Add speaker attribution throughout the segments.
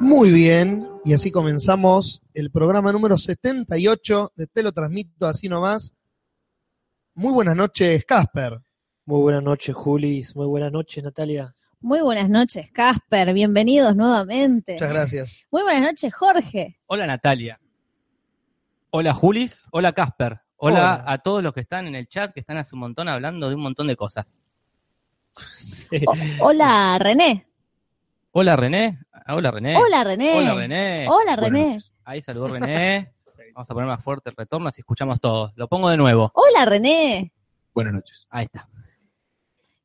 Speaker 1: Muy bien, y así comenzamos el programa número 78 de Te lo transmito así nomás. Muy buenas noches, Casper.
Speaker 2: Muy buenas noches, Julis. Muy buenas noches, Natalia.
Speaker 3: Muy buenas noches, Casper. Bienvenidos nuevamente.
Speaker 1: Muchas gracias.
Speaker 3: Muy buenas noches, Jorge.
Speaker 4: Hola Natalia. Hola Julis. Hola Casper. Hola,
Speaker 1: Hola.
Speaker 4: a todos los que están en el chat, que están hace un montón hablando de un montón de cosas.
Speaker 3: O- hola, René.
Speaker 4: Hola René. Ah, Hola René.
Speaker 3: Hola, René.
Speaker 4: Hola, René.
Speaker 3: Hola,
Speaker 4: Buenas
Speaker 3: René.
Speaker 4: noches. Ahí saludó René. Vamos a poner más fuerte el retorno, así escuchamos todos. Lo pongo de nuevo.
Speaker 3: Hola, René.
Speaker 5: Buenas noches.
Speaker 4: Ahí está.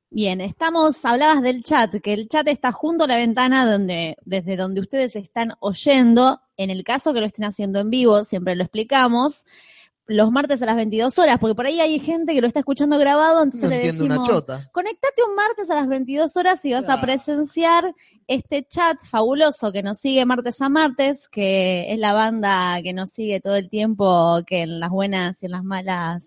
Speaker 3: Bien, estamos, hablabas del chat, que el chat está junto a la ventana donde, desde donde ustedes están oyendo. En el caso que lo estén haciendo en vivo, siempre lo explicamos, los martes a las 22 horas, porque por ahí hay gente que lo está escuchando grabado, entonces
Speaker 1: No
Speaker 3: le
Speaker 1: entiendo una
Speaker 3: decimos,
Speaker 1: chota.
Speaker 3: Conectate un martes a las 22 horas y vas a
Speaker 2: Claro.
Speaker 3: presenciar este chat fabuloso que nos sigue martes a martes, que es la banda que nos sigue todo el tiempo, que en las buenas y en las malas.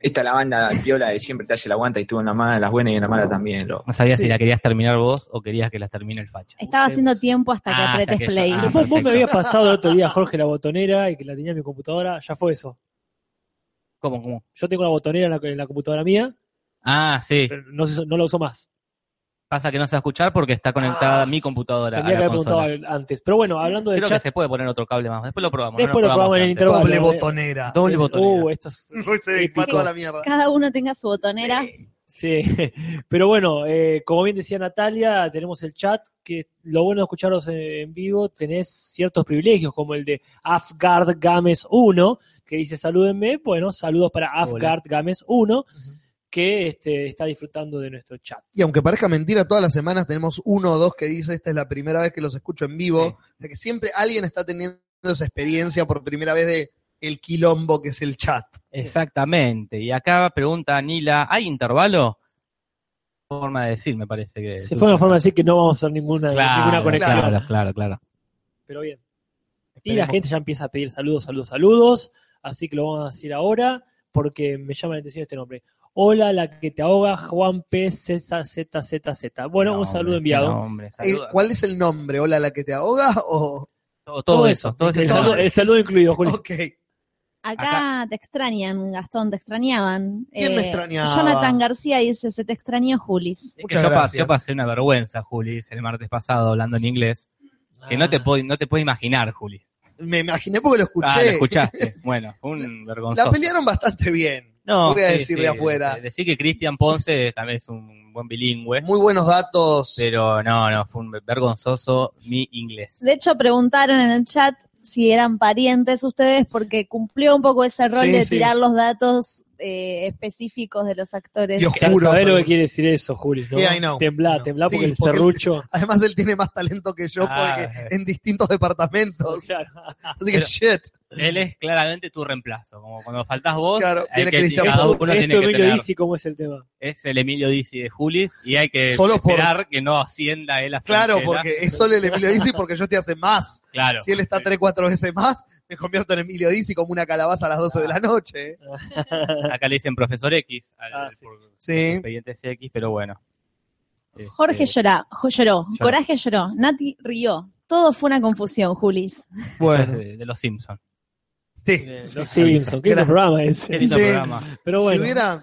Speaker 5: Esta es la banda piola de siempre te hace la aguanta y estuvo en la mala, en las buenas y en la mala también. Lo...
Speaker 4: No sabía
Speaker 2: Sí.
Speaker 4: si la querías terminar vos o querías que la termine el facha.
Speaker 3: Estaba
Speaker 2: Usemos.
Speaker 3: haciendo tiempo hasta que
Speaker 4: Ah, hasta
Speaker 3: apretes
Speaker 4: que-
Speaker 3: play.
Speaker 4: ah,
Speaker 2: Vos- vos,
Speaker 4: perfecto.
Speaker 2: me había pasado el otro día, Jorge, la botonera y que la tenía en mi computadora. Ya fue eso.
Speaker 4: ¿Cómo, cómo?
Speaker 2: Yo tengo la botonera en la, en la computadora mía,
Speaker 4: Ah, sí.
Speaker 2: pero no, se- no la uso más.
Speaker 4: Pasa que no se va a escuchar porque está conectada
Speaker 2: Ah.
Speaker 4: mi computadora.
Speaker 2: Tendría
Speaker 4: a
Speaker 2: que
Speaker 4: la
Speaker 2: haber preguntado
Speaker 4: consola.
Speaker 2: al- antes. Pero bueno, hablando del
Speaker 4: Creo que
Speaker 2: chat,
Speaker 4: se puede poner otro cable más. Después lo probamos.
Speaker 2: Después lo probamos en el
Speaker 4: antes.
Speaker 2: Pero
Speaker 1: Doble
Speaker 2: bueno, eh,
Speaker 1: botonera.
Speaker 4: Doble botonera.
Speaker 2: Uh, esto es-
Speaker 1: Hoy se
Speaker 2: épico.
Speaker 1: va toda la mierda.
Speaker 3: Cada uno tenga su botonera.
Speaker 2: Sí, pero bueno, eh, como bien decía Natalia, tenemos el chat, que lo bueno de escucharlos en, en vivo, tenés ciertos privilegios, como el de Afgard Games 1, que dice salúdenme, bueno, saludos para Afgard Games 1, que este, está disfrutando de nuestro chat.
Speaker 1: Y aunque parezca mentira, todas las semanas tenemos uno o dos que dice, esta es la primera vez que los escucho en vivo.
Speaker 4: Sí.
Speaker 1: O sea que siempre alguien está teniendo esa experiencia por primera vez de el quilombo que es el chat.
Speaker 4: Exactamente. Y acá pregunta Nila, ¿hay intervalo? Forma de decir, me parece que.
Speaker 2: Se fue una forma de decir que no vamos a hacer ninguna, ninguna conexión,
Speaker 4: Claro, claro, claro.
Speaker 2: pero bien. Y la
Speaker 4: Esperemos.
Speaker 2: gente ya empieza a pedir saludos, saludos, saludos, así que lo vamos a decir ahora, porque me llama la atención este nombre. Hola, la que te ahoga, Juan P. Z, Z, Z, Z. Bueno,
Speaker 4: No,
Speaker 2: un
Speaker 4: hombre, este
Speaker 2: saludo enviado.
Speaker 4: no, hombre,
Speaker 1: Eh,
Speaker 4: saluda.
Speaker 1: ¿Cuál es el nombre? ¿Hola la que te ahoga? O...
Speaker 4: todo, todo eso, todo eso.
Speaker 2: El,
Speaker 1: No,
Speaker 2: saludo,
Speaker 1: eh,
Speaker 2: el saludo incluido, Julio.
Speaker 1: Ok.
Speaker 3: Acá, te extrañan, Gastón, te extrañaban. Eh,
Speaker 1: ¿Quién me extrañaba?
Speaker 3: Jonathan García dice, se te extrañó, Julis.
Speaker 4: Es que
Speaker 1: Muchas
Speaker 4: yo, pas-
Speaker 1: gracias.
Speaker 4: yo pasé una vergüenza, Juli, el martes pasado hablando en inglés. Que
Speaker 2: Ah.
Speaker 4: no te puedo, no te puedo imaginar, Juli.
Speaker 1: Me imaginé porque lo escuché.
Speaker 4: Ah, lo escuchaste. Bueno, fue un vergonzoso.
Speaker 1: La pelearon bastante bien.
Speaker 4: no,
Speaker 1: voy a
Speaker 4: sí,
Speaker 1: decir
Speaker 4: sí,
Speaker 1: de afuera.
Speaker 4: de- Decir que Cristian Ponce también es un buen bilingüe.
Speaker 1: Muy buenos datos.
Speaker 4: Pero no, no, fue un vergonzoso mi inglés.
Speaker 3: De hecho, preguntaron en el chat si eran parientes ustedes, porque cumplió un poco ese rol
Speaker 1: Sí,
Speaker 3: de
Speaker 1: sí.
Speaker 3: tirar los datos eh, específicos de los actores.
Speaker 1: Dios
Speaker 2: Ya
Speaker 1: juro.
Speaker 2: sabés lo
Speaker 1: soy-
Speaker 2: que quiere decir eso, Julio. ¿no?
Speaker 1: Yeah, I know.
Speaker 2: Temblá,
Speaker 1: No.
Speaker 2: temblá
Speaker 1: Sí,
Speaker 2: porque el
Speaker 1: porque el-
Speaker 2: serrucho.
Speaker 1: Además, él tiene más talento que yo
Speaker 4: Ah.
Speaker 1: porque en distintos departamentos.
Speaker 2: Claro.
Speaker 1: Así que
Speaker 4: Pero-
Speaker 1: shit.
Speaker 4: Él es claramente tu reemplazo. Como cuando faltás vos,
Speaker 1: Claro,
Speaker 4: hay
Speaker 1: viene
Speaker 4: que
Speaker 1: Cristian
Speaker 4: cada
Speaker 1: Ponce.
Speaker 4: uno
Speaker 2: Esto
Speaker 4: tiene que
Speaker 2: Emilio
Speaker 4: tener.
Speaker 2: Dizzy, ¿cómo es el tema?
Speaker 4: Es el Emilio Dizzy de Julis y hay que
Speaker 1: Solo por-
Speaker 4: esperar que no ascienda él a
Speaker 1: Claro,
Speaker 4: frontera.
Speaker 1: porque es solo el Emilio Dizzy porque yo te hace más.
Speaker 4: Claro.
Speaker 1: Si él está tres, cuatro veces más, me convierto en Emilio Dizzy como una calabaza a las 12 de la noche. ¿eh?
Speaker 4: Acá le dicen profesor X al,
Speaker 2: Ah, sí.
Speaker 4: por-
Speaker 1: Sí.
Speaker 4: expedientes X, pero bueno. Este,
Speaker 3: Jorge llora, jo- lloró,
Speaker 4: Lloró.
Speaker 3: Coraje lloró, Nati rió. Todo fue una confusión, Julis.
Speaker 1: Bueno,
Speaker 4: de, de los Simpsons.
Speaker 1: sí.
Speaker 2: Eh, Los Simpsons, qué lindo
Speaker 1: Gracias.
Speaker 2: programa ese.
Speaker 4: Qué lindo
Speaker 1: Sí.
Speaker 4: programa.
Speaker 2: Pero bueno.
Speaker 1: Si hubiera,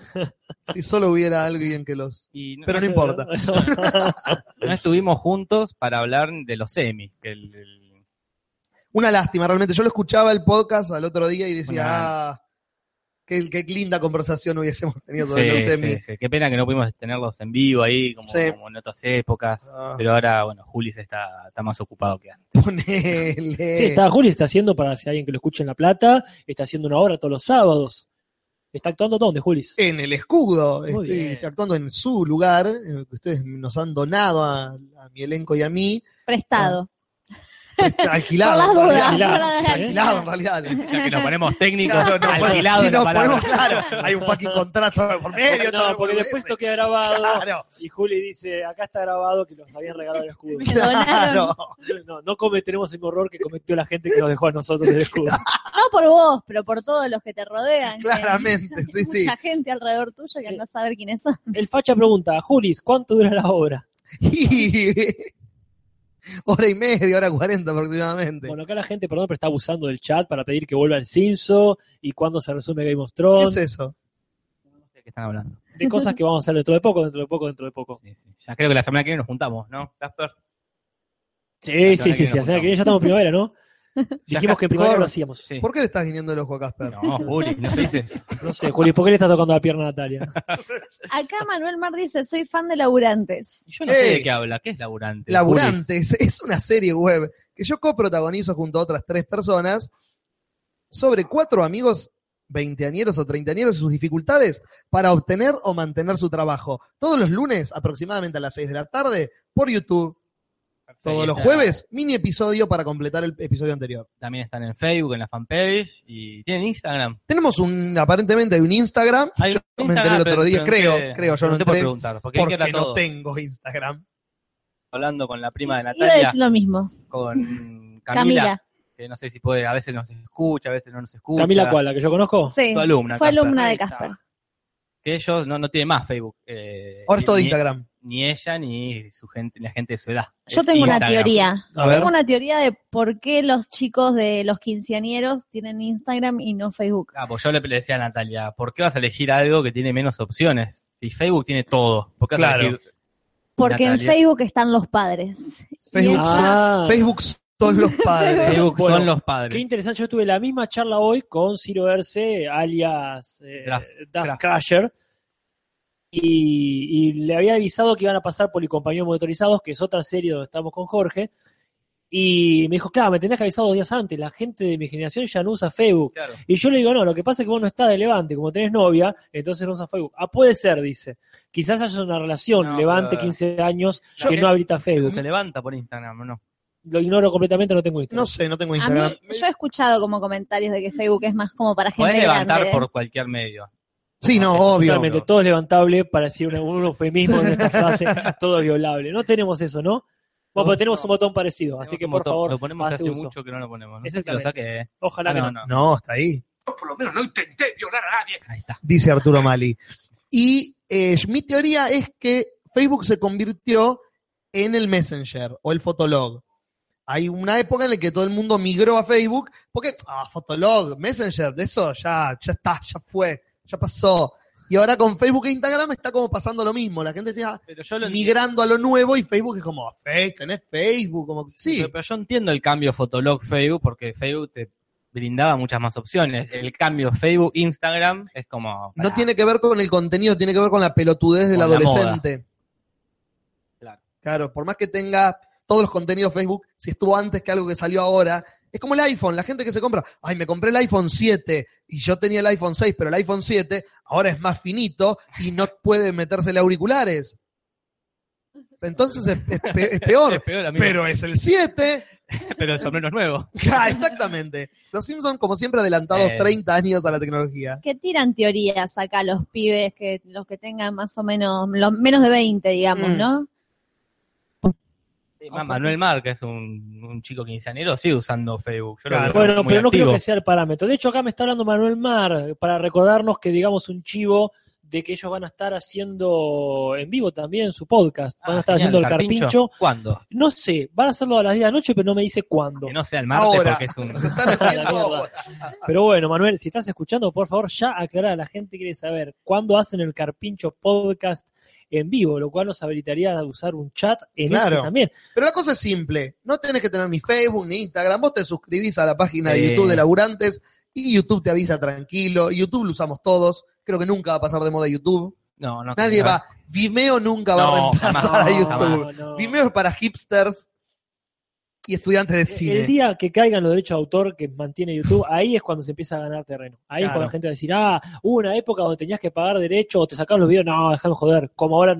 Speaker 1: si solo hubiera alguien que los.
Speaker 4: Y no,
Speaker 1: Pero no
Speaker 4: no,
Speaker 1: importa.
Speaker 4: no estuvimos juntos para hablar de los semis. Que el- el-
Speaker 1: Una lástima, realmente. Yo lo escuchaba el podcast al otro día y decía,
Speaker 4: Una-
Speaker 1: ah, qué, qué linda conversación hubiésemos tenido
Speaker 4: Sí,
Speaker 1: sobre los Emmy.
Speaker 4: sí, sí. Qué pena que no pudimos tenerlos en vivo ahí, como,
Speaker 1: Sí.
Speaker 4: como en otras épocas.
Speaker 1: Ah.
Speaker 4: Pero ahora, bueno, Julis está, está más ocupado que antes.
Speaker 1: Ponele.
Speaker 2: Sí, está, Juli está haciendo, para si hay alguien que lo escuche en La Plata, está haciendo una obra todos los sábados. Está actuando dónde, Julis?
Speaker 1: En el escudo, este,
Speaker 2: Muy
Speaker 1: estoy
Speaker 2: bien.
Speaker 1: actuando en su lugar, en el que ustedes nos han donado a, a mi elenco y a mí,
Speaker 3: Prestado.
Speaker 1: alquilado.
Speaker 3: Por las dudas,
Speaker 1: en
Speaker 3: por las
Speaker 1: realidad.
Speaker 2: Alquilado,
Speaker 3: dudas.
Speaker 2: sí.
Speaker 1: Alquilado, en realidad.
Speaker 4: Ya que nos ponemos técnicos,
Speaker 1: Claro, no, pues,
Speaker 4: alquilado
Speaker 1: si
Speaker 4: es la
Speaker 1: no
Speaker 4: palabra.
Speaker 1: ponemos, claro, hay un fucking contrato de por medio.
Speaker 2: Porque-
Speaker 1: todo
Speaker 2: no,
Speaker 1: lo
Speaker 2: porque
Speaker 1: que
Speaker 2: después
Speaker 1: dice.
Speaker 2: esto queda grabado
Speaker 1: Claro,
Speaker 2: y Juli dice, acá está grabado que nos habían regalado el escudo.
Speaker 3: Me donaron.
Speaker 1: claro.
Speaker 2: No, no cometeremos el mismo error que cometió la gente que nos dejó a nosotros el escudo.
Speaker 3: No por vos, pero por todos los que te rodean. que
Speaker 1: Claramente, sí,
Speaker 3: hay
Speaker 1: sí.
Speaker 3: Mucha gente alrededor
Speaker 4: Eh.
Speaker 3: tuyo que anda a saber quiénes son.
Speaker 2: El facha pregunta, Julis, ¿cuánto dura la obra?
Speaker 1: Y hora y media, hora cuarenta aproximadamente.
Speaker 2: Bueno, acá la gente, perdón, pero está abusando del chat para pedir que vuelva el Cinso y cuándo se resume Game of
Speaker 1: ¿Qué
Speaker 2: Thrones.
Speaker 1: es eso?
Speaker 4: No sé de qué están hablando.
Speaker 2: de cosas que vamos a hacer dentro de poco, dentro de poco, dentro de poco.
Speaker 4: Sí, sí. Ya creo que la semana que viene nos juntamos, ¿no, Casper?
Speaker 2: Sí, sí,
Speaker 4: semana que
Speaker 2: sí, sí.
Speaker 4: viene
Speaker 2: La semana que viene
Speaker 4: apuntamos.
Speaker 2: ya estamos en primavera, ¿no?
Speaker 4: Ya
Speaker 2: Dijimos que en primavera
Speaker 1: Cor-
Speaker 2: lo hacíamos.
Speaker 4: Sí.
Speaker 1: ¿Por qué le estás guiñando el ojo a Casper?
Speaker 4: No, Juli, no dices.
Speaker 2: No sé, Juli, ¿por qué le estás tocando la pierna a Natalia?
Speaker 3: Acá Manuel Mar dice, soy fan de laburantes.
Speaker 4: Yo no sé
Speaker 1: Ey.
Speaker 4: de qué habla. ¿Qué es laburante?
Speaker 1: Laburantes es una serie web que yo coprotagonizo junto a otras tres personas sobre cuatro amigos veinteañeros o treintañeros y sus dificultades para obtener o mantener su trabajo. Todos los lunes, aproximadamente a las seis de la tarde, por YouTube.
Speaker 4: Juli.
Speaker 1: Todos los
Speaker 4: Está-
Speaker 1: jueves, mini episodio para completar el episodio anterior.
Speaker 4: También están en Facebook, en la fanpage. Y tienen Instagram.
Speaker 1: Tenemos un, aparentemente hay un Instagram.
Speaker 4: Hay
Speaker 1: yo
Speaker 4: un
Speaker 1: me enteré
Speaker 4: Instagram,
Speaker 1: el otro
Speaker 4: pero
Speaker 1: día, creo,
Speaker 4: pregunté-
Speaker 1: creo, yo no
Speaker 4: pregunté por
Speaker 1: entré
Speaker 4: preguntar, porque, hay que
Speaker 1: porque
Speaker 4: hablar
Speaker 1: no
Speaker 4: todo.
Speaker 1: tengo Instagram.
Speaker 4: Hablando con la prima de
Speaker 3: Iba a
Speaker 4: Natalia,
Speaker 3: decir lo mismo.
Speaker 4: con Camila,
Speaker 3: Camila.
Speaker 4: que no sé si puede, a veces nos escucha, a veces no nos escucha.
Speaker 2: Camila, ¿cuál? ¿La que yo conozco?
Speaker 3: Sí.
Speaker 4: Tu alumna.
Speaker 3: Fue
Speaker 4: Casper.
Speaker 3: alumna de
Speaker 4: Ahí está.
Speaker 3: Casper.
Speaker 4: Que ellos no, no tiene más Facebook. eh,
Speaker 1: Ahora es todo
Speaker 4: ni-
Speaker 1: Instagram.
Speaker 4: Ni ella ni su gente, ni la gente de su edad.
Speaker 3: Yo
Speaker 4: Es
Speaker 3: tengo una
Speaker 4: Instagram.
Speaker 3: teoría.
Speaker 1: A ver.
Speaker 3: Tengo una teoría de por qué los chicos de los quinceañeros tienen Instagram y no Facebook.
Speaker 4: Ah, pues yo le le decía a Natalia, ¿por qué vas a elegir algo que tiene menos opciones? Si Facebook tiene todo, ¿por qué vas
Speaker 1: Claro.
Speaker 4: a elegir?
Speaker 3: Porque en
Speaker 4: Natalia.
Speaker 3: Facebook están los padres. Y
Speaker 1: Facebook.
Speaker 3: ella-
Speaker 2: Ah,
Speaker 1: Facebook son los padres.
Speaker 4: Facebook
Speaker 2: Bueno,
Speaker 4: son los
Speaker 2: qué
Speaker 4: padres.
Speaker 2: interesante. Yo tuve la misma charla hoy con Ciro Erce, alias eh,
Speaker 4: Graf-
Speaker 2: Duff
Speaker 4: Graf.
Speaker 2: Crusher. Y, y le había avisado que iban a pasar Policompañeros Motorizados, que es otra serie donde estamos con Jorge. Y me dijo, claro, me tenías que avisar dos días antes. La gente de mi generación ya no usa Facebook.
Speaker 4: Claro.
Speaker 2: Y yo le digo, no, lo que pasa es que vos no estás de Levante, como tenés novia, entonces no usas Facebook. Ah, puede ser, dice. Quizás haya una relación,
Speaker 4: No,
Speaker 2: Levante,
Speaker 4: pero-
Speaker 2: 15 años,
Speaker 1: Yo-
Speaker 2: que no habilita Facebook.
Speaker 4: Se levanta por Instagram, ¿o ¿no?
Speaker 2: Lo ignoro completamente, no tengo Instagram.
Speaker 1: No sé, no tengo
Speaker 3: A
Speaker 1: Instagram.
Speaker 3: mí, yo he escuchado como comentarios de que Facebook es más como para gente
Speaker 4: Podés
Speaker 3: grande.
Speaker 4: levantar por cualquier medio.
Speaker 1: Sí, no,
Speaker 4: Es
Speaker 1: obvio.
Speaker 2: Totalmente, todo es levantable para decir una- un eufemismo en esta frase, todo es violable. No tenemos eso, ¿no? Bueno, pero tenemos un botón parecido, así
Speaker 4: Tenemos
Speaker 2: que
Speaker 4: un
Speaker 2: por
Speaker 4: botón,
Speaker 2: favor,
Speaker 4: Lo ponemos
Speaker 2: hace
Speaker 4: hace
Speaker 2: uso.
Speaker 4: mucho que no lo ponemos. No sé si lo
Speaker 2: Exactamente.
Speaker 4: saqué. ¿eh?
Speaker 2: ojalá
Speaker 4: Ah,
Speaker 2: que no.
Speaker 4: no, no.
Speaker 1: No, está ahí,
Speaker 6: por lo menos no intenté violar a nadie.
Speaker 4: Ahí está.
Speaker 1: dice Arturo Mali. Y eh, mi teoría es que Facebook se convirtió en el Messenger o el Fotolog. Hay una época en la que todo el mundo migró a Facebook porque, ah, Fotolog, Messenger, eso ya, ya está, ya fue, ya pasó. Y ahora con Facebook e Instagram está como pasando lo mismo. La gente está
Speaker 4: Pero yo lo entiendo.
Speaker 1: migrando a lo nuevo y Facebook es como, "Fe- tenés Facebook, como, sí.
Speaker 4: Pero, pero yo entiendo el cambio Fotolog Facebook porque Facebook te brindaba muchas más opciones. El cambio Facebook Instagram es como
Speaker 1: No
Speaker 4: pará,
Speaker 1: tiene que ver con el contenido, tiene que ver con la pelotudez del
Speaker 4: Con la
Speaker 1: adolescente.
Speaker 4: Claro.
Speaker 1: Claro, por más que tenga todos los contenidos Facebook, si estuvo antes que algo que salió ahora, es como el iPhone, la gente que se compra, ay, me compré el iPhone 7 y yo tenía el iPhone 6, pero el iPhone 7 ahora es más finito y no puede metérsele auriculares. Entonces es, es pe- es
Speaker 4: es
Speaker 1: peor,
Speaker 4: peor, amigo,
Speaker 1: pero es el 7.
Speaker 4: pero, el sombrero es nuevo.
Speaker 1: Ah, Exactamente. Los Simpsons, como siempre, adelantados
Speaker 4: Eh.
Speaker 1: 30 años a la tecnología.
Speaker 3: que tiran teorías acá los pibes, que los que tengan más o menos, los menos de 20, digamos,
Speaker 1: Mm.
Speaker 3: ¿no?
Speaker 4: Sí, ma- Ah, Manuel Mar, que es un, un chico quinceañero, sigue usando Facebook. Yo lo
Speaker 1: Claro.
Speaker 4: veo
Speaker 2: Bueno,
Speaker 4: muy
Speaker 2: pero no creo
Speaker 4: activo.
Speaker 2: que sea el parámetro. De hecho, acá me está hablando Manuel Mar para recordarnos que digamos un chivo de que ellos van a estar haciendo en vivo también su podcast. Van a
Speaker 4: Ah,
Speaker 2: estar
Speaker 4: genial,
Speaker 2: haciendo el carpincho.
Speaker 4: ¿Cuándo?
Speaker 2: No sé, van a hacerlo a las 10 de la noche, pero no me dice cuándo.
Speaker 4: Que no sea el martes
Speaker 1: Ahora.
Speaker 4: porque es un
Speaker 1: Se están haciendo
Speaker 2: La mierda. Pero bueno, Manuel, si estás escuchando, por favor, ya aclará. La gente quiere saber cuándo hacen el Carpincho Podcast en vivo, lo cual nos habilitaría a usar un chat en
Speaker 1: Claro.
Speaker 2: ese también.
Speaker 1: Pero la cosa es simple, no tenés que tener ni Facebook ni Instagram, vos te suscribís a la página de
Speaker 4: Sí.
Speaker 1: YouTube de Laburantes y YouTube te avisa tranquilo, YouTube lo usamos todos, creo que nunca va a pasar de moda YouTube,
Speaker 4: no, no.
Speaker 1: nadie
Speaker 4: creo.
Speaker 1: va, Vimeo nunca va
Speaker 4: No,
Speaker 1: a reemplazar
Speaker 4: jamás,
Speaker 1: a YouTube,
Speaker 2: No, no.
Speaker 1: Vimeo es para hipsters y estudiantes de cine.
Speaker 2: El día que caigan los derechos de autor que mantiene YouTube, ahí es cuando se empieza a ganar terreno. Ahí es
Speaker 1: Claro.
Speaker 2: cuando la gente va a decir, ah, hubo una época donde tenías que pagar derechos o te sacaban los videos. No, déjame joder. Como ahora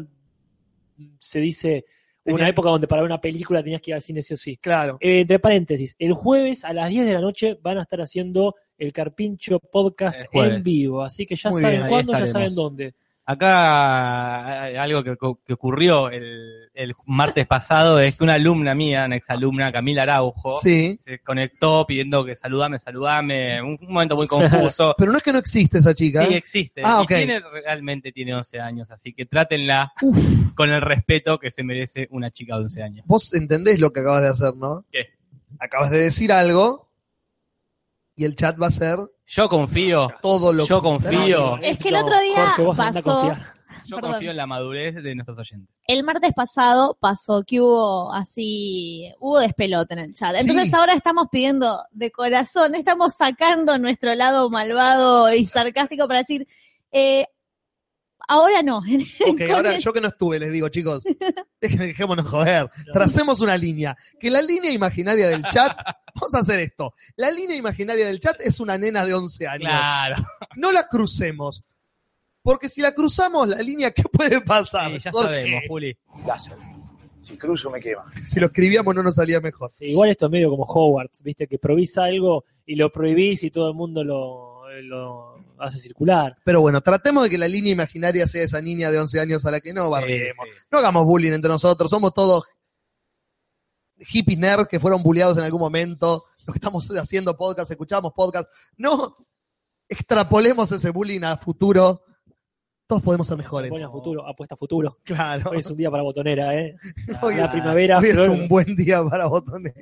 Speaker 2: se dice, hubo una
Speaker 1: Tenía-
Speaker 2: época donde para ver una película tenías que ir al cine sí o sí.
Speaker 1: Claro,
Speaker 2: Eh, entre paréntesis, el jueves a las 10 de la noche van a estar haciendo el Carpincho Podcast
Speaker 4: El jueves.
Speaker 2: en vivo. Así que ya
Speaker 1: Muy
Speaker 2: saben
Speaker 1: bien,
Speaker 4: ahí
Speaker 2: cuándo, ya
Speaker 4: estaremos.
Speaker 2: saben dónde.
Speaker 4: Acá eh, algo que, co- que ocurrió el, el martes pasado es que una alumna mía, una exalumna, Camila Araujo,
Speaker 1: Sí.
Speaker 4: se conectó pidiendo que saludame, saludame, un, un momento muy confuso.
Speaker 1: Pero no es que no existe esa chica.
Speaker 4: Sí,
Speaker 1: ¿eh?
Speaker 4: existe.
Speaker 1: Ah,
Speaker 4: Y
Speaker 1: ok.
Speaker 4: tiene, realmente tiene 11 años, así que trátenla
Speaker 1: Uf,
Speaker 4: con el respeto que se merece una chica de 11 años.
Speaker 1: vos entendés lo que acabas de hacer, ¿no?
Speaker 4: ¿Qué?
Speaker 1: Acabas de decir algo y el chat va a ser
Speaker 4: Yo confío,
Speaker 1: todo lo
Speaker 4: Yo confío.
Speaker 3: Es que el otro día
Speaker 2: Jorge, vos andá a
Speaker 3: pasó-
Speaker 2: confiar.
Speaker 4: yo
Speaker 3: Perdón.
Speaker 4: confío en la madurez de nuestros oyentes.
Speaker 3: El martes pasado pasó que hubo así, hubo despelote en el chat. Entonces
Speaker 1: Sí.
Speaker 3: ahora estamos pidiendo de corazón, estamos sacando nuestro lado malvado y sarcástico para decir, eh, ahora no.
Speaker 1: Ok, ahora yo que no estuve, les digo, chicos, dejen- dejémonos joder. Tracemos una línea. Que la línea imaginaria del chat, vamos a hacer esto. La línea imaginaria del chat es una nena de 11 años.
Speaker 4: Claro.
Speaker 1: No la crucemos. Porque si la cruzamos, la línea, ¿qué puede pasar?
Speaker 4: Sí, ya
Speaker 1: Jorge,
Speaker 4: sabemos, Juli.
Speaker 5: Láser. Si cruzo me quema.
Speaker 1: Si lo escribíamos no nos salía mejor.
Speaker 2: Sí, igual esto es medio como Hogwarts, viste, que prohibís algo y lo prohibís y todo el mundo lo, lo hace circular.
Speaker 1: Pero bueno, tratemos de que la línea imaginaria sea esa niña de 11 años a la que no barriemos.
Speaker 4: Sí, sí.
Speaker 1: No hagamos bullying entre nosotros, somos todos hippies nerds que fueron bulleados en algún momento. Los que estamos haciendo podcast, escuchamos podcast. No extrapolemos ese bullying a futuro. Todos podemos ser mejores.
Speaker 2: Bueno, futuro, apuesta a futuro.
Speaker 1: Claro.
Speaker 2: Hoy es un día para botonera, ¿eh?
Speaker 1: Ah, Hoy
Speaker 2: la
Speaker 1: es-
Speaker 2: primavera.
Speaker 1: Hoy es
Speaker 2: flor-
Speaker 1: un buen día para botonera.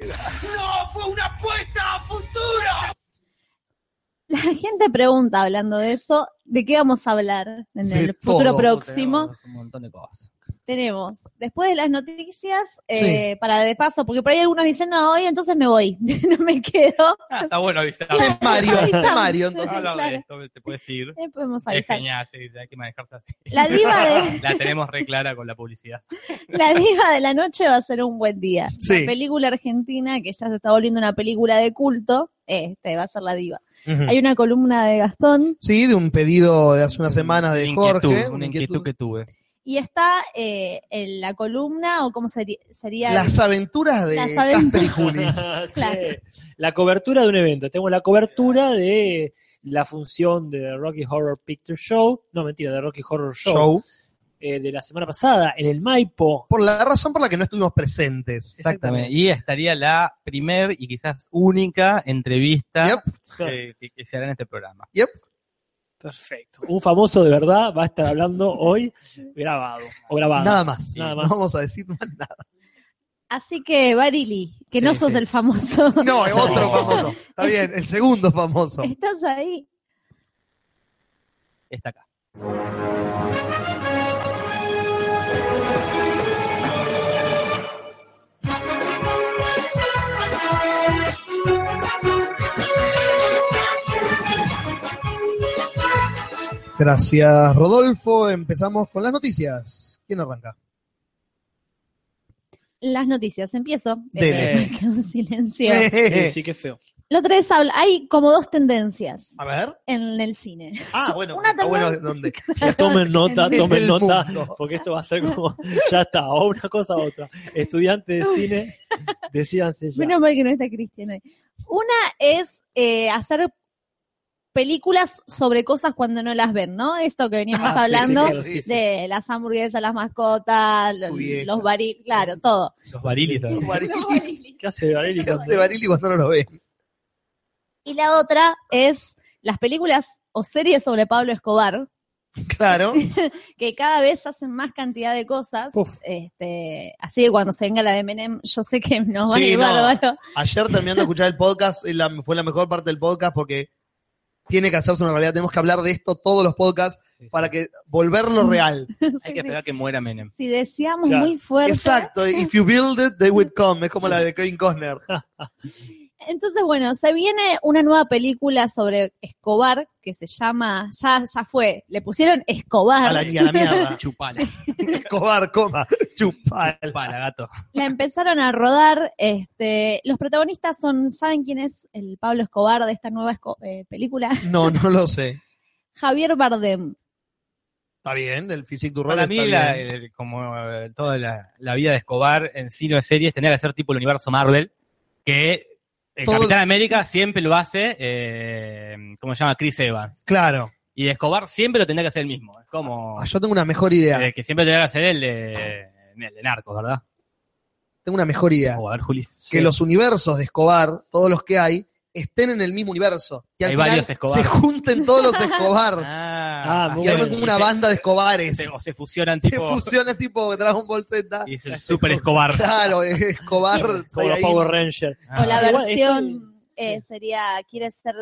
Speaker 3: La gente pregunta hablando de eso, ¿de qué vamos a hablar en
Speaker 1: De
Speaker 3: el futuro
Speaker 1: todo.
Speaker 3: próximo?
Speaker 4: Un montón de cosas.
Speaker 3: Tenemos, después de las noticias, eh, para de paso, porque por ahí algunos dicen, no, hoy entonces me voy, no me quedo.
Speaker 4: Ah, está bueno avisar.
Speaker 3: Claro.
Speaker 1: Mario,
Speaker 3: Avisamos.
Speaker 1: Mario, entonces.
Speaker 4: Habla
Speaker 3: Claro.
Speaker 4: de esto, te puedes ir.
Speaker 3: Eh, podemos
Speaker 4: Es
Speaker 3: avisar.
Speaker 4: genial, sí, hay que manejarse así.
Speaker 3: La diva de-
Speaker 4: La tenemos re clara con la publicidad.
Speaker 3: La diva de la noche va a ser un buen día.
Speaker 1: Sí.
Speaker 3: La película argentina, que ya se está volviendo una película de culto, este va a ser la diva. Hay una columna de Gastón
Speaker 1: Sí, de un pedido de hace unas semanas de
Speaker 4: inquietud,
Speaker 1: Jorge.
Speaker 4: Una inquietud que tuve.
Speaker 3: y está eh, en la columna, o cómo seri- sería...
Speaker 1: Las aventuras de
Speaker 3: Las aventuras.
Speaker 1: Casper y Julis.
Speaker 2: Sí.
Speaker 3: Claro.
Speaker 2: La cobertura de un evento. Tengo la cobertura de la función de Rocky Horror Picture Show. No, mentira, de Rocky Horror Show.
Speaker 1: Show.
Speaker 2: eh, de la semana pasada, en el Maipo.
Speaker 1: Por la razón por la que no estuvimos presentes.
Speaker 4: Exactamente. Y estaría la primer y quizás única entrevista eh, que, que se hará en este programa.
Speaker 2: Perfecto. Un famoso de verdad va a estar hablando hoy grabado o grabado.
Speaker 1: Nada más.
Speaker 2: Nada
Speaker 1: No
Speaker 2: más.
Speaker 1: vamos a decir más nada.
Speaker 3: Así que, Barili, que no
Speaker 4: Sí,
Speaker 3: sos
Speaker 4: sí.
Speaker 3: el famoso.
Speaker 1: No, es otro
Speaker 4: No.
Speaker 1: famoso. Está bien, el segundo famoso.
Speaker 3: Estás ahí.
Speaker 4: Está acá.
Speaker 1: Gracias, Rodolfo. Empezamos con las noticias. ¿Quién arranca?
Speaker 3: Las noticias, empiezo.
Speaker 1: Dele.
Speaker 3: Eh, un silencio.
Speaker 2: Sí, sí, qué feo.
Speaker 3: La otra vez habla, hay como dos tendencias
Speaker 1: A ver.
Speaker 3: en el cine.
Speaker 1: Ah, bueno.
Speaker 3: Una
Speaker 1: está bueno,
Speaker 3: tendencia.
Speaker 1: ¿dónde?
Speaker 2: Tomen nota,
Speaker 1: En
Speaker 2: tomen
Speaker 1: el
Speaker 2: nota,
Speaker 1: mundo.
Speaker 2: porque esto va a ser como, ya está, o una cosa u otra. Estudiantes de cine, decídanse ya.
Speaker 3: Menos mal que no está Cristian hoy. Una es eh, hacer películas sobre cosas cuando no las ven, ¿no? Esto que veníamos
Speaker 2: Ah, sí,
Speaker 3: hablando
Speaker 2: sí, claro, sí, sí.
Speaker 3: de las hamburguesas, las mascotas, los,
Speaker 1: Tu vieja.
Speaker 3: los baril, claro, todo.
Speaker 4: Los barilis. ¿sabes?
Speaker 1: Barili.
Speaker 2: ¿Qué hace Varelli?
Speaker 1: ¿Qué hace Barili cuando no lo ve?
Speaker 3: Y la otra es las películas o series sobre Pablo Escobar,
Speaker 1: Claro.
Speaker 3: que cada vez hacen más cantidad de cosas.
Speaker 2: Uf.
Speaker 3: Este, así que cuando se venga la de Menem, yo sé que nos van a
Speaker 1: Sí,
Speaker 3: ir
Speaker 1: no.
Speaker 3: bárbaro.
Speaker 1: Ayer terminando de escuchar el podcast, eh, la- fue la mejor parte del podcast porque tiene que hacerse una realidad. Tenemos que hablar de esto todos los podcasts
Speaker 4: Sí, sí.
Speaker 1: para que volverlo real.
Speaker 4: Hay que esperar que muera Menem.
Speaker 3: Si deseamos
Speaker 2: Claro.
Speaker 3: muy fuerte.
Speaker 1: Exacto. If you build it, they will come. Es como la de Kevin Costner.
Speaker 3: Entonces, bueno, se viene una nueva película sobre Escobar que se llama, ya, ya fue, le pusieron Escobar.
Speaker 1: A la, y a la mierda.
Speaker 4: Chupala.
Speaker 1: Escobar, coma. Chupal.
Speaker 4: Chupala, gato.
Speaker 3: La empezaron a rodar. Este, los protagonistas son, ¿saben quién es el Pablo Escobar de esta nueva esco- eh, película?
Speaker 1: No, no lo sé.
Speaker 3: Javier Bardem.
Speaker 1: Está bien, del Physique du Rôle
Speaker 4: Para mí,
Speaker 1: está
Speaker 4: la-
Speaker 1: bien.
Speaker 4: el- como eh, toda la, la vida de Escobar en cine de series, tendría que ser tipo el universo Marvel, que el
Speaker 1: Todo-
Speaker 4: Capitán América siempre lo hace, eh, ¿cómo se llama? Chris Evans.
Speaker 1: Claro.
Speaker 4: Y de Escobar siempre lo tendría que hacer el mismo. Es como.
Speaker 1: Ah, yo tengo una mejor idea.
Speaker 4: eh, que siempre tendría que hacer el de. El de Narcos, ¿verdad?
Speaker 1: Tengo una mejor idea.
Speaker 4: O a ver, Juli.
Speaker 1: Que los universos de Escobar, todos los que hay, estén en el mismo universo. Y al
Speaker 4: Hay
Speaker 1: final
Speaker 4: varios Escobar.
Speaker 1: se junten todos los Escobar.
Speaker 4: Ah,
Speaker 2: Ah,
Speaker 1: y
Speaker 2: muy
Speaker 4: así
Speaker 2: bueno.
Speaker 1: armen
Speaker 4: es.
Speaker 1: como
Speaker 4: Y
Speaker 1: una
Speaker 4: se-
Speaker 1: banda de Escobares.
Speaker 4: se-
Speaker 1: Se,
Speaker 4: Este, o se fusionan tipo.
Speaker 1: fusionan tipo Dragon Ball Z.
Speaker 4: y es el super Escobar.
Speaker 1: Claro, eh, Escobar.
Speaker 2: Como los
Speaker 1: Saiyajin.
Speaker 2: Power Rangers.
Speaker 3: O la
Speaker 2: Ah, igual este,
Speaker 3: versión eh, sería, quiere ser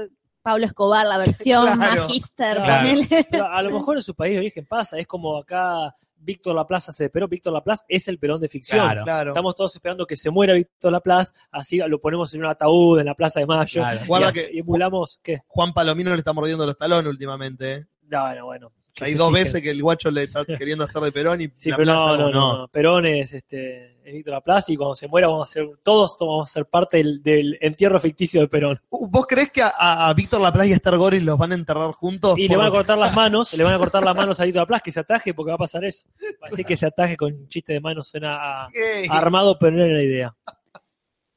Speaker 3: Pablo Escobar, la versión
Speaker 1: Claro.
Speaker 3: Magister,
Speaker 2: Claro.
Speaker 3: ponele.
Speaker 2: Pero a lo mejor en su país de origen pasa. Es como acá Víctor Laplace hace de Perón. Víctor Laplace es el Perón de ficción.
Speaker 4: Claro.
Speaker 1: Claro.
Speaker 2: Estamos todos esperando que se muera Víctor Laplace. Así lo ponemos en un ataúd en la Plaza de Mayo.
Speaker 4: Claro.
Speaker 1: Guarda
Speaker 2: y, así-
Speaker 1: que-
Speaker 2: y emulamos que.
Speaker 1: Juan Palomino le está mordiendo los talones últimamente. eh.
Speaker 2: No, bueno, bueno. Que
Speaker 1: Hay
Speaker 2: se
Speaker 1: dos
Speaker 2: fijen.
Speaker 1: veces que el guacho le está queriendo hacer de Perón y
Speaker 2: Sí,
Speaker 1: la
Speaker 2: pero no,
Speaker 1: plata,
Speaker 2: no, no,
Speaker 1: bueno,
Speaker 2: no. Perón es, este, es Víctor Laplace y cuando se muera vamos a ser, todos vamos a ser parte del, del entierro ficticio de Perón.
Speaker 1: Uh, ¿Vos creés que a, a- a Víctor Laplace y a Star Goris los van a enterrar juntos?
Speaker 2: Y le
Speaker 1: Por-
Speaker 2: van a cortar las manos, le van a cortar las manos a Víctor Laplace que se ataje porque va a pasar eso. Así que se ataje con un chiste de manos suena a-
Speaker 1: Ey.
Speaker 2: armado, pero no era la idea.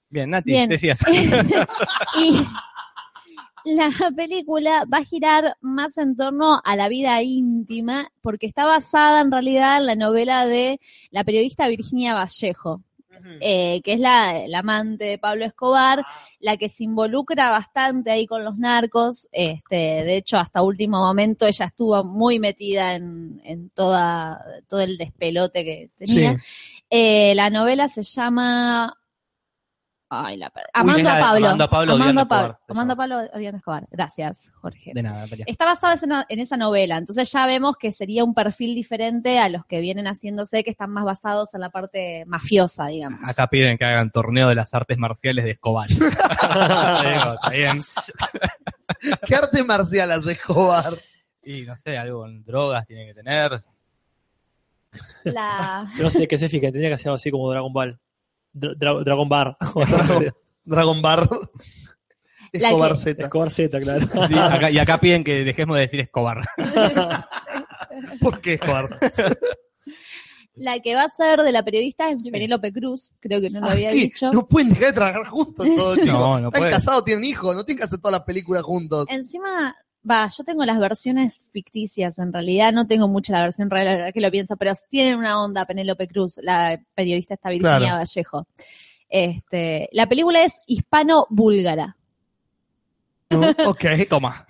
Speaker 4: Bien, Nati,
Speaker 3: Bien.
Speaker 4: decías.
Speaker 3: y la película va a girar más en torno a la vida íntima, porque está basada en realidad en la novela de la periodista Virginia Vallejo,
Speaker 1: Ujú.
Speaker 3: eh, que es la, la amante de Pablo Escobar, la que se involucra bastante ahí con los narcos. Este, de hecho, hasta último momento ella estuvo muy metida en, en toda, todo el despelote que tenía. Eh, la novela se llama. Ay, la per- Amando
Speaker 4: la
Speaker 3: a
Speaker 4: de
Speaker 3: Pablo.
Speaker 4: Amando a Pablo,
Speaker 3: Amando a
Speaker 4: odiando a Escobar,
Speaker 3: Pablo.
Speaker 4: se
Speaker 3: Amando a
Speaker 4: llama.
Speaker 3: Pablo, odiando a Escobar. Gracias, Jorge.
Speaker 4: De nada, Natalia.
Speaker 3: Está basado en esa, en esa novela, entonces ya vemos que sería un perfil diferente a los que vienen haciéndose, que están más basados en la parte mafiosa, digamos.
Speaker 4: Acá piden que hagan torneo de las artes marciales de Escobar. Digo, Está bien.
Speaker 1: ¿Qué arte marcial hace Escobar?
Speaker 4: Y no sé, algo con drogas tiene que tener.
Speaker 3: La-
Speaker 2: No sé qué se fijen, tenía que hacer algo así como Dragon Ball. Dra- Dra- Dragon Bar.
Speaker 1: Dragon Bar.
Speaker 3: La
Speaker 1: Escobar
Speaker 3: que-
Speaker 1: Z.
Speaker 2: Escobar Z, claro.
Speaker 4: Sí, acá- y acá piden que dejemos de decir Escobar.
Speaker 1: ¿Por qué Escobar?
Speaker 3: La que va a ser de la periodista es Penélope Cruz, creo que no lo
Speaker 4: Ah,
Speaker 3: había
Speaker 1: ¿Qué?
Speaker 3: dicho.
Speaker 1: No pueden dejar de trabajar juntos todos, chicos.
Speaker 4: No, no
Speaker 1: Están
Speaker 4: pueden.
Speaker 1: casados, tienen hijos, no tienen que hacer todas las películas juntos.
Speaker 3: Encima, va, yo tengo las versiones ficticias, en realidad no tengo mucha la versión real, la verdad que lo pienso, pero tienen una onda Penélope Cruz, la periodista esta Virginia
Speaker 1: Claro.
Speaker 3: Vallejo. Este, la película es hispano-búlgara.
Speaker 1: Ok,
Speaker 4: Toma.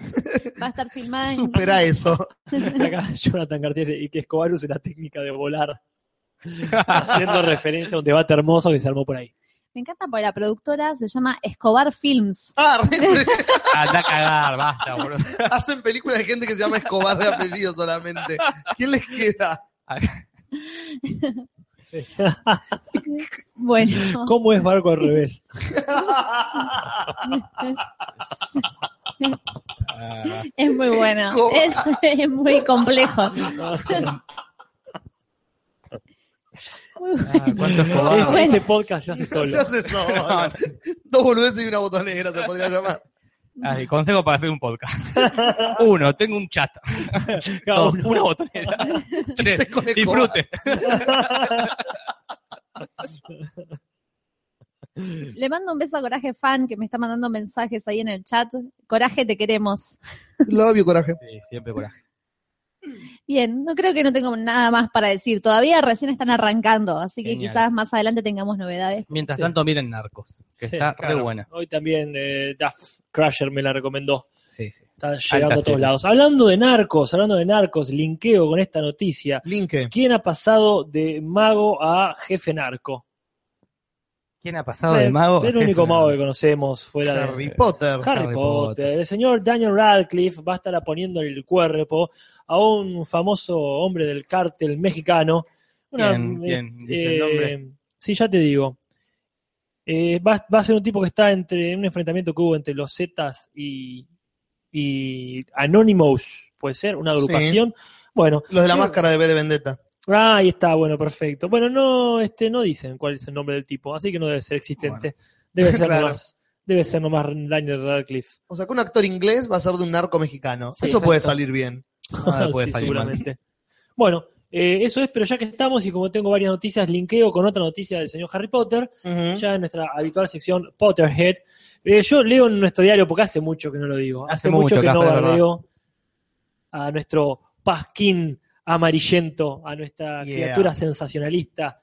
Speaker 3: Va a estar filmada en...
Speaker 1: supera eso.
Speaker 2: Y acá Jonathan García dice, y que Escobar use la técnica de volar. Haciendo referencia a un debate hermoso que se armó por ahí.
Speaker 3: Me encanta porque la productora se llama Escobar Films.
Speaker 1: Ah, re-
Speaker 4: Anda a cagar, basta, boludo.
Speaker 1: hacen películas de gente que se llama Escobar de apellido solamente. ¿Quién les queda?
Speaker 3: Bueno,
Speaker 2: ¿Cómo es barco al revés?
Speaker 4: Ah,
Speaker 3: es muy bueno. Es,
Speaker 1: Escobar.
Speaker 3: es muy complejo.
Speaker 4: ah, ¿Cuánto Escobar?
Speaker 2: Este- Este podcast se hace
Speaker 1: Se
Speaker 2: solo.
Speaker 1: hace solo. Dos boludeces y una botonera se podría llamar.
Speaker 4: Ay, Ah, consejo para hacer un podcast. Uno, tengo un chat.
Speaker 2: Cada
Speaker 4: Dos,
Speaker 2: uno.
Speaker 4: una botonera. Tres,
Speaker 1: Con Escobar.
Speaker 4: disfrute.
Speaker 3: Le mando un beso a Coraje Fan que me está mandando mensajes ahí en el chat. Coraje, te queremos.
Speaker 1: Lo obvio, coraje.
Speaker 4: Sí, siempre coraje.
Speaker 3: Bien, no creo que no tengo nada más para decir. Todavía recién están arrancando, así que
Speaker 4: Genial.
Speaker 3: quizás más adelante tengamos novedades.
Speaker 4: Mientras
Speaker 2: Sí.
Speaker 4: tanto, miren Narcos, que
Speaker 2: Sí,
Speaker 4: está
Speaker 1: claro.
Speaker 4: re buena.
Speaker 2: Hoy también eh, Duff Crusher me la recomendó.
Speaker 4: Sí, sí.
Speaker 2: Está llegando a todos
Speaker 4: serie.
Speaker 2: lados. Hablando de narcos, hablando de narcos, linkeo con esta noticia.
Speaker 1: Linke.
Speaker 2: ¿Quién ha pasado de mago a jefe narco?
Speaker 4: ¿Quién ha pasado de mago?
Speaker 2: El único mago que conocemos fuera de
Speaker 1: Harry Potter.
Speaker 2: Harry
Speaker 4: Harry
Speaker 2: Potter.
Speaker 4: Potter.
Speaker 2: El señor Daniel Radcliffe va a estar poniendo el cuerpo a un famoso hombre del cártel mexicano.
Speaker 4: ¿Quién? ¿Quién? Dice el
Speaker 2: eh,
Speaker 4: nombre.
Speaker 2: Sí, ya te digo. Eh, va, va a ser un tipo que está entre en un enfrentamiento que hubo entre los Zetas y, y Anonymous, puede ser, una agrupación. Bueno,
Speaker 1: Los de la máscara de B de Vendetta.
Speaker 2: ah, ahí está, bueno, perfecto. Bueno, no, este, no dicen cuál es el nombre del tipo, así que no debe ser existente. Debe ser
Speaker 1: Claro.
Speaker 2: nomás, debe ser nomás Daniel Radcliffe.
Speaker 1: O sea, que un actor inglés va a ser de un narco mexicano.
Speaker 2: Sí,
Speaker 1: Eso puede
Speaker 2: exacto.
Speaker 1: salir bien.
Speaker 4: Ah, puede
Speaker 2: sí,
Speaker 4: salir
Speaker 2: seguramente. Bueno, eh, eso es, pero ya que estamos y como tengo varias noticias, linkeo con otra noticia del señor Harry Potter,
Speaker 1: Ujú.
Speaker 2: ya en nuestra habitual sección Potterhead. Eh, yo leo en nuestro diario, porque hace mucho que no lo digo, hace,
Speaker 4: Hace
Speaker 2: mucho
Speaker 4: mucho
Speaker 2: que
Speaker 4: que
Speaker 2: no
Speaker 4: hace, es verdad.
Speaker 2: bardeo a nuestro pasquín amarillento, a nuestra
Speaker 1: Yeah.
Speaker 2: criatura sensacionalista.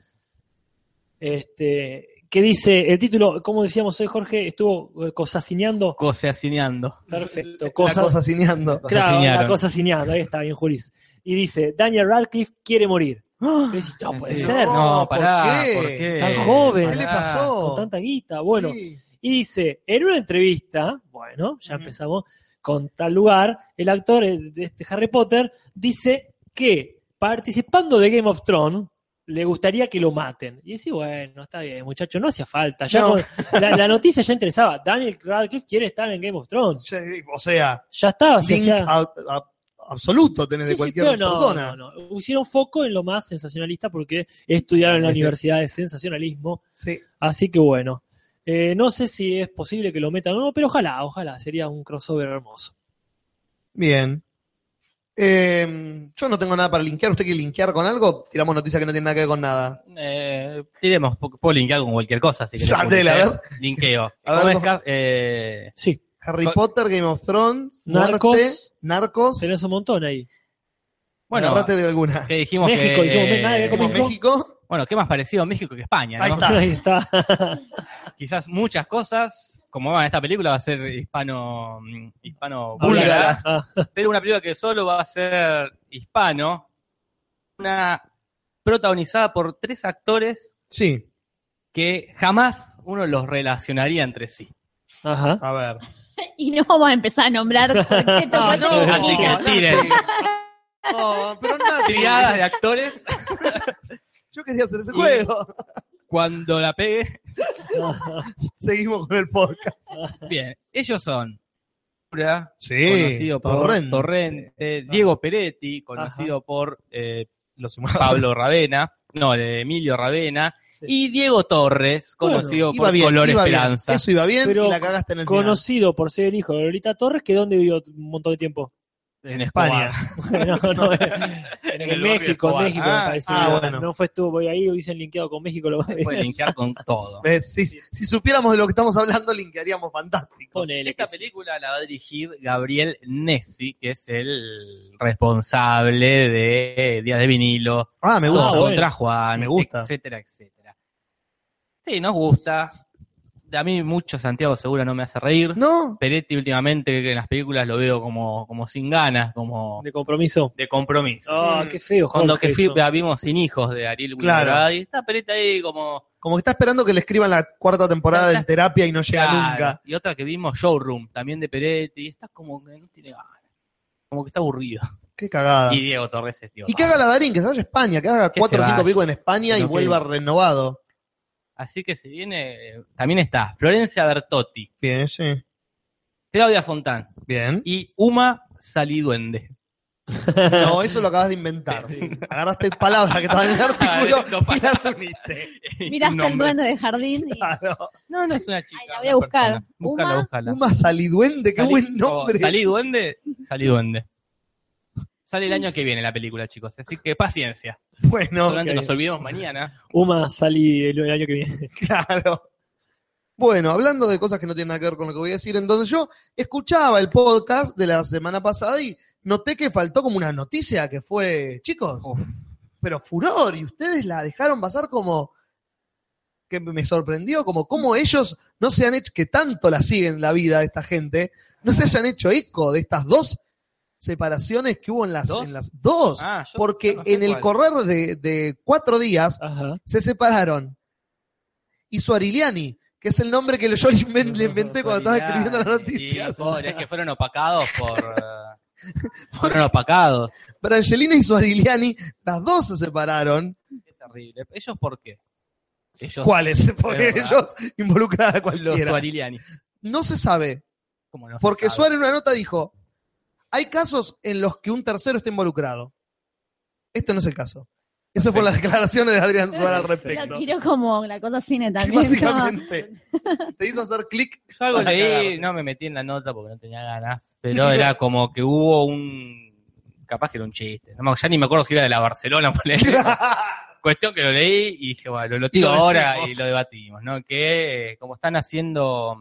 Speaker 2: Este, que dice, el título, como decíamos hoy, Jorge, estuvo eh, cosasineando.
Speaker 4: Coseacineando.
Speaker 2: Perfecto,
Speaker 1: La
Speaker 2: cosa,
Speaker 1: cosa cineando.
Speaker 2: claro, la
Speaker 4: Cosasinearon.
Speaker 2: cosa ahí está, bien, Julis. Y dice, Daniel Radcliffe quiere morir. Y
Speaker 4: No
Speaker 2: decís, no puede
Speaker 1: serio?
Speaker 2: ser,
Speaker 1: No,
Speaker 4: No, pará.
Speaker 1: ¡Ah! ¿por qué?
Speaker 4: ¿por qué?
Speaker 2: Tan joven.
Speaker 1: ¿Qué le
Speaker 4: Pará.
Speaker 1: pasó?
Speaker 2: con tanta guita, bueno.
Speaker 1: Sí.
Speaker 2: Y dice, en una entrevista, bueno, ya
Speaker 1: Ujú.
Speaker 2: empezamos con tal lugar, el actor eh, de este Harry Potter dice que participando de Game of Thrones le gustaría que lo maten. Y dice, bueno, está bien, muchacho, no hacía falta. Ya
Speaker 1: No.
Speaker 2: con- la, la noticia ya interesaba. Daniel Radcliffe quiere estar en Game of Thrones.
Speaker 1: Ya, O sea,
Speaker 2: Ya estaba,
Speaker 1: link a- a- absoluto tenés de cualquier persona.
Speaker 2: no, no. Hicieron foco en lo más sensacionalista porque estudiaron en la
Speaker 1: Sí, sí.
Speaker 2: universidad de sensacionalismo.
Speaker 1: Sí.
Speaker 2: Así que bueno, eh, no sé si es posible que lo metan o no, pero ojalá, ojalá, sería un crossover hermoso.
Speaker 1: Bien. Eh, yo no tengo nada para linkear. ¿Usted quiere linkear con algo? Tiramos noticias que no tienen nada que ver con nada.
Speaker 4: Eh, tiremos, po- puedo linkear con cualquier cosa. Así que
Speaker 1: Ya, dele, a ver.
Speaker 4: Linkeo.
Speaker 1: A ver,
Speaker 4: ¿Cómo es,
Speaker 1: no.
Speaker 4: Cas- eh,
Speaker 2: Sí,
Speaker 1: Harry
Speaker 4: Con-
Speaker 1: Potter, Game of Thrones,
Speaker 2: Narcos.
Speaker 1: Muerte, Narcos.
Speaker 2: tenés un montón ahí.
Speaker 4: bueno,
Speaker 1: Agarrate de alguna.
Speaker 4: que dijimos
Speaker 2: México,
Speaker 4: que...
Speaker 2: dijimos, nada que ver con
Speaker 1: Como
Speaker 2: México.
Speaker 1: México,
Speaker 4: Bueno, ¿qué más parecido a México que España?
Speaker 1: Ahí
Speaker 4: ¿no?
Speaker 1: está.
Speaker 2: Ahí está.
Speaker 4: Quizás muchas cosas, como va en esta película, va a ser hispano... mm, hispano
Speaker 1: Búlgara.
Speaker 2: Ah,
Speaker 4: pero una película que solo va a ser hispano, una protagonizada por tres actores
Speaker 1: sí.
Speaker 4: que jamás uno los relacionaría entre sí.
Speaker 2: ajá.
Speaker 1: A ver.
Speaker 3: Y no vamos a empezar a nombrar porque
Speaker 1: No,
Speaker 3: tomaste
Speaker 1: no,
Speaker 3: el
Speaker 4: así
Speaker 3: equipo.
Speaker 4: que
Speaker 1: Nati.
Speaker 4: tiren.
Speaker 1: No, pero Nati,
Speaker 4: Triadas de actores,
Speaker 1: Yo quería hacer ese
Speaker 4: Y-
Speaker 1: juego.
Speaker 4: cuando la pegue.
Speaker 1: Seguimos con el podcast.
Speaker 4: Bien, ellos son Cura,
Speaker 1: Sí.
Speaker 4: conocido por
Speaker 1: Torrent.
Speaker 4: Torrente, Diego Peretti, conocido por eh,
Speaker 1: Los
Speaker 4: Pablo Ravena, no, de Emilio Ravena,
Speaker 2: Sí.
Speaker 4: y Diego Torres,
Speaker 2: Bueno,
Speaker 4: conocido
Speaker 1: Iba
Speaker 4: por
Speaker 1: bien,
Speaker 4: Color
Speaker 1: iba bien.
Speaker 4: Esperanza.
Speaker 1: Eso iba bien
Speaker 2: Pero
Speaker 1: y la cagaste en el final.
Speaker 2: Conocido por ser el hijo de Lolita Torres, que donde vivió un montón de tiempo.
Speaker 4: En
Speaker 1: España.
Speaker 4: España.
Speaker 2: no, no, en, en
Speaker 4: el barrio de
Speaker 2: México,
Speaker 4: Escobar.
Speaker 2: en México
Speaker 4: Ah,
Speaker 2: me parece.
Speaker 1: ah,
Speaker 2: Mira,
Speaker 1: bueno.
Speaker 2: No fue estuvo por ahí, hubiesen linkeado con México lo más
Speaker 4: Se puede linkear con todo.
Speaker 1: ¿Ves? Eh, Si, si supiéramos de lo que estamos hablando, linkearíamos fantástico.
Speaker 2: Ponele.
Speaker 4: Esta
Speaker 2: que sí.
Speaker 4: película la va a dirigir Gabriel Nessi, que es el responsable de Días de Vinilo,
Speaker 1: Ah, me gusta.
Speaker 4: Todos
Speaker 2: bueno.
Speaker 4: contra Juan,
Speaker 1: Me gusta.
Speaker 4: etcétera, etcétera. Sí, nos gusta. A mí mucho Santiago Segura no me hace reír.
Speaker 1: ¿No?
Speaker 4: Peretti últimamente que en las películas lo veo como, como sin ganas, como
Speaker 2: De compromiso.
Speaker 4: de compromiso.
Speaker 2: Ah, qué feo, Jorge.
Speaker 4: Cuando que fui- ah,
Speaker 2: eso.
Speaker 4: vimos Sin Hijos de Ariel
Speaker 1: Claro.
Speaker 4: Winograd, y está Peretti ahí como...
Speaker 1: Como que está esperando que le escriban la cuarta temporada de En Terapia y no llega
Speaker 4: Claro.
Speaker 1: nunca.
Speaker 4: Y otra que vimos, Showroom, también de Peretti. Está como que no tiene ganas. Como que está aburrido.
Speaker 1: Qué cagada.
Speaker 4: Y
Speaker 1: Y,
Speaker 4: Diego Torres es Diego
Speaker 1: que haga la Darín, que se vaya a España, que haga
Speaker 4: Que
Speaker 1: cuatro
Speaker 4: se
Speaker 1: o cinco
Speaker 4: vaya.
Speaker 1: películas en España y
Speaker 4: No, que-
Speaker 1: vuelva renovado.
Speaker 4: Así que se viene. eh, También está Florencia Bertotti,
Speaker 1: Bien, sí.
Speaker 4: Claudia Fontán
Speaker 1: Bien.
Speaker 4: y Uma Saliduende.
Speaker 1: No, eso lo acabas de inventar. Agarraste palabras que estaban en el artículo y las uniste.
Speaker 4: Sin
Speaker 3: Miraste al
Speaker 4: nombre.
Speaker 3: duende de jardín y
Speaker 1: Claro.
Speaker 4: No, no es una chica.
Speaker 3: la voy
Speaker 4: una
Speaker 3: a buscar.
Speaker 4: persona. Búscala,
Speaker 3: Uma-
Speaker 4: búscala.
Speaker 1: Uma Saliduende, qué
Speaker 4: Salí-
Speaker 1: buen
Speaker 4: oh,
Speaker 1: nombre.
Speaker 4: Saliduende, Saliduende. Sale el año que viene la película, chicos. Así que paciencia.
Speaker 1: Bueno,
Speaker 4: Solamente
Speaker 2: ok.
Speaker 4: nos olvidemos mañana.
Speaker 2: Uma salí el, el año que viene.
Speaker 1: claro. Bueno, hablando de cosas que no tienen nada que ver con lo que voy a decir, entonces yo escuchaba el podcast de la semana pasada y noté que faltó como una noticia que fue, chicos,
Speaker 4: Uf.
Speaker 1: pero furor, y ustedes la dejaron pasar como que me sorprendió, como cómo ellos no se han hecho, que tanto la siguen la vida de esta gente, no se hayan hecho eco de estas dos separaciones que hubo en las
Speaker 4: ¿Dos?
Speaker 1: en las dos,
Speaker 4: Ah, yo-
Speaker 1: porque
Speaker 4: yo no sé
Speaker 1: en el
Speaker 4: cuál.
Speaker 1: correr de, de cuatro días
Speaker 2: Ajá.
Speaker 1: se separaron. Y Suariliani, que es el nombre que yo le, inven- le inventé cuando estaba escribiendo la
Speaker 4: Sí,
Speaker 1: noticia.
Speaker 4: pobre, es que fueron opacados por. eh, fueron opacados.
Speaker 1: Brangelina y Suariliani, las dos se separaron.
Speaker 4: Qué terrible. ¿Ellos por qué? Ellos.
Speaker 1: ¿Cuáles? Porque
Speaker 4: verdad.
Speaker 1: ellos involucraban a
Speaker 4: Los
Speaker 1: cualquiera.
Speaker 4: Suariliani.
Speaker 1: No se sabe,
Speaker 4: ¿Cómo no se
Speaker 1: porque
Speaker 4: sabe?
Speaker 1: Suárez en una nota dijo, hay casos en los que un tercero está involucrado. Este no es el caso. Esas fueron las declaraciones de Adrián Suárez al
Speaker 3: lo
Speaker 1: respecto.
Speaker 3: tiró como la cosa cine
Speaker 1: Que
Speaker 3: también. ¿no?
Speaker 1: básicamente te hizo hacer clic.
Speaker 4: Yo algo
Speaker 1: Para
Speaker 4: leí,
Speaker 1: cagarte.
Speaker 4: no me metí en la nota porque no tenía ganas, pero era como que hubo un. Capaz que era un chiste. No, me- ya ni me acuerdo si era de la Barcelona. ponele. Cuestión que lo leí y dije, bueno, lo, lo tiro
Speaker 1: Lo
Speaker 4: ahora
Speaker 1: decimos.
Speaker 4: y lo debatimos, ¿no? Que como están haciendo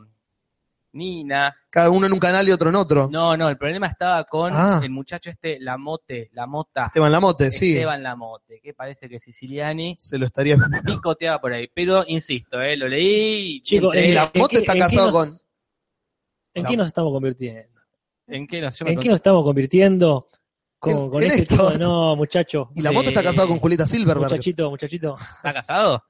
Speaker 4: Nina.
Speaker 1: Cada uno en un canal y otro en otro.
Speaker 4: No, no, el problema estaba con
Speaker 1: Ah.
Speaker 4: el muchacho este, Lamote, la mota.
Speaker 1: Esteban Lamote, sí.
Speaker 4: Esteban Lamote, que parece que es siciliani,
Speaker 1: Se lo estaría.
Speaker 4: picoteaba por ahí. Pero insisto, eh, lo leí.
Speaker 2: Chicos,
Speaker 1: Entre- la moto está casado con-
Speaker 2: ¿En
Speaker 1: La-
Speaker 2: qué nos estamos convirtiendo?
Speaker 4: ¿En qué no? Yo me
Speaker 2: ¿En qué
Speaker 4: conté.
Speaker 2: nos estamos convirtiendo? Con,
Speaker 1: En-
Speaker 2: con
Speaker 1: en
Speaker 2: este
Speaker 1: esto.
Speaker 2: tipo de- No, muchacho.
Speaker 1: Y la moto
Speaker 4: Sí.
Speaker 1: está casado con Julieta Silverberg.
Speaker 2: Muchachito, muchachito.
Speaker 4: ¿Está casado?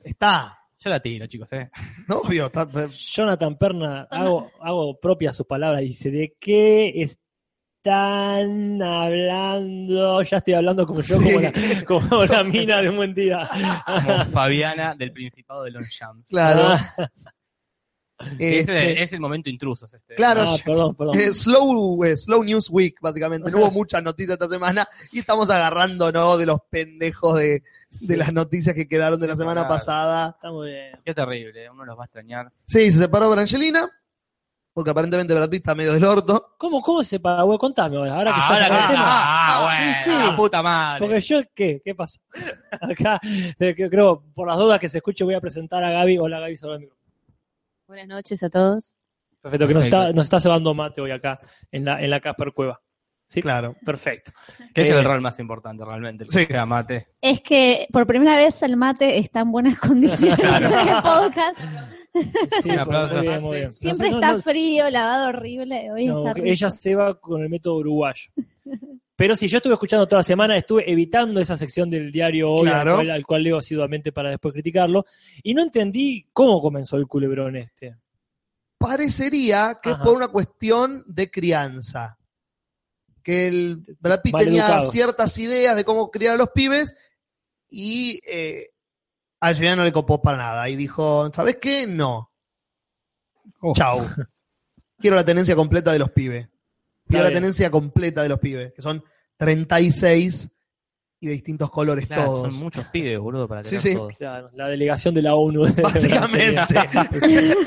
Speaker 1: Está.
Speaker 4: Yo la tiro, chicos, eh.
Speaker 1: No, obvio. está- eh. está-
Speaker 2: Jonathan Perna, hago, hago propia sus palabras. Dice, ¿de qué están hablando? Ya estoy hablando como yo,
Speaker 1: Sí.
Speaker 2: como, la, como la mina de un buen día.
Speaker 4: Como Fabiana del Principado de Longchamp.
Speaker 1: claro.
Speaker 2: Ah,
Speaker 1: Este,
Speaker 4: Ese es el momento intrusos. Este.
Speaker 1: Claro.
Speaker 2: ah, perdón, perdón.
Speaker 1: eh, slow, eh, slow News Week, básicamente. No hubo muchas noticias esta semana y estamos agarrándonos de los pendejos de, de las noticias que quedaron de la semana
Speaker 4: Claro.
Speaker 1: pasada.
Speaker 2: Está muy bien.
Speaker 4: Qué terrible, eh, uno los va a extrañar.
Speaker 1: Sí, se separó con Angelina, porque aparentemente Brad Pitt está medio del orto.
Speaker 2: ¿Cómo, cómo se pagó? Contame ahora. Ahora que
Speaker 4: Ahora
Speaker 2: ya
Speaker 4: que-
Speaker 2: sacó el tema.
Speaker 4: ah,
Speaker 2: Ah,
Speaker 4: bueno,
Speaker 2: sí, sí.
Speaker 4: la puta madre.
Speaker 2: Porque yo, ¿qué? ¿Qué pasa? Acá, eh, que- creo, por las dudas que se escuche, voy a presentar a Gaby. Hola, Gaby, sobre el micro.
Speaker 7: Buenas noches a todos.
Speaker 2: Perfecto, que nos está,
Speaker 4: Perfecto.
Speaker 2: nos está cebando mate hoy acá, en la, en la Casper Cueva. ¿Sí?
Speaker 1: Claro.
Speaker 2: Perfecto.
Speaker 4: Que es
Speaker 2: Eh,
Speaker 4: el rol más importante realmente. El que
Speaker 1: Sí.
Speaker 4: sea mate.
Speaker 3: Es que por primera vez el mate está en buenas condiciones en el podcast.
Speaker 2: Sí,
Speaker 4: Un aplauso.
Speaker 2: muy bien, muy bien.
Speaker 3: Siempre
Speaker 2: No, no,
Speaker 3: está
Speaker 2: no,
Speaker 3: frío, lavado horrible. Hoy
Speaker 2: no,
Speaker 3: está rico.
Speaker 2: ella se va con el método uruguayo. Pero sí, yo estuve escuchando toda la semana, estuve evitando esa sección del diario hoy,
Speaker 1: Claro.
Speaker 2: al, cual, al cual leo asiduamente para después criticarlo, y no entendí cómo comenzó el culebrón este.
Speaker 1: Parecería que es
Speaker 2: Ajá.
Speaker 1: por una cuestión de crianza. Que el Brad Pitt tenía
Speaker 2: Maleducados.
Speaker 1: ciertas ideas de cómo criar a los pibes y eh, a Angelina no le copó para nada. Y dijo, ¿sabes qué? No.
Speaker 4: Oh.
Speaker 1: Chau. Quiero la tenencia completa de los pibes. Quiero la
Speaker 2: bien.
Speaker 1: tenencia completa de los pibes, que son 36 y de distintos colores
Speaker 4: Claro,
Speaker 1: todos.
Speaker 4: son muchos pibes, boludo, para
Speaker 1: Sí,
Speaker 4: tener
Speaker 1: sí.
Speaker 4: todos.
Speaker 2: Claro, la delegación de la ONU. de la
Speaker 1: Básicamente.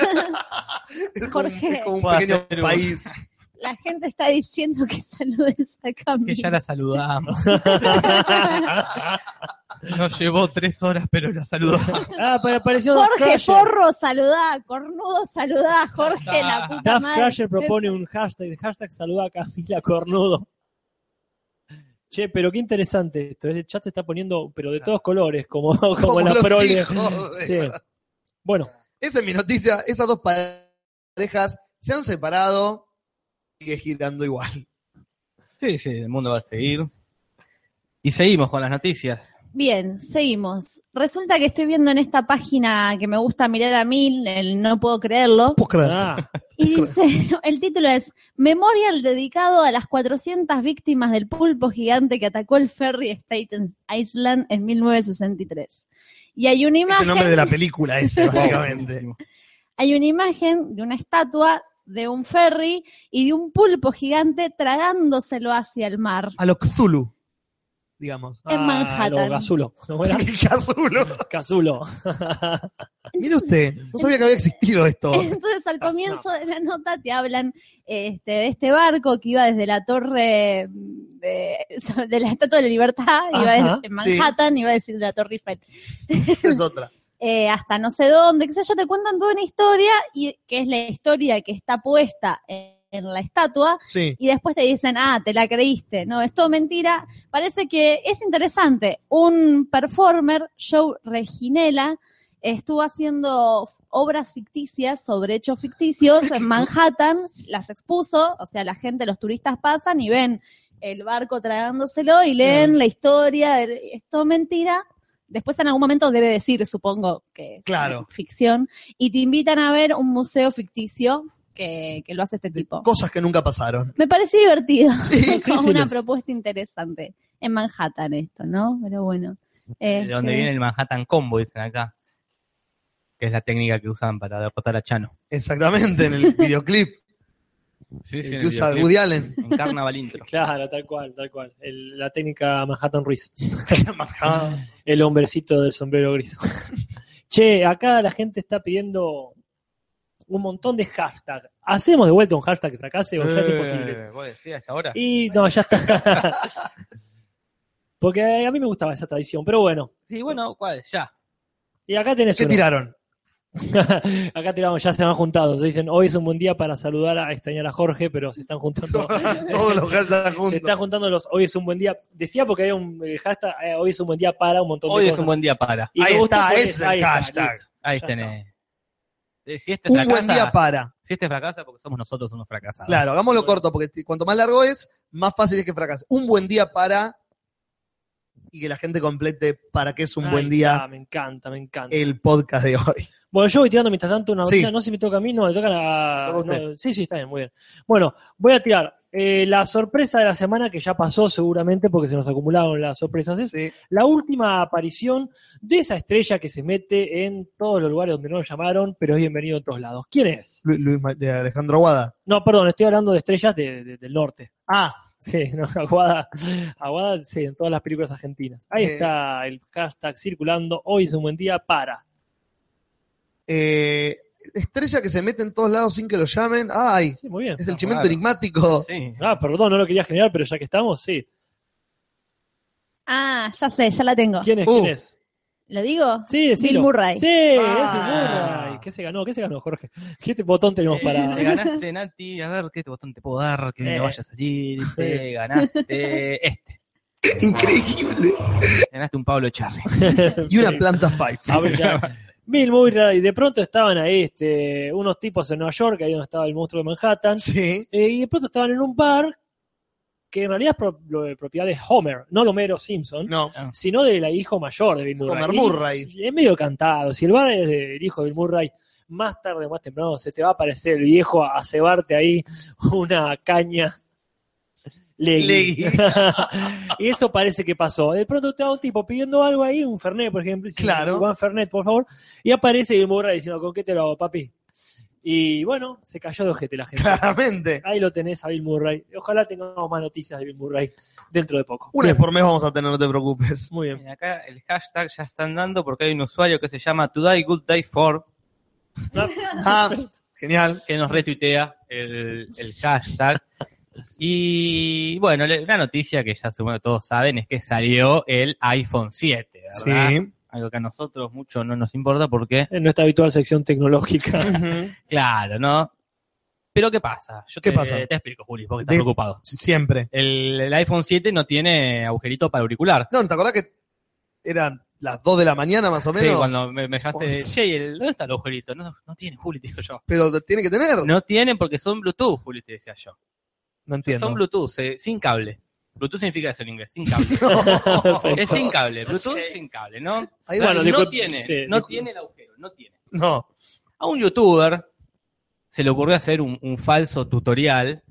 Speaker 3: Jorge.
Speaker 1: es como, un- es como Este, un
Speaker 4: Puedo
Speaker 1: pequeño
Speaker 4: hacer un-
Speaker 1: país.
Speaker 3: La gente está diciendo que saludes a Cami.
Speaker 4: Que ya la saludamos.
Speaker 2: Bretaña.
Speaker 4: Nos llevó tres horas, pero la saludamos.
Speaker 2: Ah, pero apareció Duff
Speaker 3: Jorge
Speaker 2: Crusher.
Speaker 3: Porro, saludá. Cornudo, saludá. Jorge, la puta
Speaker 2: Duff
Speaker 3: madre.
Speaker 2: Crusher propone un hashtag, hashtag saluda a Camila Cornudo. Che, pero qué interesante esto. eh. El chat se está poniendo, pero de todos colores, como, como,
Speaker 1: Como
Speaker 2: la
Speaker 1: los
Speaker 2: prole.
Speaker 1: hijos de-
Speaker 2: Sí. Bueno,
Speaker 1: Esa es mi noticia. Esas dos parejas se han separado. Sigue girando igual.
Speaker 4: Sí, sí, el mundo va a seguir. Y seguimos con las noticias.
Speaker 3: Bien, seguimos. Resulta que estoy viendo en esta página que me gusta mirar a mí, el no puedo creerlo,
Speaker 1: Puedo creer.
Speaker 2: ah,
Speaker 3: y dice, el título es Memorial dedicado a las 400 víctimas del pulpo gigante que atacó el ferry Staten Island en 1963. Y hay una
Speaker 1: Es el nombre
Speaker 3: imagen,
Speaker 1: de la película ese, básicamente.
Speaker 3: hay una imagen de una estatua de un ferry y de un pulpo gigante tragándoselo hacia el mar.
Speaker 1: A lo Cthulhu, digamos.
Speaker 3: En
Speaker 2: ah,
Speaker 3: Manhattan.
Speaker 2: lo Gazulo. ¿No era?
Speaker 1: Cthulhu.
Speaker 2: Gazulo.
Speaker 1: Mire usted, no sabía que había existido esto.
Speaker 3: Entonces al
Speaker 2: Ah,
Speaker 3: comienzo de la nota te hablan este, de este barco que iba desde la torre de, de la Estatua de la Libertad, iba
Speaker 2: Ajá,
Speaker 3: desde Manhattan, iba a decir de la Torre Eiffel,
Speaker 1: Esa es otra.
Speaker 3: eh, hasta no sé dónde, qué sé yo, te cuentan toda una historia y que es la historia que está puesta en- en la estatua
Speaker 1: Sí.
Speaker 3: y después te dicen, ah, te la creíste, no, es todo mentira. Parece que es interesante. Un performer, Joe Reginela, estuvo haciendo f- obras ficticias sobre hechos ficticios en Manhattan, las expuso, o sea, la gente, los turistas pasan y ven el barco tragándoselo y leen la historia, del- es todo mentira. Después en algún momento debe decir, supongo, que es
Speaker 1: Claro.
Speaker 3: ficción, y te invitan a ver un museo ficticio que, que lo hace este
Speaker 1: De
Speaker 3: tipo.
Speaker 1: cosas que nunca pasaron.
Speaker 3: Me parece divertido.
Speaker 1: Sí.
Speaker 3: Es como una
Speaker 2: sí, sí.
Speaker 3: propuesta interesante. En Manhattan esto, ¿no? Pero bueno.
Speaker 4: De donde
Speaker 3: Este,
Speaker 4: viene el Manhattan Combo, dicen acá. Que es la técnica que usan para derrotar a Chano.
Speaker 1: Exactamente, en el videoclip
Speaker 4: Sí,
Speaker 1: el que usa Woody Allen.
Speaker 4: En Carnaval Intro.
Speaker 2: Claro, tal cual, tal cual. El- la técnica Manhattan Ruiz.
Speaker 1: Manhattan.
Speaker 2: El hombrecito del sombrero gris. che, acá la gente está pidiendo un montón de hashtags. ¿Hacemos de vuelta un hashtag que fracase o ya es imposible?
Speaker 4: Eh, ¿Vos decís hasta ahora?
Speaker 2: Y no, ya está. Porque a mí me gustaba esa tradición, pero bueno.
Speaker 4: Sí, bueno, ¿cuál? Ya.
Speaker 2: Y acá tenés
Speaker 1: ¿Qué
Speaker 2: uno.
Speaker 1: tiraron?
Speaker 2: Acá tiramos, ya se van juntando. Se dicen, hoy es un buen día para saludar a extrañar a Jorge, pero se están juntando.
Speaker 1: Todos los hashtags
Speaker 2: se están
Speaker 1: juntos.
Speaker 2: juntando los hoy es un buen día. Decía porque había un eh, hashtag, eh, hoy es un buen día para un montón
Speaker 4: Hoy
Speaker 2: de
Speaker 4: es
Speaker 2: cosas.
Speaker 4: un buen día para.
Speaker 2: Y me
Speaker 1: Ahí
Speaker 2: gusta
Speaker 1: está,
Speaker 2: porque
Speaker 1: ese es el
Speaker 2: ahí está,
Speaker 1: hashtag.
Speaker 2: listo.
Speaker 4: Ahí
Speaker 2: Ya
Speaker 4: tenés. Eh, Si este
Speaker 1: Un buen
Speaker 4: fracasa,
Speaker 1: día para.
Speaker 4: si este fracasa, porque somos nosotros unos fracasados.
Speaker 1: Claro, hagámoslo corto, porque t- cuanto más largo es, más fácil es que fracase. Un buen día para. Y que la gente complete para qué es un
Speaker 2: Ahí
Speaker 1: buen
Speaker 2: está,
Speaker 1: día
Speaker 2: me encanta, me encanta.
Speaker 1: el podcast de hoy.
Speaker 2: Bueno, yo voy tirando mientras tanto una
Speaker 1: Sí.
Speaker 2: noticia. No sé si me toca a mí, no, me toca a.
Speaker 1: Toca a usted.
Speaker 2: no, sí, sí, está bien, muy bien. Bueno, voy a tirar. eh, la sorpresa de la semana que ya pasó seguramente porque se nos acumularon las sorpresas es
Speaker 1: Sí.
Speaker 2: la última aparición de esa estrella que se mete en todos los lugares donde no lo llamaron pero es bienvenido en todos lados. ¿Quién es?
Speaker 1: Lu- Luis Ma- de Alejandro Guada.
Speaker 2: No, perdón, estoy hablando de estrellas de- de- del norte.
Speaker 1: Ah,
Speaker 2: Sí, no, Aguada, Aguada, sí, en todas las películas argentinas. Ahí
Speaker 1: Eh.
Speaker 2: está el hashtag circulando. Hoy es un buen día para.
Speaker 1: eh, estrella que se mete en todos lados sin que lo llamen. Ay,
Speaker 2: Sí, muy bien.
Speaker 1: es el
Speaker 4: Ah,
Speaker 1: chimento
Speaker 4: claro.
Speaker 1: enigmático.
Speaker 4: Sí.
Speaker 2: Ah, perdón, no lo quería generar, pero ya que estamos, sí.
Speaker 3: Ah, ya sé, ya la tengo.
Speaker 2: ¿Quién es?
Speaker 1: Uh.
Speaker 2: ¿Quién es?
Speaker 3: ¿Lo digo?
Speaker 2: Sí, decilo.
Speaker 3: Bill Murray.
Speaker 2: Sí, es Bill
Speaker 1: Ah.
Speaker 2: Murray. ¿Qué se ganó? ¿Qué se ganó, Jorge? ¿Qué te- botón tenemos
Speaker 4: Eh,
Speaker 2: para.?
Speaker 4: Te ganaste, Nati. A ver qué botón te puedo dar, que
Speaker 2: Eh.
Speaker 4: no vaya a salir. Te ganaste este.
Speaker 5: Increíble.
Speaker 4: Te ganaste un Pablo Charri.
Speaker 1: Y una planta five.
Speaker 2: A ver, ya. Bill Murray. Y de pronto estaban ahí este, unos tipos en Nueva York, ahí donde estaba el monstruo de Manhattan.
Speaker 1: Sí.
Speaker 2: Eh, y de pronto estaban en un bar que en realidad es pro- lo de propiedad de Homer, no Homero Simpson.
Speaker 1: No.
Speaker 2: sino del hijo mayor de Bill Murray.
Speaker 1: Homer
Speaker 2: Y-
Speaker 1: Murray.
Speaker 2: y es medio cantado. Si el bar es del hijo de Bill Murray, más tarde o más temprano se te va a aparecer el viejo a a cebarte ahí una caña. Legui.
Speaker 1: Legui.
Speaker 2: y eso parece que pasó. De pronto te da un tipo pidiendo algo ahí, un Fernet, por ejemplo. y dice,
Speaker 1: Claro.
Speaker 2: Juan Fernet, por favor. Y aparece Bill Murray diciendo, ¿con qué te lo hago, papi? Y bueno, se cayó de ojete la gente.
Speaker 1: Claramente.
Speaker 2: Ahí lo tenés a Bill Murray. Ojalá tengamos más noticias de Bill Murray dentro de poco.
Speaker 1: Una vez por mes vamos a tener, no te preocupes.
Speaker 2: Muy bien.
Speaker 4: Miren, Acá el hashtag ya están dando porque hay un usuario que se llama Today Good Day for
Speaker 1: Ah, genial.
Speaker 4: que nos retuitea el, el hashtag. Y bueno, le- una noticia que ya supongo que todos saben es que salió el iPhone 7, ¿verdad?
Speaker 1: Sí.
Speaker 4: Algo que a nosotros mucho no nos importa porque,
Speaker 2: en nuestra habitual sección tecnológica.
Speaker 1: Ujú.
Speaker 4: claro, ¿no? Pero ¿qué pasa? Yo
Speaker 1: ¿Qué
Speaker 4: te,
Speaker 1: pasa?
Speaker 4: te explico, Juli, porque estás
Speaker 1: De-
Speaker 4: preocupado.
Speaker 1: Siempre.
Speaker 4: El, el iPhone 7 no tiene agujerito para auricular.
Speaker 1: No, ¿te acordás que eran las 2 de la mañana más o
Speaker 4: Sí,
Speaker 1: menos?
Speaker 4: cuando me, me dejaste,
Speaker 1: Oh.
Speaker 4: che, ¿y el- ¿dónde está el agujerito? No, no tiene, Juli, te digo yo.
Speaker 1: Pero lo tiene que tener. No,
Speaker 4: No tienen porque son Bluetooth, Juli, te decía yo.
Speaker 1: entiendo.
Speaker 4: Son Bluetooth, eh, sin cable. Bluetooth significa eso en inglés, sin cable.
Speaker 2: Perfecto.
Speaker 4: es sin cable, Bluetooth sin cable, ¿no?
Speaker 1: Ahí va.
Speaker 4: Claro,
Speaker 2: Bueno,
Speaker 4: y no
Speaker 2: discu-
Speaker 4: tiene,
Speaker 2: sí,
Speaker 4: no
Speaker 2: discu-
Speaker 4: tiene el agujero, no tiene.
Speaker 1: No.
Speaker 4: A un youtuber se le ocurrió hacer un, un falso tutorial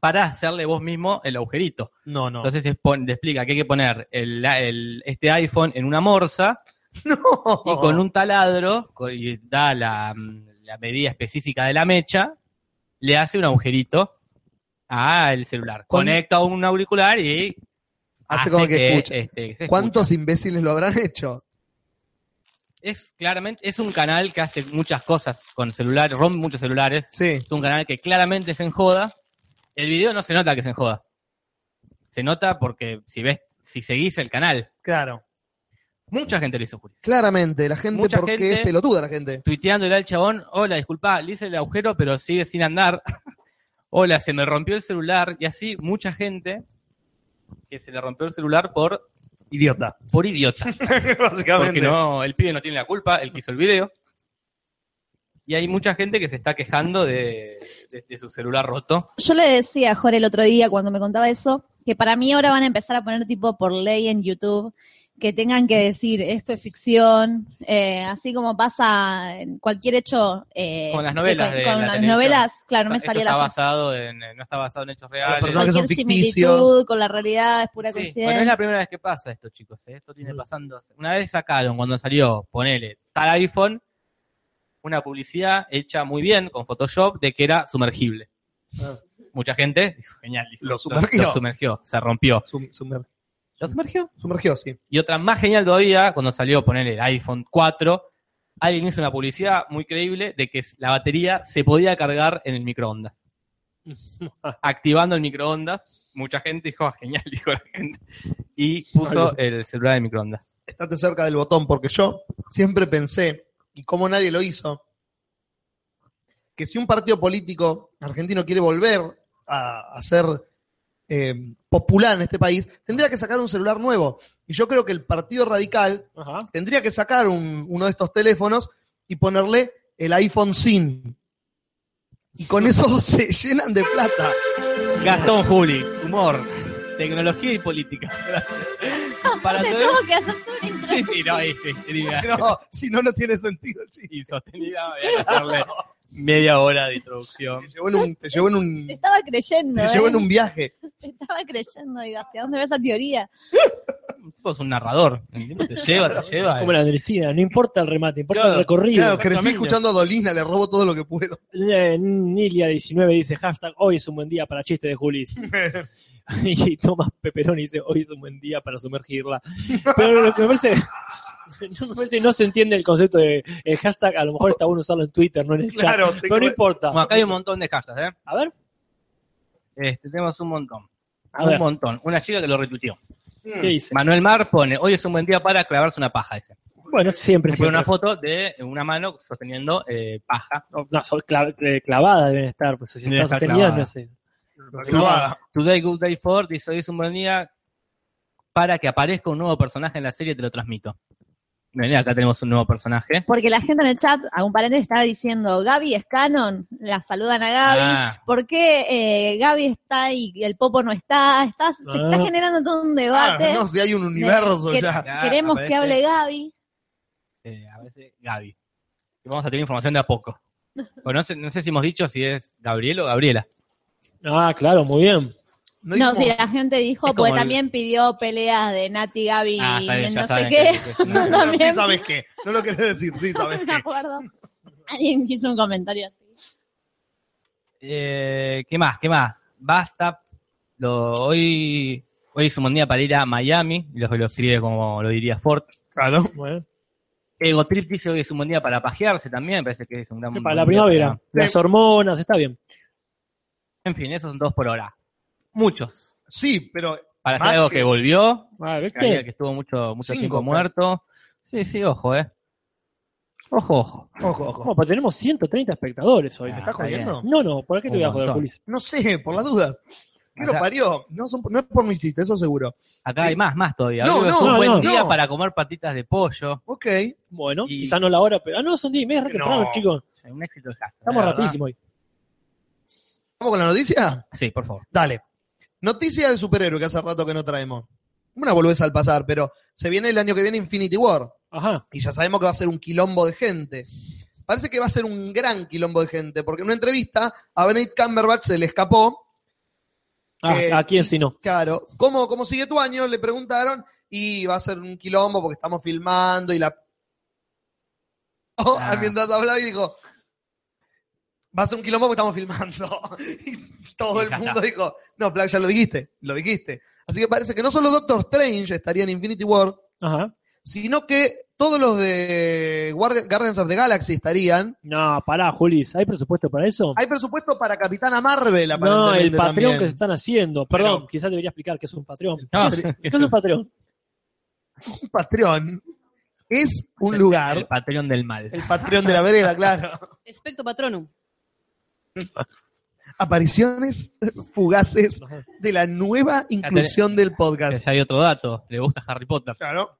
Speaker 4: para hacerle vos mismo el agujerito.
Speaker 1: No, no.
Speaker 4: Entonces es pon- te explica que hay que poner el- el- este iPhone en una morsa
Speaker 1: No.
Speaker 4: y con un taladro, co- y da la, mm, la medida específica de la mecha, le hace un agujerito al celular.
Speaker 1: ¿Cuán-
Speaker 4: Conecta un auricular y
Speaker 1: Hace como que escucha.
Speaker 4: este, Ah, que se
Speaker 1: ¿Cuántos imbéciles lo habrán hecho?
Speaker 4: Es claramente, es un canal que hace muchas cosas con celulares, rompe muchos celulares.
Speaker 1: Sí.
Speaker 4: Es un canal que claramente se enjoda. El video no se nota que se enjoda. Se nota porque si ves, si seguís el canal,
Speaker 1: Claro.
Speaker 4: mucha gente lo hizo, Juli.
Speaker 1: Claramente, la gente,
Speaker 4: Mucha
Speaker 1: porque
Speaker 4: gente- Ah,
Speaker 1: es pelotuda la gente.
Speaker 4: Tuiteándole al chabón, hola, disculpa, le hice el agujero, pero sigue sin andar. hola, se me rompió el celular. Y así mucha gente que se le rompió el celular por,
Speaker 1: Idiota.
Speaker 4: por idiota.
Speaker 1: Básicamente.
Speaker 4: Porque no, el pibe no tiene la culpa, el que hizo el video. Y hay mucha gente que se está quejando de, de- de su celular roto.
Speaker 3: Yo le decía a Jorge el otro día cuando me contaba eso, que para mí ahora van a empezar a poner tipo por ley en YouTube que tengan que decir esto es ficción, eh, así como pasa en cualquier hecho. eh,
Speaker 4: Con las novelas
Speaker 3: con
Speaker 4: de
Speaker 3: con
Speaker 4: la
Speaker 3: las
Speaker 4: televisión.
Speaker 3: novelas, claro, no me
Speaker 4: Esto
Speaker 3: salía
Speaker 4: está
Speaker 3: la frase.
Speaker 4: basado en, no está basado en hechos
Speaker 1: Los
Speaker 4: reales.
Speaker 1: personajes son
Speaker 3: Cualquier
Speaker 1: ficticios.
Speaker 3: similitud con la realidad es pura
Speaker 4: Sí,
Speaker 3: coincidencia.
Speaker 4: pero no es la primera vez que pasa esto, chicos. ¿eh? Esto tiene pasando. hace- Una vez sacaron, cuando salió, ponele, tal iPhone, una publicidad hecha muy bien con Photoshop de que era sumergible.
Speaker 1: Ah.
Speaker 4: Mucha gente, dijo, genial, dijo,
Speaker 1: Lo sumergió.
Speaker 4: lo sumergió, se rompió.
Speaker 1: Sum- sumer-
Speaker 4: Lo sumergió.
Speaker 1: sumergió, sí.
Speaker 4: Y otra más genial todavía, cuando salió poner el iPhone 4, alguien hizo una publicidad muy creíble de que la batería se podía cargar en el microondas. Activando el microondas, mucha gente dijo, "Ah, genial, dijo la gente. Y puso el celular en el microondas.
Speaker 1: Estate cerca del botón, porque yo siempre pensé y cómo nadie lo hizo, que si un partido político argentino quiere volver a, a ser eh, popular en este país, tendría que sacar un celular nuevo. Y yo creo que el Partido Radical
Speaker 2: Ajá.
Speaker 1: tendría que sacar un- uno de estos teléfonos y ponerle el iPhone SIN. Y con eso se llenan de plata.
Speaker 4: Gastón Juli, humor, tecnología y política. Para
Speaker 3: Aparte,
Speaker 4: todo-
Speaker 3: tuvo que hacer toda una
Speaker 4: Sí, sí, no, es, es, tenía-
Speaker 1: No, si no, no tiene sentido. sí.
Speaker 4: y sostenida, voy a hacerle media hora de introducción.
Speaker 1: Te llevó en un, te llevó en un-
Speaker 3: Te estaba creyendo,
Speaker 1: te llevó en
Speaker 3: ¿eh?
Speaker 1: un viaje.
Speaker 3: Te estaba creyendo, digo, ¿hacia dónde va esa teoría?
Speaker 4: Sos un narrador, ¿entiendes? te lleva, te lleva. eh.
Speaker 2: Como la Andresina, no importa el remate, importa
Speaker 4: Claro,
Speaker 2: el recorrido.
Speaker 1: Claro, crecí
Speaker 4: exactamente.
Speaker 1: escuchando a Dolina, le robo todo lo que puedo.
Speaker 2: Eh, Nilia19 dice hashtag hoy es un buen día para chiste de Julis. y Tomás Peperón dice hoy es un buen día para sumergirla. Pero lo que me parece, me parece que no se entiende el concepto de el hashtag, a lo mejor está bueno usarlo en Twitter, no en el chat.
Speaker 1: Claro,
Speaker 2: Pero no
Speaker 1: tengo-
Speaker 2: importa.
Speaker 4: Bueno, acá hay un montón de casas, ¿eh?
Speaker 2: A ver,
Speaker 4: Este, tenemos un montón.
Speaker 2: A
Speaker 4: un
Speaker 2: ver.
Speaker 4: montón. Una chica que lo retuiteó.
Speaker 1: Hmm.
Speaker 2: ¿qué dice?
Speaker 4: Manuel Mar pone, hoy es un buen día para clavarse una paja. Dice.
Speaker 2: Bueno, siempre.
Speaker 4: Se pone
Speaker 2: siempre.
Speaker 4: una foto de una mano sosteniendo eh, paja.
Speaker 2: No, no, son cla- eh, clavadas deben estar, pues si
Speaker 4: Deben
Speaker 2: están
Speaker 4: estar
Speaker 2: sostenidas,
Speaker 4: clavadas.
Speaker 2: no sé.
Speaker 1: Clavada.
Speaker 4: Today, good day for, dice, hoy es un buen día para que aparezca un nuevo personaje en la serie, te lo transmito. Vení, acá tenemos un nuevo personaje.
Speaker 3: Porque la gente en el chat, a un paréntesis, estaba diciendo, Gaby es canon, la saludan a Gaby.
Speaker 4: Ah,
Speaker 3: ¿Por qué eh, Gaby está y el Popo no está? Está- Se
Speaker 2: Ah.
Speaker 3: está generando todo un
Speaker 1: Ah,
Speaker 3: debate.
Speaker 1: no, si hay un universo
Speaker 3: que-
Speaker 1: ya.
Speaker 3: Queremos que
Speaker 4: aparece.
Speaker 3: hable Gaby.
Speaker 4: eh, a veces Gaby. Y vamos a tener información de a poco. Bueno, no, sé, no sé si hemos dicho si es Gabriel o Gabriela.
Speaker 2: Ah, claro, muy bien.
Speaker 1: No, hay
Speaker 3: No,
Speaker 1: como-
Speaker 3: si la gente dijo,
Speaker 4: es
Speaker 3: porque
Speaker 4: como el-
Speaker 3: también pidió peleas de Nati, Gaby,
Speaker 4: ah, está bien, ya
Speaker 3: no sé
Speaker 4: saben
Speaker 3: qué.
Speaker 4: que- que es una-
Speaker 3: No,
Speaker 1: no, sí
Speaker 3: también.
Speaker 1: sabes qué. No lo querés decir, sí sabes
Speaker 3: No me
Speaker 1: qué.
Speaker 3: acuerdo. Alguien hizo un comentario así.
Speaker 4: Eh, ¿Qué más? ¿Qué más? Basta. Lo, hoy, hoy es un buen día para ir a Miami. Y los lo escribe como lo diría Ford.
Speaker 1: Claro.
Speaker 2: Bueno.
Speaker 4: Ego Trip dice hoy es un buen día para pajearse también. Parece que es un gran
Speaker 2: Para
Speaker 4: buen
Speaker 2: la
Speaker 4: día
Speaker 2: primavera,
Speaker 4: para-
Speaker 2: las hormonas, está bien.
Speaker 4: En fin, esos son dos por hora. Muchos.
Speaker 1: Sí, pero
Speaker 4: Para hacer
Speaker 1: Más
Speaker 4: algo
Speaker 1: que-
Speaker 4: que, volvió.
Speaker 2: Ah, ¿ves
Speaker 4: Que,
Speaker 2: qué?
Speaker 4: que estuvo mucho, mucho
Speaker 1: Cinco,
Speaker 4: tiempo
Speaker 1: pero-
Speaker 4: muerto. Sí, sí, ojo, eh. Ojo, ojo.
Speaker 1: ojo, ojo.
Speaker 2: Bueno, pues tenemos 130 espectadores hoy.
Speaker 4: Ah,
Speaker 2: ¿Me
Speaker 1: ¿Estás
Speaker 4: está
Speaker 1: jodiendo?
Speaker 2: No, no, ¿por qué
Speaker 4: Un
Speaker 2: te voy a joder,
Speaker 4: montón.
Speaker 2: Julis?
Speaker 1: No sé, por las dudas. ¿Qué lo
Speaker 4: Acá-
Speaker 1: parió? No, son- no es por mis chistes, eso seguro.
Speaker 4: Acá
Speaker 1: Sí.
Speaker 4: hay más, más todavía.
Speaker 1: No,
Speaker 4: Hoy es
Speaker 1: no,
Speaker 4: un buen
Speaker 2: no,
Speaker 4: día
Speaker 1: no.
Speaker 4: para comer patitas de pollo.
Speaker 1: Ok.
Speaker 2: Bueno,
Speaker 4: Y-
Speaker 2: quizá no la hora, pero. Ah, no, son 10 y media, re temprano,
Speaker 1: No.
Speaker 2: chicos.
Speaker 4: O sea, Un éxito el hashtag,
Speaker 2: Estamos
Speaker 4: la verdad.
Speaker 2: rapidísimo hoy.
Speaker 1: ¿Vamos con la noticia?
Speaker 4: Sí, por favor.
Speaker 1: Dale. Noticia de superhéroe que hace rato que no traemos. Una volvés al pasar, pero se viene el año que viene Infinity War.
Speaker 2: Ajá.
Speaker 1: y ya sabemos que va a ser un quilombo de gente. Parece que va a ser un gran quilombo de gente, porque en una entrevista a Benedict Cumberbatch se le escapó,
Speaker 2: Ah,
Speaker 1: Eh,
Speaker 2: ¿A quién
Speaker 1: y-
Speaker 2: si no?
Speaker 1: claro, ¿cómo, ¿cómo sigue tu año? Le preguntaron, y va a ser un quilombo porque estamos filmando y la... Oh,
Speaker 4: Ah.
Speaker 1: Mientras hablaba y dijo, va a ser un quilombo porque estamos filmando. y todo
Speaker 4: Y
Speaker 1: el
Speaker 4: ya
Speaker 1: mundo dijo, no, Plack, ya lo dijiste, lo dijiste. Así que parece que no solo Doctor Strange estaría en Infinity War,
Speaker 2: Ajá.
Speaker 1: sino que todos los de Guardi- Guardians of the Galaxy estarían.
Speaker 2: No, pará, Julis. ¿Hay presupuesto para eso?
Speaker 1: Hay presupuesto para Capitana Marvel,
Speaker 2: No,
Speaker 1: aparentemente.
Speaker 2: el Patreon
Speaker 1: también.
Speaker 2: que se están haciendo. Perdón,
Speaker 4: Pero-
Speaker 2: quizás debería explicar qué es un Patreon.
Speaker 4: No,
Speaker 2: ¿Qué, es,
Speaker 4: eso-
Speaker 2: qué es un Patreon?
Speaker 1: Un Patreon es un
Speaker 4: El
Speaker 1: lugar.
Speaker 4: Patreon del mal.
Speaker 1: El Patreon de la vereda, claro.
Speaker 7: Espectro patronum.
Speaker 1: Apariciones fugaces
Speaker 2: Ajá.
Speaker 1: de la nueva inclusión del
Speaker 4: Que
Speaker 1: podcast.
Speaker 4: Ya hay otro dato. Le gusta Harry Potter.
Speaker 1: Claro.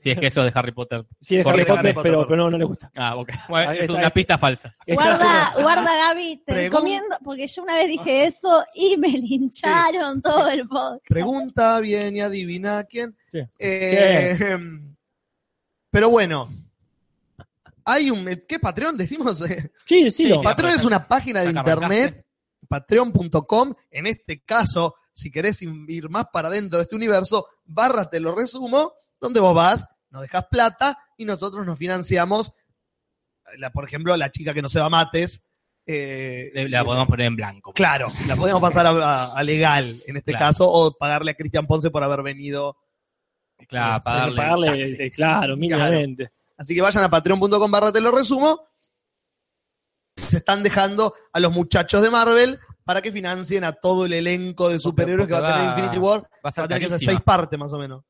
Speaker 4: Si es que eso de Harry Potter.
Speaker 2: Sí, es
Speaker 1: Corre,
Speaker 2: Harry Potter,
Speaker 1: Harry Potter,
Speaker 2: pero,
Speaker 1: perdón.
Speaker 2: pero no, no le gusta.
Speaker 4: Ah, ok. Bueno,
Speaker 2: Ahí
Speaker 4: es
Speaker 2: está,
Speaker 4: una
Speaker 2: ahí.
Speaker 4: pista falsa.
Speaker 2: Está
Speaker 3: Guarda,
Speaker 2: haciendo-
Speaker 3: guarda Gaby, te
Speaker 1: Pregun-
Speaker 3: recomiendo, porque yo una vez
Speaker 1: Ah.
Speaker 3: dije eso y me lincharon todo el podcast.
Speaker 1: Pregunta bien y adivina quién.
Speaker 2: Sí.
Speaker 1: Eh, Pero bueno. Hay un. eh, ¿Qué Patreon decimos? eh.
Speaker 2: Sí, decilo.
Speaker 4: Sí, sí.
Speaker 1: Patreon es una página de
Speaker 4: Ya que arrancaste.
Speaker 1: internet, patreon.com, en este caso, si querés in- ir más para adentro de este universo, barra te lo resumo, donde vos vas, nos dejas plata y nosotros nos financiamos, la, por ejemplo, la chica que no se va a mates. eh,
Speaker 4: Le- La podemos poner en blanco.
Speaker 1: Claro, la podemos pasar a, a- a legal en este
Speaker 4: Claro.
Speaker 1: caso, o pagarle a Cristian Ponce por haber venido.
Speaker 4: Claro,
Speaker 2: Hay
Speaker 4: pagarle.
Speaker 2: que
Speaker 4: el
Speaker 2: pagarle,
Speaker 4: taxi.
Speaker 2: eh, claro, mínimamente.
Speaker 1: Ah, Así que vayan a patreon.com barra te lo resumo. Se están dejando a los muchachos de Marvel para que financien a todo el elenco de superhéroes que va a
Speaker 4: porque
Speaker 1: tener
Speaker 4: va-
Speaker 1: Infinity War.
Speaker 4: Va a
Speaker 1: Va a
Speaker 4: ser
Speaker 1: tener que hacer
Speaker 4: carísima.
Speaker 1: seis partes más o menos.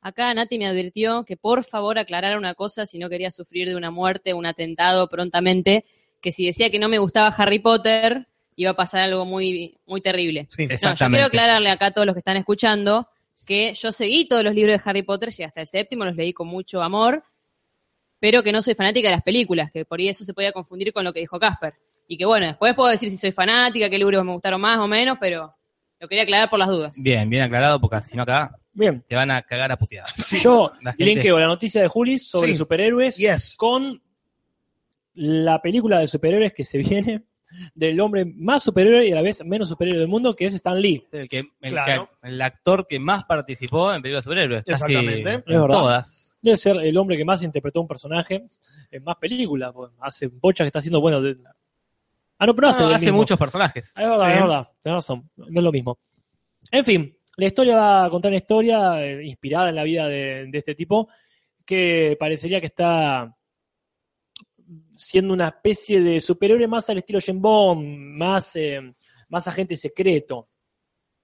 Speaker 7: Acá Nati me advirtió que por favor aclarara una cosa si no quería sufrir de una muerte, un atentado prontamente, que si decía que no me gustaba Harry Potter, iba a pasar algo muy, muy terrible.
Speaker 1: Sí.
Speaker 7: No, yo
Speaker 4: Exactamente.
Speaker 7: quiero aclararle acá a todos los que están escuchando que yo seguí todos los libros de Harry Potter, llegué hasta el séptimo, los leí con mucho amor, pero que no soy fanática de las películas, que por ahí eso se podía confundir con lo que dijo Casper. Y que bueno, después puedo decir si soy fanática, qué libros me gustaron más o menos, pero lo quería aclarar por las dudas.
Speaker 4: Bien, bien aclarado, porque si no acá
Speaker 2: Bien,
Speaker 4: te van a cagar a puteadas.
Speaker 2: yo
Speaker 4: la gente-
Speaker 2: linkeo la noticia de Juli sobre
Speaker 1: Sí.
Speaker 2: superhéroes
Speaker 1: Yes.
Speaker 2: con la película de superhéroes que se viene del hombre más superhéroe y a la vez menos superhéroe del mundo, que es Stan Lee.
Speaker 4: Es el, que, el,
Speaker 1: Claro.
Speaker 4: que- el actor que más participó en películas de superhéroes. casi
Speaker 1: Exactamente.
Speaker 4: en
Speaker 1: Es
Speaker 2: verdad.
Speaker 4: todas.
Speaker 2: Debe ser el hombre que más interpretó a un personaje en más películas. porque Hace bocha que está haciendo, bueno. de- Ah, no, pero no hace,
Speaker 4: No,
Speaker 2: del
Speaker 4: hace
Speaker 2: mismo.
Speaker 4: muchos personajes.
Speaker 2: Es verdad, es
Speaker 1: Eh.
Speaker 2: verdad. Tenés razón. No es lo mismo. En fin, la historia va a contar una historia eh, inspirada en la vida de, de este tipo que parecería que está siendo una especie de superhéroe más al estilo Jim Bond, más, eh, más agente secreto.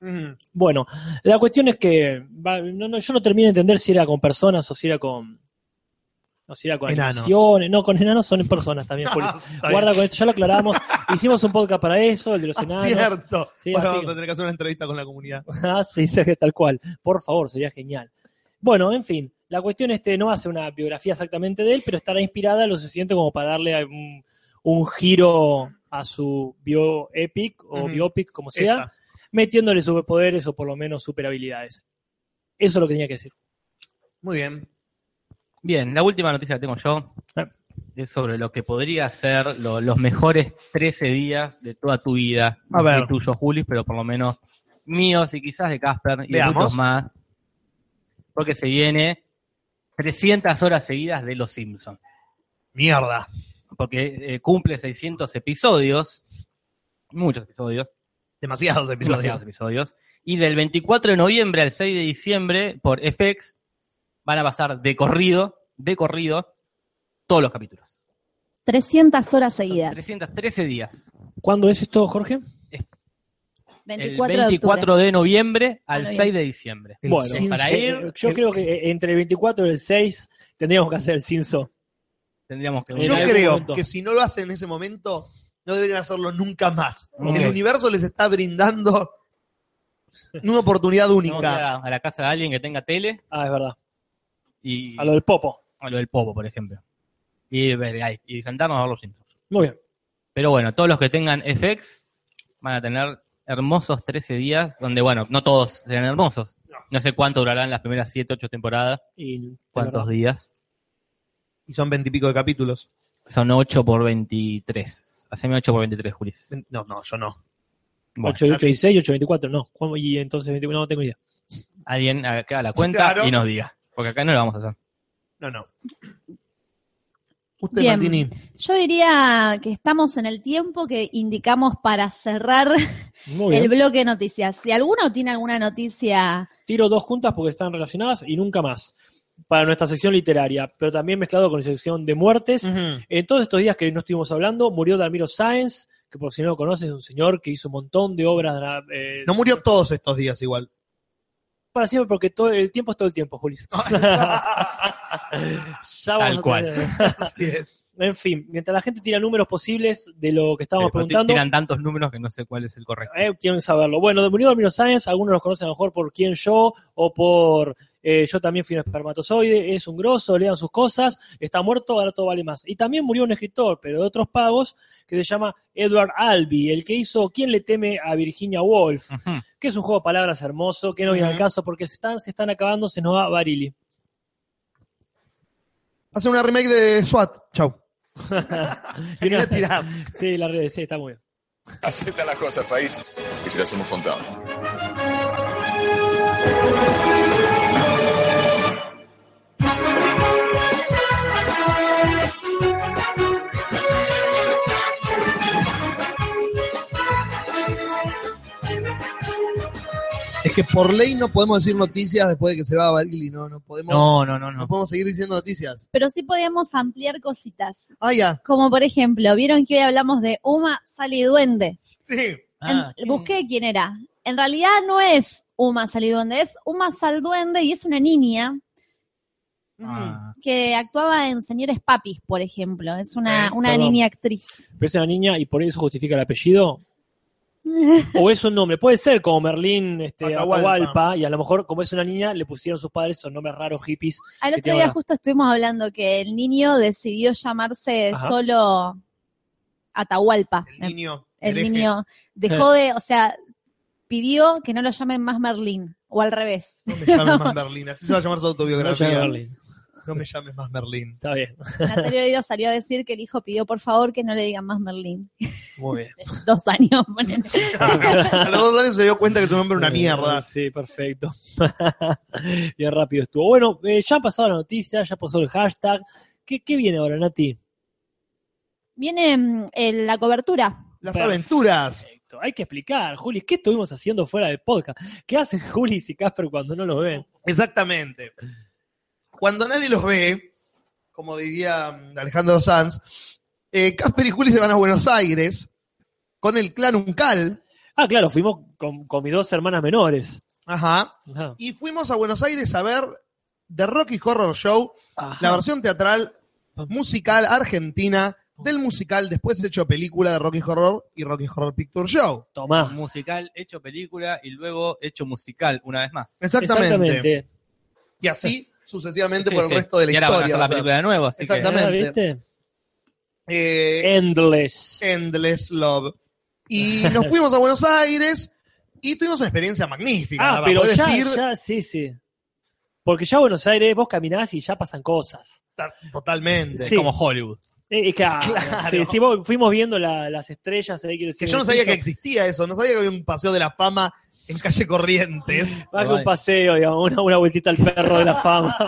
Speaker 1: Mm.
Speaker 2: Bueno, la cuestión es que va- no, no, yo no terminé de entender si era con personas o si era con... O si era con
Speaker 1: Enanos. Ah,
Speaker 2: animaciones. No, con enanos son personas también, Juli.
Speaker 1: Está bien.
Speaker 2: Guarda con eso, ya lo aclaramos. Hicimos un podcast para eso, el de los
Speaker 1: Ah,
Speaker 2: enanos.
Speaker 1: cierto.
Speaker 2: Sí,
Speaker 1: Bueno,
Speaker 2: así
Speaker 1: vamos
Speaker 2: que-
Speaker 1: a tener que hacer una entrevista con la comunidad.
Speaker 2: Ah, sí, sí, que tal cual. Por favor, sería genial. Bueno, en fin, la cuestión este no hace una biografía exactamente de él, pero estará inspirada lo suficiente como para darle un, un giro a su bioepic o
Speaker 1: Ujú.
Speaker 2: biopic, como sea,
Speaker 1: Esa.
Speaker 2: metiéndole superpoderes o por lo menos superhabilidades. Eso es lo que tenía que decir.
Speaker 1: Muy bien.
Speaker 4: Bien, la última noticia que tengo yo
Speaker 2: Ah.
Speaker 4: es sobre lo que podría ser lo- los mejores 13 días de toda tu vida.
Speaker 1: A
Speaker 4: No sé
Speaker 1: ver.
Speaker 4: tuyos, Juli, pero por lo menos míos y quizás de Casper y de
Speaker 1: Veamos.
Speaker 4: muchos más. Porque se viene 300 horas seguidas de Los Simpsons.
Speaker 1: Mierda.
Speaker 4: Porque eh, cumple 600 episodios, muchos episodios,
Speaker 1: Demasiados episodios.
Speaker 4: demasiados episodios. Y del 24 de noviembre al 6 de diciembre, por FX, van a pasar de corrido, de corrido, todos los capítulos.
Speaker 3: 300 horas
Speaker 4: Son
Speaker 3: seguidas.
Speaker 4: 313 días.
Speaker 2: ¿Cuándo es esto, Jorge?
Speaker 3: 24
Speaker 4: el
Speaker 3: de octubre.
Speaker 4: 24 de, noviembre al
Speaker 3: Ah, bien.
Speaker 4: 6 de diciembre.
Speaker 1: El
Speaker 2: Bueno,
Speaker 1: Simpson-
Speaker 4: para
Speaker 2: Eh, yo
Speaker 1: el-
Speaker 2: creo que eh, entre el 24 y el 6 tendríamos que hacer el cinzo.
Speaker 4: Tendríamos que
Speaker 2: Yo
Speaker 1: Yo
Speaker 2: en algún
Speaker 1: creo
Speaker 2: momento.
Speaker 1: que si no lo hacen en ese momento, no deberían hacerlo nunca más.
Speaker 4: Ok.
Speaker 1: El universo les está brindando una oportunidad
Speaker 4: tenemos que ir
Speaker 1: única.
Speaker 4: a, a la casa de alguien que tenga tele
Speaker 2: Ah, es verdad.
Speaker 4: y
Speaker 2: A lo del popo.
Speaker 4: a lo del popo, por ejemplo. Y, ver ahí, y sentarnos a ver los Simpsons.
Speaker 2: Muy bien.
Speaker 4: Pero bueno, todos los que tengan FX van a tener hermosos 13 días, donde bueno, no todos serán hermosos. No sé cuánto durarán las primeras 7, 8 temporadas,
Speaker 2: Y, es
Speaker 4: cuántos
Speaker 2: verdad.
Speaker 4: días.
Speaker 1: Y son veintipico de capítulos.
Speaker 4: Son 8 por 23. Haceme 8 por 23, Julis.
Speaker 1: No, no, yo no.
Speaker 4: Bueno,
Speaker 2: 8, 8 y 6, 8, 24, no. ¿Cómo? Y entonces 21, no tengo idea.
Speaker 4: alguien haga la cuenta
Speaker 1: Claro.
Speaker 4: y nos diga. Porque acá no lo vamos a hacer.
Speaker 1: No, no. Usted,
Speaker 3: Bien.
Speaker 1: Martini.
Speaker 3: Yo diría que estamos en el tiempo que indicamos para cerrar
Speaker 2: Muy
Speaker 3: el
Speaker 2: bien.
Speaker 3: bloque de noticias. Si alguno tiene alguna noticia,
Speaker 2: Tiro dos juntas porque están relacionadas y nunca más. Para nuestra sección literaria, pero también mezclado con la sección de muertes. En todos estos días que no estuvimos hablando, murió Dalmiro Sáenz, que por si no lo conoces, es un señor que hizo un montón de obras. eh,
Speaker 1: No murió todos estos días igual.
Speaker 2: para siempre porque todo el tiempo es todo el tiempo, Julis. Ya vamos
Speaker 4: Tal
Speaker 2: a
Speaker 4: cual.
Speaker 2: tener-
Speaker 1: Así es.
Speaker 2: En fin, mientras la gente tira números posibles de lo que estamos
Speaker 4: Pero
Speaker 2: preguntando,
Speaker 4: Tiran tantos números que no sé cuál es el correcto.
Speaker 2: Eh, quieren saberlo. Bueno, de Murió Dalmiro Sáenz, algunos los conocen a lo mejor por quién yo o por eh, yo también fui un espermatozoide, es un grosso, lean sus cosas, está muerto, ahora todo vale más. Y también murió un escritor, pero de otros pagos, que se llama Edward Albee, el que hizo ¿Quién le teme a Virginia Woolf?
Speaker 4: Ujú.
Speaker 2: Que es un juego de palabras hermoso, que no viene al caso porque se están, se están acabando, se nos va Barili.
Speaker 1: Hace una remake de SWAT. Chau.
Speaker 2: Y una-
Speaker 1: Quería tirar.
Speaker 2: sí, la red, sí, está muy bien.
Speaker 8: Así están las cosas, países, y se las hemos contado.
Speaker 1: Es que por ley no podemos decir noticias después de que se va a Barili. No, no podemos.
Speaker 4: No, no, no, no.
Speaker 1: No podemos seguir diciendo noticias.
Speaker 3: pero sí podíamos ampliar cositas.
Speaker 1: Ah, ya.
Speaker 3: Como por ejemplo, vieron que hoy hablamos de Uma Saliduende.
Speaker 1: Sí.
Speaker 4: Ah,
Speaker 3: En- busqué quién era. En realidad no es Uma Saliduende, es Uma Salduende y es una niña
Speaker 4: Ah.
Speaker 3: que actuaba en Señores Papis, por ejemplo. Es una,
Speaker 2: Eh,
Speaker 3: una
Speaker 2: perdón.
Speaker 3: niña actriz.
Speaker 2: Pero es una niña y por eso justifica el apellido. O es un nombre. Puede ser como Merlín este,
Speaker 1: Atahualpa.
Speaker 2: Atahualpa. y a lo mejor como es una niña le pusieron sus padres esos nombres raros hippies.
Speaker 3: Al
Speaker 2: Que
Speaker 3: otro
Speaker 2: tiene
Speaker 3: día
Speaker 2: una-
Speaker 3: justo estuvimos hablando que el niño decidió llamarse
Speaker 2: Ajá.
Speaker 3: solo Atahualpa.
Speaker 1: El
Speaker 3: Me
Speaker 1: niño.
Speaker 3: El
Speaker 1: hereje.
Speaker 3: niño dejó de, o sea, pidió que no lo llamen más Merlín, o al revés.
Speaker 1: No me llames más Merlín. Así se va a llamar su
Speaker 2: No se
Speaker 1: autobiografía.
Speaker 2: llama
Speaker 1: No,
Speaker 2: Merlín.
Speaker 1: me llames más Merlín.
Speaker 2: Está bien.
Speaker 3: Natalia Oreiro salió a decir que el hijo pidió por favor que no le digan más Merlín.
Speaker 2: Muy bien.
Speaker 3: Dos años, ponele.
Speaker 1: a los dos años se dio cuenta que su nombre era una mierda.
Speaker 2: Eh, Sí, perfecto. bien rápido estuvo. Bueno, eh, ya ha pasado la noticia, ya pasó el hashtag. ¿Qué, qué viene ahora, Nati?
Speaker 3: Viene mm, el- la cobertura.
Speaker 1: Las
Speaker 2: Perfecto.
Speaker 1: aventuras.
Speaker 2: Perfecto. Hay que explicar, Juli, ¿qué estuvimos haciendo fuera del podcast? ¿Qué hacen Juli y Casper cuando no lo ven?
Speaker 1: Exactamente. Cuando nadie los ve, como diría mm, Alejandro Sanz, eh, Casper y Juli se van a Buenos Aires con el clan Uncal.
Speaker 2: Ah, claro, fuimos con, con mis dos hermanas menores.
Speaker 1: Ajá.
Speaker 2: Ajá.
Speaker 1: Y fuimos a Buenos Aires a ver The Rocky Horror Show, la versión teatral musical argentina del musical después hecho película de Rocky Horror y Rocky Horror Picture Show.
Speaker 2: Tomás.
Speaker 4: Musical, hecho película y luego hecho musical una vez más.
Speaker 1: Exactamente. Y así sucesivamente por el
Speaker 4: Sí, sí.
Speaker 1: resto de la
Speaker 4: y ahora van a
Speaker 1: historia.
Speaker 4: hacer
Speaker 1: va
Speaker 4: la
Speaker 1: a ser.
Speaker 4: película de nuevo, así que-
Speaker 1: Exactamente.
Speaker 2: Ah, ¿Viste?
Speaker 1: Eh,
Speaker 2: Endless.
Speaker 1: Endless Love. Y nos fuimos a Buenos Aires y tuvimos una experiencia magnífica.
Speaker 2: Ah,
Speaker 1: nada más.
Speaker 2: pero
Speaker 1: Podés
Speaker 2: ya,
Speaker 1: ir
Speaker 2: ya, sí, sí. Porque ya Buenos Aires, vos caminás y ya pasan cosas.
Speaker 1: ta- totalmente.
Speaker 4: Es
Speaker 2: Sí.
Speaker 4: como Hollywood.
Speaker 2: Eh, eh, claro.
Speaker 1: Claro.
Speaker 2: Sí, sí, vos- fuimos viendo la- las estrellas. ahí, quiero decir,
Speaker 1: Que yo no
Speaker 2: el
Speaker 1: sabía
Speaker 2: piso.
Speaker 1: que existía eso, no sabía que había un paseo de la fama en calle Corrientes.
Speaker 2: Más que un paseo, digamos, una, una vueltita al perro de la fama.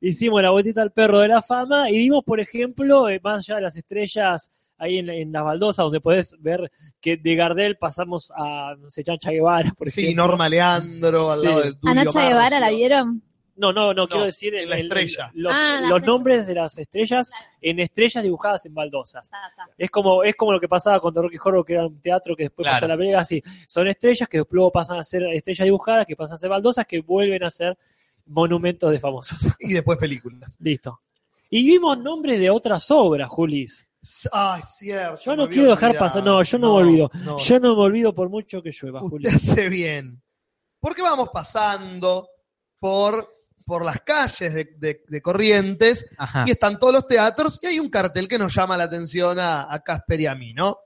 Speaker 2: Hicimos la vueltita al perro de la fama y vimos, por ejemplo, eh, más allá de las estrellas ahí en, en las baldosas, donde podés ver que de Gardel pasamos a, no sé, Chancha Guevara, por
Speaker 1: sí,
Speaker 2: ejemplo.
Speaker 1: Norma Leandro, al
Speaker 2: Sí.
Speaker 1: lado del
Speaker 3: A Nacha Guevara, ¿la vieron?
Speaker 2: No, no, no, quiero
Speaker 1: No,
Speaker 2: decir
Speaker 1: en la estrella.
Speaker 2: los,
Speaker 3: Ah, la
Speaker 2: los
Speaker 3: estrella.
Speaker 2: nombres de las estrellas en estrellas dibujadas en
Speaker 3: Ah,
Speaker 2: baldosas. Es como, es como lo que pasaba con The Rocky Horror, que era un teatro que después
Speaker 4: Claro.
Speaker 2: pasó a la película, así. Son estrellas que luego pasan a ser estrellas dibujadas, que pasan a ser baldosas, que vuelven a ser monumentos de famosos.
Speaker 1: Y después películas.
Speaker 2: Listo. Y vimos nombres de otras obras, Julis.
Speaker 1: Ay, cierto.
Speaker 2: Yo
Speaker 1: me
Speaker 2: no
Speaker 1: había
Speaker 2: quiero dejar
Speaker 1: olvidado.
Speaker 2: pasar- no, yo no me olvido.
Speaker 1: no.
Speaker 2: Yo no me olvido por mucho que llueva,
Speaker 1: Usted
Speaker 2: Julis.
Speaker 1: hace bien. Porque vamos pasando por, por las calles de- de- de Corrientes
Speaker 4: Ajá.
Speaker 1: y están todos los teatros y hay un cartel que nos llama la atención a, a Casper y a mí, ¿no?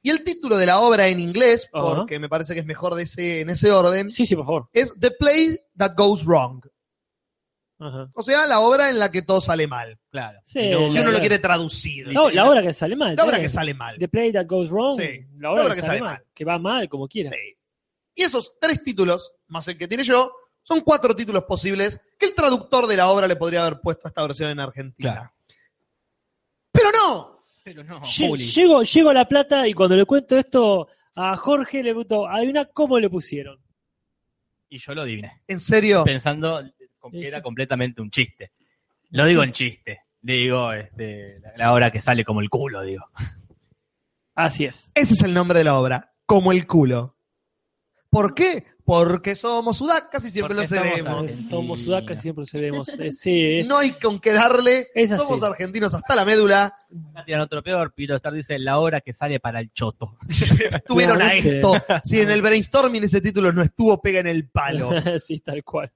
Speaker 1: Y el título de la obra en inglés,
Speaker 2: Ajá.
Speaker 1: porque me parece que es mejor de ese, en ese orden,
Speaker 2: Sí, sí, por favor.
Speaker 1: es The Play That Goes Wrong.
Speaker 2: Ajá.
Speaker 1: O sea, la obra en la que todo sale mal.
Speaker 4: Claro.
Speaker 2: Sí,
Speaker 4: Y no-
Speaker 1: Si uno
Speaker 2: la-
Speaker 1: lo quiere traducir.
Speaker 2: La, la obra que sale mal.
Speaker 1: La obra
Speaker 2: ¿eh?
Speaker 1: que sale mal.
Speaker 2: The Play That Goes Wrong.
Speaker 1: Sí,
Speaker 2: La obra, que, sale mal. Que va mal, como quiera.
Speaker 1: Sí. Y esos tres títulos, más el que tiene yo, son cuatro títulos posibles que el traductor de la obra le podría haber puesto a esta versión en Argentina.
Speaker 4: Claro.
Speaker 1: Pero no,
Speaker 4: Pero no,
Speaker 2: Lle-
Speaker 4: Juli.
Speaker 2: llego, llego a La Plata y cuando le cuento esto a Jorge, le pregunto, adivina cómo le pusieron.
Speaker 4: Y yo lo adiviné.
Speaker 1: en serio.
Speaker 4: Pensando que
Speaker 2: Sí,
Speaker 4: era
Speaker 2: sí.
Speaker 4: completamente un chiste. Lo digo en chiste. Digo, este, la- la hora que sale como el culo, digo.
Speaker 2: Así es.
Speaker 1: Ese es el nombre de la obra, como el culo. ¿Por qué? Porque somos sudacas y siempre
Speaker 4: Porque
Speaker 1: lo
Speaker 4: estamos
Speaker 1: seremos.
Speaker 4: Argentina.
Speaker 2: Somos sudacas y siempre cedemos. Eh, sí, es-
Speaker 1: No hay con qué darle.
Speaker 2: Es así.
Speaker 1: somos argentinos hasta la médula.
Speaker 4: Acá tiran otro peor, Pito Star dice la hora que sale para el choto.
Speaker 1: Tuvieron a
Speaker 2: veces-
Speaker 1: esto. Si en el brainstorming ese título no estuvo, pega en el palo.
Speaker 2: sí, tal cual.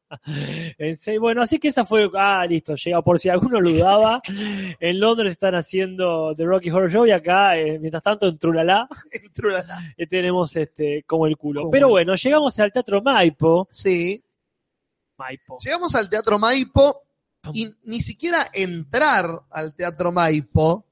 Speaker 2: En seis- bueno, así que esa fue. Ah, listo, llega. Por si alguno lo dudaba, en Londres están haciendo The Rocky Horror Show y acá, eh, mientras tanto, en Trulalá,
Speaker 1: Entró la-
Speaker 2: eh, tenemos este como el culo.
Speaker 1: Como
Speaker 2: Pero
Speaker 1: el-
Speaker 2: bueno, llegamos al Teatro Maipo.
Speaker 1: Sí.
Speaker 2: Maipo.
Speaker 1: Llegamos al Teatro Maipo y ni siquiera entrar al Teatro Maipo.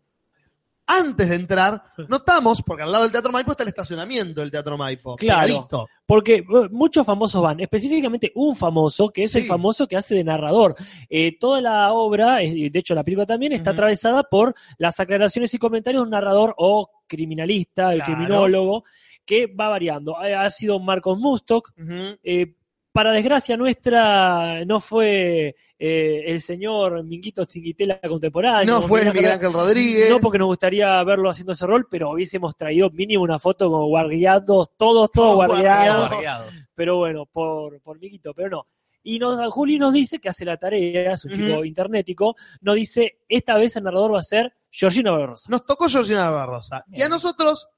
Speaker 1: Antes de entrar, notamos, porque al lado del Teatro Maipo está el estacionamiento del Teatro Maipo.
Speaker 2: Claro.
Speaker 1: pegadito.
Speaker 2: Porque eh, muchos famosos van, específicamente un famoso, que es el
Speaker 1: Sí.
Speaker 2: famoso que hace de narrador. Eh, toda la obra, eh, de hecho la película también, está
Speaker 1: Ujú.
Speaker 2: atravesada por las aclaraciones y comentarios de un narrador o criminalista, el
Speaker 1: Claro.
Speaker 2: criminólogo, que va variando. Eh, Ha sido Marcos Mustok.
Speaker 1: Ujú.
Speaker 2: eh, para desgracia nuestra, no fue eh, el señor Minguito Tinguitela contemporáneo.
Speaker 1: No fue
Speaker 2: Miguel
Speaker 1: Miguel
Speaker 2: Ángel
Speaker 1: Ángel Rodríguez.
Speaker 2: no porque nos gustaría verlo haciendo ese rol, pero hubiésemos traído mínimo una foto como guardiados, todos, todos
Speaker 1: Todos
Speaker 2: guardiados.
Speaker 1: guardiados.
Speaker 2: Pero bueno, por, por Miquito, pero no. Y nos, Juli nos dice que hace la tarea, su chico
Speaker 1: Ujú.
Speaker 2: internetico, nos dice, esta vez el narrador va a ser Georgina Barrosa.
Speaker 1: Nos tocó Georgina Barrosa. Y a nosotros,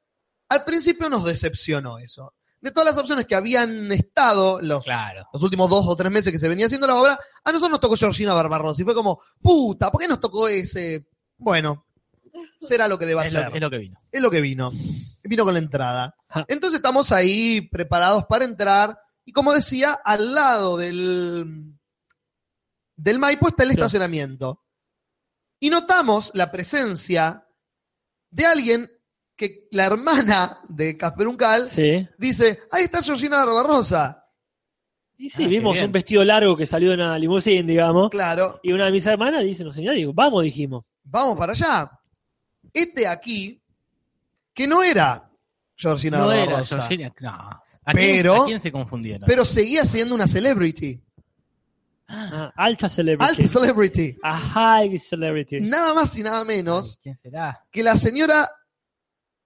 Speaker 1: al principio nos decepcionó eso. De todas las opciones que habían estado los,
Speaker 4: Claro.
Speaker 1: los últimos dos o tres meses que se venía haciendo la obra, a nosotros nos tocó Georgina Barbarossa. Y fue como, puta, ¿por qué nos tocó ese? Bueno, será lo que deba
Speaker 4: Es
Speaker 1: ser.
Speaker 4: lo, es lo que vino.
Speaker 1: Es lo que vino. Vino con la entrada.
Speaker 2: Ajá.
Speaker 1: Entonces estamos ahí preparados para entrar. Y como decía, al lado del, del Maipo está el
Speaker 2: Claro.
Speaker 1: estacionamiento. Y notamos la presencia de alguien que la hermana de Casper Uncal
Speaker 2: Sí.
Speaker 1: dice, ahí está Georgina Barbarosa.
Speaker 2: Y sí,
Speaker 4: Ah, qué
Speaker 2: vimos
Speaker 4: bien.
Speaker 2: un vestido largo que salió de una limusín, digamos.
Speaker 1: Claro,
Speaker 2: Y una de mis hermanas dice, nos señala, digo, vamos, dijimos.
Speaker 1: vamos para allá. Este aquí, que no era Georgina
Speaker 4: No era
Speaker 1: Barbarossa,
Speaker 4: Georgina- No. ¿A
Speaker 1: Pero-
Speaker 4: quién, a quién se confundieron?
Speaker 1: pero seguía siendo una celebrity.
Speaker 2: Ah, alta celebrity.
Speaker 1: Alt celebrity.
Speaker 2: A high celebrity.
Speaker 1: nada más y nada
Speaker 4: Ay,
Speaker 1: menos
Speaker 4: ¿Quién será?
Speaker 1: que la señora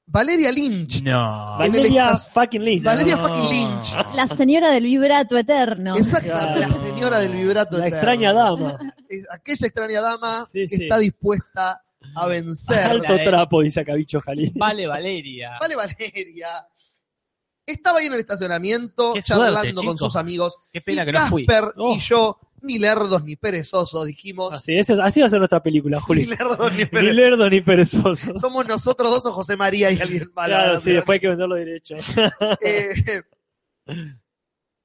Speaker 1: Valeria Lynch.
Speaker 4: No.
Speaker 1: Vale-
Speaker 2: Valeria
Speaker 1: estás-
Speaker 2: fucking Lynch.
Speaker 1: Valeria
Speaker 4: No.
Speaker 1: fucking Lynch.
Speaker 3: La señora del vibrato eterno.
Speaker 1: Exacta,
Speaker 2: Ah. Claro.
Speaker 1: la señora del vibrato.
Speaker 2: La
Speaker 1: eterno.
Speaker 2: extraña dama.
Speaker 1: Es aquella extraña dama
Speaker 2: Sí,
Speaker 1: que
Speaker 2: sí.
Speaker 1: está dispuesta a vencer.
Speaker 4: Ajá.
Speaker 2: Alto trapo, dice acá Bicho Jalí.
Speaker 4: Vale, Valeria.
Speaker 1: eh. Vale, Valeria. Estaba ahí en el estacionamiento
Speaker 4: Qué suerte,
Speaker 1: charlando con
Speaker 4: chicos.
Speaker 1: sus amigos.
Speaker 4: Qué pena
Speaker 1: y
Speaker 4: que no fui.
Speaker 1: Casper
Speaker 2: Oh.
Speaker 1: y yo, ni lerdos ni perezosos, dijimos.
Speaker 2: Así, ese- así va a ser nuestra película,
Speaker 1: Ni
Speaker 2: Juli.
Speaker 1: lerdos ni
Speaker 2: Ni
Speaker 1: perezosos.
Speaker 2: lerdo ni perezoso.
Speaker 1: Somos nosotros dos o José María y alguien malo.
Speaker 2: Claro,
Speaker 1: Ahora,
Speaker 2: sí,
Speaker 1: pero-
Speaker 2: después hay que venderlo derecho.
Speaker 1: Eh,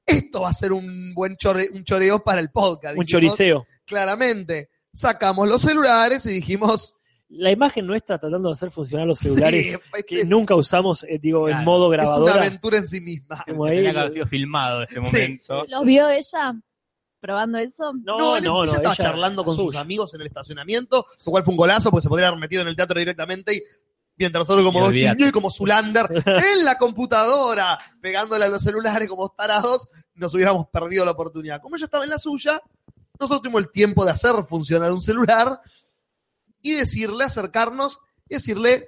Speaker 1: esto va a ser un buen chore- un choreo para el podcast.
Speaker 2: Un
Speaker 1: dijimos,
Speaker 2: choriceo.
Speaker 1: Claramente. Sacamos los celulares y dijimos.
Speaker 2: La imagen nuestra tratando de hacer funcionar los celulares
Speaker 1: "Sí, este
Speaker 2: que nunca usamos, eh, digo, en
Speaker 4: Claro.
Speaker 2: modo
Speaker 1: es una
Speaker 2: grabadora.
Speaker 1: aventura en sí misma.
Speaker 2: Como ahí-
Speaker 4: Tenía que haber sido filmado ese momento.
Speaker 3: ¿Los vio ella probando eso?
Speaker 1: No,
Speaker 2: No, no,
Speaker 1: él-
Speaker 2: no.
Speaker 1: ella estaba
Speaker 2: ella-
Speaker 1: charlando con sus
Speaker 2: suya.
Speaker 1: amigos en el estacionamiento, lo cual fue un golazo porque se podría haber metido en el teatro directamente y mientras nosotros como
Speaker 4: Y
Speaker 1: dos
Speaker 4: olvídate.
Speaker 1: niños y como Zulander en la computadora, pegándole a los celulares como tarados, nos hubiéramos perdido la oportunidad. Como ella estaba en la suya, nosotros tuvimos el tiempo de hacer funcionar un celular y decirle, acercarnos y decirle,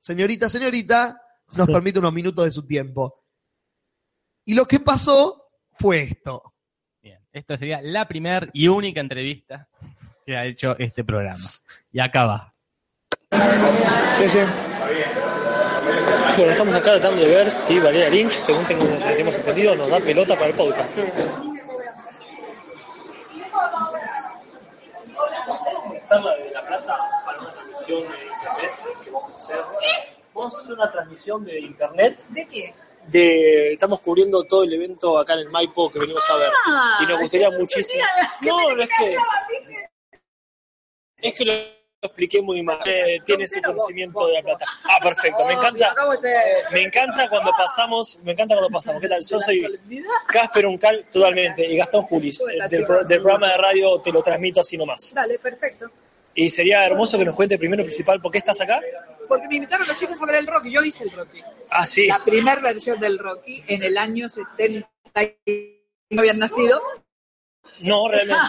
Speaker 1: señorita, señorita, nos permite unos minutos de su tiempo. Y lo que pasó fue esto.
Speaker 4: Bien. Esta sería la primera y única entrevista que ha hecho este programa. Y acá va.
Speaker 2: Bueno, estamos acá tratando de ver si Valeria Lynch, según tengo, tenemos entendido, nos da pelota para el podcast. La de La Plata para una transmisión de internet que vamos a hacer. Vamos a hacer una transmisión de internet. ¿De qué? De, estamos cubriendo todo el evento acá en el Maipo que venimos a ver.
Speaker 9: Ah,
Speaker 2: y nos gustaría muchísimo. No, no es que. Es que lo, lo expliqué muy mal. Eh, tiene su conocimiento de la plata. Ah, perfecto. Me encanta. Me encanta cuando pasamos. Me encanta cuando pasamos. ¿Qué tal? Yo soy Casper Uncal totalmente y Gastón Julis eh, del, pro- del programa de radio te lo transmito así nomás.
Speaker 9: Dale, perfecto.
Speaker 2: Y sería hermoso que nos cuente primero principal por qué estás acá.
Speaker 9: Porque me invitaron los chicos a ver el Rocky. Yo hice el Rocky.
Speaker 2: Ah, sí.
Speaker 9: La primera versión del Rocky en el año 70. y- No habían nacido.
Speaker 2: No, realmente.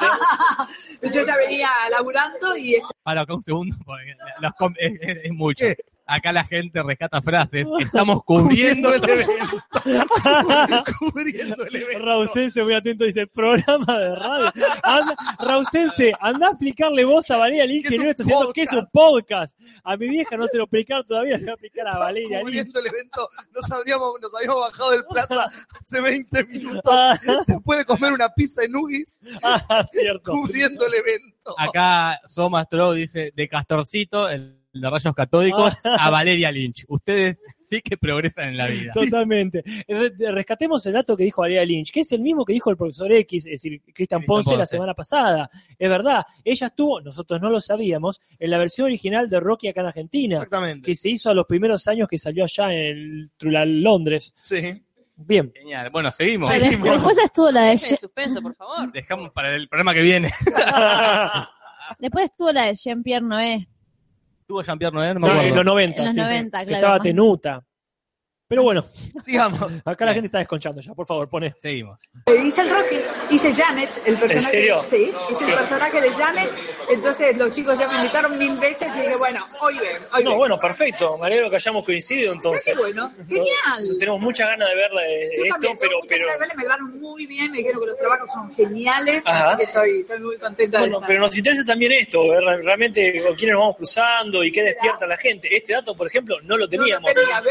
Speaker 9: Yo ya venía laburando y
Speaker 4: Ahora acá un segundo, porque los com- es, es- es mucho. Acá la gente rescata frases. Estamos cubriendo el evento.
Speaker 1: cubriendo el evento.
Speaker 2: Rausense, muy atento, dice, programa de radio. Anda, Rausense, anda a explicarle vos a Valeria Lynch
Speaker 1: ¿Qué
Speaker 2: que
Speaker 1: es
Speaker 2: no
Speaker 1: un
Speaker 2: está haciendo que es un podcast. A mi vieja no se lo explicar todavía, le voy a explicar a Valeria Lynch.
Speaker 1: cubriendo el evento. Nos habríamos, nos habíamos bajado del plaza hace 20 minutos
Speaker 2: Ah,
Speaker 1: después de comer una pizza en Nuggies
Speaker 2: ah, cierto.
Speaker 1: cubriendo el evento.
Speaker 4: Acá Soma Stroh dice de Castorcito, el de rayos catódicos,
Speaker 2: Ah.
Speaker 4: a Valeria Lynch. Ustedes sí que progresan en la vida.
Speaker 2: Totalmente. Re- Rescatemos el dato que dijo Valeria Lynch, que es el mismo que dijo el profesor X, es decir, Cristian
Speaker 4: Cristian
Speaker 2: Ponce, la
Speaker 4: Ponce.
Speaker 2: semana pasada. Es verdad, ella estuvo, nosotros no lo sabíamos, en la versión original de Rocky acá en Argentina,
Speaker 1: Exactamente.
Speaker 2: que se hizo a los primeros años que salió allá en el- la- Londres.
Speaker 1: Sí.
Speaker 2: Bien.
Speaker 4: Genial. Bueno, seguimos.
Speaker 3: Pero des- después estuvo la de
Speaker 7: Déjenme
Speaker 3: Ye-
Speaker 7: en suspenso, por favor.
Speaker 4: Dejamos para el programa que viene.
Speaker 3: después estuvo la de Jean Pierre Noé.
Speaker 4: Estuvo Jean-Pierre Noé, no me
Speaker 2: No, en
Speaker 4: acuerdo.
Speaker 2: los 90.
Speaker 3: En los
Speaker 2: sí,
Speaker 3: 90,
Speaker 2: que
Speaker 3: claro.
Speaker 2: Estaba Tenuta. Pero bueno,
Speaker 1: Sigamos.
Speaker 2: acá la gente está desconchando ya. Por favor, pone.
Speaker 4: Seguimos.
Speaker 9: Hice el Rocky, hice Janet, el personaje.
Speaker 6: serio?
Speaker 9: Sí, hice el personaje de Janet. Entonces los chicos ya me invitaron mil veces y dije, bueno, hoy ven, hoy
Speaker 6: No,
Speaker 9: ven.
Speaker 6: bueno, perfecto. Me alegro que hayamos coincidido
Speaker 9: Mirá qué
Speaker 6: entonces.
Speaker 9: bueno,
Speaker 6: No,
Speaker 9: genial.
Speaker 6: Tenemos muchas ganas de verla eh,
Speaker 9: Yo
Speaker 6: esto,
Speaker 9: también,
Speaker 6: pero,
Speaker 9: tengo
Speaker 6: pero,
Speaker 9: muchas ganas, me llevaron muy bien, me dijeron que los trabajos son geniales,
Speaker 6: Ajá.
Speaker 9: así que estoy, estoy muy contenta
Speaker 6: bueno,
Speaker 9: de
Speaker 6: pero nos interesa también esto, ver realmente con quiénes nos vamos cruzando y qué despierta la gente. Este dato, por ejemplo, no lo teníamos.
Speaker 9: No, no tenía, ve,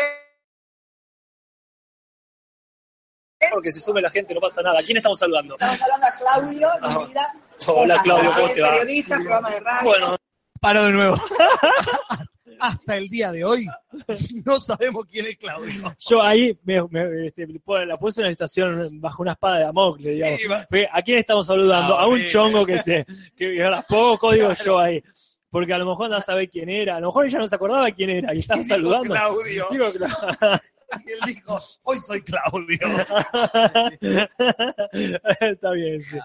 Speaker 6: Porque si sume la gente no pasa nada. ¿A quién estamos saludando?
Speaker 9: Estamos hablando a Claudio,
Speaker 6: Ah.
Speaker 9: mi vida.
Speaker 6: Hola, Claudio, ¿cómo te va?
Speaker 9: Periodista, programa de radio.
Speaker 6: Bueno,
Speaker 4: Paro de nuevo.
Speaker 1: Hasta el día de hoy no sabemos quién es Claudio.
Speaker 2: Yo ahí me, me- este, pon- la puse en una situación bajo una espada de Damocles, digamos. Fue, ¿A quién estamos saludando?
Speaker 4: Ah,
Speaker 2: a un
Speaker 4: horrible.
Speaker 2: chongo que se que viola poco, digo yo ahí. Porque a lo mejor no sabe quién era, a lo mejor ella no se acordaba quién era y estaba saludando.
Speaker 1: Claudio.
Speaker 2: Digo, claro.
Speaker 1: Y él dijo, hoy soy Claudio.
Speaker 2: Está bien, sí.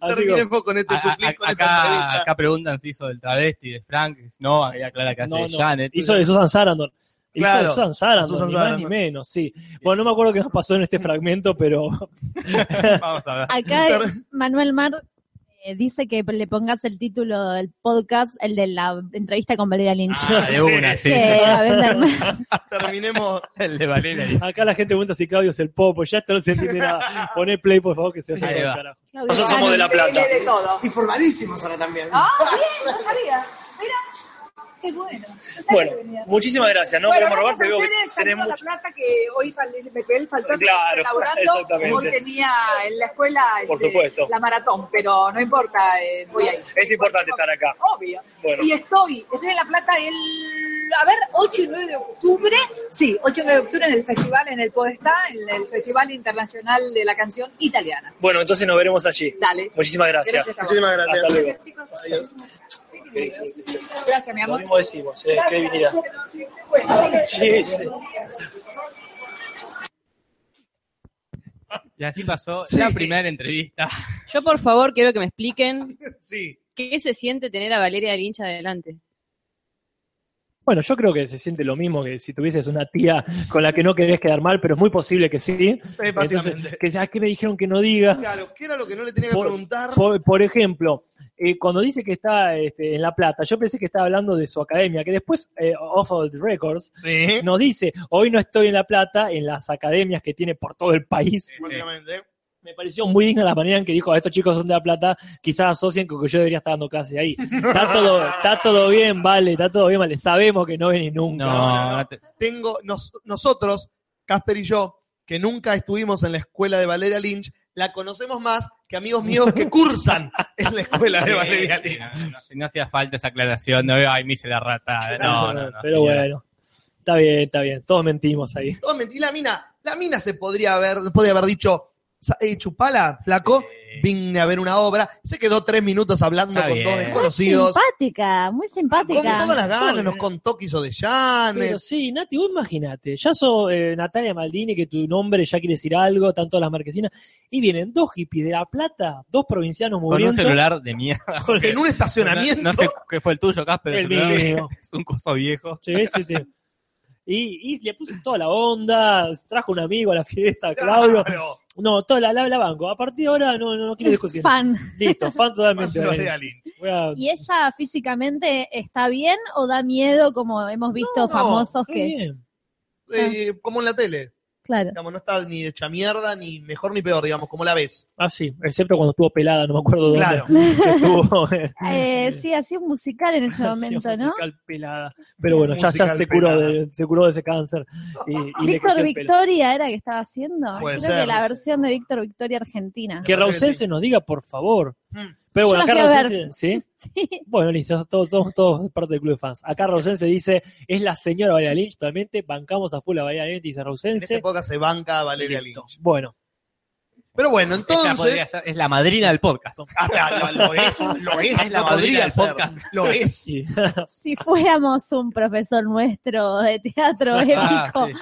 Speaker 2: Así que,
Speaker 1: Terminemos con este
Speaker 4: A- a-
Speaker 1: suplicio, con esa
Speaker 4: acá,
Speaker 1: entrevista.
Speaker 4: acá preguntan si hizo del travesti, de Frank. No, ella aclara que hace
Speaker 2: No,
Speaker 4: de
Speaker 2: no.
Speaker 4: Janet.
Speaker 2: hizo de Susan Sarandon. Hizo
Speaker 1: Claro,
Speaker 2: de Susan Sarandon,
Speaker 1: Susan
Speaker 2: ni más ni
Speaker 1: Sarandon.
Speaker 2: menos, sí. Bueno, no me acuerdo qué nos pasó en este fragmento, pero
Speaker 4: Vamos a ver.
Speaker 3: Acá
Speaker 1: Ter-
Speaker 3: Manuel Mar eh, dice que le pongas el título del podcast, el de la entrevista con Valeria Lynch.
Speaker 4: Ah, de una, sí.
Speaker 3: que va a vender más.
Speaker 1: Terminemos.
Speaker 4: El de Valeria.
Speaker 2: acá la gente pregunta si Claudio es el popo, ya esto no se entiende nada. Poné play, por favor, que se vaya
Speaker 4: Ahí
Speaker 2: con el
Speaker 4: va.
Speaker 2: carajo.
Speaker 6: nosotros somos de La Plata.
Speaker 9: De, de todo.
Speaker 10: Informadísimos ahora también.
Speaker 9: Ah, bien, no sabía. Mira, qué bueno. No sabía
Speaker 6: bueno,
Speaker 9: que venía.
Speaker 6: muchísimas gracias. No
Speaker 9: bueno,
Speaker 6: queremos
Speaker 9: gracias
Speaker 6: robarte,
Speaker 9: a
Speaker 6: veo que
Speaker 9: ustedes,
Speaker 6: tenés
Speaker 9: saludo a la
Speaker 6: mucho.
Speaker 9: plata que hoy fal- me quedé el faltón que
Speaker 6: Claro,
Speaker 9: estaba laburando.
Speaker 6: exactamente.
Speaker 9: Hoy tenía en la escuela
Speaker 6: Por supuesto.
Speaker 9: la maratón, pero no importa, eh, voy ahí.
Speaker 6: Es importante estar acá.
Speaker 9: Obvio.
Speaker 6: Bueno.
Speaker 9: Y estoy, estoy en La Plata el, a ver, 8 y 9 de octubre, sí, 8 y 9 de octubre en el festival, en el Podestá, en el Festival Internacional de la Canción Italiana.
Speaker 6: Bueno, entonces nos veremos allí.
Speaker 9: Dale.
Speaker 6: Muchísimas gracias.
Speaker 9: Gracias a
Speaker 10: Muchísimas
Speaker 9: vos.
Speaker 6: Hasta
Speaker 10: gracias.
Speaker 6: luego.
Speaker 9: Gracias, chicos. Gracias, mi
Speaker 6: Lo
Speaker 9: amor.
Speaker 6: mismo decimos, eh, qué divinidad. Sí, sí.
Speaker 4: Y así pasó la primera entrevista.
Speaker 7: Yo, por favor, quiero que me expliquen
Speaker 1: Sí.
Speaker 7: qué se siente tener a Valeria Lynch adelante.
Speaker 2: Bueno, yo creo que se siente lo mismo que si tuvieses una tía con la que no querés quedar mal, pero es muy posible que sí.
Speaker 1: Sí,
Speaker 2: Entonces,
Speaker 1: básicamente.
Speaker 2: que sea, ¿qué me dijeron que no diga?
Speaker 1: Claro, ¿qué era lo que no le tenía que
Speaker 2: Por-
Speaker 1: preguntar?
Speaker 2: Por, por ejemplo, eh, cuando dice que está este, en La Plata, yo pensé que estaba hablando de su academia, que después eh, Off of the Records
Speaker 1: sí,
Speaker 2: nos dice, hoy no estoy en La Plata, en las academias que tiene por todo el país.
Speaker 1: básicamente.
Speaker 2: Me pareció muy digna la manera en que dijo, a estos chicos son de La Plata, quizás asocien con que yo debería estar dando clase ahí. Está todo, está todo bien, vale, está todo bien, vale. Sabemos que no venís nunca.
Speaker 4: No,
Speaker 1: no, no.
Speaker 4: no te-
Speaker 1: Tengo, nos- nosotros, Casper y yo, que nunca estuvimos en la escuela de Valeria Lynch, la conocemos más que amigos míos que cursan en la escuela de Valeria
Speaker 4: Sí,
Speaker 1: Lynch.
Speaker 4: no, no, no hacía falta esa aclaración. No, ay, me hice la rata. No, no, no.
Speaker 2: Ah, Pero
Speaker 4: señora.
Speaker 2: bueno, está bien, está bien. Todos mentimos ahí.
Speaker 1: Todo Oh, mentira. Y la mina, la mina se podría haber, podría haber dicho, "Sa- eh, chupala, flaco,
Speaker 4: Sí.
Speaker 1: vine a ver una obra. Se quedó tres minutos hablando
Speaker 4: Está
Speaker 1: con
Speaker 4: bien.
Speaker 1: todos
Speaker 4: Muy
Speaker 1: desconocidos.
Speaker 3: Simpática, muy
Speaker 1: Con todas
Speaker 3: simpática.
Speaker 1: las ganas, nos contó que hizo de Janet.
Speaker 2: Pero sí, Nati, vos imaginate, ya sos eh, Natalia Maldini, que tu nombre ya quiere decir algo, tanto las marquesinas, y vienen dos hippies de La Plata, dos provincianos
Speaker 4: Con un
Speaker 2: muriendo.
Speaker 4: celular de mierda.
Speaker 1: en un estacionamiento.
Speaker 4: No, no sé qué fue el tuyo, Casper.
Speaker 2: El
Speaker 4: celular.
Speaker 2: mío.
Speaker 4: Es un coso viejo.
Speaker 2: Sí, sí, sí. Y, y le puso toda la onda, trajo un amigo a la fiesta, a Claudio.
Speaker 1: Claro.
Speaker 2: No, toda la, la, la banco. A partir de ahora no, no, no quiero discusión.
Speaker 3: Fan.
Speaker 2: Listo, fan totalmente.
Speaker 1: Valeria Lynch.
Speaker 2: Voy a-
Speaker 3: ¿Y ella físicamente está bien o da miedo como hemos visto
Speaker 1: No, no.
Speaker 3: famosos
Speaker 2: Muy
Speaker 3: que...
Speaker 2: bien.
Speaker 1: Eh, como en la tele.
Speaker 3: Claro.
Speaker 1: Digamos, no está ni hecha mierda, ni mejor ni peor, digamos, como la ves.
Speaker 2: Ah, sí, excepto cuando estuvo pelada, no me acuerdo dónde.
Speaker 1: Claro.
Speaker 2: Estuvo,
Speaker 3: Eh, sí, hacía un musical en ese
Speaker 2: Hacía
Speaker 3: momento, ¿no?
Speaker 2: musical pelada. Pero bueno, ya, ya
Speaker 1: Musical
Speaker 2: se, curó
Speaker 1: pelada.
Speaker 2: de, se curó de ese cáncer. Y, y le creció
Speaker 3: Víctor
Speaker 2: el pelo.
Speaker 3: Victoria era que estaba haciendo.
Speaker 1: Puede
Speaker 3: Creo
Speaker 1: ser,
Speaker 3: que la
Speaker 1: sí.
Speaker 3: versión de Víctor Victoria Argentina.
Speaker 2: Que Rausel
Speaker 1: Sí.
Speaker 2: se nos diga, por favor.
Speaker 1: Mm.
Speaker 2: Pero
Speaker 3: Yo
Speaker 2: bueno,
Speaker 3: la fui
Speaker 2: acá
Speaker 3: a
Speaker 2: Rausel
Speaker 3: ver.
Speaker 2: se- ¿sí?
Speaker 3: Sí.
Speaker 2: Bueno, listo, ya todos, somos todos parte del club de fans. Acá Rausense dice, es la señora Valeria Lynch, totalmente, bancamos a full a Valeria Lynch,
Speaker 1: En
Speaker 2: dice
Speaker 1: esta
Speaker 2: Rausense.
Speaker 1: época se banca a Valeria
Speaker 2: Listo.
Speaker 1: Lynch.
Speaker 2: Bueno,
Speaker 1: Pero bueno,
Speaker 4: Esta podría
Speaker 1: entonces.
Speaker 4: ser- es la madrina del podcast.
Speaker 1: Ah, claro, lo es, lo es,
Speaker 4: Es la
Speaker 1: no
Speaker 4: madrina
Speaker 1: podría
Speaker 4: del
Speaker 1: ser.
Speaker 4: podcast.
Speaker 1: Lo es.
Speaker 2: sí.
Speaker 3: Si fuéramos un profesor nuestro de teatro
Speaker 4: Ah,
Speaker 3: épico,
Speaker 4: sí.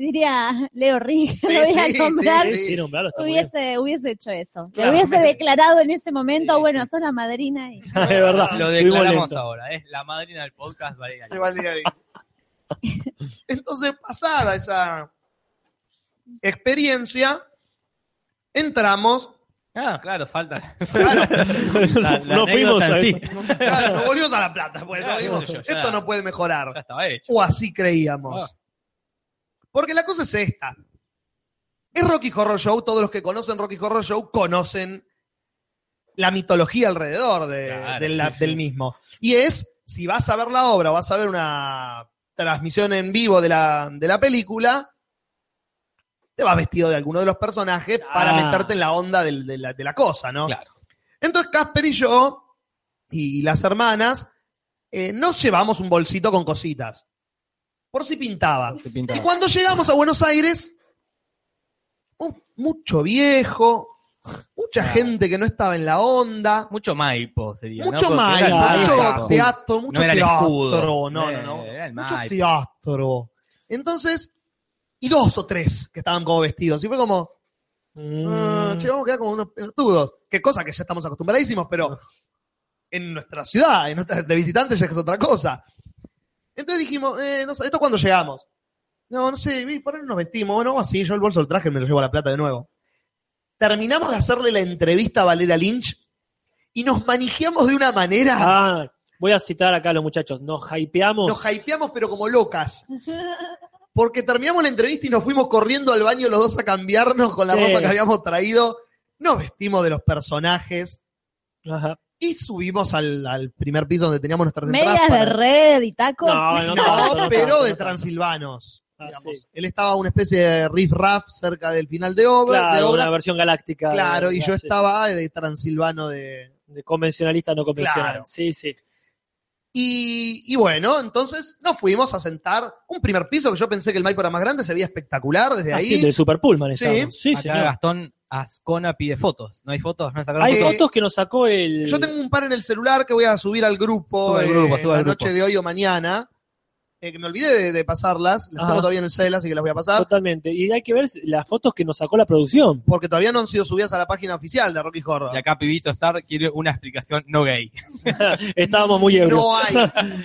Speaker 3: diría Leo Rick, lo voy
Speaker 1: Sí,
Speaker 3: a
Speaker 1: sí,
Speaker 3: nombrar.
Speaker 1: sí.
Speaker 2: Sí, no, claro, está muy bien.
Speaker 3: Hubiese, hubiese hecho eso.
Speaker 1: Claro.
Speaker 3: Le hubiese declarado en ese momento,
Speaker 4: Sí,
Speaker 3: bueno, sos la madrina. Y...
Speaker 2: Es verdad.
Speaker 4: Lo
Speaker 2: estuvimos
Speaker 4: declaramos
Speaker 2: lentos.
Speaker 4: ahora. Es la madrina del podcast, Valeria.
Speaker 1: de Valeria Lynch. Entonces, pasada esa, experiencia, entramos,
Speaker 4: Ah, claro, falta.
Speaker 1: claro,
Speaker 4: La- la
Speaker 2: no fuimos
Speaker 4: anécdota en
Speaker 2: a-
Speaker 4: sí.
Speaker 1: claro, nos volvimos a la plata, pues,
Speaker 4: Claro,
Speaker 1: dijimos,
Speaker 4: yo, ya.
Speaker 1: esto no puede mejorar.
Speaker 4: Ya estaba hecho.
Speaker 1: O así creíamos.
Speaker 4: Ah.
Speaker 1: Porque la cosa es esta. Es Rocky Horror Show, todos los que conocen Rocky Horror Show conocen la mitología alrededor de-
Speaker 4: Claro,
Speaker 1: de la-
Speaker 4: sí, sí.
Speaker 1: del mismo. Y es, si vas a ver la obra o vas a ver una transmisión en vivo de la, de la película, te vas vestido de alguno de los personajes para
Speaker 2: Ah.
Speaker 1: meterte en la onda del- de, la, de la cosa, ¿no?
Speaker 4: Claro.
Speaker 1: Entonces Casper y yo, y las hermanas, eh, nos llevamos un bolsito con cositas. Por si pintaba.
Speaker 4: Se
Speaker 1: Y
Speaker 4: pintaba.
Speaker 1: cuando llegamos a Buenos Aires, mu- mucho viejo, mucha
Speaker 4: Claro.
Speaker 1: gente que no estaba en la onda,
Speaker 4: Mucho maipo sería. ¿no?
Speaker 1: mucho
Speaker 4: Porque
Speaker 1: maipo,
Speaker 4: era el
Speaker 2: ahí
Speaker 1: mucho
Speaker 2: está.
Speaker 1: teatro, mucho
Speaker 4: No era el escudo. Eh,
Speaker 1: teatro, no, no, no,
Speaker 4: Era el
Speaker 1: mucho
Speaker 4: maipo.
Speaker 1: teatro. Entonces, y dos o tres que estaban como vestidos, y fue como, Ah,
Speaker 2: Mm.
Speaker 1: che, vamos a quedar como unos pelotudos. Qué cosa que ya estamos acostumbradísimos, pero en nuestra ciudad, en nuestra- de visitantes ya es otra cosa. Entonces dijimos, eh, no sé, ¿esto cuando llegamos? No, no sé, vi, por ahí nos vestimos. Bueno, así, yo el bolso del traje me lo llevo a la plata de nuevo. Terminamos de hacerle la entrevista a Valera Lynch y nos manijeamos de una manera.
Speaker 2: Ah, voy a citar acá a los muchachos. Nos hypeamos.
Speaker 1: Nos hypeamos, pero como locas. Porque terminamos la entrevista y nos fuimos corriendo al baño los dos a cambiarnos con la
Speaker 2: Sí.
Speaker 1: ropa que habíamos traído. Nos vestimos de los personajes
Speaker 2: Ajá.
Speaker 1: y subimos al, al primer piso donde teníamos nuestras
Speaker 3: Medias de
Speaker 1: entradas. para-
Speaker 3: red y tacos.
Speaker 2: No, no,
Speaker 1: No,
Speaker 2: tanto, no
Speaker 1: pero de
Speaker 2: tanto, no tanto.
Speaker 1: transilvanos.
Speaker 2: Ah,
Speaker 1: digamos.
Speaker 2: sí.
Speaker 1: Él estaba una especie de riff-raff cerca del final de obra. de
Speaker 2: Claro,
Speaker 1: obra.
Speaker 2: una versión galáctica.
Speaker 1: claro
Speaker 2: de-
Speaker 1: y yo
Speaker 2: sí,
Speaker 1: estaba de transilvano de,
Speaker 2: De convencionalista no convencional.
Speaker 1: Claro.
Speaker 2: Sí, sí.
Speaker 1: Y, y bueno, entonces nos fuimos a sentar un primer piso que yo pensé que el Maipo era más grande, se veía espectacular desde
Speaker 2: Ah,
Speaker 1: ahí.
Speaker 2: sí, del Super Pullman estábamos. Sí,
Speaker 4: Acá
Speaker 2: señor.
Speaker 4: Gastón Ascona pide fotos. ¿No hay fotos? ¿No sacaron
Speaker 2: Hay
Speaker 1: Eh,
Speaker 4: fotos?
Speaker 2: fotos que nos sacó el.
Speaker 1: Yo tengo un par en el celular que voy a subir al grupo,
Speaker 4: Suba al
Speaker 1: eh,
Speaker 4: grupo, suba
Speaker 1: la
Speaker 4: al grupo.
Speaker 1: noche de hoy o mañana. eh, que me olvidé de, de pasarlas, las
Speaker 2: Ajá.
Speaker 1: tengo todavía en el cel, así que las voy a pasar.
Speaker 2: Totalmente. Y hay que ver las fotos que nos sacó la producción.
Speaker 1: Porque todavía no han sido subidas a la página oficial de Rocky Horror.
Speaker 4: Y acá Pibito Star quiere una explicación no gay.
Speaker 2: Estábamos muy ebrios.
Speaker 1: No hay,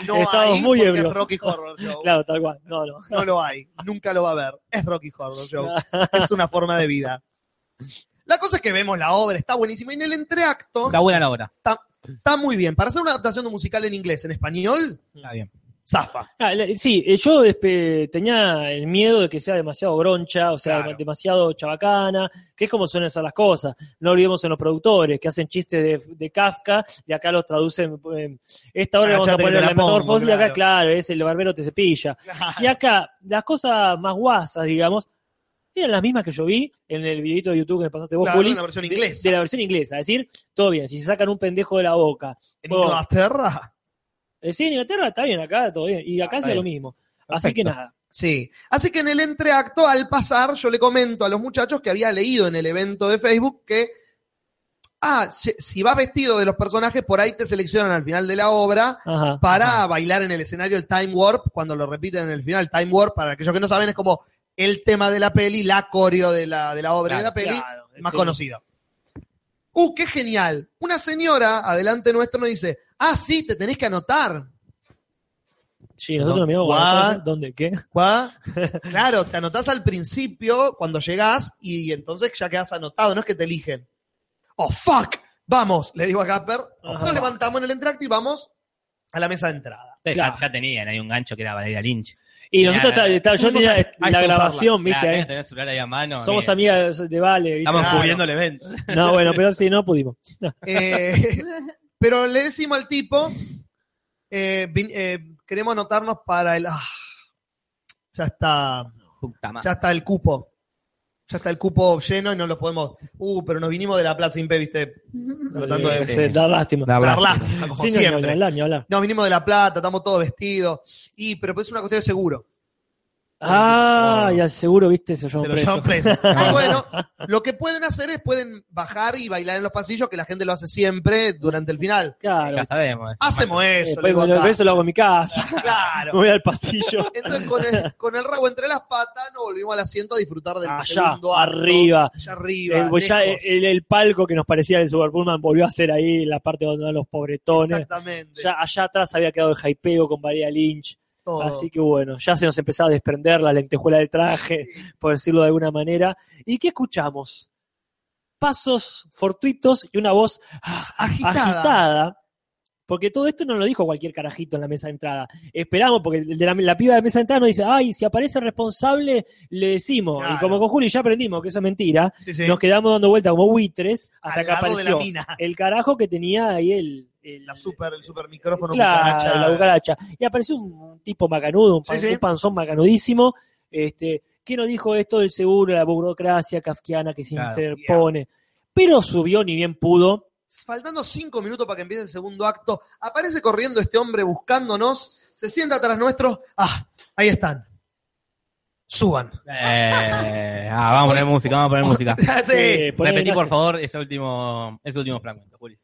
Speaker 1: no
Speaker 2: Estábamos
Speaker 1: hay,
Speaker 2: muy
Speaker 1: porque
Speaker 2: ebrios.
Speaker 1: es Rocky Horror Show.
Speaker 2: Claro, tal cual. No, no.
Speaker 1: No lo hay, nunca lo va a ver. Es Rocky Horror Show. Es una forma de vida. La cosa es que vemos la obra, está buenísima. Y en el entreacto,
Speaker 4: Está buena la obra.
Speaker 1: Está muy bien. Para hacer una adaptación de un musical en inglés, en español,
Speaker 4: Está bien.
Speaker 1: zafa.
Speaker 2: Ah, la- sí, eh, yo este, tenía el miedo de que sea demasiado groncha, o sea,
Speaker 1: Claro.
Speaker 2: demasiado chabacana, que es como suelen ser las cosas. No olvidemos en los productores que hacen chistes de, de Kafka y acá los traducen. eh, esta hora le vamos a
Speaker 1: Agachate que
Speaker 2: poner
Speaker 1: te
Speaker 2: la
Speaker 1: la pongo,
Speaker 2: metamorfosis y acá,
Speaker 1: Ah, claro.
Speaker 2: claro, es el barbero te cepilla. Y acá, las cosas más guasas, digamos, eran las mismas que yo vi en el videito de YouTube que me pasaste vos,
Speaker 1: Claro,
Speaker 2: Julis,
Speaker 1: en la versión
Speaker 2: de-
Speaker 1: inglesa.
Speaker 2: De, la versión inglesa. Es decir, todo bien, si se sacan un pendejo de la boca.
Speaker 1: En
Speaker 2: Bueno.
Speaker 1: Inglaterra.
Speaker 2: Eh, sí, en Inglaterra está bien, acá todo bien. Y acá
Speaker 4: Ah, está
Speaker 2: hacía lo
Speaker 4: bien.
Speaker 2: mismo. Así que
Speaker 4: Perfecto.
Speaker 2: nada.
Speaker 1: Sí. Así que en el entreacto, al pasar, yo le comento a los muchachos que había leído en el evento de Facebook que, ah, si, si vas vestido de los personajes, por ahí te seleccionan al final de la obra
Speaker 2: Ajá.
Speaker 1: para bailar en el escenario el Time Warp, cuando lo repiten en el final, Time Warp, para aquellos que no saben, es como el tema de la peli, la coreo de la, de la obra y de la peli.
Speaker 2: Claro,
Speaker 1: más
Speaker 2: sí.
Speaker 1: conocido. ¡Uh, qué genial! Una señora adelante nuestro nos dice, ah, sí, te tenés que anotar.
Speaker 2: Sí, nosotros nos miramos
Speaker 1: What?
Speaker 2: cuando todos- ¿Dónde? ¿Qué?
Speaker 1: ¿Cuá? Claro, te anotás al principio cuando llegás y entonces ya quedás anotado, no es que te eligen. ¡Oh, fuck! Vamos, le digo a Gasper.
Speaker 2: Ajá.
Speaker 1: Nos levantamos en el entracto y vamos a la mesa de entrada.
Speaker 4: Ustedes
Speaker 2: Claro.
Speaker 4: Ya, ya tenían ahí un gancho que era Valeria Lynch.
Speaker 2: Y nosotros,
Speaker 4: Nada.
Speaker 2: ta- ta- yo
Speaker 1: Fuimos
Speaker 2: tenía
Speaker 1: a-
Speaker 2: est-
Speaker 1: a
Speaker 2: la
Speaker 1: esposarla.
Speaker 4: Claro,
Speaker 2: grabación, viste,
Speaker 4: tenés que
Speaker 2: ahí.
Speaker 4: tener el celular ahí a mano.
Speaker 2: Somos
Speaker 4: amiga.
Speaker 2: amigas de Vale, ¿viste?
Speaker 4: Estamos
Speaker 1: Claro.
Speaker 4: cubriendo el evento.
Speaker 2: No, bueno, pero sí, no pudimos.
Speaker 1: Eh, pero le decimos al tipo, eh, vin- eh, queremos anotarnos para el... ah, ya está.
Speaker 4: Puta madre.
Speaker 1: ya está el cupo. Ya está el cupo lleno y no lo podemos. Uh, pero nos vinimos de la Plaza Impe, viste. Tratando de-
Speaker 2: Sí, Eh, da lástima.
Speaker 4: Da
Speaker 1: Dar
Speaker 4: Hablamos.
Speaker 1: lástima, como
Speaker 2: Sí, no, ni
Speaker 1: siempre.
Speaker 2: hablar, ni hablar.
Speaker 1: Nos vinimos de la Plata, estamos todos vestidos. Y, pero pues es una cuestión de seguro.
Speaker 2: Ah,
Speaker 4: Oh.
Speaker 2: ya seguro, viste, se
Speaker 1: Se
Speaker 2: llevó
Speaker 1: lo llevan
Speaker 2: preso.
Speaker 1: preso. Y bueno, lo que pueden hacer es pueden bajar y bailar en los pasillos, que la gente lo hace siempre durante el final.
Speaker 2: Claro.
Speaker 4: Ya sabemos.
Speaker 1: Hacemos
Speaker 2: Eh,
Speaker 1: eso. le
Speaker 2: Después
Speaker 1: digo
Speaker 2: cuando
Speaker 1: acá.
Speaker 2: eso lo hago en mi casa. Me
Speaker 1: Claro.
Speaker 2: voy al pasillo.
Speaker 1: Entonces, con el, con el rabo entre las patas, nos volvimos al asiento a disfrutar del
Speaker 2: Allá,
Speaker 1: Ah, segundo acto.
Speaker 2: arriba.
Speaker 1: Allá
Speaker 2: Eh,
Speaker 1: arriba.
Speaker 2: pues ya
Speaker 1: lejos.
Speaker 2: el, el palco que nos parecía del Super Pullman volvió a ser ahí la parte donde van los pobretones.
Speaker 1: Exactamente.
Speaker 2: Ya allá atrás había quedado el hypeo con María Lynch.
Speaker 1: todo.
Speaker 2: Así que bueno, ya se nos empezaba a desprender la lentejuela del traje, por decirlo de alguna manera. ¿Y qué escuchamos? Pasos fortuitos y una voz ah,
Speaker 1: Agitada.
Speaker 2: agitada. Porque todo esto no lo dijo cualquier carajito en la mesa de entrada. Esperamos, porque el de la, la piba de la mesa de entrada nos dice, ay, si aparece el responsable, le decimos. Y
Speaker 1: Claro.
Speaker 2: como con Juli ya aprendimos que eso es mentira,
Speaker 1: Sí, sí.
Speaker 2: nos quedamos dando vuelta como buitres hasta
Speaker 1: Al
Speaker 2: que
Speaker 1: lado de la
Speaker 2: apareció
Speaker 1: mina.
Speaker 2: el carajo que tenía ahí el... el-
Speaker 1: La super, el super micrófono
Speaker 2: Claro,
Speaker 1: cucaracha.
Speaker 2: la cucaracha. Y apareció un tipo macanudo, un, pan-
Speaker 1: Sí, sí.
Speaker 2: un panzón macanudísimo, este, que nos dijo esto del seguro, la burocracia kafkiana que se
Speaker 4: Claro.
Speaker 2: interpone. Pero subió ni bien pudo.
Speaker 1: Faltando cinco minutos para que empiece el segundo acto, aparece corriendo este hombre buscándonos, se sienta atrás nuestro. Ah, ahí están. Suban.
Speaker 4: Eh, ah, vamos a poner música, vamos a poner música.
Speaker 1: Sí.
Speaker 2: Eh, poné
Speaker 4: Repetí,
Speaker 2: imagen.
Speaker 4: por favor, ese último, ese último fragmento, Juli.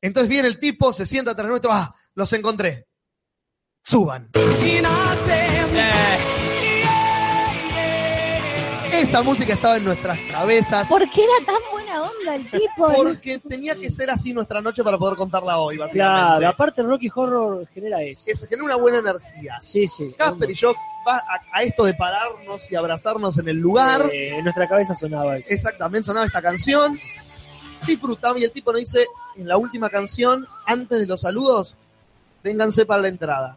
Speaker 1: Entonces viene el tipo, se sienta atrás nuestro. Ah, los encontré. Suban.
Speaker 4: Eh,
Speaker 1: Esa música estaba en nuestras cabezas
Speaker 3: ¿Por qué era tan buena onda el tipo?
Speaker 1: porque tenía que ser así nuestra noche para poder contarla hoy, básicamente.
Speaker 2: Claro, aparte el Rocky Horror genera eso.
Speaker 1: Es genera una buena energía.
Speaker 2: Sí, sí.
Speaker 1: Casper y yo va a, a esto de pararnos y abrazarnos en el lugar.
Speaker 2: Eh, en nuestra cabeza sonaba eso.
Speaker 1: Exactamente, sonaba esta canción. Disfrutamos y el tipo nos dice en la última canción, antes de los saludos, vénganse para la entrada.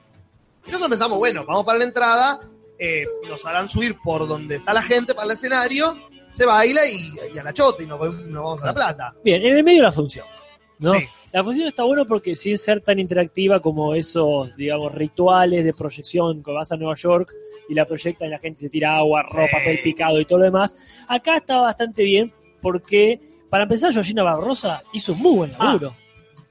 Speaker 1: Y nosotros pensamos, bueno, vamos para la entrada, eh, nos harán subir por donde está la gente para el escenario, se baila y, y a la chota y nos, vamos- nos vamos a la plata.
Speaker 2: Bien, en el medio la función. ¿no?
Speaker 1: Sí.
Speaker 2: La función está buena porque sin ser tan interactiva como esos, digamos, rituales de proyección que vas a Nueva York y la proyectan y la gente se tira agua, ropa,
Speaker 1: Sí.
Speaker 2: papel picado y todo lo demás, acá está bastante bien porque, para empezar, Georgina Barrosa hizo un muy buen
Speaker 1: Ah,
Speaker 2: laburo.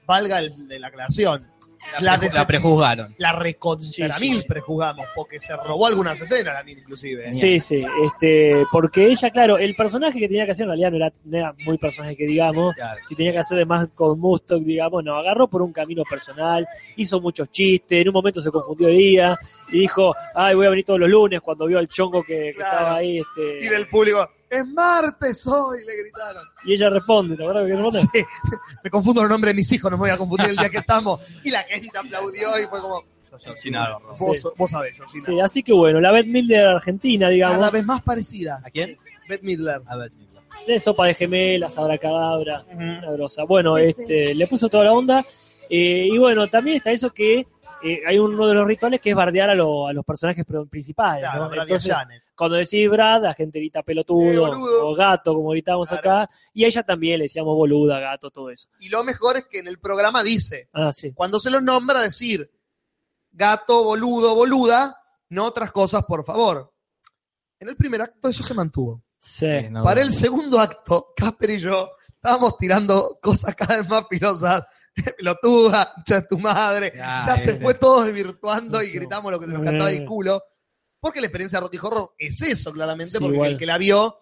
Speaker 1: Valga el- de la aclaración.
Speaker 4: la,
Speaker 1: La
Speaker 4: preju- la prejuzgaron.
Speaker 1: La recontra
Speaker 2: Sí, sí.
Speaker 1: mil prejugamos, porque se robó algunas escenas la mil inclusive.
Speaker 2: Sí, sí, este, porque ella, claro, el personaje que tenía que hacer en realidad no era, no era muy personaje que digamos,
Speaker 4: Claro.
Speaker 2: si tenía que hacer de más con Mustock, digamos, no, agarró por un camino personal, hizo muchos chistes, en un momento se confundió de día y dijo, ay, voy a venir todos los lunes cuando vio al chongo que, que
Speaker 1: Claro.
Speaker 2: estaba ahí, este,
Speaker 1: Y del público, es martes hoy, le gritaron.
Speaker 2: y ella responde, ¿te acuerdas que responde?
Speaker 1: Sí. Me confundo los nombres de mis hijos, no me voy a confundir el día que estamos. Y la gente aplaudió y fue como,
Speaker 4: Sin nada, ¿no?
Speaker 1: vos, vos sabés, Georgina.
Speaker 2: Sí, así que bueno, la Beth Miller argentina,
Speaker 1: Cada
Speaker 2: digamos,
Speaker 1: vez más parecida.
Speaker 4: ¿A quién?
Speaker 1: Beth Midler.
Speaker 4: A ver,
Speaker 2: de sopa de gemelas, abracadabra, sabrosa. Bueno,
Speaker 3: Sí,
Speaker 2: este, le puso toda la onda. eh, y bueno, también está eso que eh, hay uno de los rituales que es bardear a, lo- a los personajes pro- principales.
Speaker 1: Claro,
Speaker 2: ¿no?
Speaker 1: Brad y
Speaker 2: Entonces,
Speaker 1: Janet.
Speaker 2: cuando decís Brad, la gente grita
Speaker 1: Eh,
Speaker 2: pelotudo
Speaker 1: boludo.
Speaker 2: o gato, como gritábamos
Speaker 1: Claro.
Speaker 2: acá. Y a ella también le decíamos boluda, gato, todo eso.
Speaker 1: Y lo mejor es que en el programa dice,
Speaker 2: Ah, sí.
Speaker 1: cuando se los nombra, decir gato, boludo, boluda, no otras cosas, por favor. En el primer acto eso se mantuvo.
Speaker 2: Sí.
Speaker 4: no.
Speaker 1: Para el segundo acto, Casper y yo estábamos tirando cosas cada vez más pilosas. Pelotuda, ya tu madre.
Speaker 4: Ah,
Speaker 1: ya se
Speaker 4: ese.
Speaker 1: fue todo desvirtuando y
Speaker 2: Eso.
Speaker 1: gritamos lo que nos cantaba el
Speaker 2: Eh.
Speaker 1: culo. Porque la experiencia de Rocky Horror es eso, claramente,
Speaker 2: Sí,
Speaker 1: porque
Speaker 2: igual.
Speaker 1: el que la vio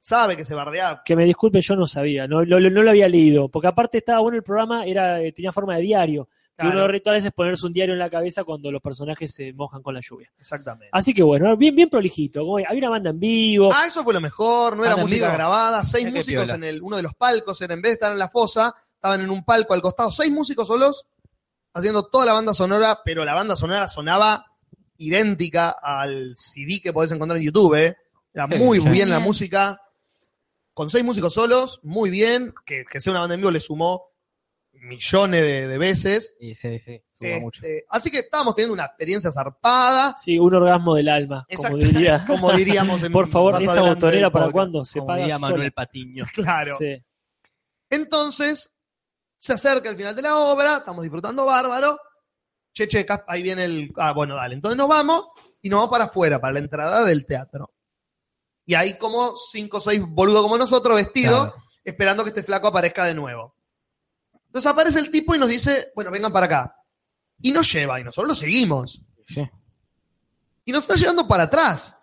Speaker 1: sabe que se bardeaba.
Speaker 2: Que me disculpe, yo no sabía, no, lo- lo- no lo había leído, porque aparte estaba bueno el programa, era eh, tenía forma de diario. Y uno de los
Speaker 1: Claro,
Speaker 2: rituales es ponerse un diario en la cabeza cuando los personajes se mojan con la lluvia.
Speaker 1: exactamente.
Speaker 2: Así que bueno, bien, bien prolijito. como Había una banda en vivo.
Speaker 1: Ah, eso fue lo mejor, no era
Speaker 4: Anda,
Speaker 1: música
Speaker 4: amigo.
Speaker 1: grabada, seis
Speaker 4: Mira qué
Speaker 1: músicos
Speaker 4: piola.
Speaker 1: en el, uno de los palcos, era, en vez de estar en la fosa, estaban en un palco al costado, seis músicos solos, haciendo toda la banda sonora, pero la banda sonora sonaba idéntica al CD que podés encontrar en YouTube, ¿eh? era
Speaker 4: Sí,
Speaker 1: muy
Speaker 4: sí.
Speaker 1: bien la
Speaker 3: Genial.
Speaker 1: música, con seis músicos solos, muy bien, que, que sea una banda en vivo le sumó millones de, de veces,
Speaker 4: Y sí, sí, suma
Speaker 1: Este,
Speaker 4: mucho.
Speaker 1: así que estábamos teniendo una experiencia zarpada,
Speaker 2: Sí, un orgasmo del alma, como
Speaker 1: Exacta-
Speaker 2: diría.
Speaker 1: como diríamos en
Speaker 2: Por favor,
Speaker 1: más
Speaker 2: esa
Speaker 1: adelante
Speaker 2: botonera
Speaker 1: del
Speaker 2: para
Speaker 1: podcast.
Speaker 2: cuando se
Speaker 4: Como
Speaker 2: paga
Speaker 4: diría
Speaker 2: sola.
Speaker 4: Manuel Patiño.
Speaker 1: Claro.
Speaker 2: Sí.
Speaker 1: Entonces, se acerca el final de la obra, estamos disfrutando bárbaro. Che, che, Cas- ahí viene el. Ah, bueno, dale. Entonces nos vamos y nos vamos para afuera, para la entrada del teatro. Y hay como cinco o seis boludos como nosotros vestidos,
Speaker 4: Claro.
Speaker 1: esperando que este flaco aparezca de nuevo. Entonces aparece el tipo y nos dice, bueno, vengan para acá. Y nos lleva, y nosotros lo seguimos.
Speaker 4: Sí.
Speaker 1: Y nos está llevando para atrás,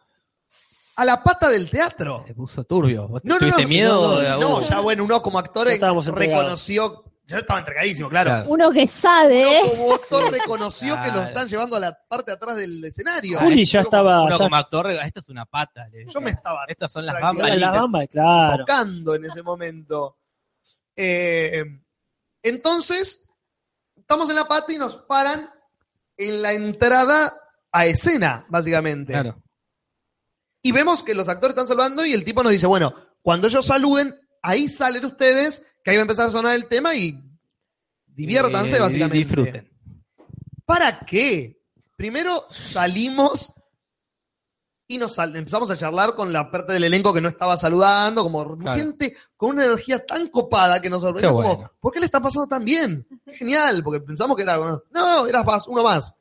Speaker 1: a la pata del teatro.
Speaker 4: Se puso turbio. ¿Vos
Speaker 1: No, no,
Speaker 4: tuviste
Speaker 1: no,
Speaker 4: miedo?
Speaker 2: no, no,
Speaker 1: No,
Speaker 4: Uh,
Speaker 1: ya bueno, uno como actor
Speaker 2: Ya estábamos entregados.
Speaker 1: reconoció. Yo estaba entregadísimo, claro.
Speaker 4: claro.
Speaker 3: Uno que sabe,
Speaker 1: Uno
Speaker 3: ¿eh?
Speaker 1: como actor reconoció
Speaker 4: Claro.
Speaker 1: que lo están llevando a la parte de atrás del escenario.
Speaker 2: Juli
Speaker 1: Yo
Speaker 2: ya
Speaker 1: como-
Speaker 2: estaba.
Speaker 4: Uno
Speaker 2: ya-
Speaker 4: como actor, esta es una pata. le
Speaker 1: Yo me estaba
Speaker 4: Estas son las
Speaker 1: Practicando
Speaker 2: la
Speaker 4: bambalinas.
Speaker 2: bamba, claro.
Speaker 1: tocando en ese momento. Eh, entonces, estamos en la pata y nos paran en la entrada a escena, básicamente.
Speaker 4: Claro.
Speaker 1: Y vemos que los actores están saludando y el tipo nos dice, bueno, cuando ellos saluden, ahí salen ustedes, que ahí va a empezar a sonar el tema y diviértanse,
Speaker 4: Eh,
Speaker 1: básicamente.
Speaker 4: Disfruten.
Speaker 1: ¿Para qué? Primero salimos y nos sal- empezamos a charlar con la parte del elenco que no estaba saludando, como
Speaker 4: Claro.
Speaker 1: gente con una energía tan copada que nos sorprendió.
Speaker 4: Qué
Speaker 1: como,
Speaker 4: bueno.
Speaker 1: ¿Por qué le está pasando tan bien? Genial, porque pensamos que era. bueno, No, no, eras más, uno más.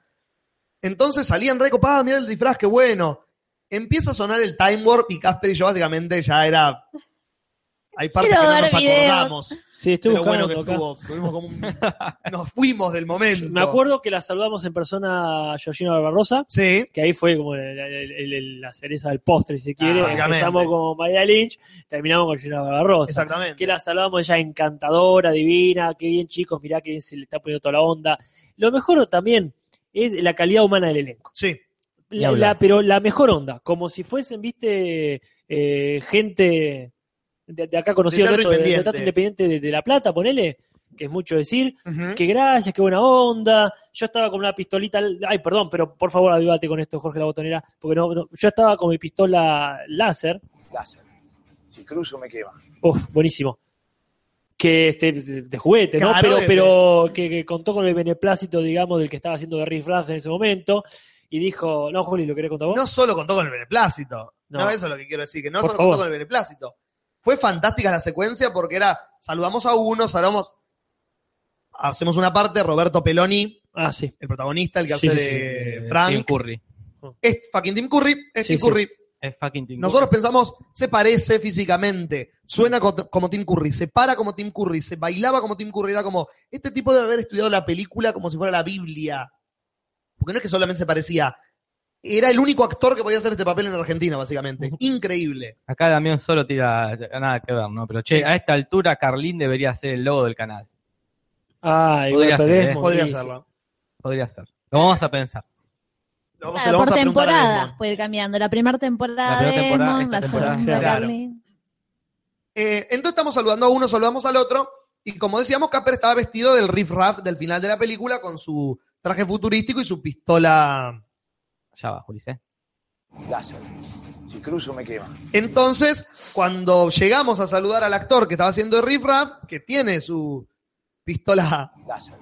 Speaker 1: Entonces salían recopadas, mirá el disfraz, qué bueno. Empieza a sonar el Time Warp y Casper y yo básicamente ya era. Hay partes
Speaker 3: Quiero
Speaker 1: que no
Speaker 3: ver
Speaker 1: nos
Speaker 3: videos.
Speaker 1: acordamos.
Speaker 2: Sí, estoy
Speaker 1: Pero bueno
Speaker 2: buscando
Speaker 1: que
Speaker 2: acá.
Speaker 1: estuvo. Tuvimos como un- nos fuimos del momento.
Speaker 2: Me acuerdo que la saludamos en persona a Georgina Barbarosa,
Speaker 1: Sí.
Speaker 2: que ahí fue como el- el- el- el- la cereza del postre, si se quiere.
Speaker 1: básicamente.
Speaker 2: Empezamos con María Lynch, terminamos con Georgina Barbarosa.
Speaker 1: Exactamente.
Speaker 2: que la saludamos ella encantadora, divina, qué bien chicos, mirá que bien se le está poniendo toda la onda. Lo mejor también es la calidad humana del elenco.
Speaker 1: Sí,
Speaker 2: La-
Speaker 4: Ni hablar.
Speaker 2: la- pero la mejor onda, como si fuesen, viste, eh, gente de, de acá conocida,
Speaker 1: De Teatro
Speaker 2: de, de
Speaker 1: Independiente.
Speaker 2: Teatro Independiente de, de La Plata, ponele, que es mucho decir,
Speaker 1: Ujú.
Speaker 2: que gracias, qué buena onda. Yo estaba con una pistolita, al- ay, perdón, pero por favor avívate con esto, Jorge la botonera, porque no, no- yo estaba con mi pistola láser
Speaker 8: Si cruzo me quema.
Speaker 2: Uf, buenísimo. Que este, de de juguete, ¿no?
Speaker 1: Claro,
Speaker 2: pero
Speaker 1: de-
Speaker 2: pero que, que contó con el beneplácito, digamos, del que estaba haciendo de Riff Raff en ese momento. Y dijo, no, Juli, ¿lo querés contar vos?
Speaker 1: No solo contó con el beneplácito. No.
Speaker 2: No.
Speaker 1: eso es lo que quiero decir, que no
Speaker 2: Por
Speaker 1: solo
Speaker 2: favor.
Speaker 1: contó con el beneplácito. Fue fantástica la secuencia porque era, saludamos a uno, saludamos, hacemos una parte, Roberto Peloni,
Speaker 2: Ah, sí.
Speaker 1: el protagonista, el que
Speaker 2: Sí,
Speaker 1: hace
Speaker 2: sí,
Speaker 1: de
Speaker 4: Eh,
Speaker 1: Frank,
Speaker 4: Tim Curry.
Speaker 1: es fucking Tim Curry, es
Speaker 2: Sí,
Speaker 1: Tim
Speaker 2: sí.
Speaker 1: Curry.
Speaker 4: Es fucking Tim
Speaker 1: Nosotros pensamos, se parece físicamente, suena co- como Tim Curry, se para como Tim Curry, se bailaba como Tim Curry, era como, este tipo debe haber estudiado la película como si fuera la Biblia. Porque no es que solamente se parecía, era el único actor que podía hacer este papel en Argentina, básicamente. Increíble.
Speaker 4: Curry. Acá Damián solo tira nada que ver, ¿no? Pero che, a esta altura Carlín debería ser el logo del canal.
Speaker 2: Ah, igual
Speaker 4: Podría ser,
Speaker 2: perdés,
Speaker 4: ¿eh?
Speaker 2: Monti,
Speaker 1: Podría
Speaker 2: sí.
Speaker 1: hacerlo.
Speaker 4: Podría ser. Lo vamos a pensar.
Speaker 1: Lo vamos- se
Speaker 3: Claro,
Speaker 1: lo
Speaker 3: por
Speaker 1: vamos a preguntar a
Speaker 3: temporada
Speaker 1: Desmond.
Speaker 3: puede ir cambiando. La primera temporada
Speaker 4: La
Speaker 3: de
Speaker 4: primera temporada,
Speaker 3: Desmond,
Speaker 4: esta
Speaker 3: la
Speaker 4: temporada,
Speaker 3: segunda
Speaker 1: claro.
Speaker 3: Carly.
Speaker 1: Eh, entonces estamos saludando a uno, saludamos al otro, y como decíamos, Capper estaba vestido del riff raff del final de la película con su traje futurístico y su pistola
Speaker 4: Ya va, Juli, ¿eh?
Speaker 8: Láser. Si cruzo me quema.
Speaker 1: Entonces, cuando llegamos a saludar al actor que estaba haciendo el riff raff, que tiene su pistola
Speaker 8: Láser.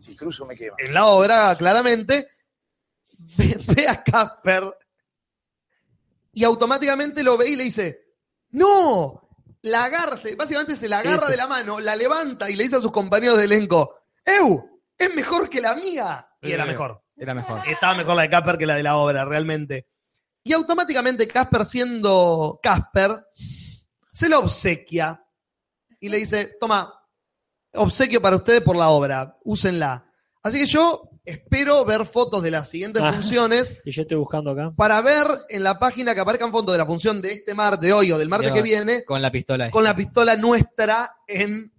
Speaker 8: Si cruzo me quema.
Speaker 1: en la obra, claramente, ve, ve a Casper y automáticamente lo ve y le dice, ¡No! La agarra, se- básicamente se la
Speaker 2: Sí,
Speaker 1: agarra
Speaker 2: sí.
Speaker 1: de la mano, la levanta y le dice a sus compañeros de elenco, ¡Eu! ¡Es mejor que la mía! Y era
Speaker 4: Eh.
Speaker 1: mejor.
Speaker 4: Era mejor.
Speaker 1: Estaba mejor la de Casper que la de la obra, realmente. Y automáticamente Casper, siendo Casper, se lo obsequia y le dice: Toma, obsequio para ustedes por la obra, úsenla. Así que yo espero ver fotos de las siguientes
Speaker 2: Ah.
Speaker 1: funciones
Speaker 2: Y yo estoy buscando acá.
Speaker 1: para ver en la página que aparezcan fotos de la función de este martes, de hoy o del martes
Speaker 4: Ya.
Speaker 1: que viene,
Speaker 4: Con la pistola. esta.
Speaker 1: con la pistola nuestra en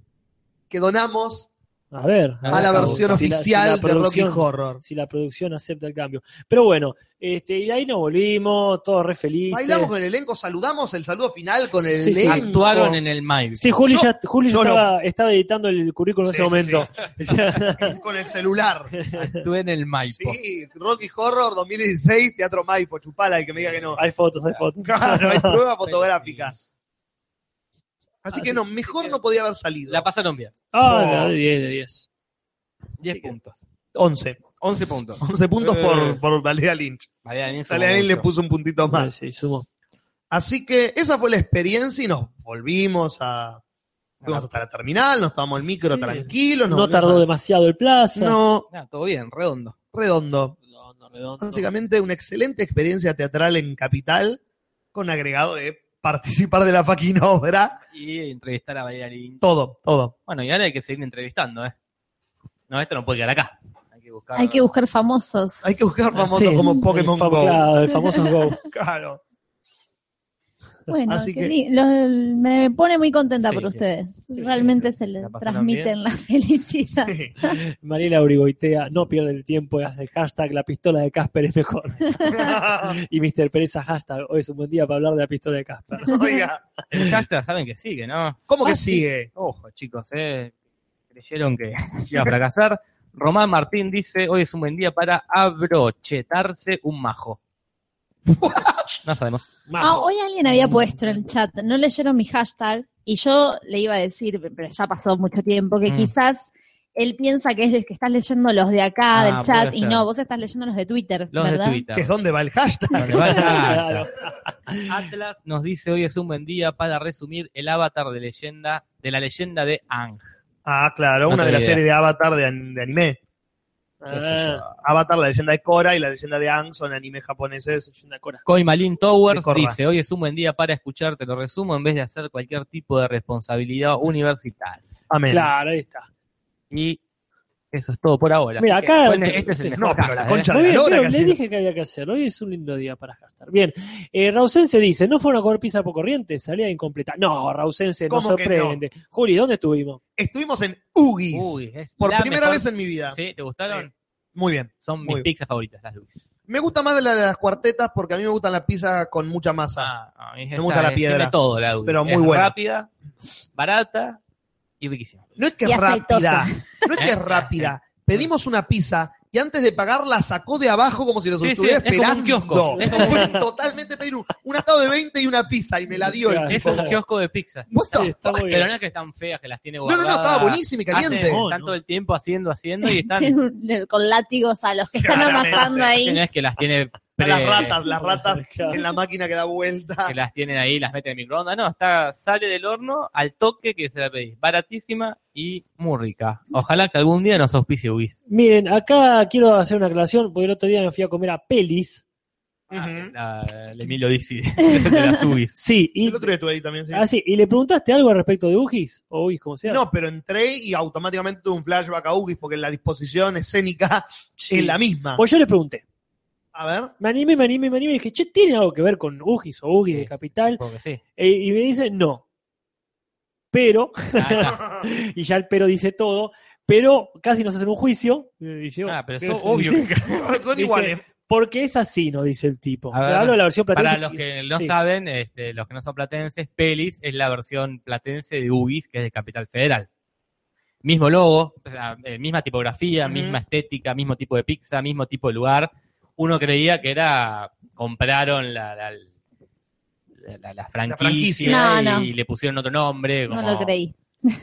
Speaker 1: que donamos
Speaker 2: A ver.
Speaker 4: A
Speaker 1: a la
Speaker 4: ver,
Speaker 1: versión
Speaker 2: si la- si
Speaker 1: oficial
Speaker 2: la
Speaker 1: de Rocky
Speaker 2: producción-
Speaker 1: Horror.
Speaker 2: Si la producción acepta el cambio. Pero bueno, este, y ahí nos volvimos, todos re felices.
Speaker 1: Bailamos con el elenco, saludamos el saludo final con el
Speaker 2: Sí, sí.
Speaker 1: elenco.
Speaker 4: Actuaron en el Mike.
Speaker 2: Sí, Juli
Speaker 1: Yo-
Speaker 2: ya, Juli ya
Speaker 1: yo no.
Speaker 2: estaba, estaba editando el currículum en
Speaker 1: Sí,
Speaker 2: ese
Speaker 1: sí,
Speaker 2: momento.
Speaker 1: Con el celular.
Speaker 4: Actué en el Maipo.
Speaker 1: Sí, Rocky Horror 2016, Teatro Maipo, chupala el que me diga que no.
Speaker 2: hay fotos, hay fotos.
Speaker 1: Claro, hay prueba fotográfica. Así que no, mejor no podía haber salido.
Speaker 4: La pasaron bien.
Speaker 2: Ah, de 10 de 10.
Speaker 4: 10
Speaker 2: Sí que-
Speaker 4: puntos.
Speaker 1: 11.
Speaker 4: 11 puntos.
Speaker 1: 11 puntos
Speaker 4: Eh.
Speaker 1: por, por Valeria Lynch.
Speaker 4: Vale, Daniel sumó
Speaker 1: Valeria Lynch le
Speaker 4: mucho.
Speaker 1: puso un puntito más.
Speaker 2: Ah, sí, sumo.
Speaker 1: Así que esa fue la experiencia y nos volvimos a... Fuimos hasta la terminal, nos tomamos el micro
Speaker 2: Sí.
Speaker 1: tranquilo. nos
Speaker 2: No
Speaker 1: volvimos
Speaker 2: tardó
Speaker 1: a-
Speaker 2: demasiado el plaza.
Speaker 1: No,
Speaker 4: Nah, todo bien, redondo.
Speaker 1: redondo.
Speaker 2: Redondo, redondo.
Speaker 1: Básicamente una excelente experiencia teatral en Capital, con agregado de participar de la fucking obra.
Speaker 4: Y entrevistar a Valeria Lynch.
Speaker 1: Todo, todo.
Speaker 4: Bueno, y ahora hay que seguir entrevistando, ¿eh? No, esto no puede quedar acá. Hay que buscar.
Speaker 3: Hay que buscar famosos.
Speaker 1: Hay que buscar famosos
Speaker 2: Ah, sí.
Speaker 1: como Pokémon
Speaker 2: el fam-
Speaker 1: Go.
Speaker 2: Claro, el famoso Go.
Speaker 1: Claro.
Speaker 3: Bueno,
Speaker 1: Así
Speaker 3: qué
Speaker 1: que-
Speaker 3: li- lo- me pone muy contenta
Speaker 4: Sí,
Speaker 3: por
Speaker 4: sí.
Speaker 3: ustedes.
Speaker 4: sí,
Speaker 3: Realmente
Speaker 4: sí.
Speaker 3: se les
Speaker 4: La pasaron
Speaker 3: transmiten
Speaker 4: bien.
Speaker 3: la felicidad.
Speaker 2: Mariela Urigoitea no pierde el tiempo y hace el hashtag la pistola de Casper es mejor. y Mr. Pereza hashtag hoy es un buen día para hablar de la pistola de Casper.
Speaker 1: Oiga,
Speaker 4: El Castro saben que sigue, ¿no?
Speaker 1: ¿cómo que
Speaker 4: Ah, sí.
Speaker 1: sigue?
Speaker 4: Ojo, chicos, ¿eh? Creyeron que iba a fracasar. Román Martín dice, hoy es un buen día para abrochetarse un majo. no sabemos.
Speaker 3: Ah,
Speaker 2: Majo.
Speaker 3: hoy alguien había puesto en el chat, no leyeron mi hashtag, y yo le iba a decir, pero ya pasó mucho tiempo, que
Speaker 4: Mm.
Speaker 3: quizás él piensa que es que estás leyendo los de acá,
Speaker 4: Ah,
Speaker 3: del chat,
Speaker 4: puede
Speaker 3: y
Speaker 4: ser.
Speaker 3: no, vos estás leyendo los de Twitter,
Speaker 4: Los
Speaker 3: ¿verdad?
Speaker 4: de
Speaker 1: Que es
Speaker 4: Twitter.
Speaker 1: donde va el hashtag.
Speaker 4: Donde va el
Speaker 2: Claro.
Speaker 4: hashtag. Atlas nos dice, hoy es un buen día para resumir el avatar de leyenda, de la leyenda de Ang.
Speaker 1: Ah, claro,
Speaker 4: No
Speaker 1: una de
Speaker 4: tenía
Speaker 1: las
Speaker 4: idea.
Speaker 1: series de Avatar de, an- de anime.
Speaker 2: Ah,
Speaker 1: Avatar, la leyenda de Korra y la leyenda de Aang son anime japoneses.
Speaker 2: leyenda Cora.
Speaker 4: Coimalin
Speaker 1: De
Speaker 4: Towers
Speaker 1: Corra.
Speaker 4: dice, hoy es un buen día para escucharte, lo resumo, en vez de hacer cualquier tipo de responsabilidad universitaria.
Speaker 1: Amén.
Speaker 2: Claro, ahí está.
Speaker 4: Y eso es todo por ahora.
Speaker 2: Mira,
Speaker 4: Así
Speaker 2: acá-
Speaker 4: bueno, este es el
Speaker 2: sí.
Speaker 4: mejor
Speaker 1: No, pero la
Speaker 4: hashtag,
Speaker 1: concha
Speaker 2: Muy
Speaker 1: de
Speaker 2: bien,
Speaker 1: la lora
Speaker 2: pero
Speaker 1: que
Speaker 2: le
Speaker 1: hacía.
Speaker 2: dije que había que hacerlo. Hoy es un lindo día para gastar. Bien, eh, Rausense dice, no fue una corpiza por corriente, salía incompleta. No, Rausense, no
Speaker 1: ¿Cómo que no?
Speaker 2: sorprende. Juli, ¿dónde estuvimos?
Speaker 1: Estuvimos en Ugis.
Speaker 4: ¿eh? Uy, es
Speaker 1: por
Speaker 4: la
Speaker 1: primera
Speaker 4: mejor-
Speaker 1: vez en mi vida.
Speaker 4: ¿Sí? ¿Te gustaron?
Speaker 1: Muy bien.
Speaker 4: Son mis
Speaker 1: Muy bien.
Speaker 4: pizzas favoritas, las de Luis.
Speaker 1: Me gusta más de, la de las cuartetas porque a mí me gustan las pizzas con mucha masa.
Speaker 4: Ah, a mí esta
Speaker 1: me gusta la
Speaker 4: es-
Speaker 1: piedra,
Speaker 4: tiene todo, la Luis.
Speaker 1: pero muy
Speaker 4: es
Speaker 1: buena.
Speaker 4: rápida, barata y riquísima.
Speaker 1: No es que
Speaker 3: Y
Speaker 1: es rápida.
Speaker 3: aceitosa.
Speaker 1: No es que es rápida. Pedimos una pizza y antes de pagar la sacó de abajo como si nos
Speaker 4: Sí, sí,
Speaker 1: estuviera
Speaker 4: es como un
Speaker 1: esperando.
Speaker 4: kiosco. Es como
Speaker 1: Fue totalmente pedir un, un atado de 20 y una pizza y me la dio el
Speaker 2: Claro.
Speaker 4: Es
Speaker 1: tipo.
Speaker 4: un kiosco de pizzas.
Speaker 1: What the
Speaker 2: Sí, está muy
Speaker 4: Pero
Speaker 2: bien.
Speaker 4: no es que están feas que las tiene
Speaker 1: No, no,
Speaker 4: guardadas.
Speaker 1: no, estaba buenísimo y caliente.
Speaker 4: Hacen,
Speaker 2: Oh,
Speaker 4: están
Speaker 2: no.
Speaker 4: todo el tiempo haciendo, haciendo y están...
Speaker 3: Con látigos a los que están
Speaker 1: Claramente.
Speaker 3: amasando
Speaker 4: Sí,
Speaker 3: ahí.
Speaker 4: no es que las tiene
Speaker 1: A
Speaker 4: pre-
Speaker 1: las ratas, las ratas
Speaker 2: Claro.
Speaker 1: en la máquina que da vuelta.
Speaker 4: que las tienen ahí, las meten en microondas. No, está, sale del horno al toque que se la pedís. Baratísima y muy rica. Ojalá que algún día nos auspicie Ubis.
Speaker 2: Miren, acá quiero hacer una aclaración, porque el otro día me fui a comer a Pelis.
Speaker 1: Ujú.
Speaker 4: Ah, la- el Emilio Dizzi de, de las Ubis.
Speaker 2: Sí, y,
Speaker 1: El otro día estuve ahí también, sí.
Speaker 2: ah, sí, ¿y le preguntaste algo al respecto de Ugis? O Ugis, como sea.
Speaker 1: No, pero entré y automáticamente tuve un flashback a Ugis porque la disposición escénica
Speaker 2: Sí.
Speaker 1: es la
Speaker 4: Ah.
Speaker 1: misma.
Speaker 2: Pues yo le pregunté.
Speaker 1: A ver,
Speaker 2: Me animé, me animé, me animé. Y dije, che, ¿tiene algo que ver con Ugis o Ugis de Capital?
Speaker 4: Porque sí.
Speaker 2: E- y me dice, no. Pero,
Speaker 4: Ah, está.
Speaker 2: y ya el pero dice todo, pero casi nos hacen un juicio. eh, Y yo,
Speaker 4: Ah, pero
Speaker 2: pero
Speaker 4: eso
Speaker 2: sí,
Speaker 4: obvio.
Speaker 2: sí.
Speaker 4: que-
Speaker 1: son
Speaker 2: Dice,
Speaker 1: iguales.
Speaker 2: Porque es así, no dice el tipo.
Speaker 4: A ver,
Speaker 2: Hablo de la versión
Speaker 4: Para
Speaker 2: platense.
Speaker 4: los que no
Speaker 2: Sí.
Speaker 4: saben, este, los que no son platenses, Pelis es la versión platense de Ubis, que es de Capital Federal. Mismo logo, o sea, eh, misma tipografía,
Speaker 1: Ujú.
Speaker 4: misma estética, mismo tipo de pizza, mismo tipo de lugar. Uno creía que era, compraron la, la, la- la- la franquicia,
Speaker 3: franquicia. No,
Speaker 4: y, le pusieron otro nombre.
Speaker 3: No
Speaker 4: como-
Speaker 3: lo creí.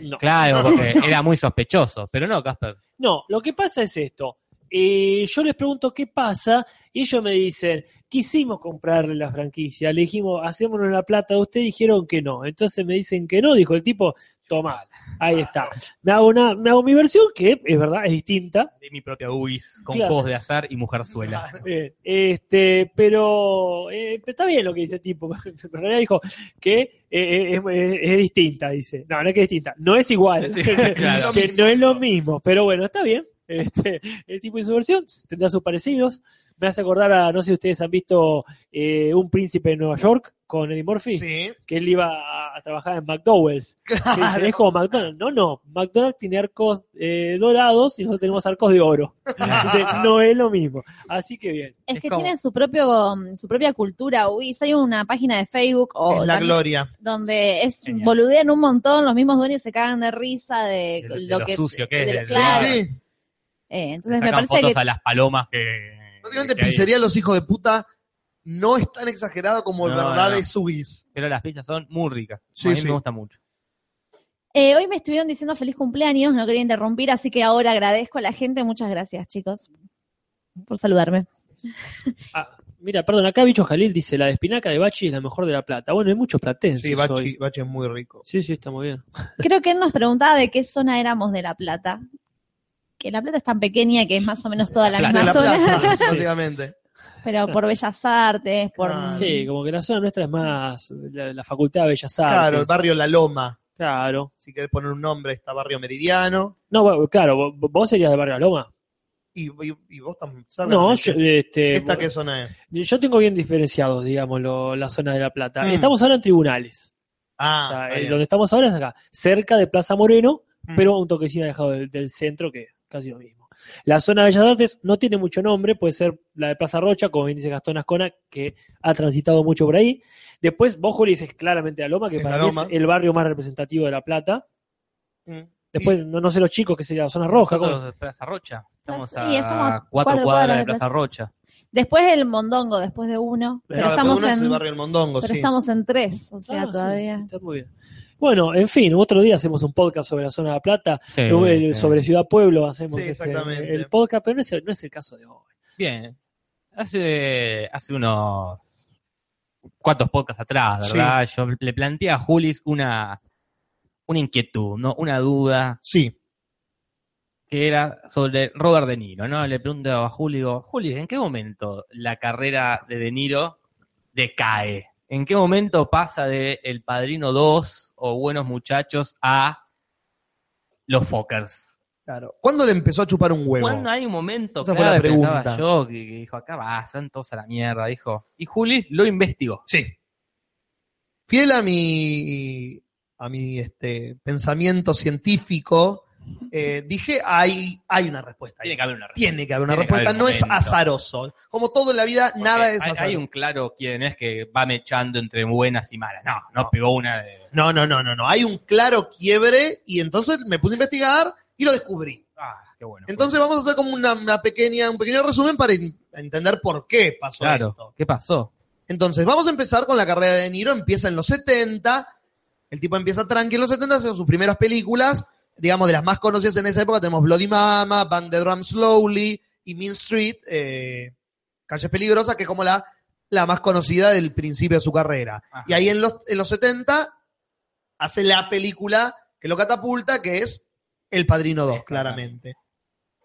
Speaker 2: No.
Speaker 4: Claro, porque era muy sospechoso. Pero no, Casper.
Speaker 2: No, lo que pasa es esto. Eh, yo les pregunto qué pasa y ellos me dicen, quisimos comprarle la franquicia, le dijimos, hacémonos la plata de usted, dijeron que no. Entonces me dicen que no, dijo el tipo, toma, ahí está. Me hago, una, me hago mi versión que es verdad, es distinta,
Speaker 4: De mi propia Ubis, con
Speaker 2: Claro.
Speaker 4: juegos de azar y mujerzuela.
Speaker 2: Bien, este, pero eh, está bien lo que dice el tipo. En realidad dijo que eh, eh, es, es- es distinta, dice. No, no es que es distinta, no es igual.
Speaker 4: Sí, claro.
Speaker 2: que no es lo mismo, pero bueno, está bien. Este, el tipo y su versión tendrá sus parecidos. Me hace acordar a, no sé si ustedes han visto eh, Un Príncipe de Nueva York con Eddie Murphy,
Speaker 1: Sí.
Speaker 2: que él iba a, a trabajar en McDowell's. Que dice, es como McDonald's. No, no, McDonald's tiene arcos eh, dorados y nosotros tenemos arcos de oro. Dice, no es lo mismo. Así que bien.
Speaker 3: Es,
Speaker 4: Es
Speaker 3: que
Speaker 4: como-
Speaker 3: tiene su propio su propia cultura, Ubis. Hay una página de Facebook o
Speaker 1: es la
Speaker 3: también-
Speaker 1: gloria.
Speaker 3: donde es
Speaker 4: Genial.
Speaker 3: boludean un montón, los mismos dueños se cagan de risa de,
Speaker 4: De lo- de
Speaker 3: lo
Speaker 4: lo
Speaker 3: que
Speaker 4: sucio que es,
Speaker 3: de lo-
Speaker 4: de-
Speaker 3: claro.
Speaker 1: Sí, sí.
Speaker 3: Eh, entonces me
Speaker 4: Sacan
Speaker 3: parece
Speaker 4: fotos
Speaker 3: que
Speaker 4: a las palomas que...
Speaker 1: Prácticamente
Speaker 4: que hay.
Speaker 1: pizzería los hijos de puta no es tan exagerado como
Speaker 4: No,
Speaker 1: verdad
Speaker 4: no.
Speaker 1: es Ugis.
Speaker 4: pero las pizzas son muy ricas.
Speaker 1: Sí,
Speaker 4: a mí
Speaker 1: sí.
Speaker 4: me gusta mucho.
Speaker 3: eh, hoy me estuvieron diciendo feliz cumpleaños, no quería interrumpir, así que ahora agradezco a la gente, muchas gracias chicos por saludarme.
Speaker 2: Ah, mira, perdón, acá Bicho Jalil dice, la de espinaca de Bachi es la mejor de la plata. Bueno, hay muchos platenses
Speaker 1: Sí,
Speaker 2: hoy.
Speaker 1: Bachi, Bachi es muy rico.
Speaker 2: Sí, sí, está muy bien.
Speaker 3: Creo que él nos preguntaba de qué zona éramos de La Plata. Que La Plata es tan pequeña que es más o menos toda la
Speaker 4: Plata.
Speaker 1: De la
Speaker 3: misma zona,
Speaker 1: plaza,
Speaker 2: Sí.
Speaker 1: prácticamente.
Speaker 3: pero por Bellas Artes, por... mm.
Speaker 1: Ah.
Speaker 2: Sí, como que la zona nuestra es más la, la Facultad de Bellas Artes.
Speaker 1: Claro, el barrio La Loma. Ah,
Speaker 2: Claro.
Speaker 1: Si querés poner un nombre, está barrio Meridiano.
Speaker 2: No, bueno, claro, vos, vos serías de Barrio La Loma.
Speaker 1: Y, y- y vos tan cerca.
Speaker 2: No,
Speaker 1: tenés
Speaker 2: yo,
Speaker 1: que-
Speaker 2: este,
Speaker 1: ¿Esta qué zona es?
Speaker 2: yo tengo bien diferenciados, digamos, lo- la zona de La Plata.
Speaker 1: Mm.
Speaker 2: Estamos ahora en tribunales.
Speaker 1: Ah,
Speaker 2: O sea,
Speaker 1: está
Speaker 2: eh,
Speaker 1: bien.
Speaker 2: donde estamos ahora es acá, cerca de Plaza Moreno,
Speaker 1: Mm.
Speaker 2: pero un toquecín alejado del, del centro, que es casi lo mismo. La zona de Bellas Artes no tiene mucho nombre, puede ser la de Plaza Rocha, como bien dice Gastón Ascona, que ha transitado mucho por ahí. Después, vos, Juli, dices claramente La Loma, que
Speaker 1: Es
Speaker 2: para
Speaker 1: La
Speaker 2: mí es
Speaker 1: Loma.
Speaker 2: el barrio más representativo de La Plata.
Speaker 1: Mm.
Speaker 2: Después, no, no sé los chicos, que sería la zona roja. ¿cómo?
Speaker 4: Nosotros de Plaza Rocha. Estamos
Speaker 3: Plaza- sí,
Speaker 4: a
Speaker 3: estamos a
Speaker 4: cuatro, cuadras, de
Speaker 3: Plaza-
Speaker 4: Plaza Rocha.
Speaker 3: Después el Mondongo, después de uno. Pero,
Speaker 1: Claro,
Speaker 3: estamos,
Speaker 1: uno es el
Speaker 3: en,
Speaker 1: barrio del Mondongo,
Speaker 3: pero
Speaker 1: sí.
Speaker 3: estamos en tres, o sea,
Speaker 2: Ah, sí,
Speaker 3: todavía.
Speaker 2: está muy bien. Bueno, en fin, otro día hacemos un podcast sobre la zona de la Plata,
Speaker 4: Sí,
Speaker 2: sobre-
Speaker 4: sí.
Speaker 2: sobre Ciudad Pueblo hacemos
Speaker 1: Sí,
Speaker 2: este,
Speaker 1: exactamente.
Speaker 2: el podcast, pero no es, el- no es el caso de hoy.
Speaker 4: Bien. Hace, hace unos cuantos podcasts atrás,
Speaker 1: Sí.
Speaker 4: ¿verdad? Yo le planteé a Julis una, una inquietud, ¿no? Una duda
Speaker 1: Sí.
Speaker 4: que era sobre Robert De Niro, ¿no? Le pregunto a Juli, digo, Juli, ¿en qué momento la carrera de De Niro decae? ¿En qué momento pasa de El Padrino 2 o Buenos Muchachos a Los Fockers?
Speaker 1: Claro. ¿Cuándo le empezó a chupar un huevo?
Speaker 4: ¿Cuándo hay un momento
Speaker 1: Esa fue la
Speaker 4: clave, pensaba
Speaker 1: pregunta.
Speaker 4: yo, que, que dijo, acá va, son todos a la mierda, dijo. Y Juli lo investigó.
Speaker 1: Sí. Fiel a mi, a mi este, pensamiento científico, eh, dije, hay, hay una respuesta. ahí.
Speaker 4: Tiene que haber una respuesta.
Speaker 1: Tiene que haber una
Speaker 4: Tiene que
Speaker 1: respuesta,
Speaker 4: haber un
Speaker 1: no es
Speaker 4: momento.
Speaker 1: azaroso. Como todo en la vida,
Speaker 4: Porque
Speaker 1: nada es
Speaker 4: hay,
Speaker 1: azaroso.
Speaker 4: hay un claro quién es que va mechando entre buenas y malas. No, no, pegó una de...
Speaker 1: No, no, no, no, no. Hay un claro quiebre y entonces me puse a investigar y lo descubrí.
Speaker 4: Ah, qué bueno.
Speaker 1: Entonces vamos a hacer como una, una pequeña, un pequeño resumen para in- entender por qué pasó
Speaker 4: claro,
Speaker 1: esto.
Speaker 4: ¿qué pasó?
Speaker 1: Entonces, vamos a empezar con la carrera de De Niro. Empieza en los 70. El tipo empieza tranqui en los 70, hace sus primeras películas. Digamos, de las más conocidas en esa época, tenemos Bloody Mama, Bang the Drum Slowly y Mean Street, eh, Calles Peligrosas, que es como la, la más conocida del principio de su carrera.
Speaker 4: Ajá.
Speaker 1: Y ahí en los, en los 70 hace la película que lo catapulta, que es El Padrino 2, claramente.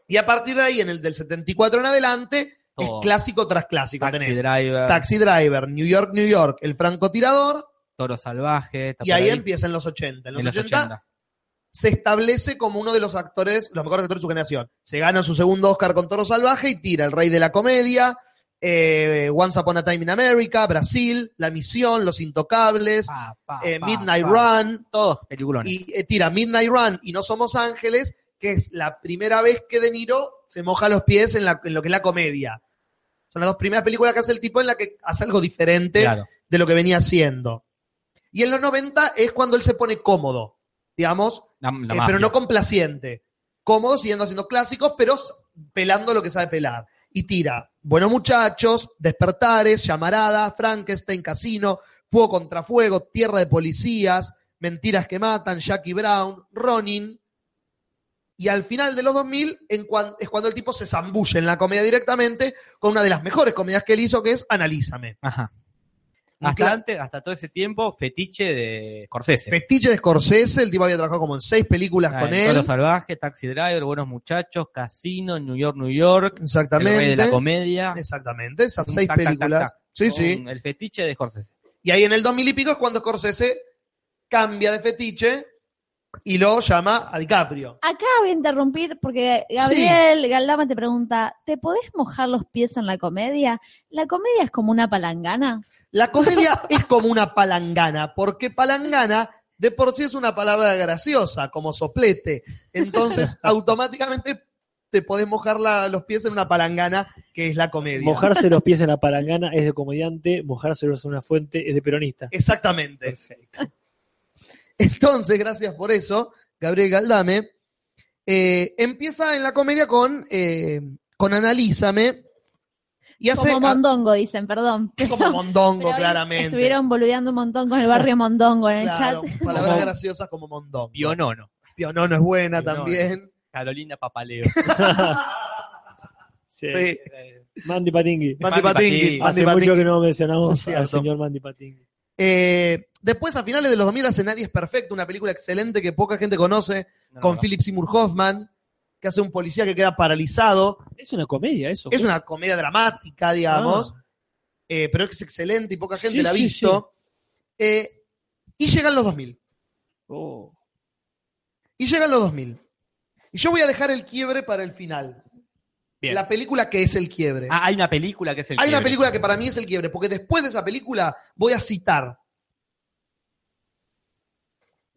Speaker 1: Y a partir de ahí, en el del 74 en adelante,
Speaker 4: Todo.
Speaker 1: es clásico tras clásico.
Speaker 4: Taxi
Speaker 1: Tenés
Speaker 4: Driver,
Speaker 1: Taxi Driver, New York, New York, El Francotirador,
Speaker 4: Toro Salvaje. está
Speaker 1: y
Speaker 4: por
Speaker 1: ahí empieza en los 80. En los, 80,
Speaker 4: 80.
Speaker 1: se establece como uno de los actores, los mejores actores de su generación. Se gana su segundo Oscar con Toro Salvaje y tira El Rey de la Comedia, eh, Once Upon a Time in America, Brasil, La Misión, Los Intocables,
Speaker 4: Pa, pa,
Speaker 1: eh,
Speaker 4: pa,
Speaker 1: Midnight
Speaker 4: pa.
Speaker 1: Run,
Speaker 4: Todos peliculones.
Speaker 1: y eh, tira Midnight Run y No Somos Ángeles, que es la primera vez que De Niro se moja los pies en, la- en lo que es la comedia. Son las dos primeras películas que hace el tipo en la que hace algo diferente
Speaker 4: claro.
Speaker 1: de lo que venía haciendo. Y en los 90 es cuando él se pone cómodo, digamos,
Speaker 4: La- la
Speaker 1: eh,
Speaker 4: mafia.
Speaker 1: pero no complaciente. Cómodo siguiendo haciendo clásicos, pero s- pelando lo que sabe pelar. Y tira Buenos Muchachos, Despertares, Llamarada, Frankenstein, Casino, Fuego contra Fuego, Tierra de Policías, Mentiras que Matan, Jackie Brown, Ronin. Y al final de los 2000 en cuan- es cuando el tipo se zambulle en la comedia directamente con una de las mejores comedias que él hizo, que es Analízame.
Speaker 4: Ajá.
Speaker 1: Un
Speaker 4: Hasta
Speaker 1: cla-
Speaker 4: antes, hasta todo ese tiempo, fetiche de Scorsese.
Speaker 1: Fetiche de Scorsese, el tipo había trabajado como en seis películas
Speaker 4: Ah,
Speaker 1: con
Speaker 4: el Toro
Speaker 1: él.
Speaker 4: Salvaje, Taxi Driver, Buenos Muchachos, Casino, New York, New York, El Rey de
Speaker 1: Exactamente.
Speaker 4: la Comedia.
Speaker 1: Exactamente, esas
Speaker 4: Un
Speaker 1: seis
Speaker 4: tac, tac,
Speaker 1: películas.
Speaker 4: tac, tac,
Speaker 1: Sí,
Speaker 4: con
Speaker 1: sí.
Speaker 4: El fetiche de Scorsese.
Speaker 1: Y ahí en el 2000 y pico es cuando Scorsese cambia de fetiche y lo llama a DiCaprio.
Speaker 3: Acá voy a interrumpir porque Gabriel Galdama te pregunta, ¿te podés mojar los pies en la comedia? ¿La comedia es como una palangana?
Speaker 1: La comedia es como una palangana, porque palangana de por sí es una palabra graciosa, como soplete. Entonces, automáticamente te podés mojar la- los pies en una palangana, que es la comedia.
Speaker 2: Mojarse los pies en la palangana es de comediante, mojárselos en una fuente es de peronista.
Speaker 1: Exactamente.
Speaker 2: Perfecto.
Speaker 1: Entonces, gracias por eso, Gabriel Galdame. Eh, empieza en la comedia con, eh, con Analízame. Y hace.
Speaker 3: Como
Speaker 1: ah,
Speaker 3: mondongo, dicen, perdón.
Speaker 1: es como mondongo,
Speaker 3: Pero hoy
Speaker 1: claramente.
Speaker 3: Estuvieron boludeando un montón con el barrio mondongo en el
Speaker 1: Claro,
Speaker 3: chat.
Speaker 1: palabras
Speaker 2: Como-
Speaker 1: graciosas como mondongo.
Speaker 4: Pionono.
Speaker 1: Pionono es buena
Speaker 4: Pionono.
Speaker 1: también.
Speaker 4: Carolina Papaleo.
Speaker 2: Sí.
Speaker 1: Sí.
Speaker 2: Mandy Patingui.
Speaker 1: Mandy
Speaker 4: Mandy
Speaker 1: Patinkin,
Speaker 4: Patinkin.
Speaker 1: Mandy
Speaker 2: Hace mucho
Speaker 1: Patinkin.
Speaker 2: que no mencionamos
Speaker 1: Eso es
Speaker 2: al
Speaker 1: cierto.
Speaker 2: señor Mandy Patingui.
Speaker 1: Eh, después, a finales de los 2000, hace Nadie es Perfecto, una película excelente que poca gente conoce,
Speaker 4: No,
Speaker 1: con
Speaker 4: no.
Speaker 1: Philip Seymour Hoffman, que hace un policía que queda paralizado.
Speaker 2: Es una comedia eso.
Speaker 1: Es una comedia dramática, digamos.
Speaker 2: Ah.
Speaker 1: eh, pero es excelente y poca gente
Speaker 2: Sí,
Speaker 1: la ha
Speaker 2: sí,
Speaker 1: visto. Eh, y llegan los 2000.
Speaker 2: Oh.
Speaker 1: Y llegan los 2000. Y yo voy a dejar el quiebre para el final.
Speaker 4: Bien.
Speaker 1: La película que es el quiebre.
Speaker 4: Ah, hay una película que es el
Speaker 1: Hay una
Speaker 4: quiebre.
Speaker 1: película que para mí es el quiebre, porque después de esa película voy a citar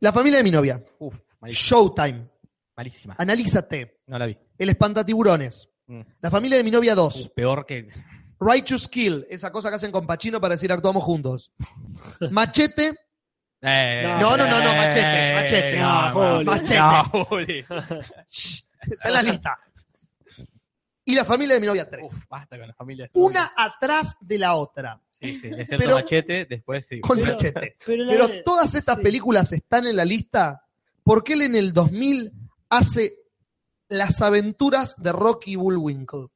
Speaker 1: La familia de mi novia,
Speaker 4: Uf, malísima.
Speaker 1: Showtime,
Speaker 4: malísima.
Speaker 1: Analízate,
Speaker 4: No la vi.
Speaker 1: El espantatiburones,
Speaker 4: Mm.
Speaker 1: La familia de mi novia 2,
Speaker 4: Uf, peor que.
Speaker 1: Righteous Kill, esa cosa que hacen con Pachino para decir actuamos juntos, Machete,
Speaker 4: Eh,
Speaker 1: No, no, no, no, machete, machete.
Speaker 2: No, Juli.
Speaker 1: Eh, Machete.
Speaker 4: No, Juli.
Speaker 1: Está en la lista. Y la familia de mi novia, tres.
Speaker 4: Uf, basta con la familia.
Speaker 1: Una atrás de la otra.
Speaker 4: Sí, sí, excepto
Speaker 1: Pero-
Speaker 4: machete, después sí.
Speaker 1: Con
Speaker 2: Pero-
Speaker 1: machete.
Speaker 2: Pero, la-
Speaker 1: Pero todas estas
Speaker 2: sí.
Speaker 1: películas están en la lista porque él en el 2000 hace Las aventuras de Rocky Bullwinkle.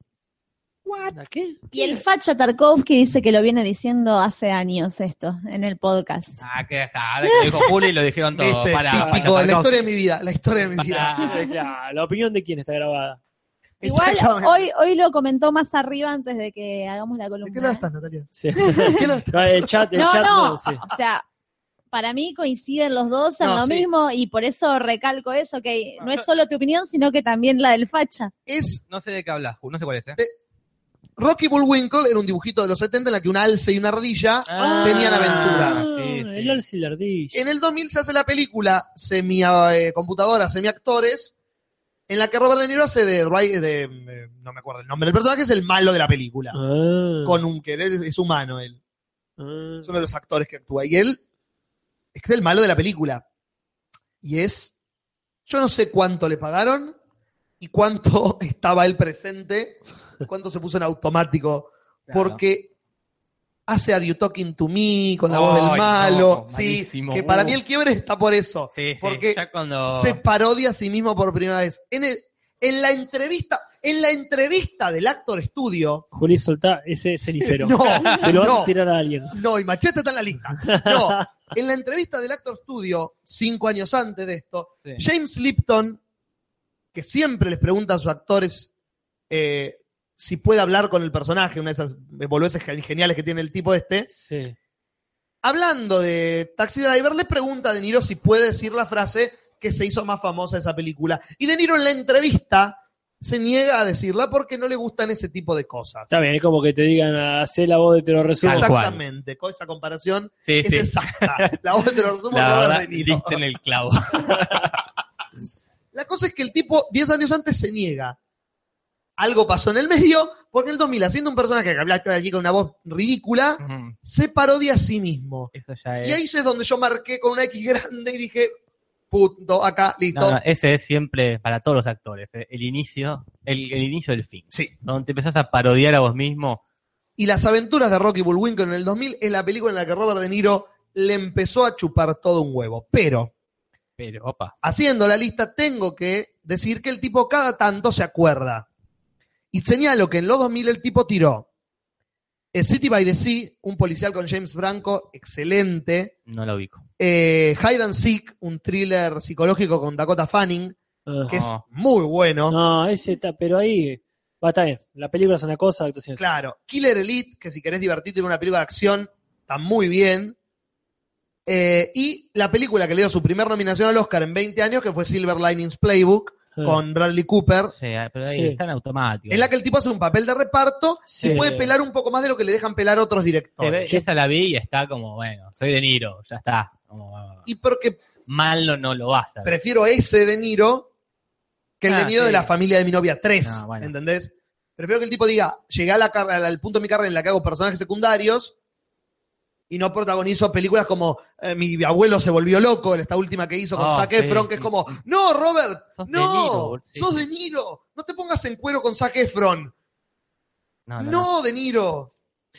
Speaker 2: ¿La qué?
Speaker 3: Y el Facha Tarkovsky dice que lo viene diciendo hace años esto, en el podcast.
Speaker 4: Ah, que ahora que dijo Juli y lo dijeron todo.
Speaker 1: Este,
Speaker 4: Para,
Speaker 1: típico de la historia de mi vida, la historia de mi vida.
Speaker 2: Eh, claro, la opinión de quién está grabada.
Speaker 3: Igual
Speaker 1: Exactamente.
Speaker 3: hoy, hoy lo comentó más arriba antes de que hagamos la
Speaker 1: ¿De
Speaker 3: columna.
Speaker 1: qué lado
Speaker 3: ¿eh?
Speaker 1: estás, Natalia?
Speaker 2: Sí.
Speaker 1: ¿De qué lado estás?
Speaker 2: No, el chat, el
Speaker 3: No,
Speaker 2: Ah, chat
Speaker 3: no,
Speaker 2: no, sí.
Speaker 3: o sea, para mí coinciden los dos en
Speaker 1: No,
Speaker 3: lo
Speaker 1: sí.
Speaker 3: mismo y por eso recalco eso, que no es solo tu opinión, sino que también la del facha.
Speaker 1: Es
Speaker 4: No sé de qué hablas, Juli, no sé cuál es, ¿eh?
Speaker 1: Rocky Bullwinkle era un dibujito de los 70 en la que una alce y una ardilla
Speaker 4: Ah.
Speaker 1: tenían aventuras.
Speaker 4: sí, sí.
Speaker 2: Ah, El alce y la ardilla.
Speaker 1: En el 2000 se hace la película semi eh, computadora, semi actores, en la que Robert De Niro hace de, Ray- de, eh, no me acuerdo el nombre del personaje, es el malo de la película.
Speaker 2: Ah,
Speaker 1: Con un querer, es humano él.
Speaker 2: ah.
Speaker 1: es uno de los actores que actúa. Y él es el malo de la película. Y es. Yo no sé cuánto le pagaron y cuánto estaba él presente, cuánto se puso en automático.
Speaker 4: Claro.
Speaker 1: Porque hace Are You Talking to Me con la voz
Speaker 4: Ay,
Speaker 1: del malo.
Speaker 4: no,
Speaker 1: sí,
Speaker 4: malísimo.
Speaker 1: que para
Speaker 4: Uh.
Speaker 1: mí el quiebre está por eso.
Speaker 4: Sí, sí,
Speaker 1: porque
Speaker 4: ya cuando...
Speaker 1: se parodia a sí mismo por primera vez. En, el- en la entrevista. En la entrevista del Actor Studio.
Speaker 2: Juli, soltá ese cenicero.
Speaker 1: No,
Speaker 2: Se lo vas
Speaker 1: no.
Speaker 2: a tirar a alguien.
Speaker 1: No, y Machete está en la lista. No, en la entrevista del Actor Studio, cinco años antes de esto,
Speaker 4: Sí.
Speaker 1: James Lipton, que siempre les pregunta a sus actores eh, si puede hablar con el personaje, una de esas boludeces gen- geniales que tiene el tipo este,
Speaker 2: Sí.
Speaker 1: hablando de Taxi Driver, le pregunta a De Niro si puede decir la frase que se hizo más famosa de esa película. Y De Niro en la entrevista se niega a decirla porque no le gustan ese tipo de cosas.
Speaker 2: Está bien, es como que te digan, hacé la voz de te lo resumo.
Speaker 4: Tal cual.
Speaker 1: Exactamente, con esa comparación
Speaker 4: Sí,
Speaker 1: es
Speaker 4: sí.
Speaker 1: exacta. La voz de los resumos
Speaker 4: La
Speaker 1: Robert
Speaker 4: verdad,
Speaker 1: De Niro.
Speaker 4: diste en el clavo.
Speaker 1: La cosa es que el tipo 10 años antes se niega. Algo pasó en el medio, porque en el 2000, haciendo un personaje que hablaba aquí con una voz ridícula,
Speaker 4: Ujú.
Speaker 1: se parodia a sí mismo.
Speaker 4: Eso ya es...
Speaker 1: Y ahí es donde yo marqué con una X grande y dije, punto, acá, listo.
Speaker 4: No, eh. no, ese es siempre para todos los actores, eh, el inicio, el, el inicio del fin.
Speaker 1: Sí.
Speaker 4: Donde te empezás a parodiar a vos mismo.
Speaker 1: Y Las aventuras de Rocky Bullwinkle en el 2000 es la película en la que Robert De Niro le empezó a chupar todo un huevo. Pero,
Speaker 4: Pero, opa.
Speaker 1: haciendo la lista, tengo que decir que el tipo cada tanto se acuerda. Y señalo que en los 2000 el tipo tiró eh, City by the Sea, un policial con James Franco, excelente.
Speaker 4: No lo ubico.
Speaker 1: Eh, Hide and Seek, un thriller psicológico con Dakota Fanning,
Speaker 2: Ah.
Speaker 1: que
Speaker 4: No.
Speaker 1: es muy bueno.
Speaker 2: No, ese está, pero ahí va, está bien. La película es una cosa, la actuación es otra.
Speaker 1: Claro. Killer Elite, que si querés divertirte en una película de acción, está muy bien. Eh, y la película que le dio su primer nominación al Oscar en 20 años, que fue Silver Linings Playbook,
Speaker 2: Ah.
Speaker 1: con Bradley Cooper.
Speaker 4: Sí, ah, pero ahí
Speaker 2: Sí.
Speaker 4: está en automático.
Speaker 1: Es la que el tipo hace un papel de reparto
Speaker 2: Sí.
Speaker 1: y puede pelar un poco más de lo que le dejan pelar otros
Speaker 4: Te ve-
Speaker 1: directores.
Speaker 4: esa la vi y está como, bueno, soy De Niro, ya está. Como, ah,
Speaker 1: Y porque
Speaker 4: mal no, no lo vas a ver.
Speaker 1: prefiero ese De Niro que el
Speaker 4: Ah,
Speaker 1: De Niro
Speaker 4: sí.
Speaker 1: de la familia de mi novia 3,
Speaker 4: Ah, bueno.
Speaker 1: ¿entendés? Prefiero que el tipo diga, llegué a la car- al punto de mi carrera en la que hago personajes secundarios y no protagonizo películas como eh, Mi abuelo se volvió loco, esta última que hizo con
Speaker 4: Ah,
Speaker 1: Zac
Speaker 4: sí,
Speaker 1: Efron, que es
Speaker 4: sí,
Speaker 1: como, no, Robert,
Speaker 4: Sos De Niro,
Speaker 1: no,
Speaker 4: boludo". Sí,
Speaker 1: sos
Speaker 4: sí.
Speaker 1: De Niro, no te pongas en cuero con Zac Efron,
Speaker 4: No,
Speaker 1: no,
Speaker 4: Ah, no, no.
Speaker 1: De Niro,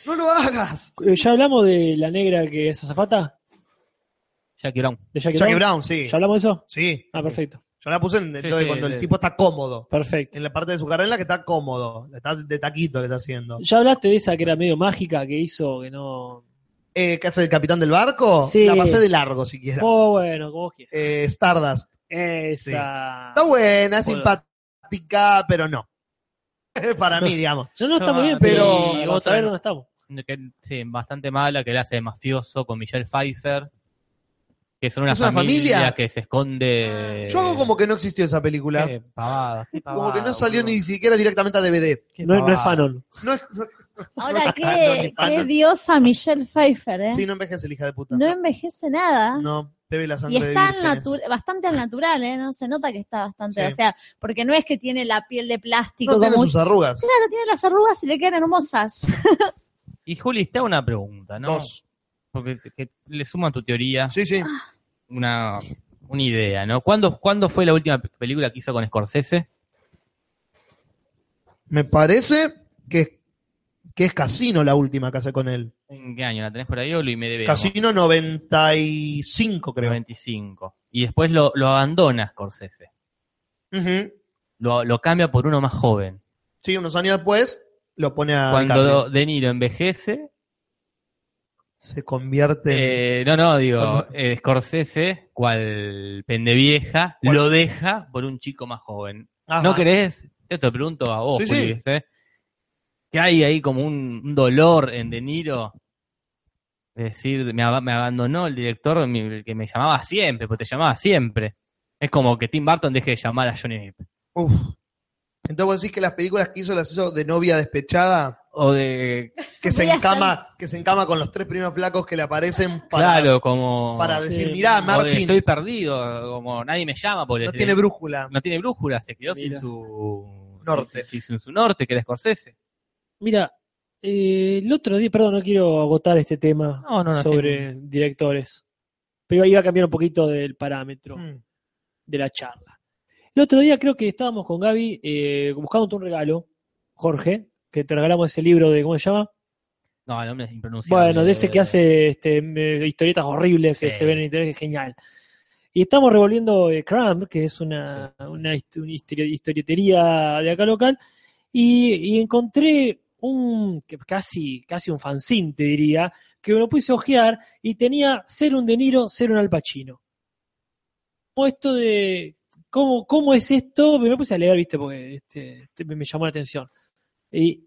Speaker 1: no lo hagas.
Speaker 2: Eh, ¿Ya hablamos de la negra que es azafata?
Speaker 4: Jackie Brown.
Speaker 2: ¿De Jackie,
Speaker 1: Jackie
Speaker 2: Brown?
Speaker 1: Brown, sí.
Speaker 2: ¿Ya hablamos de eso?
Speaker 1: Sí.
Speaker 2: Ah, perfecto.
Speaker 1: Yo la puse en entonces
Speaker 4: sí,
Speaker 1: cuando el
Speaker 4: de-
Speaker 1: tipo está cómodo.
Speaker 2: Perfecto.
Speaker 1: En la parte de su carrera en la que está cómodo. Está de taquito que está haciendo.
Speaker 2: ¿Ya hablaste de esa que era medio mágica que hizo que no.
Speaker 1: Eh, ¿Qué hace el capitán del barco?
Speaker 2: Sí.
Speaker 1: La pasé de largo siquiera.
Speaker 2: Oh, bueno, como vos quieras.
Speaker 1: Eh, Stardust.
Speaker 2: Esa.
Speaker 1: Está buena, es
Speaker 2: Bueno.
Speaker 1: simpática, pero no. Para mí, digamos.
Speaker 2: No, no, está muy bien,
Speaker 1: Pero-
Speaker 2: pero. Vamos a
Speaker 4: otra
Speaker 2: ver
Speaker 4: no.
Speaker 2: dónde estamos.
Speaker 4: que- sí, bastante mala, que la hace de mafioso con Michelle Pfeiffer. Que son una,
Speaker 1: ¿Es una familia? Ah,
Speaker 4: que se esconde.
Speaker 1: Yo hago como que no existió esa película.
Speaker 4: Qué pavada, qué
Speaker 1: Como que
Speaker 4: pavada,
Speaker 1: no salió
Speaker 4: boludo.
Speaker 1: ni siquiera directamente a DVD.
Speaker 4: Qué
Speaker 2: No, no es
Speaker 4: pavada.
Speaker 2: Fanon.
Speaker 1: No, es- no-
Speaker 3: Ahora,
Speaker 1: No,
Speaker 3: qué,
Speaker 1: no, ni
Speaker 3: qué
Speaker 1: tanto.
Speaker 3: diosa Michelle Pfeiffer, ¿eh?
Speaker 1: sí, no envejece el hija de puta.
Speaker 3: no envejece nada.
Speaker 1: No, bebe la
Speaker 3: Y
Speaker 1: sangre de
Speaker 3: está
Speaker 1: vírgenes.
Speaker 3: natu- bastante al natural, ¿eh? No se nota que está bastante,
Speaker 1: Sí.
Speaker 3: o sea, porque no es que tiene la piel de plástico
Speaker 1: No tiene
Speaker 3: como un-
Speaker 1: sus arrugas.
Speaker 3: Claro, tiene las arrugas y le quedan hermosas.
Speaker 4: Y Juli, te hago una pregunta, ¿no?
Speaker 1: Dos.
Speaker 4: porque que le suma a tu teoría
Speaker 1: Sí, sí.
Speaker 4: una, una idea, ¿no? ¿Cuándo, ¿Cuándo fue la última pe- película que hizo con Scorsese?
Speaker 1: Me parece que, que es Casino la última que hace con él.
Speaker 4: ¿En qué año? ¿La tenés por ahí o lo IMDb?
Speaker 1: Casino 95, creo.
Speaker 4: 95. Y después lo, lo abandona Scorsese.
Speaker 1: Ujú.
Speaker 4: Lo, lo cambia por uno más joven.
Speaker 1: Sí, unos años después lo pone a.
Speaker 4: Cuando
Speaker 1: DiCaprio.
Speaker 4: De Niro envejece,
Speaker 1: se convierte en.
Speaker 4: eh, no, no, digo,
Speaker 1: Cuando-
Speaker 4: eh, Scorsese, cual pendevieja,
Speaker 1: Cual-
Speaker 4: lo deja por un chico más joven.
Speaker 1: Ajá.
Speaker 4: ¿No crees? Yo te pregunto a vos,
Speaker 1: Sí,
Speaker 4: Juli,
Speaker 1: sí.
Speaker 4: ¿viste? que hay ahí como un, un dolor en De Niro. Es decir, me, ab- me abandonó el director mi- el que me llamaba siempre, porque te llamaba siempre. Es como que Tim Burton deje de llamar a Johnny Depp.
Speaker 1: Uf. Entonces vos decís que las películas que hizo las hizo de novia despechada,
Speaker 4: O de,
Speaker 1: que se
Speaker 3: Voy a estar-
Speaker 1: encama, que se encama con los tres primeros flacos que le aparecen para,
Speaker 4: claro, como...
Speaker 1: para
Speaker 2: Sí.
Speaker 1: decir, mirá,
Speaker 4: o de
Speaker 1: Martín,
Speaker 4: estoy perdido, como nadie me llama. Porque
Speaker 1: no
Speaker 4: le-
Speaker 1: tiene brújula.
Speaker 4: no tiene brújula, se quedó sin
Speaker 2: Mira.
Speaker 4: su...
Speaker 1: Norte.
Speaker 4: Sin, sin su norte, que era Scorsese.
Speaker 2: Mira, eh, el otro día, perdón, no quiero agotar este tema
Speaker 4: No, no, no,
Speaker 2: sobre directores, pero iba a cambiar un poquito del parámetro
Speaker 1: Mm.
Speaker 2: de la charla. El otro día creo que estábamos con Gaby eh, buscando un regalo, Jorge, que te regalamos ese libro de, ¿cómo se llama?
Speaker 4: No, el hombre es impronunciable.
Speaker 2: Bueno, de ese que hace este, me- historietas horribles que
Speaker 4: Sí.
Speaker 2: se ven en internet, que es genial. Y estamos revolviendo eh, Crumb, que es una, una hist- una histori- historietería de acá local, y, y encontré un que- casi, casi un fanzine, te diría, que lo puse a ojear y tenía ser un De Niro, ser un Al Pacino. Como esto de cómo, cómo es esto, me puse a leer, viste, porque este, te- me me llamó la atención. Y,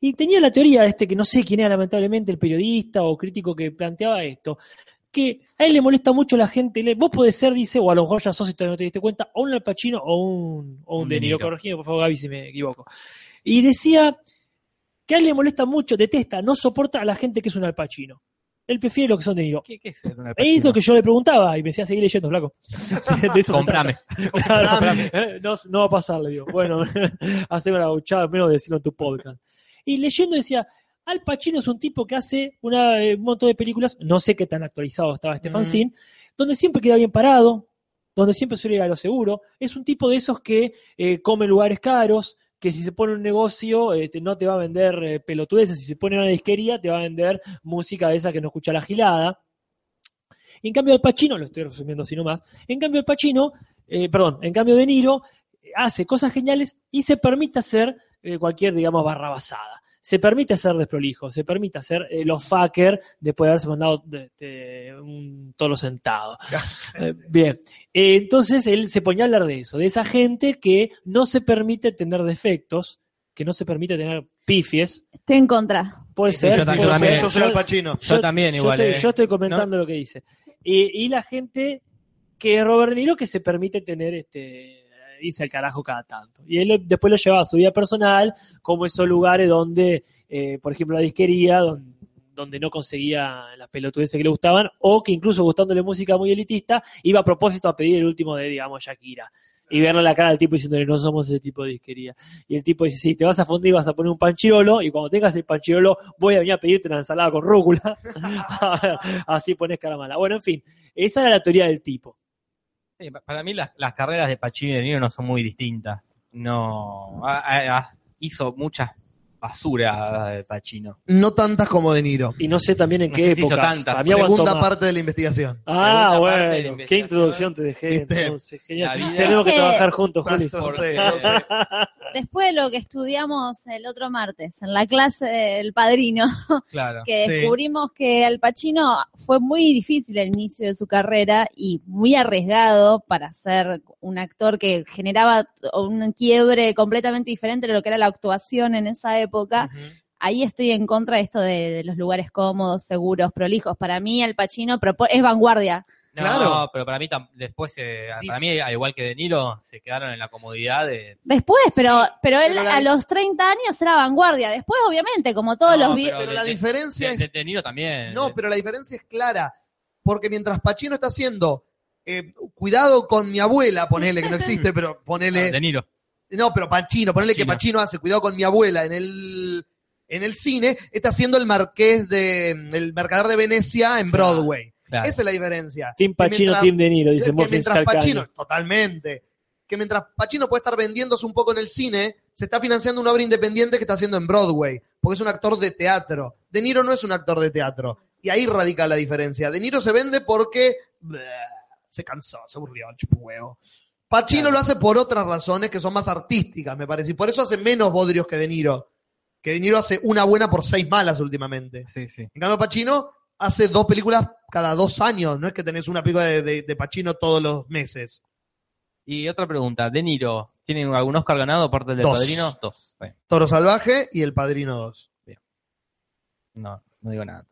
Speaker 2: y tenía la teoría este, que no sé quién era lamentablemente el periodista o crítico que planteaba esto, que a él le molesta mucho la gente, le- vos podés ser, dice, o a lo mejor ya sos y todavía no te diste cuenta, o un Al Pacino o un, o un
Speaker 4: Un
Speaker 2: De
Speaker 4: De
Speaker 2: Niro,
Speaker 4: Niro.
Speaker 2: corregime por favor Gaby si me equivoco. Y decía que a él le molesta mucho, detesta, no soporta a la gente que es un Al Pacino. Él prefiere lo que son De Niro.
Speaker 4: ¿Qué, qué es ser un Al
Speaker 2: Es
Speaker 4: Pacino?
Speaker 2: lo que yo le preguntaba y me decía, seguí leyendo, flaco. De eso se
Speaker 4: Comprame.
Speaker 2: Claro, eh, no, no va a pasar, le digo. Bueno, haceme la gauchada, al menos decirlo en tu podcast. Y leyendo decía, Al Pacino es un tipo que hace una, eh, un montón de películas, no sé qué tan actualizado estaba este
Speaker 1: Mm.
Speaker 2: fanzine, donde siempre queda bien parado, donde siempre suele ir a lo seguro. Es un tipo de esos que eh, come en lugares caros, que si se pone un negocio eh, te- no te va a vender eh, pelotudeces, si se pone una disquería te va a vender música de esa que no escucha la gilada. Y en cambio Al Pacino, lo estoy resumiendo así nomás, en cambio Al Pacino, eh, perdón, en cambio De Niro eh, hace cosas geniales y se permite hacer eh, cualquier, digamos, barrabasada. Se permite hacer desprolijo, se permite hacer eh, los fucker después de haberse mandado este, un toro sentado.
Speaker 1: Ah,
Speaker 2: Eh, bien, Eh, entonces él se ponía a hablar de eso, de esa gente que no se permite tener defectos, que no se permite tener pifies.
Speaker 3: Estoy en contra.
Speaker 2: Puede
Speaker 4: Sí,
Speaker 2: ser.
Speaker 4: yo también,
Speaker 2: puede
Speaker 4: yo
Speaker 2: ser.
Speaker 4: también.
Speaker 1: Yo soy Al Pacino.
Speaker 4: Yo también igual,
Speaker 2: estoy,
Speaker 4: eh.
Speaker 2: yo estoy comentando lo que dice. Y, y la gente que es Robert De Niro que se permite tener este irse al carajo cada tanto. Y él lo- después lo lleva a su vida personal, como esos lugares donde, eh, por ejemplo, la disquería, don- donde, no conseguía las pelotudeces que le gustaban, o que incluso gustándole música muy elitista, iba a propósito a pedir el último de, digamos, Shakira. Y verle la cara al tipo diciéndole, no somos ese tipo de disquería. Y el tipo dice, sí, te vas a fundir, vas a poner un panchirolo, y cuando tengas el panchirolo, voy a venir a pedirte una ensalada con rúcula. Así pones cara mala. Bueno, en fin, esa era la teoría del tipo.
Speaker 4: Sí, pa- para mí las, las carreras de Pacino y De Niro no son muy distintas. No, a- a- a- hizo mucha basura de Pacino.
Speaker 1: No tantas como De Niro.
Speaker 2: Y no sé también en
Speaker 4: No
Speaker 2: qué
Speaker 4: sé si hizo
Speaker 2: épocas.
Speaker 4: tantas.
Speaker 2: Para mí aguantó
Speaker 1: Segunda
Speaker 2: más.
Speaker 1: parte de la investigación.
Speaker 2: Ah,
Speaker 4: Segunda parte de la
Speaker 2: bueno, qué
Speaker 4: investigación.
Speaker 2: introducción te dejé.
Speaker 1: Viste,
Speaker 2: entonces, genial.
Speaker 4: la vida-
Speaker 2: Tenemos que
Speaker 3: Es que-
Speaker 2: trabajar juntos, Juli.
Speaker 1: Tanto,
Speaker 4: Por-
Speaker 1: sí, no sé.
Speaker 3: Después de lo que estudiamos el otro martes en la clase del padrino,
Speaker 4: Claro.
Speaker 3: que
Speaker 1: Sí.
Speaker 3: descubrimos que Al Pacino fue muy difícil el inicio de su carrera y muy arriesgado para ser un actor que generaba un quiebre completamente diferente de lo que era la actuación en esa época. Ahí estoy en contra de esto de, de los lugares cómodos, seguros, prolijos. Para mí, Al Pacino propo- es vanguardia.
Speaker 4: No,
Speaker 1: Claro.
Speaker 4: pero para mí tam- después, eh,
Speaker 1: Sí.
Speaker 4: para mí, al igual que De Niro, se quedaron en la comodidad de...
Speaker 3: Después, pero,
Speaker 1: Sí,
Speaker 3: pero él
Speaker 1: pero la-
Speaker 3: a los 30 años era vanguardia. Después, obviamente, como todos
Speaker 4: No,
Speaker 3: los... vi-
Speaker 4: pero-
Speaker 1: Pero la
Speaker 4: de-
Speaker 1: diferencia
Speaker 4: De,
Speaker 1: es
Speaker 4: de- de Niro también.
Speaker 1: No, pero la diferencia es clara. Porque mientras Pachino está haciendo eh, cuidado con mi abuela, ponele, que no existe, pero
Speaker 4: Ah, De,
Speaker 1: ponele.
Speaker 4: Niro.
Speaker 1: No, pero Pachino, ponele que
Speaker 4: Pacino.
Speaker 1: Pachino hace cuidado con mi abuela en el en el cine, está haciendo el marqués de el mercader de Venecia en Broadway.
Speaker 4: Claro.
Speaker 1: Esa es la diferencia.
Speaker 2: Team Pacino,
Speaker 1: mientras-
Speaker 2: Team De Niro, dice
Speaker 1: que
Speaker 2: Morfin
Speaker 1: mientras Pacino,
Speaker 2: Scarcani.
Speaker 1: totalmente, que mientras Pacino puede estar vendiéndose un poco en el cine, se está financiando una obra independiente que está haciendo en Broadway, porque es un actor de teatro. De Niro no es un actor de teatro. Y ahí radica la diferencia. De Niro se vende porque bleh, se cansó, se aburrió, chupó huevo. Pacino lo hace por otras razones que son más artísticas, me parece. Y por eso hace menos bodrios que De Niro. Que De Niro hace una buena por seis malas últimamente.
Speaker 4: Sí, sí.
Speaker 1: En cambio, Pacino hace dos películas cada dos años. No es que tenés una película de, de, de Pacino todos los meses.
Speaker 4: Y otra pregunta, De Niro, ¿tiene algún Oscar ganado aparte del del
Speaker 1: Dos.
Speaker 4: Padrino? Dos. Bueno,
Speaker 1: Toro Salvaje y El Padrino 2.
Speaker 4: no, no digo nada.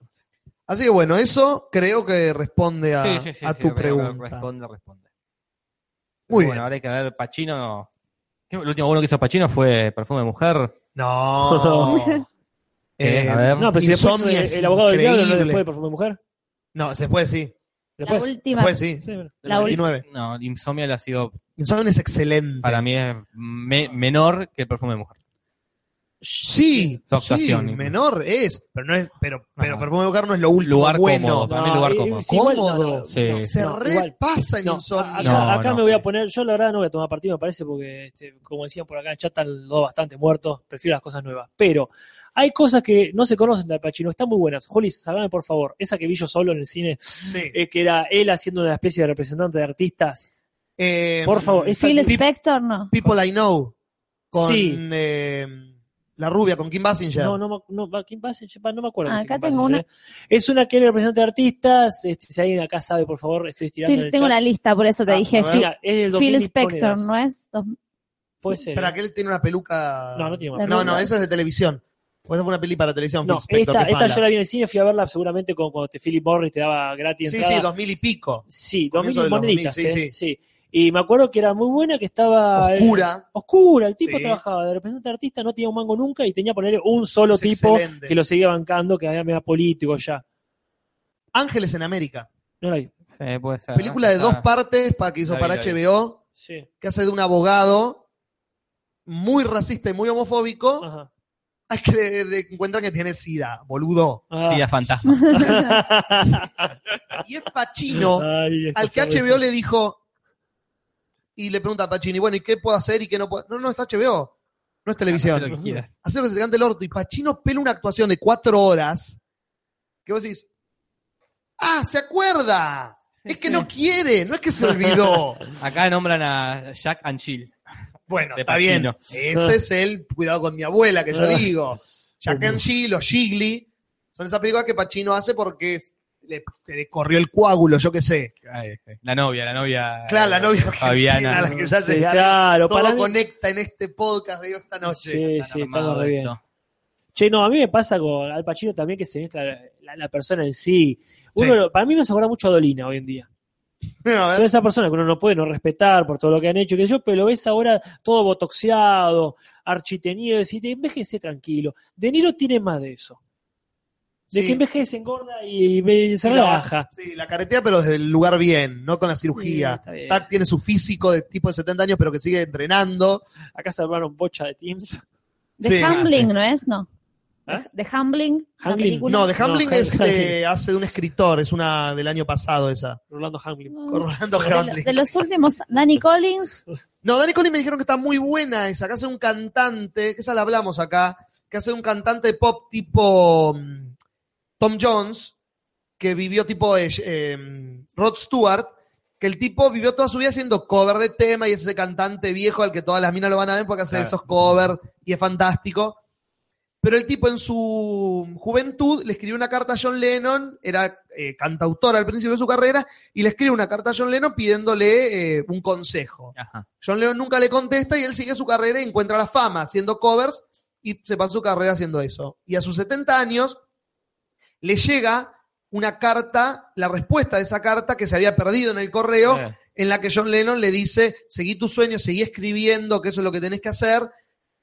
Speaker 1: Así que bueno, eso creo que responde a,
Speaker 4: Sí, sí, sí,
Speaker 1: a
Speaker 4: sí,
Speaker 1: tu
Speaker 4: creo que
Speaker 1: pregunta.
Speaker 4: Responde, responde.
Speaker 1: Muy
Speaker 4: bueno,
Speaker 1: bien.
Speaker 4: ahora hay que ver Pacino. ¿Qué- El último bueno que hizo Pacino fue Perfume de Mujer.
Speaker 1: No.
Speaker 4: Eh, a ver.
Speaker 2: No, pero si después
Speaker 1: Insomnia
Speaker 2: el,
Speaker 1: es
Speaker 2: el abogado del diablo no es
Speaker 1: increíble.
Speaker 2: después de Perfume de Mujer.
Speaker 1: No, después sí.
Speaker 3: La
Speaker 2: Después.
Speaker 3: última.
Speaker 1: Después sí.
Speaker 2: Sí, bueno.
Speaker 1: del
Speaker 3: La
Speaker 1: 99.
Speaker 4: No, Insomnia ha sido,
Speaker 1: Insomnia es excelente.
Speaker 4: para mí, es me- menor que Perfume de Mujer.
Speaker 1: Sí,
Speaker 4: Su
Speaker 1: sí,
Speaker 4: actuación, incluso.
Speaker 1: menor es, pero no es, pero, pero
Speaker 4: Ah.
Speaker 1: Perfume de Hogar no es lo último
Speaker 4: Lugar
Speaker 1: bueno.
Speaker 4: cómodo, para mí lugar
Speaker 2: eh,
Speaker 4: cómodo.
Speaker 2: sí, igual,
Speaker 1: Cómodo.
Speaker 4: Sí.
Speaker 1: Se
Speaker 2: no, igual.
Speaker 1: repasa en
Speaker 2: No,
Speaker 1: Insomnia.
Speaker 2: acá
Speaker 4: No,
Speaker 2: acá
Speaker 4: no.
Speaker 2: me voy a poner, yo la verdad no voy a tomar partido, me parece, porque este, como decían por acá en chat están los dos bastante muertos, prefiero las cosas nuevas. Pero hay cosas que no se conocen de Al Pacino, están muy buenas. Jolis, salgame por favor, esa que vi yo solo en el cine,
Speaker 1: Sí.
Speaker 2: eh, que era él haciendo una especie de representante de artistas.
Speaker 1: Eh,
Speaker 2: Por favor, esa
Speaker 3: Phil
Speaker 1: Pip-
Speaker 3: Spector, no.
Speaker 1: People I Know con
Speaker 2: Sí.
Speaker 1: eh, la rubia, con Kim Basinger.
Speaker 2: No, no, me- no, va- ¿quién pasa? Yo, pa, no me acuerdo.
Speaker 3: Ah,
Speaker 2: quién
Speaker 3: acá
Speaker 2: pasa,
Speaker 3: tengo
Speaker 2: yo,
Speaker 3: una.
Speaker 2: eh. Es una que era representante de artistas. este, si alguien acá sabe, por favor, estoy estirando. en
Speaker 3: Sí,
Speaker 2: el
Speaker 3: tengo
Speaker 2: chat.
Speaker 3: la lista, por eso te
Speaker 2: Ah,
Speaker 3: dije.
Speaker 2: a ver.
Speaker 3: Phil,
Speaker 2: Mira, es del
Speaker 3: Phil
Speaker 2: 2000 y
Speaker 3: Spector,
Speaker 2: ponedas.
Speaker 3: ¿no es? Dos-
Speaker 2: Puede ser.
Speaker 1: Pero
Speaker 2: eh.
Speaker 1: aquel tiene una peluca.
Speaker 2: No, no tiene más.
Speaker 3: La
Speaker 1: No, no,
Speaker 3: rubia.
Speaker 1: esa es de televisión. Pues esa fue una peli para televisión.
Speaker 2: No,
Speaker 1: Phil Spector,
Speaker 2: esta,
Speaker 1: que es
Speaker 2: esta yo
Speaker 1: mala.
Speaker 2: la vi en el cine, fui a verla seguramente con, cuando te, Philip Morris te daba gratis
Speaker 1: Sí, sí,
Speaker 2: entrada.
Speaker 1: dos mil y pico.
Speaker 2: Sí, dos
Speaker 1: Comienzo
Speaker 2: mil
Speaker 1: de los
Speaker 2: moneditas,
Speaker 1: 2000, sí,
Speaker 2: eh, sí. Y me acuerdo que era muy buena, que estaba... eh,
Speaker 1: Oscura.
Speaker 2: oscura, el tipo
Speaker 1: Sí.
Speaker 2: trabajaba de representante artista, no tenía un mango nunca y tenía ponerle un solo
Speaker 1: Es
Speaker 2: tipo
Speaker 1: excelente.
Speaker 2: que lo seguía bancando, que había medio político ya.
Speaker 1: Ángeles en América.
Speaker 2: No la vi.
Speaker 4: Sí, puede ser,
Speaker 1: película
Speaker 4: ¿no?
Speaker 1: de dos
Speaker 4: Está-
Speaker 1: partes para que hizo
Speaker 4: La vi,
Speaker 1: para
Speaker 4: la vi.
Speaker 1: HBO,
Speaker 2: Sí.
Speaker 1: que hace de un abogado muy racista y muy homofóbico.
Speaker 2: Ajá.
Speaker 1: Es que de- de- encuentran que tiene sida, boludo.
Speaker 2: Ah.
Speaker 4: Sí, a fantasma.
Speaker 1: Y es Pacino.
Speaker 2: Ay, esta
Speaker 1: al que
Speaker 2: sabe.
Speaker 1: HBO le dijo y le pregunta a Pacini, bueno, ¿y qué puedo hacer y qué no puedo? No, no, está HBO, no es
Speaker 4: Haz lo
Speaker 1: televisión.
Speaker 4: que quieras.
Speaker 1: Hacer lo que se te cante el orto. Y Pacino pela una actuación de cuatro horas que vos decís, ¡ah, se acuerda! es que no quiere, no es que se olvidó.
Speaker 4: Acá nombran a Jack and Chill.
Speaker 1: bueno,
Speaker 4: De
Speaker 1: está bien.
Speaker 4: Pacino.
Speaker 1: Ese es el cuidado con mi abuela que
Speaker 2: Ah,
Speaker 1: yo digo. Jack and Jill o Gigli son esas películas que Pacino hace porque le, le corrió el coágulo, yo qué sé.
Speaker 4: La novia, la novia.
Speaker 1: Claro, la novia argentina,
Speaker 4: Fabiana.
Speaker 1: la que ya
Speaker 2: Sí,
Speaker 1: llegaron.
Speaker 2: claro,
Speaker 1: todo
Speaker 2: para mí-
Speaker 1: conecta en este podcast de esta noche.
Speaker 2: Sí,
Speaker 4: Están
Speaker 2: sí, está
Speaker 4: armados
Speaker 2: re bien.
Speaker 4: esto.
Speaker 2: Che, no, a mí me pasa con Al Pacino también que se mezcla la, la- la persona en sí. Uno,
Speaker 1: Sí.
Speaker 2: lo- Para mí me hace acordar mucho a Dolina hoy en día.
Speaker 1: A ver,
Speaker 2: Son esas personas que uno no puede no respetar por todo lo que han hecho, que yo, pero lo ves ahora todo botoxeado, architenido, decís, envejece tranquilo. De Niro tiene más de eso. De
Speaker 1: sí.
Speaker 2: que envejece, engorda y, y se
Speaker 1: Sí, la-
Speaker 2: relaja.
Speaker 1: Sí, la caretea, pero desde el lugar bien, no con la cirugía.
Speaker 2: Sí, está bien.
Speaker 1: Tac tiene su físico de tipo de 70 años, pero que sigue entrenando.
Speaker 2: Acá se armaron bocha de teams.
Speaker 3: The
Speaker 1: Sí.
Speaker 3: Humbling, ¿no es? No.
Speaker 2: ¿Ah?
Speaker 3: The Humbling, la
Speaker 2: Humbling.
Speaker 3: película.
Speaker 1: No, de Hamlin
Speaker 2: No,
Speaker 1: es
Speaker 2: Hamlin.
Speaker 1: eh, hace de un escritor, es una del año pasado esa.
Speaker 2: Rolando Hamlin.
Speaker 1: Con Rolando
Speaker 3: De, lo-
Speaker 1: Hamlin.
Speaker 3: de los últimos, Danny Collins,
Speaker 1: No, Dani Collins me dijeron que está muy buena esa, que hace un cantante, que esa la hablamos acá, que hace un cantante pop tipo mm, Tom Jones, que vivió tipo eh, eh, Rod Stewart, que el tipo vivió toda su vida haciendo cover de tema y es ese cantante viejo al que todas las minas lo van a ver porque hace
Speaker 4: Claro.
Speaker 1: esos covers y es fantástico. Pero el tipo en su juventud le escribió una carta a John Lennon, era eh, cantautor al principio de su carrera, y le escribe una carta a John Lennon pidiéndole eh, un consejo.
Speaker 4: Ajá.
Speaker 1: John Lennon nunca le contesta y él sigue su carrera y encuentra la fama haciendo covers y se pasa su carrera haciendo eso. Y a sus 70 años le llega una carta, la respuesta de esa carta que se había perdido en el correo,
Speaker 4: Eh,
Speaker 1: en la que John Lennon le dice, seguí tu sueño, seguí escribiendo, que eso es lo que tenés que hacer.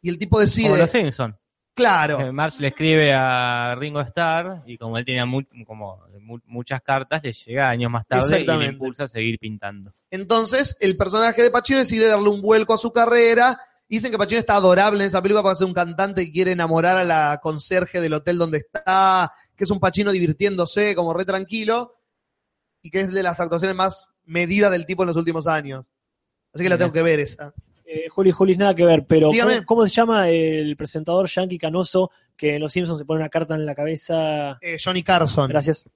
Speaker 1: Y el tipo
Speaker 4: Como
Speaker 1: decide,
Speaker 4: los Simpson. Eh,
Speaker 1: claro,
Speaker 4: Marge le escribe a Ringo Starr y como él tenía mu- como mu- muchas cartas, le llega años más tarde y le
Speaker 1: Exactamente.
Speaker 4: impulsa a seguir pintando.
Speaker 1: entonces el personaje de Pacino decide darle un vuelco a su carrera Y dicen que Pacino está adorable en esa película para ser un cantante que quiere enamorar a la conserje del hotel donde está, que es un Pacino divirtiéndose como re tranquilo y que es de las actuaciones más medidas del tipo en los últimos años. Así que la
Speaker 4: Mira.
Speaker 1: tengo que ver esa.
Speaker 2: Eh, Juli, Juli, nada que ver, pero ¿cómo,
Speaker 1: Dígame.
Speaker 2: cómo se llama el presentador yankee canoso que en Los Simpsons se pone una carta en la cabeza?
Speaker 1: Eh, Johnny Carson.
Speaker 2: Gracias.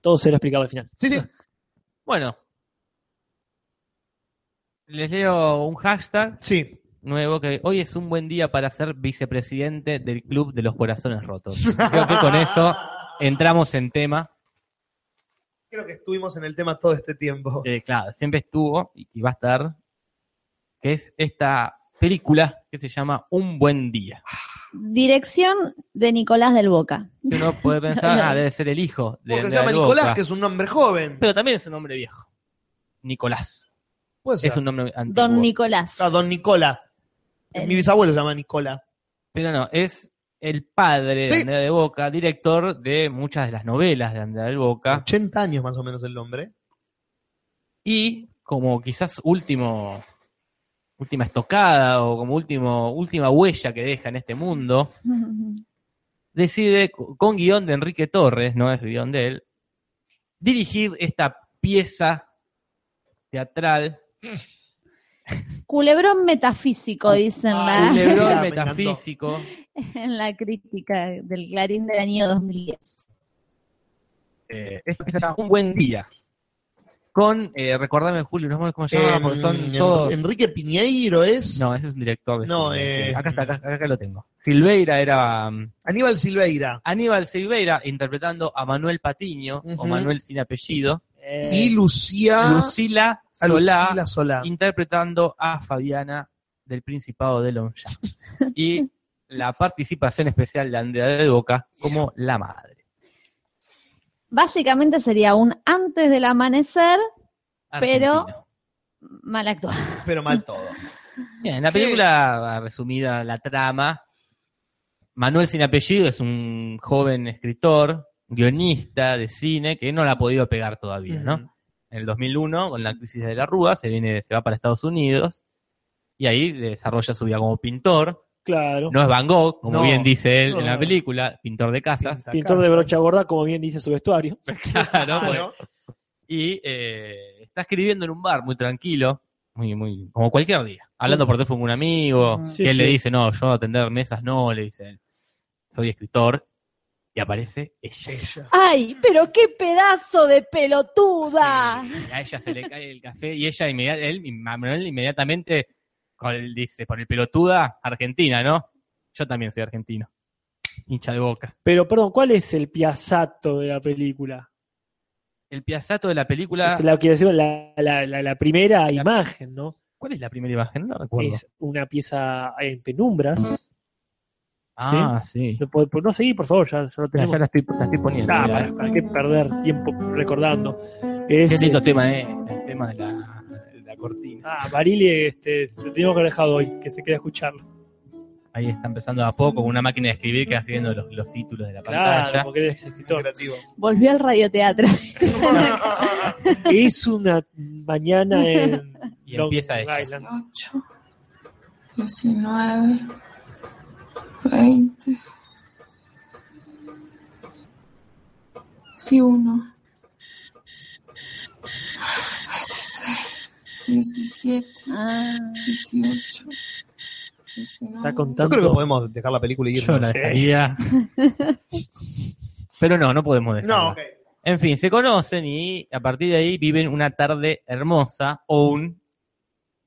Speaker 2: Todo será explicado al final.
Speaker 1: Sí, sí.
Speaker 4: Bueno. Les leo un hashtag
Speaker 1: Sí.
Speaker 4: nuevo que hoy es un buen día para ser vicepresidente del Club de los Corazones Rotos. Creo que con eso entramos en tema.
Speaker 1: Creo que estuvimos en el tema todo este tiempo.
Speaker 4: que, Eh, claro, siempre estuvo y, y va a estar, que es esta película que se llama Un Buen Día.
Speaker 3: Dirección de Nicolás del Boca.
Speaker 4: Que Uno puede pensar, ah, debe ser el hijo
Speaker 1: Porque
Speaker 4: de
Speaker 1: se
Speaker 4: Andrea
Speaker 1: llama
Speaker 4: del
Speaker 1: Nicolás,
Speaker 4: Boca.
Speaker 1: que es un nombre joven.
Speaker 4: Pero también es un nombre viejo. Nicolás.
Speaker 1: Puede ser.
Speaker 4: Es un nombre antiguo.
Speaker 3: Don Nicolás. Eh.
Speaker 1: Ah, don Nicola. Mi bisabuelo se llama Nicola.
Speaker 4: Pero no, es el padre
Speaker 1: Sí.
Speaker 4: de Andrea de Boca, director de muchas de las novelas de Andrea del Boca.
Speaker 1: 80 años más o menos el nombre.
Speaker 4: Y como quizás último, última estocada o como último, última huella que deja en este mundo, decide, co- con guión de Enrique Torres, no es guión de él, dirigir esta pieza teatral,
Speaker 3: Culebrón metafísico, dicen
Speaker 1: Ah.
Speaker 3: la,
Speaker 4: culebrón
Speaker 1: Mira, me encantó.
Speaker 4: metafísico,
Speaker 3: en la crítica del Clarín del año 2010.
Speaker 4: eh, esta pieza se llama Un Buen Día, con, eh, recordame Julio, no me acuerdo cómo se llama,
Speaker 1: Eh,
Speaker 4: porque son
Speaker 1: Enri-
Speaker 4: todos...
Speaker 1: Enrique Piñeiro es.
Speaker 4: No, ese es un director. de
Speaker 1: No,
Speaker 4: cine.
Speaker 1: eh,
Speaker 4: acá está, acá, acá lo tengo. Silveira era... um,
Speaker 1: Aníbal Silveira.
Speaker 4: Aníbal Silveira interpretando a Manuel Patiño, o
Speaker 1: Ujú.
Speaker 4: Manuel sin apellido.
Speaker 2: Eh,
Speaker 1: Y Lucía.
Speaker 4: Lucila
Speaker 1: a
Speaker 4: Solá,
Speaker 1: Lucila Solá.
Speaker 4: interpretando a Fabiana del Principado de Lonja. Y la participación especial de Andrea de Boca como la madre.
Speaker 3: Básicamente sería un antes del amanecer Pero-
Speaker 4: Argentina.
Speaker 3: mal actuado.
Speaker 1: Pero mal todo.
Speaker 4: Bien, la
Speaker 1: ¿Qué?
Speaker 4: película resumida la trama. Manuel sin apellido es un joven escritor, guionista de cine que no la ha podido pegar todavía, ¿no?
Speaker 1: Ujú.
Speaker 4: en el 2001 con la crisis de la Rúa, se viene se va para Estados Unidos y ahí desarrolla su vida como pintor.
Speaker 2: claro.
Speaker 4: No es Van Gogh, como
Speaker 1: No.
Speaker 4: bien dice él en
Speaker 2: No.
Speaker 4: la película, pintor de casas,
Speaker 1: Pinta
Speaker 2: Pintor de
Speaker 1: casas.
Speaker 2: brocha gorda, como bien dice su vestuario.
Speaker 4: claro,
Speaker 1: Claro.
Speaker 4: Ah, bueno. y eh, está escribiendo en un bar muy tranquilo, muy muy como cualquier día, hablando por teléfono con un amigo,
Speaker 2: Mm. Sí,
Speaker 4: que él le
Speaker 2: sí.
Speaker 4: dice, "No, yo atender mesas no", le dice, él. "Soy escritor." Y aparece ella.
Speaker 1: Ella.
Speaker 3: ¡Ay, pero qué pedazo de pelotuda!
Speaker 4: Sí, a ella se le cae el café y ella inmediata, él, Manuel inmediatamente con el- dice, por el pelotuda, Argentina, ¿no? Yo también soy argentino. Hincha de boca.
Speaker 2: Pero, perdón, ¿cuál es el piazato de la película?
Speaker 4: El piazato de la película.
Speaker 2: Es la, quiero decir, la, la- la- la primera imagen, ¿no?
Speaker 4: ¿Cuál es la primera imagen? No recuerdo.
Speaker 2: Es una pieza en penumbras.
Speaker 4: Ah, sí.
Speaker 2: No, po- po- no seguí, por favor, ya, ya lo
Speaker 4: Mira,
Speaker 2: tenemos.
Speaker 4: ya la estoy, la estoy poniendo.
Speaker 2: Ah,
Speaker 4: Mira,
Speaker 2: para, para qué perder tiempo recordando. Es,
Speaker 4: Qué lindo
Speaker 2: eh,
Speaker 4: tema, ¿eh? El tema de la, de la cortina.
Speaker 2: ah, Barili, este, lo tenemos que haber dejado hoy, que se quede a escucharlo.
Speaker 4: Ahí está empezando de a poco con una máquina de escribir que va escribiendo los, los títulos de la
Speaker 2: Claro,
Speaker 4: pantalla.
Speaker 2: porque eres escritor.
Speaker 1: Creativo.
Speaker 3: Volvió al radioteatro.
Speaker 2: es una mañana en
Speaker 4: Y empieza ella.
Speaker 2: Island.
Speaker 10: 8, 19, 20, 21, 16,
Speaker 3: Ah,
Speaker 10: 17, 18,
Speaker 2: Está
Speaker 10: 19.
Speaker 1: Yo
Speaker 2: contando.
Speaker 1: creo que podemos dejar la película y irnos.
Speaker 4: Yo la
Speaker 2: sé.
Speaker 4: dejaría. Pero no, no podemos dejarla.
Speaker 1: No, ok.
Speaker 4: En fin, se conocen y a partir de ahí viven una tarde hermosa o un...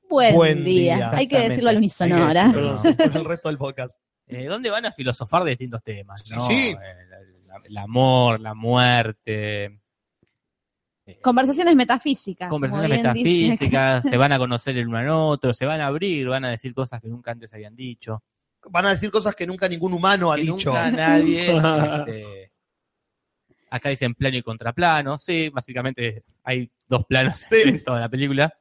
Speaker 3: buen,
Speaker 1: Buen
Speaker 3: día.
Speaker 1: día.
Speaker 3: Hay que decirlo al unísono
Speaker 4: Hay que
Speaker 3: ahora.
Speaker 4: decirlo,
Speaker 1: Perdón, por el resto del podcast.
Speaker 4: Eh, ¿Dónde van a filosofar de distintos temas?
Speaker 1: Sí,
Speaker 4: ¿no?
Speaker 1: sí.
Speaker 4: Eh, la- la- El, amor, la muerte. eh,
Speaker 3: Conversaciones metafísicas. como bien
Speaker 4: conversaciones
Speaker 3: dice acá.
Speaker 4: metafísicas, se van a conocer el uno al otro, se van a abrir, van a decir cosas que nunca antes habían dicho.
Speaker 1: Van a decir cosas que nunca ningún humano ha
Speaker 4: que
Speaker 1: dicho.
Speaker 4: Nunca nadie. este, acá dicen plano y contraplano. Sí, básicamente hay dos planos
Speaker 1: Sí.
Speaker 4: en toda la película.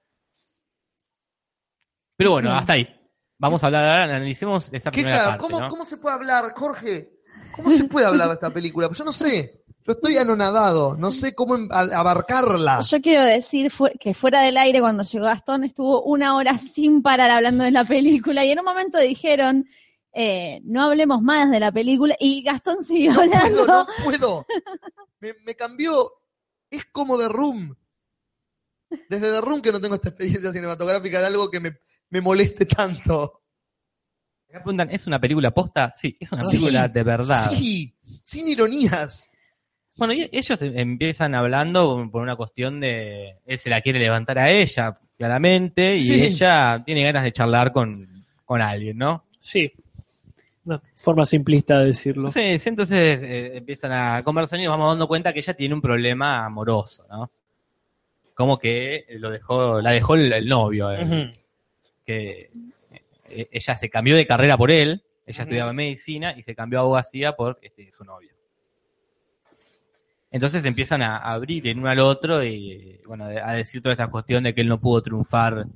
Speaker 4: Pero bueno,
Speaker 3: Bien.
Speaker 4: hasta ahí. Vamos a hablar ahora, analicemos esa
Speaker 1: ¿Qué
Speaker 4: primera
Speaker 1: ca-
Speaker 4: parte.
Speaker 1: ¿Cómo,
Speaker 4: ¿no?
Speaker 1: ¿Cómo se puede hablar, Jorge? ¿Cómo se puede hablar de esta película? Pues yo no sé. Yo estoy anonadado, no sé cómo em- a- abarcarla.
Speaker 3: Yo quiero decir fu- que fuera del aire, cuando llegó Gastón, estuvo una hora sin parar hablando de la película y en un momento dijeron, eh, no hablemos más de la película y Gastón siguió hablando.
Speaker 1: puedo, no puedo. Me, me cambió. Es como The Room. Desde The Room que no tengo esta experiencia cinematográfica de algo que me, me moleste tanto.
Speaker 4: Acá preguntan, ¿es una película posta? Sí, es una
Speaker 1: Sí,
Speaker 4: película de verdad.
Speaker 1: Sí, sin ironías.
Speaker 4: Bueno, y ellos em- empiezan hablando por una cuestión de. Él se la quiere levantar a ella, claramente, y
Speaker 2: Sí.
Speaker 4: ella tiene ganas de charlar con, con alguien, ¿no?
Speaker 2: Sí. Una forma simplista de decirlo.
Speaker 4: Entonces, entonces eh, empiezan a conversar y nos vamos dando cuenta que ella tiene un problema amoroso, ¿no? Como que lo dejó, la dejó el, el novio, el- que eh, ella se cambió de carrera por él, ella estudiaba medicina y se cambió a abogacía por este, su novio. Entonces empiezan a abrir el uno al otro y bueno, de- a decir toda esta cuestión de que él no pudo triunfar,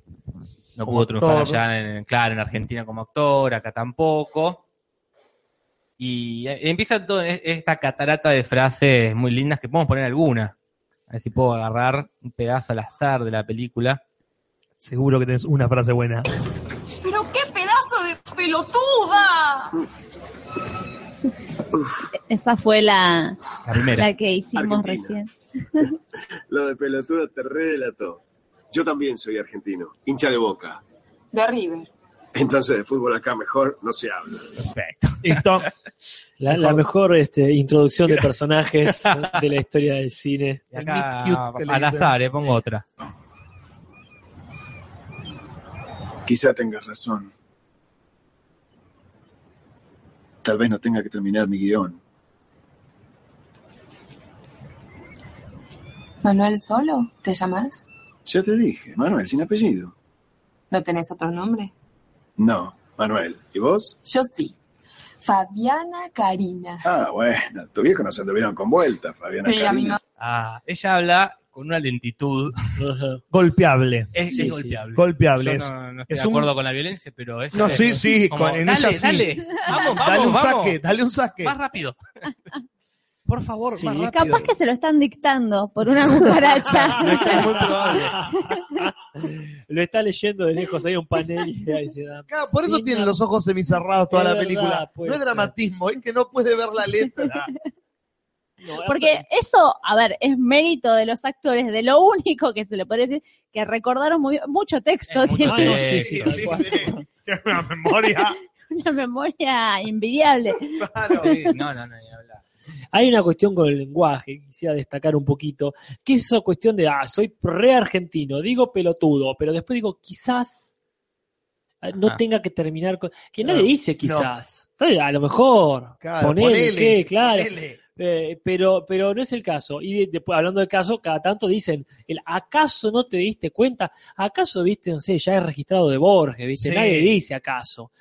Speaker 4: no pudo triunfar
Speaker 1: actor.
Speaker 4: allá en, claro, en Argentina como actor, acá tampoco. Y eh, empieza toda e- esta catarata de frases muy lindas que podemos poner alguna. A ver si puedo agarrar un pedazo al azar de la película.
Speaker 1: Seguro que tenés una frase buena.
Speaker 11: ¡Pero qué pedazo de pelotuda!
Speaker 3: Esa fue la,
Speaker 4: La primera.
Speaker 3: la que hicimos recién.
Speaker 12: Lo de pelotudo te relato. Yo también soy argentino, hincha de boca.
Speaker 11: De River.
Speaker 12: Entonces de fútbol acá mejor no se habla.
Speaker 4: Perfecto.
Speaker 2: La, la mejor este, introducción de personajes de la historia del cine.
Speaker 4: Y acá al azar, eh, pongo otra.
Speaker 12: Quizá tengas razón. Tal vez no tenga que terminar mi guión.
Speaker 11: ¿Manuel Solo? ¿Te llamas?
Speaker 12: Ya te dije, Manuel, sin apellido.
Speaker 11: ¿No tenés otro nombre?
Speaker 12: No, Manuel. ¿Y vos?
Speaker 11: Yo sí. Fabiana Karina.
Speaker 12: Ah, bueno, tu viejo no se anduvieron con vuelta, Fabiana.
Speaker 11: Sí, a mi
Speaker 12: Karina.
Speaker 11: ma-
Speaker 4: Ah, ella habla con una lentitud.
Speaker 1: Golpeable.
Speaker 4: Es,
Speaker 1: Sí, sí.
Speaker 4: es golpeable.
Speaker 1: Golpeable,
Speaker 4: Yo
Speaker 1: es-
Speaker 4: no, no estoy
Speaker 1: es
Speaker 4: de
Speaker 1: un-
Speaker 4: acuerdo con la violencia, pero es.
Speaker 1: No, sí, sí,
Speaker 4: como,
Speaker 1: con- en
Speaker 4: dale,
Speaker 1: ella sí.
Speaker 4: dale. Vamos, vamos,
Speaker 1: dale un
Speaker 4: vamos.
Speaker 1: saque, dale un saque.
Speaker 4: Más rápido. Por favor, más rápido.
Speaker 3: Capaz que se lo están dictando por una cucaracha.
Speaker 2: Lo está leyendo de lejos, hay un panel y ahí se da.
Speaker 1: Claro, por eso tienen los ojos semicerrados toda
Speaker 2: Es
Speaker 1: la
Speaker 2: verdad,
Speaker 1: película.
Speaker 2: puede
Speaker 1: no es
Speaker 2: ser.
Speaker 1: dramatismo, es que no puede ver la letra.
Speaker 3: Porque eso, a ver, es mérito de los actores, de lo único que se le puede decir, que recordaron muy, mucho texto, tienen
Speaker 2: Ah, no, sí,
Speaker 1: Este, Sí,
Speaker 2: sí, tal
Speaker 1: sí,
Speaker 2: cual.
Speaker 1: sí. Tiene una memoria.
Speaker 3: una memoria envidiable.
Speaker 1: Claro.
Speaker 4: Sí, No, no, no, ni hablar.
Speaker 2: Hay una cuestión con el lenguaje que quisiera destacar un poquito, que es esa cuestión de, ah, soy re argentino, digo pelotudo, pero después digo, quizás eh, no
Speaker 4: Ajá.
Speaker 2: tenga que terminar con... Que no
Speaker 1: Claro.
Speaker 2: le dice quizás, Está bien, a lo mejor,
Speaker 1: Claro,
Speaker 2: ponele, ¿qué? claro,
Speaker 1: ponele.
Speaker 2: Eh, pero, pero no es el caso. Y de- después, hablando del caso, cada tanto dicen, el ¿acaso no te diste cuenta? ¿Acaso viste, no sé, ya es registrado de Borges, viste?
Speaker 1: Sí.
Speaker 2: Nadie dice acaso.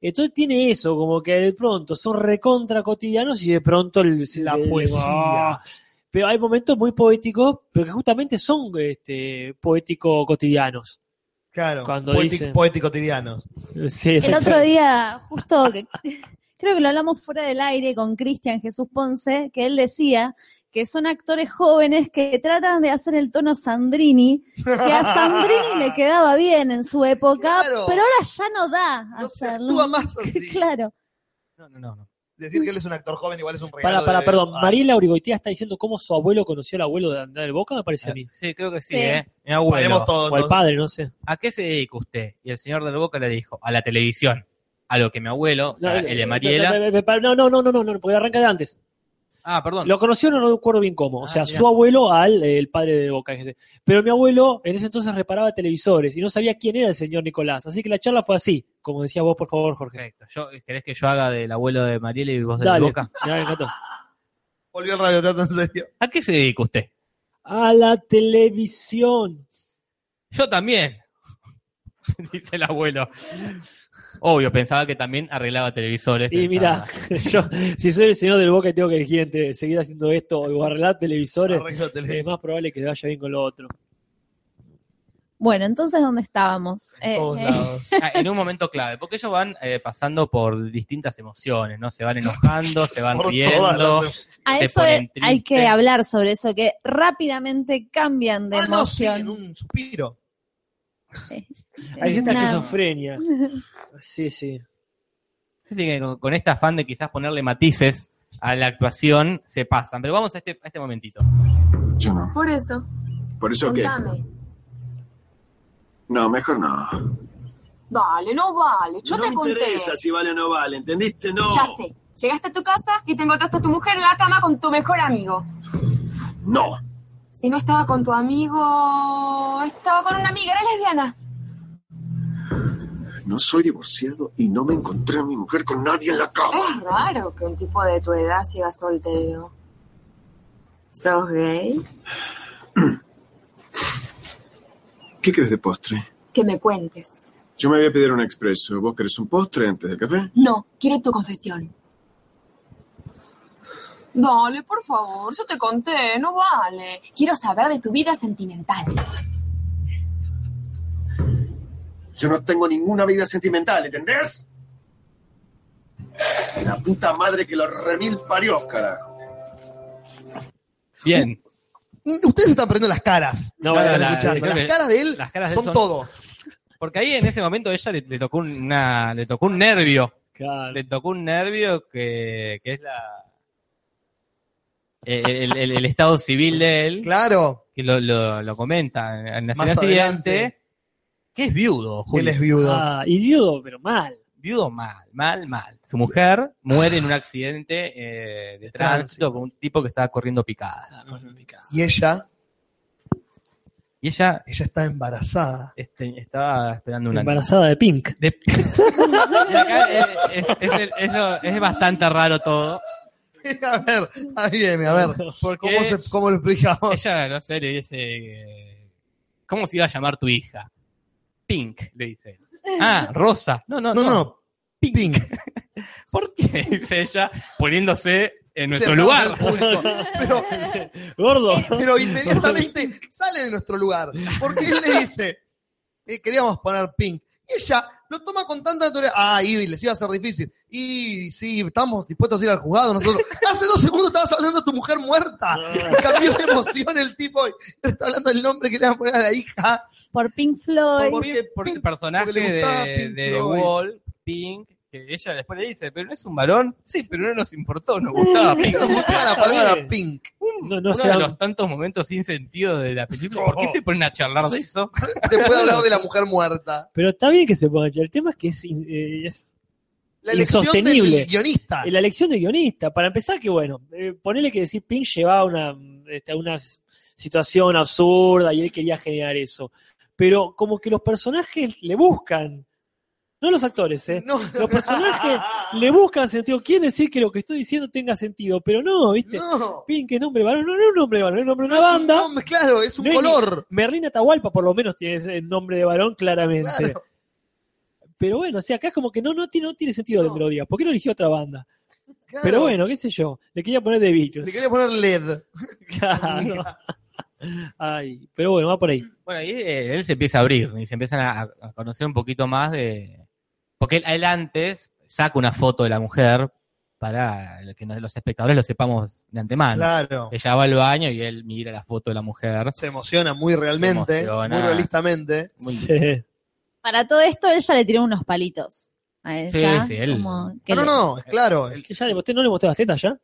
Speaker 2: Entonces tiene eso, como que de pronto son recontra cotidianos y de pronto el, se-
Speaker 1: La
Speaker 2: se-
Speaker 1: poesía.
Speaker 2: ¡Ah! Pero hay momentos muy poéticos, pero que justamente son este, poéticos cotidianos.
Speaker 1: Claro,
Speaker 2: Cuando
Speaker 1: poético,
Speaker 2: dicen-
Speaker 1: poético cotidiano.
Speaker 2: Sí,
Speaker 3: El
Speaker 2: exacto.
Speaker 3: otro día, justo que creo que lo hablamos fuera del aire con Cristian Jesús Ponce, que él decía que son actores jóvenes que tratan de hacer el tono Sandrini, que a Sandrini le quedaba bien en su época,
Speaker 1: Claro.
Speaker 3: pero ahora ya no da
Speaker 1: No se
Speaker 3: hacerlo.
Speaker 1: actúa más así.
Speaker 3: Claro.
Speaker 4: No, no, no. no.
Speaker 1: Decir que él es un actor joven igual es un regalo.
Speaker 2: Para, para,
Speaker 1: de-
Speaker 2: perdón,
Speaker 1: Ah,
Speaker 2: Mariela Urigoitia está diciendo cómo su abuelo conoció al abuelo de Andrés del Boca, me parece a mí.
Speaker 4: Sí, creo que sí,
Speaker 3: Sí.
Speaker 4: ¿eh? Mi abuelo.
Speaker 1: paremos todo,
Speaker 2: O al
Speaker 1: entonces.
Speaker 2: padre, no sé.
Speaker 4: ¿A qué se dedica usted? Y el señor del Boca le dijo, a la televisión. A lo que mi abuelo, o sea, Ah, el
Speaker 2: Eh,
Speaker 4: de Mariela.
Speaker 2: no, No, no, no, no, no, no, porque arranca de antes.
Speaker 4: Ah, perdón.
Speaker 2: Lo conoció, no recuerdo bien cómo. O
Speaker 4: Ah,
Speaker 2: sea,
Speaker 4: mirá.
Speaker 2: su abuelo al eh, el padre de Boca. gente. Pero mi abuelo en ese entonces reparaba televisores y no sabía quién era el señor Nicolás. Así que la charla fue así, como decías vos, por favor, Jorge.
Speaker 4: Perfecto. Yo, ¿Querés que yo haga del abuelo de Mariela y vos del
Speaker 2: Dale.
Speaker 4: Boca?
Speaker 2: Ya, me encantó.
Speaker 1: Volvió el radioteatro en serio.
Speaker 4: ¿A qué se dedica usted?
Speaker 2: A la televisión.
Speaker 4: Yo también, dice el abuelo. Obvio, pensaba que también arreglaba televisores.
Speaker 2: Y mira,
Speaker 4: pensaba.
Speaker 2: yo, si soy el señor del Boca y tengo que elegir entre seguir haciendo esto o arreglar televisores,
Speaker 1: Arreglo de
Speaker 2: es
Speaker 1: televisión.
Speaker 2: más probable que le vaya bien con lo otro.
Speaker 3: Bueno, entonces, ¿dónde estábamos? Eh, eh,
Speaker 4: Ah, en un momento clave, porque ellos van eh, pasando por distintas emociones, ¿no? Se van enojando, se van
Speaker 3: Por
Speaker 4: riendo.
Speaker 3: A
Speaker 4: se
Speaker 3: eso
Speaker 4: ponen
Speaker 3: es- hay que
Speaker 4: tristes.
Speaker 3: hablar sobre eso, que rápidamente cambian
Speaker 1: Ah,
Speaker 3: de emoción.
Speaker 1: un suspiro.
Speaker 2: Hay cierta
Speaker 3: Nada.
Speaker 2: esquizofrenia. Sí, sí.
Speaker 4: Así que con, con este afán de quizás ponerle matices a la actuación, se pasan. Pero vamos a este, a este momentito.
Speaker 12: Yo no.
Speaker 11: Por eso.
Speaker 12: ¿Por eso qué?
Speaker 11: Contame.
Speaker 12: No, mejor no.
Speaker 11: Dale, no vale. Yo
Speaker 12: no
Speaker 11: te
Speaker 12: me
Speaker 11: conté.
Speaker 12: interesa si vale o no vale, ¿entendiste? No.
Speaker 11: Ya sé. Llegaste a tu casa y te encontraste a tu mujer en la cama con tu mejor amigo.
Speaker 12: No.
Speaker 11: Si no estaba con tu amigo, estaba con una amiga, era lesbiana.
Speaker 12: No soy divorciado y no me encontré a mi mujer con nadie en la cama.
Speaker 11: Es raro que un tipo de tu edad siga soltero. ¿Sos gay?
Speaker 12: ¿Qué crees de postre?
Speaker 11: Que me cuentes.
Speaker 12: Yo me voy a pedir un expreso. ¿Vos querés un postre antes del café?
Speaker 11: No, quiero tu confesión. Dale, por favor, yo te conté, no vale. Quiero saber de tu vida sentimental.
Speaker 12: Yo no tengo ninguna vida sentimental, ¿entendés? La puta madre que lo remil parió, carajo.
Speaker 4: Bien.
Speaker 1: Ustedes están perdiendo las caras.
Speaker 4: No,
Speaker 1: Están
Speaker 4: no, la-
Speaker 1: escuchando.
Speaker 4: creo
Speaker 1: las
Speaker 4: que-
Speaker 1: caras de él
Speaker 4: las caras de él
Speaker 1: son,
Speaker 4: son-
Speaker 1: todo.
Speaker 4: Porque ahí en ese momento ella le, le tocó una, le tocó un nervio. Le tocó un nervio que, que es la eh, el, el- el- el estado civil de él.
Speaker 1: Claro.
Speaker 4: Que lo, lo- lo comenta eh, en- en la
Speaker 1: Más
Speaker 4: escena siguiente.
Speaker 1: adelante.
Speaker 4: Que es viudo, Julio.
Speaker 1: Él es viudo.
Speaker 2: Ah, y viudo, pero mal.
Speaker 4: Viudo mal, mal, mal. Su mujer muere en un accidente eh, de tránsito con un tipo que estaba corriendo picada.
Speaker 1: Y ella,
Speaker 4: Y ella
Speaker 1: ella está embarazada.
Speaker 4: este, estaba esperando una
Speaker 2: Embarazada de Pink.
Speaker 4: De- Y acá, eh, es, es el- es lo- es bastante raro todo.
Speaker 1: A ver, ahí viene, a ver.
Speaker 4: Porque
Speaker 1: ¿Cómo, se- cómo lo explicamos?
Speaker 4: ella, no sé, le dice, eh, ¿cómo se iba a llamar tu hija? Pink, le dice. Ah, Rosa. No, no,
Speaker 1: No,
Speaker 4: no.
Speaker 1: no, no.
Speaker 4: Pink. ¿Por qué? Dice ella, poniéndose en nuestro
Speaker 1: Cerramos
Speaker 4: lugar.
Speaker 1: el público. Pero,
Speaker 2: Gordo.
Speaker 1: pero inmediatamente sale de nuestro lugar. Porque él le dice, eh, queríamos poner pink. Y ella lo toma con tanta naturaleza. Ah, y les iba a ser difícil. Y sí, estamos dispuestos a ir al juzgado nosotros. Hace dos segundos estabas hablando de tu mujer muerta.
Speaker 4: Ah.
Speaker 1: Y cambió de emoción el tipo. y Está hablando del nombre que le van a poner a la hija.
Speaker 3: Por Pink Floyd.
Speaker 4: Porque, porque el personaje
Speaker 1: porque le gustaba
Speaker 4: de,
Speaker 1: Pink
Speaker 4: de The
Speaker 1: Floyd.
Speaker 4: Wall, Pink, que ella después le dice, pero no es un varón. Sí, pero no nos importó, nos gustaba Pink.
Speaker 1: Nos gustaba la palabra pink.
Speaker 2: No, no
Speaker 4: Uno
Speaker 2: sean-
Speaker 4: de los tantos momentos sin sentido de la película. ¿Por qué se ponen a charlar de eso?
Speaker 1: Oh. Después de hablar de la mujer muerta.
Speaker 2: Pero está bien que se ponga. El tema es que es, in- eh, es
Speaker 1: La elección
Speaker 2: Insostenible.
Speaker 1: del guionista.
Speaker 2: la elección de guionista. Para empezar, que bueno, eh, ponele que decir Pink llevaba una, este, una situación absurda y él quería generar eso. Pero como que los personajes le buscan. No los actores, ¿eh?
Speaker 1: No,
Speaker 2: Los personajes le buscan sentido. Quieren decir que lo que estoy diciendo tenga sentido, pero no, ¿viste?
Speaker 1: no.
Speaker 2: Pink es nombre varón, no, no es un nombre varón, es un nombre de una
Speaker 1: es un
Speaker 2: banda.
Speaker 1: nombre, claro, es un
Speaker 2: No es ni-
Speaker 1: color.
Speaker 2: Merlín Atahualpa por lo menos tiene ese nombre de varón claramente.
Speaker 1: Claro.
Speaker 2: Pero bueno, o sea, acá es como que no, no, tiene, no tiene sentido
Speaker 1: No.
Speaker 2: de melodía. ¿Por qué no eligió otra banda?
Speaker 1: claro.
Speaker 2: Pero bueno, qué sé yo. Le quería poner The Beatles.
Speaker 1: Le quería poner LED.
Speaker 2: Claro. Ay, pero bueno, va por ahí.
Speaker 4: Bueno, ahí eh, él se empieza a abrir y se empiezan a, a conocer un poquito más de. Porque él, él antes saca una foto de la mujer para que nos- los espectadores lo sepamos de antemano.
Speaker 1: Claro.
Speaker 4: Ella va al baño y él mira la foto de la mujer.
Speaker 1: Se emociona muy realmente,
Speaker 4: Se emociona.
Speaker 1: muy realistamente.
Speaker 4: Muy-
Speaker 2: Sí.
Speaker 3: Para todo esto, ella le tiró unos palitos. A ella.
Speaker 4: sí, él-
Speaker 3: como que
Speaker 1: No, no,
Speaker 3: le-
Speaker 1: no, es claro.
Speaker 2: ¿Que ya le mostré- ¿No le mostré las tetas ya?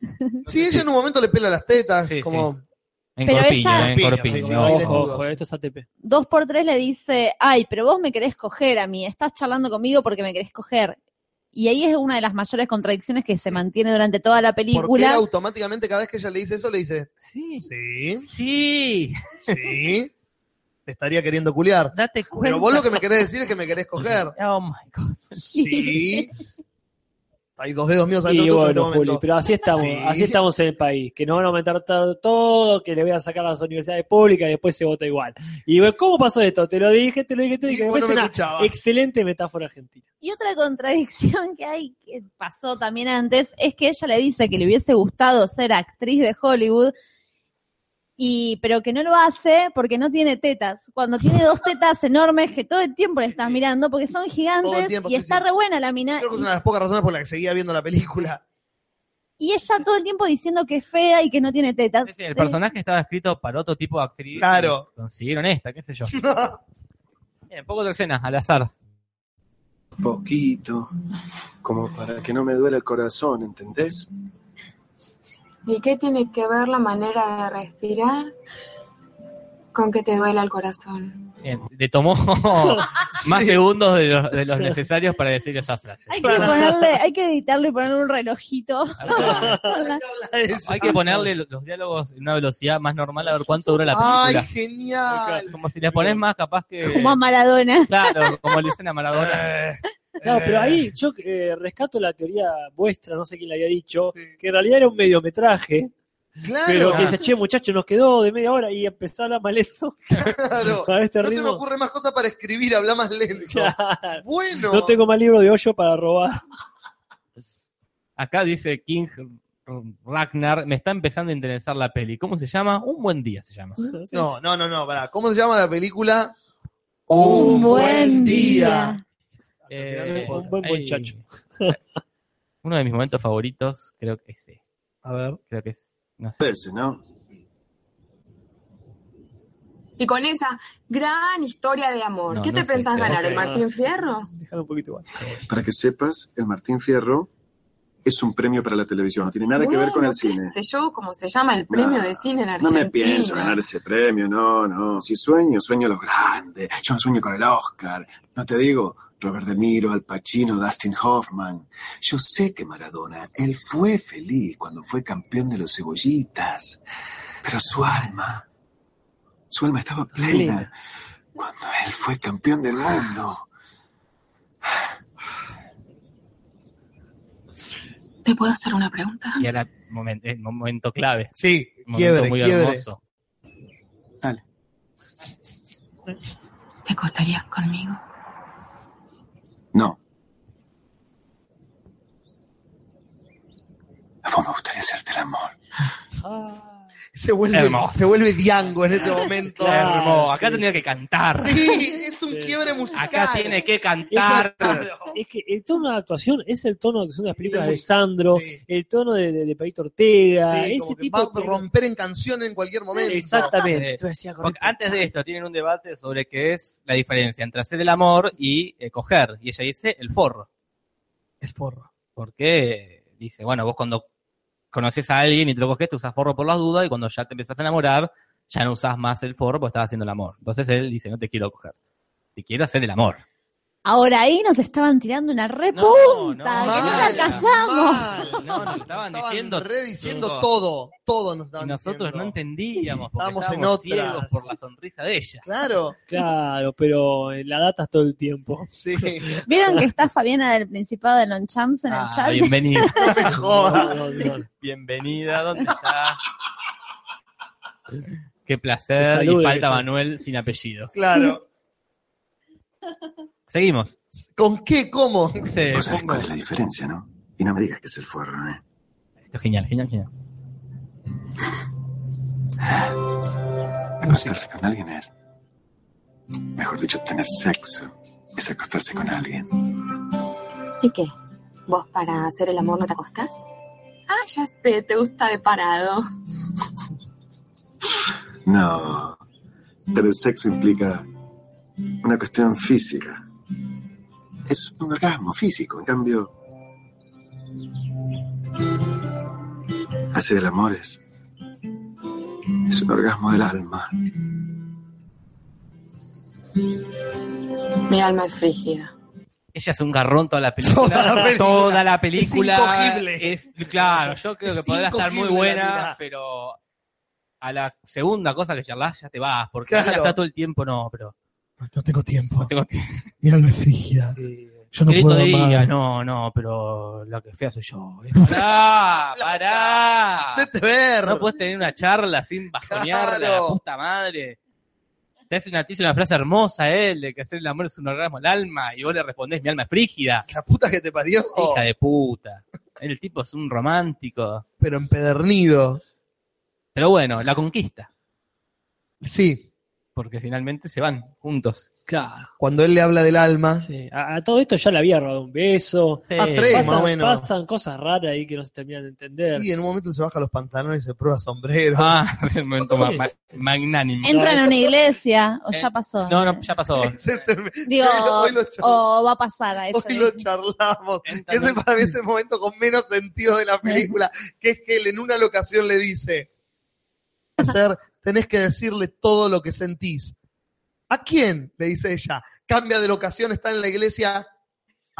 Speaker 1: Sí, ella en un momento le pela las tetas,
Speaker 4: Sí,
Speaker 1: como
Speaker 4: En
Speaker 3: Pero
Speaker 4: corpiño,
Speaker 3: ella-
Speaker 4: eh, en
Speaker 1: Corpiño,
Speaker 4: corpiño.
Speaker 1: sí, sí,
Speaker 4: ojo.
Speaker 1: ahí
Speaker 2: Ojo,
Speaker 1: desnudos.
Speaker 2: ojo, esto es ATP.
Speaker 3: Dos por tres le dice, ay, pero vos me querés coger a mí, estás charlando conmigo porque me querés coger. Y ahí es una de las mayores contradicciones que se mantiene durante toda la
Speaker 1: porque él
Speaker 3: película.
Speaker 1: automáticamente cada vez que ella le dice eso le dice,
Speaker 4: Sí,
Speaker 1: sí,
Speaker 4: sí,
Speaker 1: sí, te estaría queriendo culiar.
Speaker 4: date cuenta.
Speaker 1: Pero vos lo que me querés decir es que me querés coger.
Speaker 4: Oh my god.
Speaker 1: Sí. Hay dos dedos míos adentro
Speaker 2: Y
Speaker 1: tuyo en
Speaker 2: bueno,
Speaker 1: este momento.
Speaker 2: Juli, pero así estamos,
Speaker 1: Sí.
Speaker 2: así estamos en el país, que nos van a aumentar to- todo, que le voy a sacar a las universidades públicas y después se vota igual. Y bueno, ¿cómo pasó esto? Te lo dije, te lo dije, te lo
Speaker 1: Y
Speaker 2: dije.
Speaker 1: vos
Speaker 2: Me
Speaker 1: no
Speaker 2: parece
Speaker 1: me
Speaker 2: una
Speaker 1: escuchabas.
Speaker 2: excelente metáfora argentina.
Speaker 3: Y otra contradicción que hay, que pasó también antes, es que ella le dice que le hubiese gustado ser actriz de Hollywood y pero que no lo hace porque no tiene tetas. Cuando tiene dos tetas enormes que todo el tiempo le estás mirando porque son
Speaker 1: Todo
Speaker 3: gigantes
Speaker 1: el tiempo,
Speaker 3: y
Speaker 1: sí,
Speaker 3: está
Speaker 1: sí.
Speaker 3: re buena la mina.
Speaker 1: Creo que es una de las pocas razones por las que seguía viendo la película.
Speaker 3: Y ella todo el tiempo diciendo que es fea y que no tiene tetas.
Speaker 4: El
Speaker 3: Eh,
Speaker 4: personaje estaba escrito para otro tipo de actriz.
Speaker 1: Claro.
Speaker 4: y Consiguieron esta, qué sé yo. Bien, poco de escenas, al azar.
Speaker 12: Poquito. Como para que no me duele el corazón, ¿entendés?
Speaker 11: ¿Y qué tiene que ver la manera de respirar con que te duela el corazón?
Speaker 4: Bien, le tomó más segundos de los, de los necesarios para decir esa frase.
Speaker 3: hay que ponerle, hay que editarlo y ponerle un relojito.
Speaker 4: Hay que ponerle lo- los diálogos en una velocidad más normal a ver cuánto dura la película.
Speaker 1: ¡Ay, genial!
Speaker 4: Como si les pones más, capaz que.
Speaker 3: Como a Maradona.
Speaker 4: Claro, como le dicen a Maradona.
Speaker 1: Eh,
Speaker 2: Claro, pero ahí yo eh, rescato la teoría vuestra, no sé quién la había dicho, que en realidad era un mediometraje,
Speaker 1: Claro.
Speaker 2: pero que dice, che, muchacho, nos quedó de media hora y empezó a hablar más lento.
Speaker 1: Claro.
Speaker 2: A este
Speaker 1: no se me
Speaker 2: ritmo.
Speaker 1: ocurre más cosas para escribir, habla más lento.
Speaker 2: Claro.
Speaker 1: Bueno.
Speaker 2: No tengo más libro de hoyo para robar.
Speaker 4: Acá dice King Ragnar, me está empezando a interesar la peli. ¿Cómo se llama? Un buen día se llama.
Speaker 1: No, no, no, no, pará. ¿Cómo se llama la película?
Speaker 4: Un
Speaker 1: buen día.
Speaker 4: Eh,
Speaker 2: Un buen
Speaker 4: ahí-
Speaker 2: muchacho.
Speaker 4: Uno de mis momentos favoritos, creo que es ese.
Speaker 1: A ver.
Speaker 4: Creo que es. No sé.
Speaker 12: Verse, ¿no?
Speaker 11: Y con esa gran historia de amor,
Speaker 12: No,
Speaker 11: ¿qué
Speaker 12: no
Speaker 11: te
Speaker 12: sé,
Speaker 11: pensás
Speaker 12: creo
Speaker 11: ganar,
Speaker 12: que-
Speaker 11: el Martín Fierro?
Speaker 2: Déjalo un poquito igual.
Speaker 12: Para que sepas, el Martín Fierro es un premio para la televisión, no tiene nada que ver con
Speaker 11: Bueno,
Speaker 12: el cine.
Speaker 11: qué sé yo, cómo se llama el premio
Speaker 12: No,
Speaker 11: de cine en
Speaker 12: No
Speaker 11: Argentina.
Speaker 12: me pienso ganar ese premio, no, no. Si sueño, sueño lo grande. Yo no sueño con el Oscar. No te digo, Robert De Niro, Al Pacino, Dustin Hoffman. Yo sé que Maradona, él fue feliz cuando fue campeón de los cebollitas. Pero su alma, su alma estaba plena
Speaker 2: Plena.
Speaker 12: cuando él fue campeón del mundo.
Speaker 11: ¿Te puedo hacer una pregunta?
Speaker 4: Y ahora, momen- eh, momento clave.
Speaker 1: Sí,
Speaker 4: momento
Speaker 1: quiebre,
Speaker 4: muy
Speaker 1: quiebre.
Speaker 4: hermoso.
Speaker 11: ¿Te acostarías conmigo?
Speaker 12: No. A vos me gustaría hacerte el amor.
Speaker 1: Se vuelve,
Speaker 4: Hermoso.
Speaker 1: se vuelve Diango en ese Este momento.
Speaker 4: Hermoso. Acá tenía que cantar.
Speaker 1: Sí, es un quiebre musical.
Speaker 4: Acá tiene que
Speaker 2: Es
Speaker 4: cantar.
Speaker 2: que, es que el tono de actuación es el tono de actuación de las películas de Sandro, el tono de, de, de Paito Ortega,
Speaker 1: Sí,
Speaker 2: ese
Speaker 1: como que
Speaker 2: tipo
Speaker 1: va
Speaker 2: de
Speaker 1: a romper en canción en cualquier momento.
Speaker 2: Exactamente.
Speaker 4: Eh,
Speaker 2: Yo decía, con-
Speaker 4: Porque antes de esto tienen un debate sobre qué es la diferencia entre hacer el amor y eh, coger. Y ella dice el forro.
Speaker 1: Es forro.
Speaker 4: Porque dice, bueno, vos cuando conoces a alguien y te lo coges, te usas forro por las dudas y cuando ya te empezás a enamorar, ya no usás más el forro porque estás haciendo el amor. Entonces él dice, no te quiero coger. Te quiero hacer el amor.
Speaker 3: Ahora ahí nos estaban tirando una repunta,
Speaker 4: No, no,
Speaker 3: que no la
Speaker 1: Mal,
Speaker 3: casamos.
Speaker 1: mal.
Speaker 4: No, nos estaban
Speaker 1: Estaban
Speaker 4: diciendo
Speaker 1: rediciendo
Speaker 4: todo.
Speaker 1: todo, todo nos
Speaker 4: Y
Speaker 1: estaban
Speaker 4: nosotros
Speaker 1: diciendo.
Speaker 4: no entendíamos porque
Speaker 1: Estábamos
Speaker 4: estábamos,
Speaker 1: en otras.
Speaker 4: ciegos por la sonrisa de ella.
Speaker 1: Claro,
Speaker 2: claro, pero eh, la datas todo el tiempo.
Speaker 1: sí.
Speaker 3: ¿Vieron que está Fabiana del Principado de Lonchamps en
Speaker 4: Ah,
Speaker 3: el chat?
Speaker 4: bienvenida.
Speaker 1: No me jodas.
Speaker 2: No, no, no.
Speaker 4: Bienvenida, ¿dónde está? Qué placer.
Speaker 2: Que salude,
Speaker 4: y
Speaker 2: que
Speaker 4: falta
Speaker 2: salude.
Speaker 4: Manuel sin apellido.
Speaker 1: Claro.
Speaker 4: Seguimos.
Speaker 1: ¿Con qué? ¿Cómo?
Speaker 4: Se
Speaker 12: Vos sabés
Speaker 4: pongo-
Speaker 12: cuál es la diferencia, ¿no? Y no me digas que es el forro, ¿eh?
Speaker 4: Esto es genial, genial, genial.
Speaker 12: Ah, Acostarse con alguien es. Mejor dicho, tener sexo es acostarse con alguien.
Speaker 11: ¿Y qué? ¿Vos para hacer el amor no te acostás? Ah, ya sé, te gusta de parado.
Speaker 12: No. Pero el sexo implica una cuestión física. Es un orgasmo físico. En cambio, hacer el amor es. Es un orgasmo del alma.
Speaker 11: Mi alma es frígida.
Speaker 4: Ella es un garrón toda la película.
Speaker 1: Toda la película.
Speaker 4: Toda la película.
Speaker 1: Es incogible.
Speaker 4: Es- claro, yo creo que
Speaker 1: Es
Speaker 4: podrá estar muy
Speaker 1: incogible la
Speaker 4: buena,
Speaker 1: mina.
Speaker 4: pero a la segunda cosa que charlas ya te vas, porque
Speaker 1: Claro.
Speaker 4: ella está todo el tiempo, no, pero
Speaker 1: No tengo tiempo.
Speaker 4: no tengo que-
Speaker 1: Mira lo frígida. Yo
Speaker 4: Grito de ira, no, no, pero la que fea soy yo. Eh, Pará, pará.
Speaker 1: Hacete ver.
Speaker 4: No puedes tener una charla sin bajonearla,
Speaker 1: Claro.
Speaker 4: puta madre. Te hace una, te hizo una frase hermosa él, de que hacer el amor es un orgasmo al alma, y vos le respondés, mi alma es frígida.
Speaker 1: La puta que te parió.
Speaker 4: Hija de puta. El tipo es un romántico.
Speaker 1: Pero empedernido.
Speaker 4: Pero bueno, la conquista.
Speaker 1: Sí.
Speaker 4: Porque finalmente se van juntos.
Speaker 2: Claro.
Speaker 1: Cuando él le habla del alma.
Speaker 2: Sí, A, a todo esto ya le había robado un beso.
Speaker 1: Ah, tres,
Speaker 2: pasan,
Speaker 1: más o menos.
Speaker 2: pasan cosas raras ahí que no se terminan de entender.
Speaker 1: Sí, en un momento se baja los pantalones y se prueba sombrero.
Speaker 4: Ah, es el momento ma- ma- magnánimo.
Speaker 3: Entran a una iglesia, o ya pasó.
Speaker 4: Eh, No, no, ya pasó.
Speaker 1: Ese es el-
Speaker 3: Digo,
Speaker 1: hoy lo charlamos.
Speaker 3: o Oh, va a pasar a eso.
Speaker 1: Hoy lo charlamos. Ese para mí es el momento con menos sentido de la película, que es que él en una locación le dice, hacer, tenés que decirle todo lo que sentís. ¿A quién? Le dice ella. Cambia de locación, está en la iglesia.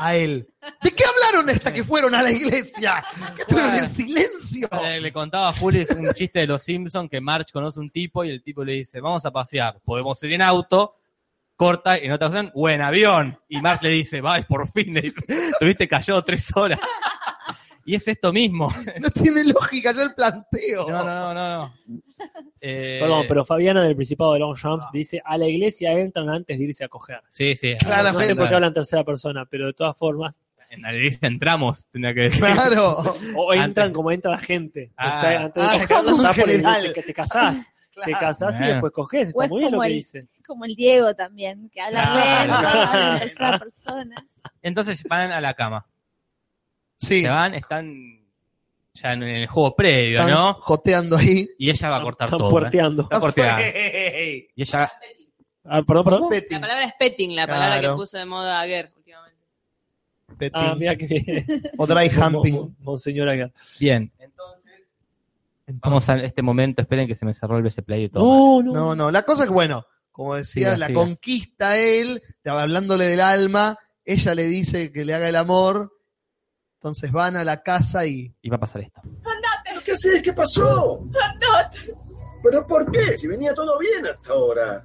Speaker 1: A él. ¿De qué hablaron hasta que fueron a la iglesia? Que estuvieron en silencio.
Speaker 4: Le, le contaba a Juli es un chiste de los Simpsons que March conoce un tipo y el tipo le dice, vamos a pasear, podemos ir en auto, corta en otra ocasión, o en avión. Y March le dice, va, es por fin, le dice, tuviste cayó tres horas. Y es esto mismo.
Speaker 1: No tiene lógica ya el planteo.
Speaker 4: No, no, no, no. no. Eh,
Speaker 2: Perdón, pero Fabiana del Principado de Longchamps
Speaker 1: Ah.
Speaker 2: dice, a la iglesia entran antes de irse a coger.
Speaker 4: Sí, sí.
Speaker 2: No sé por qué hablan tercera persona, pero de todas formas,
Speaker 4: En la iglesia entramos, tendría que decir.
Speaker 1: Claro.
Speaker 2: o entran como entra la gente.
Speaker 4: Ah.
Speaker 2: Está- antes de
Speaker 1: Ah,
Speaker 2: coger,
Speaker 1: hablan en
Speaker 2: pasás por el-
Speaker 1: general.
Speaker 2: te, te casás, te casás y
Speaker 4: Bueno.
Speaker 2: después cogés,
Speaker 3: O
Speaker 2: está
Speaker 3: es
Speaker 2: muy bien lo
Speaker 3: como
Speaker 2: que
Speaker 3: el-
Speaker 2: dice.
Speaker 3: Como el Diego también, que habla
Speaker 4: Claro.
Speaker 3: lento, habla en tercera persona.
Speaker 4: Entonces van a la cama.
Speaker 1: Sí,
Speaker 4: Se van, están ya en el juego previo,
Speaker 1: están
Speaker 4: ¿no?
Speaker 1: joteando ahí.
Speaker 4: Y ella va a cortar
Speaker 2: Están
Speaker 4: todo. ¿eh?
Speaker 2: puerteando.
Speaker 4: Está corteada.
Speaker 1: Ey,
Speaker 4: Y ella
Speaker 2: Ah, perdón, perdón.
Speaker 1: petting,
Speaker 7: La palabra es petting, la palabra
Speaker 1: Claro.
Speaker 7: que puso de moda Aguer últimamente.
Speaker 1: petting.
Speaker 2: Ah, mira que bien.
Speaker 1: o dry
Speaker 2: Mon- mon-
Speaker 1: humping.
Speaker 2: Monseñor Aguer.
Speaker 4: Bien. Entonces, vamos a este momento. Esperen que se me cerró el BC Play y todo.
Speaker 2: No, no.
Speaker 1: No, no, la cosa es bueno, como decía,
Speaker 4: Siga,
Speaker 1: la
Speaker 4: siga.
Speaker 1: conquista él, hablándole del alma, ella le dice que le haga el amor, entonces van a la casa y
Speaker 4: Y va a pasar esto.
Speaker 12: ¿Pero qué haces? ¿Qué pasó? ¿Pero por qué? Si venía todo bien hasta ahora.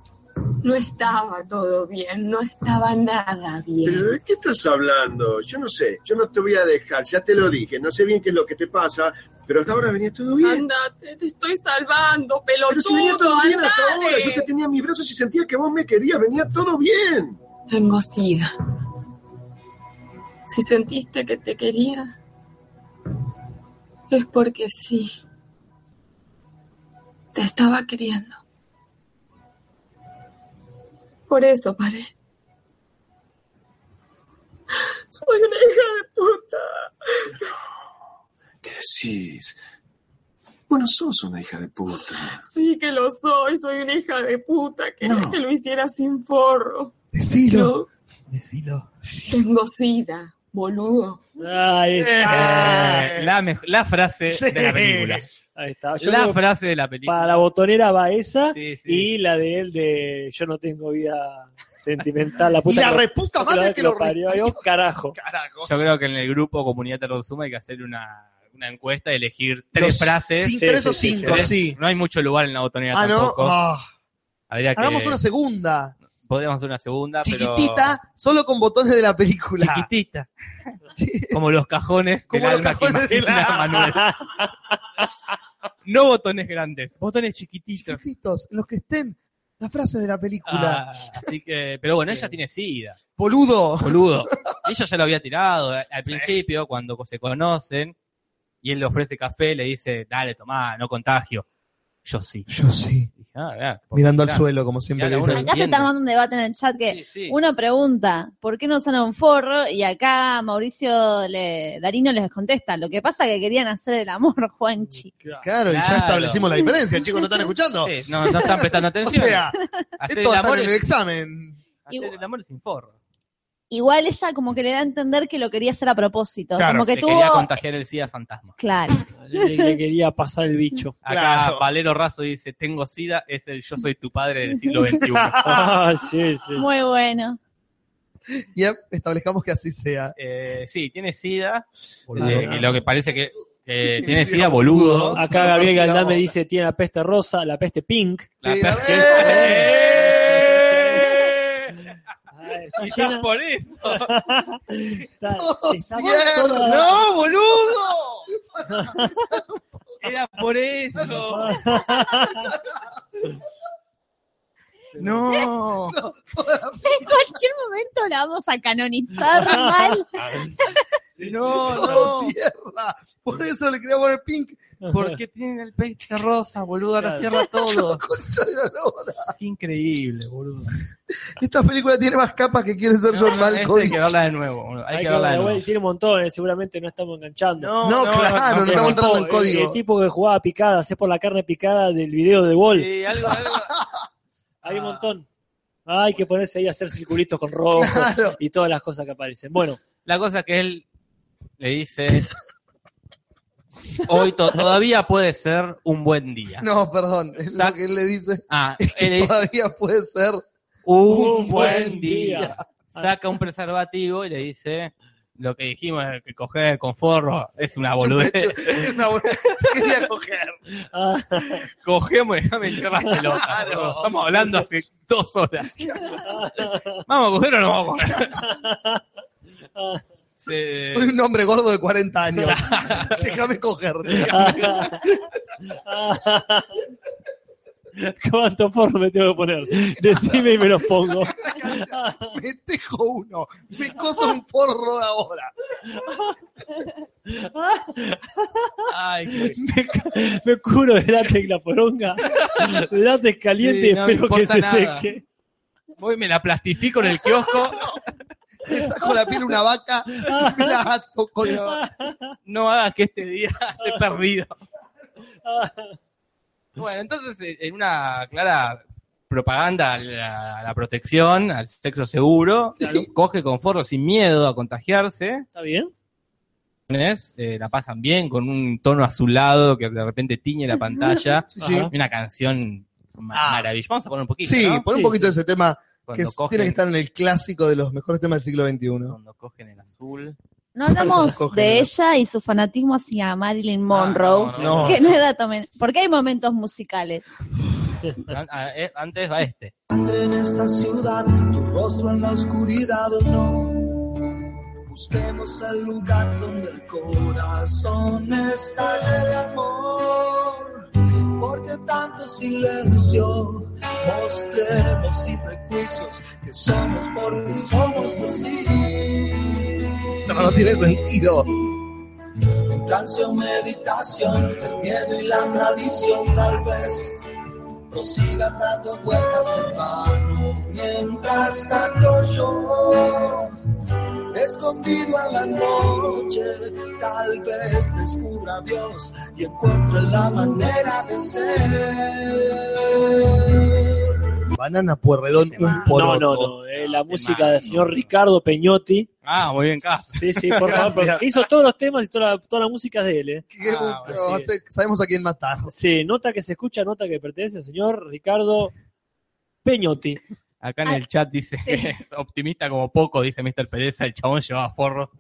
Speaker 11: No estaba todo bien, no estaba nada bien.
Speaker 12: ¿Pero de qué estás hablando? Yo no sé, yo no te voy a dejar, ya te lo dije, no sé bien qué es lo que te pasa, pero hasta ahora venía todo bien.
Speaker 11: Andate, te estoy salvando,
Speaker 12: Pero si venía todo bien hasta
Speaker 11: andate.
Speaker 12: ahora, yo te tenía en mis brazos y sentía que vos me querías, venía todo bien.
Speaker 11: Tengo sida. Si sentiste que te quería, es porque sí. Te estaba queriendo. Por eso paré. Soy una hija de puta. Ah.
Speaker 12: ¿Qué decís? Bueno, sos una hija de puta.
Speaker 11: Sí que lo soy, soy una hija de puta. Quería
Speaker 12: No.
Speaker 11: que lo hiciera sin forro.
Speaker 1: decilo.
Speaker 11: No, tengo sida, boludo.
Speaker 2: Ahí está.
Speaker 4: Eh, Ah, la, mej- la frase de la película.
Speaker 2: Ahí está. Yo
Speaker 4: La
Speaker 2: creo que
Speaker 4: frase de la película.
Speaker 2: para la botonera va esa
Speaker 4: Sí, sí.
Speaker 2: y la de él de yo no tengo vida sentimental. La
Speaker 1: Y
Speaker 2: puta
Speaker 1: la
Speaker 2: que lo-
Speaker 1: reputa madre que,
Speaker 2: que
Speaker 1: lo
Speaker 2: parió. Ahí, oh,
Speaker 1: recibió.
Speaker 2: carajo.
Speaker 1: Carajo.
Speaker 4: Yo creo que en el grupo Comunidad Terror Suma hay que hacer una, una encuesta y elegir
Speaker 1: Los
Speaker 4: tres frases.
Speaker 1: cin-
Speaker 2: Sí,
Speaker 1: tres
Speaker 2: sí,
Speaker 1: o
Speaker 2: sí, sí.
Speaker 1: cinco,
Speaker 4: Tres.
Speaker 1: sí.
Speaker 4: No hay mucho lugar en la botonera
Speaker 1: Ah, no.
Speaker 4: tampoco.
Speaker 1: Ah,
Speaker 4: Habría que-
Speaker 1: hagamos una segunda,
Speaker 4: Podríamos hacer una segunda,
Speaker 1: chiquitita, solo con botones de la
Speaker 4: pero.
Speaker 1: película.
Speaker 4: Chiquitita. Como los cajones
Speaker 1: Como
Speaker 4: del
Speaker 1: los
Speaker 4: alma que
Speaker 1: cajones del
Speaker 4: imagina
Speaker 1: alma.
Speaker 4: Manuel. No botones grandes, botones chiquititos.
Speaker 1: Chiquititos, los que estén las frases de la película.
Speaker 4: Ah, así que, pero bueno, ella tiene sida,
Speaker 1: Boludo.
Speaker 4: boludo. Ella ya lo había tirado al al principio, cuando se conocen, y él le ofrece café, le dice, dale, tomá, no contagio. Yo sí.
Speaker 1: Yo sí.
Speaker 4: Dije, ah, mirá, por
Speaker 1: Mirando al
Speaker 4: mirá.
Speaker 1: suelo, como siempre.
Speaker 4: Ya,
Speaker 1: le
Speaker 4: la una-
Speaker 1: dicen.
Speaker 3: Acá se
Speaker 4: Entiendo.
Speaker 3: está armando un debate en el chat que
Speaker 4: Sí, sí.
Speaker 3: uno pregunta, ¿por qué no usan un forro? Y acá Mauricio le, Darino les contesta, lo que pasa que querían hacer el amor, Juanchi.
Speaker 1: Claro, y ya
Speaker 4: Claro.
Speaker 1: establecimos la diferencia, chicos, ¿no están escuchando?
Speaker 4: Sí, no, no están prestando
Speaker 1: O
Speaker 4: atención.
Speaker 1: sea,
Speaker 4: hacer,
Speaker 1: esto
Speaker 4: el
Speaker 1: va a estar
Speaker 4: amor
Speaker 1: en el
Speaker 4: es,
Speaker 1: examen.
Speaker 4: hacer el amor es sin forro.
Speaker 3: Igual ella como que le da a entender que lo quería hacer a propósito,
Speaker 1: Claro,
Speaker 3: como que
Speaker 4: Le quería
Speaker 3: tuvo...
Speaker 4: contagiar el sida fantasma.
Speaker 3: Claro,
Speaker 2: Le, le quería pasar el bicho.
Speaker 4: Acá
Speaker 1: Claro.
Speaker 4: Valero Razo dice, tengo sida, es el yo soy tu padre del siglo XXI.
Speaker 2: Ah, sí, sí.
Speaker 3: muy bueno.
Speaker 1: Y establezcamos que así sea.
Speaker 4: Eh, sí, tiene sida.
Speaker 1: Boludo.
Speaker 4: eh, que lo que parece que eh, tiene sida boludo.
Speaker 2: Acá Gabriel Galdán me dice, tiene la peste rosa, la peste pink.
Speaker 4: La
Speaker 1: Sí,
Speaker 4: per-
Speaker 1: la-
Speaker 4: ¡Eh!
Speaker 2: Ay, está
Speaker 4: Quizás
Speaker 2: llena-
Speaker 4: por eso.
Speaker 2: está-
Speaker 1: Todo
Speaker 2: está
Speaker 1: cierto.
Speaker 2: toda-
Speaker 4: ¡Oh, ¡No, boludo! Era por eso. No.
Speaker 3: En cualquier momento la vamos a canonizar mal.
Speaker 4: No,
Speaker 1: Todo
Speaker 4: no.
Speaker 1: cierra. Por eso le quería poner pink.
Speaker 4: ¿Por qué tienen el pecho rosa, boludo? Ahora
Speaker 1: Claro.
Speaker 4: cierra todo.
Speaker 1: Increíble, boludo. Esta película tiene más capas que quiere ser John Malkovich.
Speaker 4: Hay que verla de nuevo. boludo. Hay, que verla de
Speaker 2: verla,
Speaker 4: nuevo.
Speaker 2: güey, Tiene montones, seguramente no estamos enganchando.
Speaker 1: No, No, no, claro, no, no no, estamos entrando en
Speaker 2: el-
Speaker 1: código.
Speaker 2: El, tipo que jugaba picadas es por la carne picada del video de gol.
Speaker 4: Sí, algo, algo.
Speaker 2: Hay
Speaker 1: Ah.
Speaker 2: un montón. Hay que ponerse ahí a hacer circulitos con rojo y todas las cosas que aparecen. Bueno,
Speaker 4: La cosa es que él le dice: Hoy to- todavía puede ser un buen día.
Speaker 1: No, perdón, es lo que él le dice.
Speaker 4: Ah,
Speaker 1: Es que
Speaker 4: él le dice,
Speaker 1: todavía puede ser
Speaker 4: un buen día. Saca un preservativo y le dice: Lo que dijimos es que coger con forro es una boludez.
Speaker 1: Es una boludez. Quería coger.
Speaker 4: Cogemos y déjame echar las pelotas. boludo. Estamos hablando hace dos horas. ¿Vamos a coger o no vamos a coger? Se-
Speaker 1: Soy un hombre gordo de 40 años. Déjame coger.
Speaker 2: ¿cuánto porno me tengo que poner? Decime y me los pongo.
Speaker 1: Me tejo uno. Me coso un porro de ahora.
Speaker 4: Ay, qué-
Speaker 2: Me, cu- me curo de látex la poronga. Látex caliente
Speaker 4: Sí,
Speaker 2: y
Speaker 4: no me
Speaker 2: espero que
Speaker 4: importa
Speaker 2: se
Speaker 4: nada.
Speaker 2: seque.
Speaker 4: Voy y me la plastifico en el kiosco.
Speaker 1: Le saco la piel a una vaca. y me la ato con-
Speaker 4: No hagas que este día esté perdido. Bueno, entonces eh, en una clara propaganda a la, a la protección, al sexo seguro, coge con forro sin miedo a contagiarse.
Speaker 2: ¿Está bien?
Speaker 4: eh, la pasan bien con un tono azulado que de repente tiñe la pantalla.
Speaker 1: Sí, sí.
Speaker 4: Y una canción ma- maravillosa. Vamos a poner un poquito.
Speaker 1: Sí,
Speaker 4: ¿no?
Speaker 1: pon un poquito de ese tema que
Speaker 4: Cuando
Speaker 1: es-
Speaker 4: cogen-
Speaker 1: tiene que estar en el clásico de los mejores temas del siglo XXI.
Speaker 4: Cuando cogen el azul.
Speaker 3: No hablamos
Speaker 1: Coge,
Speaker 3: de ella y su fanatismo hacia Marilyn Monroe,
Speaker 4: no, no, no.
Speaker 3: que no es dato men- porque hay momentos musicales.
Speaker 4: An- a- eh, Antes va este.
Speaker 13: en esta ciudad, tu rostro en la oscuridad no. Busquemos el lugar donde el corazón está de amor. Porque tanto silencio, mostremos sin prejuicios que somos porque somos así.
Speaker 1: No, no tiene sentido.
Speaker 13: En trance o meditación, el miedo y la tradición tal vez prosigan dando vueltas en vano. Mientras tanto yo, escondido en la noche, tal vez descubra a Dios y encuentre la manera de ser.
Speaker 1: Banana Puerredón, un
Speaker 2: No, no,
Speaker 1: poroto.
Speaker 2: no. eh, la música del señor Ricardo Peñotti.
Speaker 4: Ah, muy bien, Cas.
Speaker 2: Sí, sí, por favor.
Speaker 1: Gracias.
Speaker 2: porque hizo todos los temas y toda la, toda la música es de él. eh.
Speaker 1: Que-
Speaker 4: Ah,
Speaker 2: bueno,
Speaker 1: no,
Speaker 2: sí.
Speaker 1: sé- sabemos a quién matar.
Speaker 2: Sí, nota que se escucha, nota que pertenece al señor Ricardo Peñotti.
Speaker 4: Acá en
Speaker 1: Ah,
Speaker 4: el chat dice
Speaker 2: sí.
Speaker 4: que es optimista como poco, dice Mr. Pereza, el chabón llevaba forro.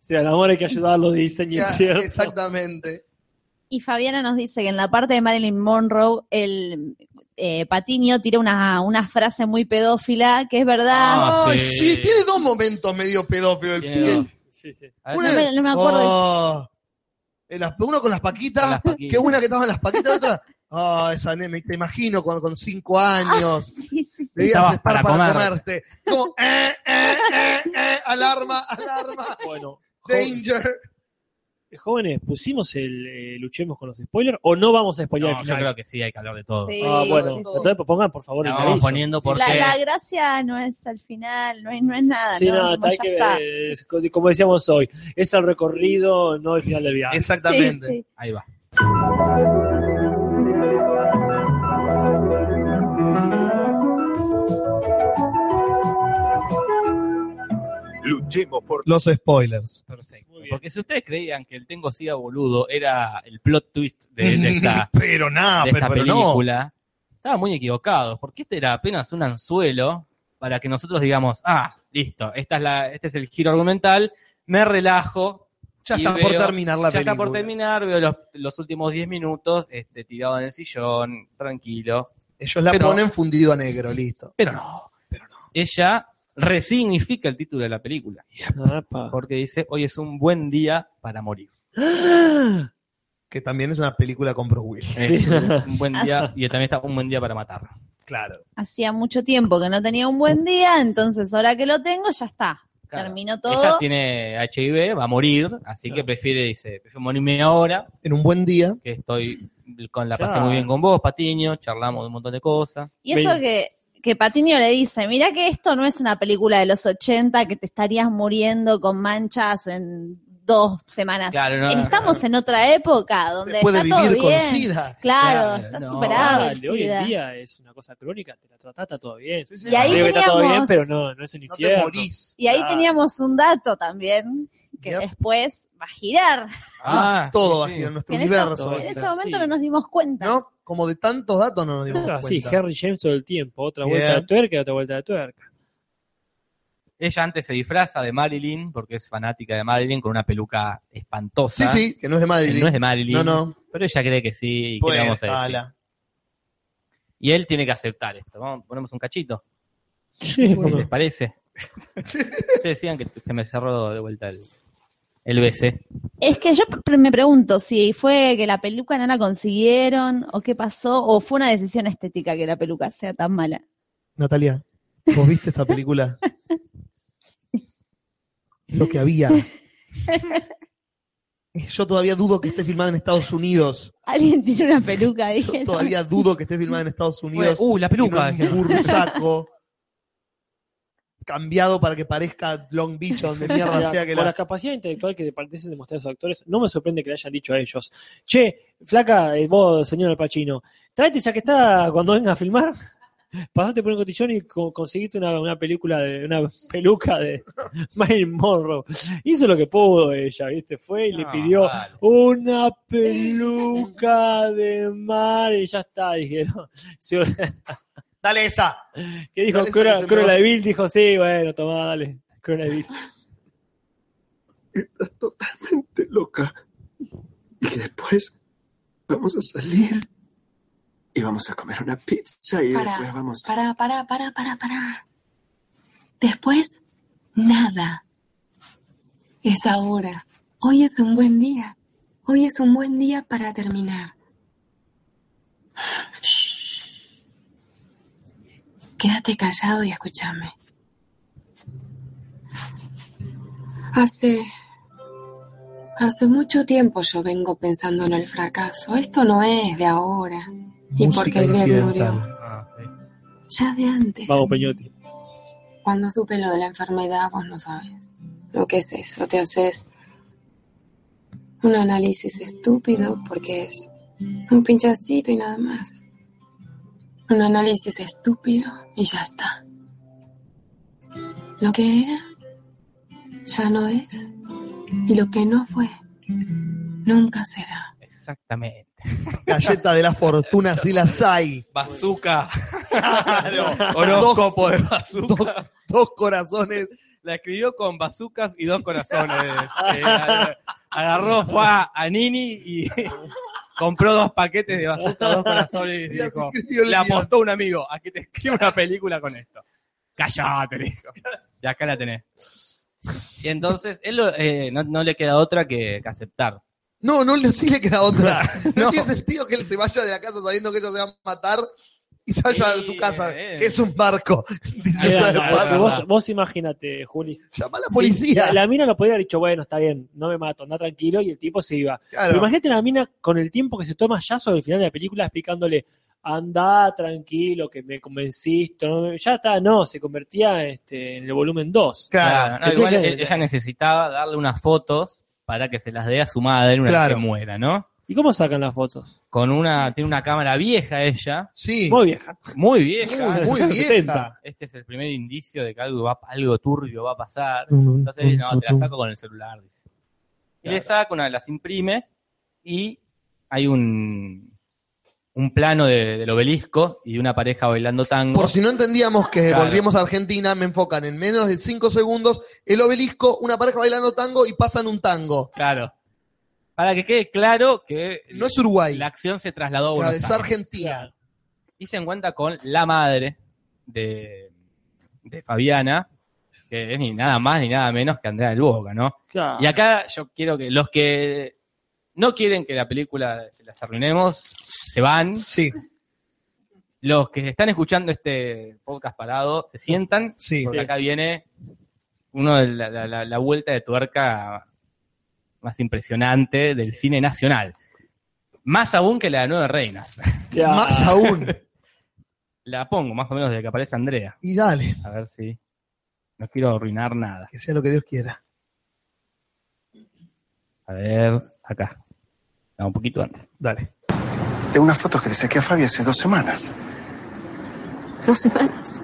Speaker 2: Sí, al amor hay que ayudarlo, dicen, y es
Speaker 1: Ya,
Speaker 2: cierto.
Speaker 1: Exactamente.
Speaker 3: Y Fabiana nos dice que en la parte de Marilyn Monroe, el eh, Patiño tira una, una frase muy pedófila, que es verdad.
Speaker 4: Ah,
Speaker 1: Ay,
Speaker 4: sí.
Speaker 1: sí. tiene dos momentos medio pedófilo el
Speaker 4: Tiene
Speaker 1: film.
Speaker 4: dos.
Speaker 2: Sí, sí.
Speaker 3: Ah, No me- no me acuerdo.
Speaker 1: Oh, el as- uno con las paquitas,
Speaker 4: las paquitas.
Speaker 1: que una que estaba en las paquitas, la otra. Ah, esa nena, te imagino cuando con cinco
Speaker 3: Ah,
Speaker 1: años. Debías
Speaker 4: Estabas
Speaker 1: estar para,
Speaker 4: para
Speaker 1: comerte. Como, eh, eh, eh, eh, alarma, alarma.
Speaker 2: Bueno,
Speaker 1: Danger.
Speaker 2: Jóvenes, ¿pusimos el eh, luchemos con los spoilers o no vamos a spoiler
Speaker 4: No, yo
Speaker 2: al final?
Speaker 4: creo que sí, hay que hablar de todo.
Speaker 3: Sí,
Speaker 2: Ah, bueno,
Speaker 3: sí, sí.
Speaker 2: entonces pongan por favor
Speaker 4: La
Speaker 2: el
Speaker 4: vamos
Speaker 2: aviso.
Speaker 4: poniendo por-
Speaker 3: La,
Speaker 4: porque-
Speaker 3: la gracia no es al final, no es, no es nada.
Speaker 2: Sí,
Speaker 3: ¿no?
Speaker 2: nada,
Speaker 3: Como
Speaker 2: hay
Speaker 3: ya
Speaker 2: que
Speaker 3: está.
Speaker 2: ver, es co- como decíamos hoy, es el recorrido, no el final del viaje.
Speaker 1: Exactamente.
Speaker 3: Sí, sí.
Speaker 4: Ahí va.
Speaker 1: Luchemos por los spoilers.
Speaker 4: Perfecto. Porque si ustedes creían que el Tengo Sida Boludo era el plot twist de, de esta,
Speaker 1: Pero nada,
Speaker 4: de
Speaker 1: pero,
Speaker 4: esta
Speaker 1: pero no.
Speaker 4: película, estaban muy equivocados, porque este era apenas un anzuelo para que nosotros digamos, ah, listo, esta es la, este es el giro argumental, me relajo.
Speaker 1: Ya
Speaker 4: y
Speaker 1: está por terminar la
Speaker 4: ya está por
Speaker 1: película.
Speaker 4: terminar, veo los, los últimos 10 minutos este, tirado en el sillón, tranquilo.
Speaker 1: Ellos la
Speaker 4: Pero-
Speaker 1: ponen fundido a negro, listo.
Speaker 4: Pero no, ella resignifica el título de la película,
Speaker 2: Apa.
Speaker 4: porque dice, hoy es un buen día para morir.
Speaker 2: ¡Ah!
Speaker 1: Que también es una película con Bruce Willis.
Speaker 4: Es un buen día, y también está un buen día para matar.
Speaker 1: Claro.
Speaker 3: Hacía mucho tiempo que no tenía un buen día, entonces ahora que lo tengo, ya está. Terminó todo.
Speaker 4: Ella tiene HIV, va a morir, así que prefiere, dice, prefiero morirme ahora,
Speaker 1: En un buen día.
Speaker 4: que estoy con la pasé
Speaker 1: Claro.
Speaker 4: muy bien con vos, Patiño, charlamos de un montón de cosas.
Speaker 3: Y eso que, que Patiño le dice, mira que esto no es una película de los 80 que te estarías muriendo con manchas en dos semanas.
Speaker 4: Claro, no, no,
Speaker 3: Estamos en otra época donde
Speaker 1: puede
Speaker 3: está todo
Speaker 1: vivir con
Speaker 3: bien.
Speaker 1: SIDA.
Speaker 3: Claro,
Speaker 2: Claro,
Speaker 3: está
Speaker 2: no,
Speaker 3: superado el
Speaker 2: dale, Hoy en
Speaker 3: SIDA.
Speaker 2: día es una cosa crónica, te la tratás, está todo bien.
Speaker 3: sí. Y ahí
Speaker 2: Creo que está todo bien,
Speaker 3: teníamos-
Speaker 2: pero no, no es un infierno.
Speaker 3: Y ahí
Speaker 2: Claro.
Speaker 3: teníamos un dato también que después va a girar.
Speaker 1: Ah, todo va a girar nuestro
Speaker 3: Que en esta-
Speaker 1: universo.
Speaker 3: en este momento no nos dimos cuenta.
Speaker 1: No, como de tantos datos no nos dimos
Speaker 2: Ah, sí,
Speaker 1: cuenta.
Speaker 2: Harry James todo el tiempo, otra
Speaker 1: Bien.
Speaker 2: vuelta de tuerca, otra vuelta de tuerca.
Speaker 4: Ella antes se disfraza de Marilyn, porque es fanática de Marilyn, con una peluca
Speaker 1: Sí,
Speaker 4: espantosa.
Speaker 1: sí, que no es de Marilyn.
Speaker 4: Él no es de Marilyn.
Speaker 1: No, no.
Speaker 4: Pero ella cree que sí. ¿y qué
Speaker 1: Pues,
Speaker 4: le vamos a decir?
Speaker 1: ala.
Speaker 4: Y él tiene que aceptar esto. Vamos, ponemos un cachito.
Speaker 2: Sí,
Speaker 4: ¿Les parece? Ustedes decían que se me cerró de vuelta el, el BC.
Speaker 3: Es que yo pre- me pregunto si fue que la peluca no la consiguieron o qué pasó o fue una decisión estética que la peluca sea tan mala.
Speaker 1: Natalia, ¿vos viste esta película? Lo que había. Yo todavía dudo que esté filmada en Estados Unidos.
Speaker 3: Alguien tiene una peluca, dije.
Speaker 1: Yo
Speaker 3: ¿no?
Speaker 1: todavía dudo que esté filmada en Estados Unidos.
Speaker 4: Uh, la peluca,
Speaker 1: Tiene Un
Speaker 4: dijeron.
Speaker 1: bursaco cambiado para que parezca Long Beach o donde mierda
Speaker 2: Mira,
Speaker 1: sea que
Speaker 2: Por la
Speaker 1: la.
Speaker 2: capacidad intelectual que parecen demostrar esos actores, no me sorprende que le hayan dicho a ellos, che, flaca, eh, vos, señor Al Pacino, tráete ya que está cuando venga a filmar, pasate por un cotillón y co- conseguiste una, una película de, una peluca de Marilyn Monroe. Hizo lo que pudo ella, viste, fue y le
Speaker 4: No,
Speaker 2: pidió
Speaker 4: vale.
Speaker 2: una peluca de mar y ya está, dijeron. Se-
Speaker 1: Dale esa.
Speaker 2: que dijo
Speaker 1: Dale,
Speaker 2: Cruella
Speaker 1: se me
Speaker 2: Cruella
Speaker 1: va.
Speaker 2: de Vil, dijo, sí, bueno, tomá, dale, Cruella de Vil.
Speaker 12: Te loca. Y que después vamos a salir y vamos a comer una pizza y después
Speaker 11: Para,
Speaker 12: vamos.
Speaker 11: para, para, para, para, para. Después, nada. Es ahora. Hoy es un buen día. Hoy es un buen día para terminar. Shh. Quédate callado y escúchame. Hace. Hace mucho tiempo yo vengo pensando en el fracaso. Esto no es de ahora. ¿Y por qué Greg murió? Ya de antes.
Speaker 2: Vamos, Peñotti.
Speaker 11: Cuando supe lo de la enfermedad, vos no sabes lo que es eso. Te haces un análisis estúpido porque es un pinchacito y nada más. Un análisis estúpido y ya está. Lo que era ya no es y lo que no fue nunca será.
Speaker 4: Exactamente.
Speaker 1: Galleta de la fortuna, si las hay.
Speaker 4: Bazooka. Claro, Horóscopo de bazooka.
Speaker 1: Dos corazones.
Speaker 4: La escribió con bazucas y dos corazones. Eh, agar- agarró, fue a, a Nini y compró dos paquetes de bazucas, dos corazones y
Speaker 1: Ya
Speaker 4: dijo,
Speaker 1: se escribió el
Speaker 4: le
Speaker 1: guión.
Speaker 4: apostó a un amigo a que te escriba una película con esto. Callate, le dijo. Y acá la tenés. Y entonces, él lo- eh, no, no le queda otra que, que aceptar.
Speaker 1: No, no le sigue queda otra. No, tiene sentido que él se vaya de la casa sabiendo que ellos se van a matar y se vaya
Speaker 4: Sí,
Speaker 1: a su casa.
Speaker 4: eh.
Speaker 1: que es un barco. Dicho
Speaker 2: Era,
Speaker 1: sea de
Speaker 2: era,
Speaker 1: paso.
Speaker 2: vos, vos imagínate, Julis.
Speaker 1: Llama a la
Speaker 2: Sí,
Speaker 1: policía.
Speaker 2: la, la mina lo podía haber dicho, bueno, está bien, no me mato, anda tranquilo, y el tipo se iba.
Speaker 1: Claro.
Speaker 2: Pero imagínate la mina con el tiempo que se toma ya sobre el final de la película explicándole, anda tranquilo, que me convenciste, no- ya está, no, se convertía este, en el volumen 2.
Speaker 1: Claro,
Speaker 4: Claro, no,
Speaker 2: Pensé
Speaker 4: igual
Speaker 2: que-
Speaker 4: él- ella necesitaba darle unas fotos para que se las dé a su madre una
Speaker 1: Claro.
Speaker 4: vez que muera, ¿no?
Speaker 2: ¿Y cómo sacan las fotos?
Speaker 4: Con una, tiene una cámara vieja ella,
Speaker 1: sí.
Speaker 2: Muy vieja.
Speaker 4: muy vieja.
Speaker 1: Muy, muy
Speaker 2: Los
Speaker 1: vieja.
Speaker 2: 70.
Speaker 4: este es el primer indicio de que algo, va, algo turbio va a pasar.
Speaker 1: Mm,
Speaker 4: Entonces,
Speaker 1: mm,
Speaker 4: no, te la
Speaker 1: mm.
Speaker 4: saco con el celular, dice. Y le saca una, las imprime y hay un, un plano de- del obelisco y de una pareja bailando tango.
Speaker 1: Por si no entendíamos que
Speaker 4: Claro.
Speaker 1: volvíamos a Argentina, me enfocan en menos de 5 segundos el obelisco, una pareja bailando tango y pasan un tango.
Speaker 4: Claro. Para que quede claro que
Speaker 1: No es Uruguay,
Speaker 4: la acción se trasladó a
Speaker 1: claro,
Speaker 4: Buenos
Speaker 1: es
Speaker 4: Aires.
Speaker 1: Argentina.
Speaker 4: Y se encuentra con la madre de, de Fabiana, que es ni nada más ni nada menos que Andrea del Boca, ¿no?
Speaker 2: Claro.
Speaker 4: Y acá yo quiero que los que no quieren que la película se las arruinemos, se van.
Speaker 1: Sí,
Speaker 4: Los que están escuchando este podcast parado, se sientan.
Speaker 1: sí.
Speaker 4: Porque
Speaker 2: Sí.
Speaker 4: acá viene uno de la, la- la- la vuelta de tuerca más impresionante del cine nacional. Más aún que la de Nueve Reinas.
Speaker 1: Más aún.
Speaker 4: La pongo, más o menos, desde que aparece Andrea.
Speaker 1: Y dale,
Speaker 4: A ver si. No quiero arruinar nada.
Speaker 1: que sea lo que Dios quiera.
Speaker 4: A ver, acá. No, un poquito antes.
Speaker 1: Dale.
Speaker 12: De unas fotos que le saqué a Fabi hace dos semanas.
Speaker 11: Dos semanas.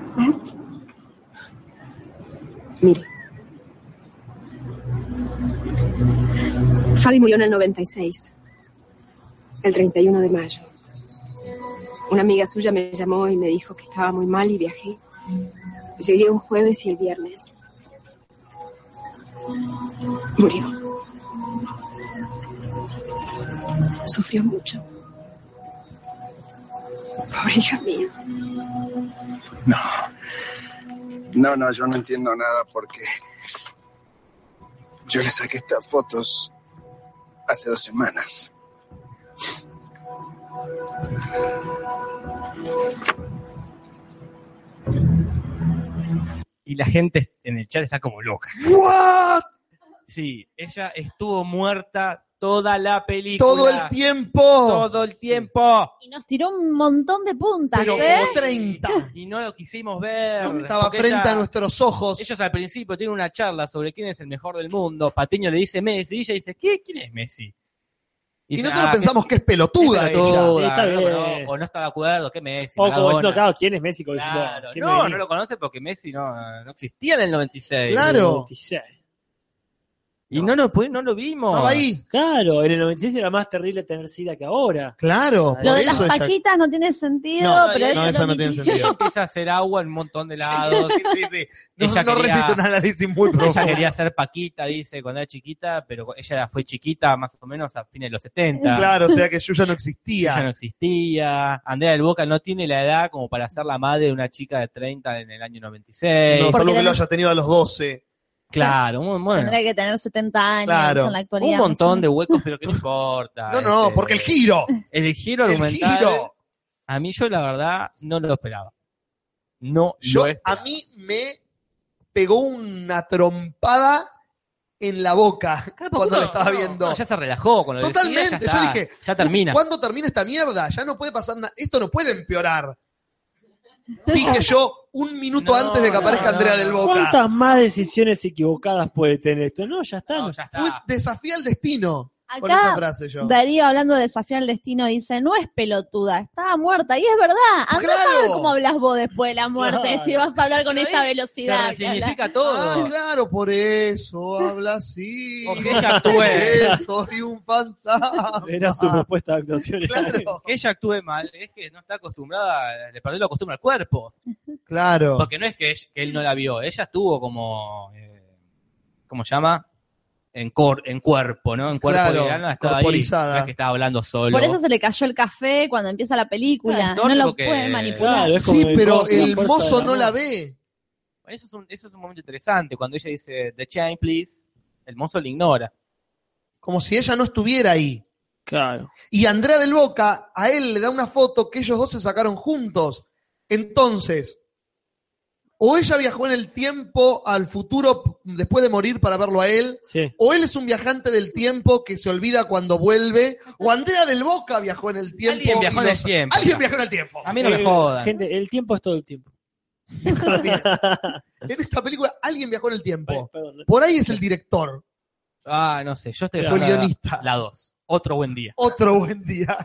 Speaker 11: Fabi murió en el 96, el 31 de mayo. Una amiga suya me llamó y me dijo que estaba muy mal y viajé. Llegué un jueves y el viernes. Murió. Sufrió mucho. Pobre hija mía.
Speaker 12: No. No, no, yo no entiendo nada porque yo le saqué estas fotos hace dos semanas.
Speaker 4: Y la gente en el chat está como loca.
Speaker 1: ¿What?
Speaker 4: Sí, ella estuvo muerta toda la película.
Speaker 1: Todo el tiempo.
Speaker 4: Todo el tiempo.
Speaker 3: Y nos tiró un montón de puntas,
Speaker 4: Pero
Speaker 3: ¿eh?
Speaker 4: como 30. Y no lo quisimos ver.
Speaker 1: No estaba
Speaker 4: porque
Speaker 1: frente
Speaker 4: ella-
Speaker 1: a nuestros ojos.
Speaker 4: Ellos al principio tienen una charla sobre quién es el mejor del mundo. Patiño le dice Messi y ella dice, ¿Qué, ¿quién es Messi?
Speaker 1: Y,
Speaker 4: dice,
Speaker 1: nosotros
Speaker 4: "Ah,
Speaker 1: pensamos que es pelotuda,
Speaker 4: es pelotuda,
Speaker 1: ella.
Speaker 4: no lo
Speaker 2: bien.
Speaker 4: conozco, o no está de acuerdo, que Messi.
Speaker 2: O como
Speaker 4: Maradona".
Speaker 2: diciendo, claro, ¿quién es Messi? Como diciendo,
Speaker 4: Claro,
Speaker 2: ¿quién
Speaker 4: no,
Speaker 2: es
Speaker 4: no
Speaker 2: Messi?
Speaker 4: lo conoce porque Messi no, no existía en el 96.
Speaker 1: Claro.
Speaker 2: 96.
Speaker 4: Y no, lo pudi- no lo vimos.
Speaker 1: Estaba ahí.
Speaker 2: Claro, en el 96 era más terrible tener sida que ahora.
Speaker 1: Claro.
Speaker 3: Lo
Speaker 1: por
Speaker 3: de las
Speaker 1: eso ella-
Speaker 3: paquitas no tiene sentido,
Speaker 4: No,
Speaker 3: pero
Speaker 4: no,
Speaker 3: eso,
Speaker 1: eso
Speaker 3: lo
Speaker 1: no tiene
Speaker 3: admití.
Speaker 1: sentido.
Speaker 4: Empieza a hacer agua en un montón de lados.
Speaker 1: No,
Speaker 4: Ella
Speaker 1: no
Speaker 4: quería-
Speaker 1: resiste un análisis muy
Speaker 4: Ella
Speaker 1: profundo.
Speaker 4: quería ser Paquita, dice, cuando era chiquita, pero ella fue chiquita más o menos a fines de los 70.
Speaker 1: Claro, o sea que Yuya no
Speaker 4: Ella no
Speaker 1: existía.
Speaker 4: existía. Andrea del Boca no tiene la edad como para ser la madre de una chica de 30 en el año 96.
Speaker 1: No,
Speaker 3: Porque
Speaker 1: salvo que lo
Speaker 3: tenés-
Speaker 1: haya tenido a los 12.
Speaker 4: claro, muy- bueno.
Speaker 3: Tendría que tener 70 años
Speaker 1: Claro.
Speaker 3: en la actualidad.
Speaker 4: Un montón de huecos, pero que no importa.
Speaker 1: No, no,
Speaker 4: Este,
Speaker 1: porque el giro.
Speaker 4: El giro
Speaker 1: El
Speaker 4: argumental.
Speaker 1: giro.
Speaker 4: A mí yo la verdad no lo esperaba. No
Speaker 1: Yo,
Speaker 4: lo esperaba.
Speaker 1: a mí me pegó una trompada en la boca cuando la estaba
Speaker 4: No,
Speaker 1: viendo.
Speaker 4: no, ya se relajó con lo de decir,
Speaker 1: Totalmente,
Speaker 4: ya está,
Speaker 1: yo dije,
Speaker 4: Ya termina.
Speaker 1: ¿Cuándo termina esta mierda? Ya no puede pasar nada. Esto no puede empeorar. Dije yo un minuto
Speaker 4: No,
Speaker 1: antes de que
Speaker 4: no,
Speaker 1: aparezca
Speaker 4: no,
Speaker 1: Andrea
Speaker 4: no.
Speaker 1: del Boca.
Speaker 2: ¿Cuántas más decisiones equivocadas puede tener esto? No, ya está.
Speaker 4: No,
Speaker 2: no-
Speaker 4: ya está.
Speaker 1: Fue desafía al destino. Con
Speaker 3: Acá,
Speaker 1: esa frase yo.
Speaker 3: Darío, hablando de desafiar al destino, dice, no es pelotuda, estaba muerta. Y es verdad, andá
Speaker 1: Claro.
Speaker 3: a saber cómo hablas vos después de la muerte,
Speaker 2: Claro.
Speaker 3: si vas a hablar con
Speaker 4: Pero
Speaker 3: esta
Speaker 4: ahí
Speaker 3: velocidad.
Speaker 4: se
Speaker 3: que hablas.
Speaker 4: resignifica
Speaker 1: Ah,
Speaker 4: todo.
Speaker 1: claro, por eso habla así.
Speaker 4: Porque ella
Speaker 1: Por
Speaker 4: actúe.
Speaker 1: eso, soy un fantasma.
Speaker 2: Era su propuesta de actuación.
Speaker 1: Claro,
Speaker 4: Que ella actúe mal es que no está acostumbrada, le perdió la costumbre al cuerpo.
Speaker 1: claro.
Speaker 4: Porque no es que, ella- que él no la vio, ella estuvo como, eh, ¿cómo se llama? En, cor- en cuerpo, ¿no? En cuerpo
Speaker 1: Claro,
Speaker 4: de alma estaba ahí.
Speaker 1: corporizada.
Speaker 4: No es que estaba hablando solo.
Speaker 3: Por eso se le cayó el café cuando empieza la pelpelícula.
Speaker 4: Ah,
Speaker 3: no lo
Speaker 4: porque-
Speaker 3: pueden manipular.
Speaker 2: Claro, es como
Speaker 1: sí,
Speaker 2: el
Speaker 1: pero
Speaker 2: coso, la
Speaker 1: el
Speaker 2: fuerza
Speaker 1: mozo
Speaker 2: de
Speaker 1: no la
Speaker 2: amor.
Speaker 1: ve.
Speaker 4: Eso es, un, eso es un momento interesante, cuando ella dice, The chain, please, el mozo le ignora.
Speaker 1: Como si ella no estuviera ahí.
Speaker 2: Claro.
Speaker 1: Y Andrea del Boca a él le da una foto que ellos dos se sacaron juntos. Entonces, o ella viajó en el tiempo al futuro p- después de morir para verlo a él,
Speaker 2: Sí.
Speaker 1: o él es un viajante del tiempo que se olvida cuando vuelve, o Andrea del Boca viajó en el tiempo.
Speaker 4: Alguien viajó
Speaker 1: y
Speaker 4: en el
Speaker 1: los-
Speaker 4: tiempo.
Speaker 1: Alguien viajó en el tiempo.
Speaker 4: A mí no me
Speaker 2: Eh,
Speaker 4: jodan.
Speaker 2: Gente, el tiempo es todo el tiempo.
Speaker 1: en esta película, alguien viajó en el tiempo.
Speaker 2: Perdón.
Speaker 1: Por ahí es el director,
Speaker 4: Ah, no sé, yo estoy
Speaker 2: Claro.
Speaker 1: o el
Speaker 4: esperando la-
Speaker 1: guionista.
Speaker 4: La 2. Otro buen día.
Speaker 1: Otro buen día.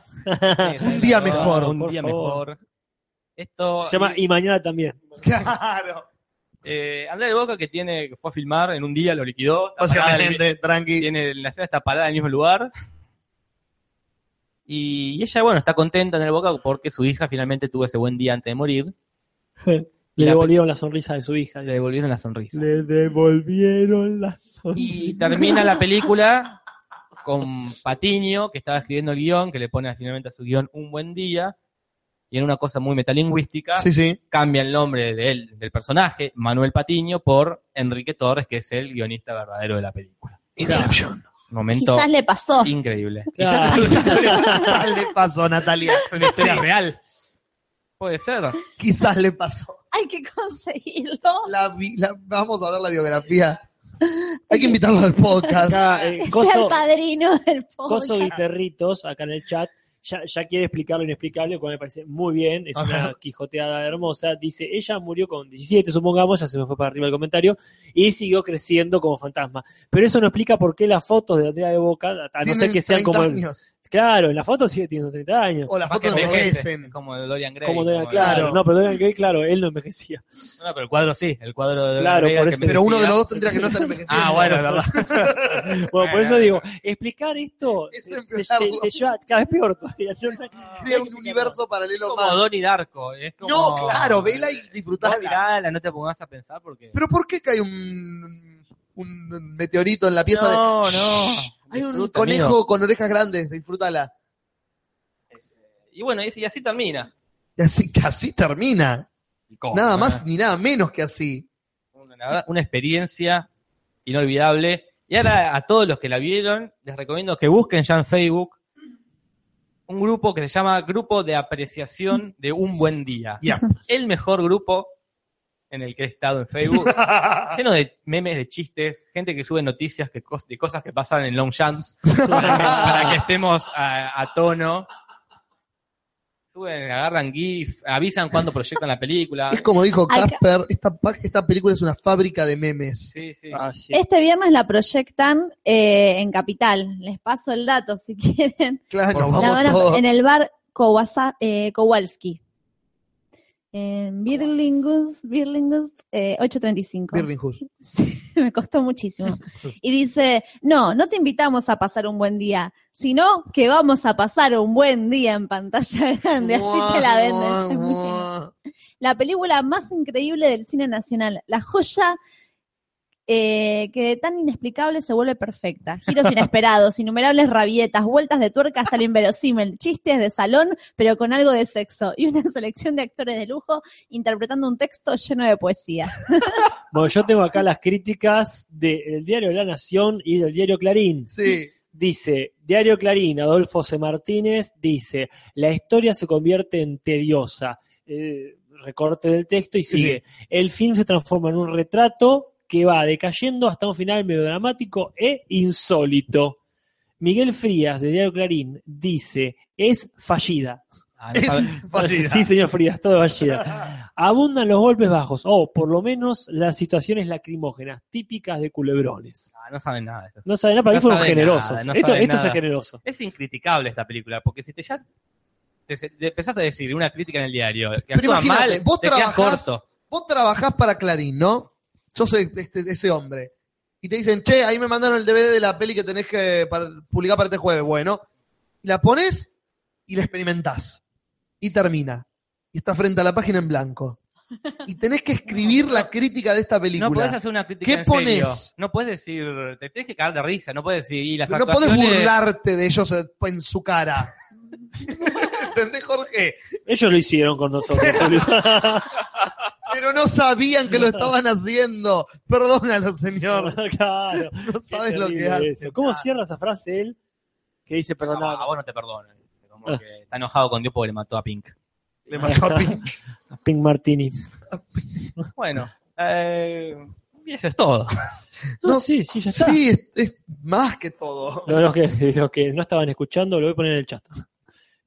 Speaker 1: Un día mejor.
Speaker 4: Un
Speaker 2: Por
Speaker 4: día
Speaker 2: favor.
Speaker 4: mejor. Esto.
Speaker 2: Se llama Y Mañana también.
Speaker 1: Claro.
Speaker 4: Eh, Andrés del Boca que tiene que fue a filmar en un día lo liquidó. Está parada en el-
Speaker 1: Básicamente, tranqui.
Speaker 4: tiene la escena está parada en el mismo lugar. Y, y ella bueno está contenta en el Boca porque su hija finalmente tuvo ese buen día antes de morir.
Speaker 2: Le
Speaker 4: La-
Speaker 2: devolvieron la sonrisa de su hija.
Speaker 4: Le
Speaker 2: dice.
Speaker 4: devolvieron la sonrisa.
Speaker 2: Le devolvieron la sonrisa.
Speaker 4: Y termina la película con Patiño, que estaba escribiendo el guión, que le pone finalmente a su guión un buen día. Y en una cosa muy metalingüística,
Speaker 1: Sí, sí.
Speaker 4: cambia el nombre de él, del personaje, Manuel Patiño, por Enrique Torres, que es el guionista verdadero de la película.
Speaker 1: Inception.
Speaker 4: Momento
Speaker 3: Quizás le pasó.
Speaker 4: increíble.
Speaker 2: Claro.
Speaker 1: le pasó, Natalia?
Speaker 4: Es una historia real. Puede ser.
Speaker 1: Quizás le pasó.
Speaker 3: Hay que conseguirlo.
Speaker 1: La vi- la- vamos a ver la biografía. Hay que invitarlo al podcast.
Speaker 2: Acá,
Speaker 3: Que
Speaker 2: eh,
Speaker 3: sea el
Speaker 2: Coso,
Speaker 3: padrino del
Speaker 2: Coso
Speaker 3: podcast.
Speaker 2: Guitarritos, acá en el chat, ya, ya quiere explicar lo inexplicable, lo cual me parece muy bien, es una
Speaker 1: Ajá.
Speaker 2: quijoteada hermosa. Dice, ella murió con 17, supongamos, ya se me fue para arriba el comentario, y siguió creciendo como fantasma. Pero eso no explica por qué las fotos de Andrea de Boca, a no
Speaker 1: Tienen
Speaker 2: ser que sean
Speaker 1: 30
Speaker 2: como... el-
Speaker 1: años.
Speaker 2: Claro, en la foto sigue teniendo 30 años.
Speaker 1: O Oh, las
Speaker 4: Más que
Speaker 1: fotos
Speaker 4: envejece,
Speaker 1: envejecen.
Speaker 4: Como de Dorian Gray.
Speaker 2: Como Dorian-
Speaker 4: como-
Speaker 2: claro.
Speaker 1: claro.
Speaker 2: No, pero Dorian Gray, claro, él no envejecía.
Speaker 4: No, pero el cuadro sí, el cuadro de
Speaker 2: Claro,
Speaker 4: Dorian
Speaker 2: por
Speaker 4: Gray
Speaker 2: eso.
Speaker 4: que
Speaker 1: Pero uno de los
Speaker 4: envejecía.
Speaker 1: dos tendría que no estar envejeciendo.
Speaker 4: Ah, bueno, la verdad.
Speaker 2: Bueno, por
Speaker 4: Bueno,
Speaker 2: eso digo, explicar esto
Speaker 1: Es
Speaker 2: te- te-
Speaker 1: empeorarlo.
Speaker 2: te lleva cada vez peor todavía. Yo no-
Speaker 1: Sería un universo paralelo
Speaker 4: como
Speaker 1: más.
Speaker 4: Donnie Darko. Es como...
Speaker 1: No, claro, vela y
Speaker 4: Vos
Speaker 1: disfrutala.
Speaker 4: mirala, no te pongas a pensar porque...
Speaker 1: Pero ¿por qué cae un, un meteorito en la pieza de...
Speaker 4: No, no.
Speaker 1: Shh, Hay un
Speaker 4: Disfruta,
Speaker 1: conejo
Speaker 4: amigo.
Speaker 1: con orejas grandes, disfrútala.
Speaker 4: Y bueno, y y así termina.
Speaker 1: Y así, que así termina.
Speaker 4: ¿Y cómo? Ah.
Speaker 1: Nada más ni nada menos que así.
Speaker 4: Una, la verdad, una experiencia inolvidable. Y ahora a todos los que la vieron, les recomiendo que busquen ya en Facebook un grupo que se llama Grupo de Apreciación de Un Buen Día.
Speaker 1: Ya.
Speaker 4: El mejor grupo en el que he estado en Facebook. lleno de memes, de chistes, gente que sube noticias que cos- de cosas que pasan en Long Jump para, que- para que estemos a, a tono. Suben, agarran GIF, avisan cuando proyectan la película.
Speaker 1: Es como dijo
Speaker 3: Hay que-
Speaker 1: Casper, esta, pa- esta película es una fábrica de memes.
Speaker 4: Sí, sí.
Speaker 2: Ah, sí.
Speaker 3: Este viernes la proyectan eh, en Capital. Les paso el dato si quieren.
Speaker 1: Claro,
Speaker 4: Por favor.
Speaker 3: La
Speaker 1: vamos
Speaker 3: van a-
Speaker 1: todos.
Speaker 3: en el bar Kowasa- eh, Kowalski. En Birlingus, Birlingus eh, 835.
Speaker 1: Birring Hood.
Speaker 3: Me costó muchísimo. Y dice, no, no te invitamos a pasar un buen día, sino que vamos a pasar un buen día en pantalla grande. Así te la venden. Yasmín. La película más increíble del cine nacional, la joya eh, que de tan inexplicable se vuelve perfecta. Giros inesperados, innumerables rabietas, vueltas de tuerca hasta lo inverosímil, chistes de salón, pero con algo de sexo, y una selección de actores de lujo interpretando un texto lleno de poesía.
Speaker 2: Bueno, yo tengo acá las críticas del diario La Nación y del diario Clarín.
Speaker 1: Sí.
Speaker 2: Dice, diario Clarín, Adolfo C. Martínez, dice, la historia se convierte en tediosa. Eh, recorte del texto y sigue. El film se transforma en un retrato que va decayendo hasta un final medio dramático e insólito. Miguel Frías, de Diario Clarín, dice, es fallida.
Speaker 4: Ah, no
Speaker 1: Es
Speaker 4: sabe-
Speaker 1: fácil.
Speaker 2: Sí, señor Frías, todo fallida. Abundan los golpes bajos, o por lo menos las situaciones lacrimógenas, típicas de culebrones.
Speaker 4: ah, no saben nada de eso.
Speaker 2: No saben nada, para
Speaker 4: No
Speaker 2: mí fueron
Speaker 4: saben
Speaker 2: generosos.
Speaker 4: nada, no
Speaker 2: esto
Speaker 4: saben
Speaker 2: esto
Speaker 4: nada.
Speaker 2: es generoso.
Speaker 4: Es incriticable esta película, porque si te ya te, te empezás a decir una crítica en el diario, que
Speaker 1: Pero
Speaker 4: actúa
Speaker 1: imagínate,
Speaker 4: mal,
Speaker 1: vos
Speaker 4: te quedás
Speaker 1: trabajás-
Speaker 4: corto.
Speaker 1: Vos trabajás para Clarín, ¿no? Sos e- este- ese hombre. Y te dicen, che, ahí me mandaron el DVD de la peli que tenés que para- publicar para este jueves. Bueno, y la pones y la experimentás. Y termina. Y está frente a la página en blanco. Y tenés que escribir la crítica de esta película.
Speaker 4: No podés hacer una crítica
Speaker 1: ¿Qué
Speaker 4: en serio.
Speaker 1: ponés?
Speaker 4: No podés decir, te tenés que cagar de risa, no podés decir, y las
Speaker 1: Pero no podés
Speaker 4: actuaciones...
Speaker 1: burlarte de ellos en su cara. ¿Entendés, Jorge?
Speaker 2: Ellos lo hicieron con nosotros. Julio.
Speaker 1: Pero no sabían que lo estaban haciendo. Perdónalo, señor.
Speaker 2: claro.
Speaker 1: No
Speaker 2: Qué
Speaker 1: sabes lo que
Speaker 2: terrible
Speaker 1: hace.
Speaker 2: eso. ¿Cómo cierra esa frase él? Que dice,
Speaker 4: No,
Speaker 2: perdón,
Speaker 4: a vos no te perdonan. Como que está enojado con Dios porque le mató a Pink.
Speaker 1: Le mató a Pink.
Speaker 2: Pink Martini.
Speaker 4: Bueno, eh, y eso es todo.
Speaker 2: No,
Speaker 1: No,
Speaker 2: sí, sí, ya está.
Speaker 1: Sí, es, es más que todo.
Speaker 2: Lo- Los, que, los que no estaban escuchando, lo voy a poner en el chat.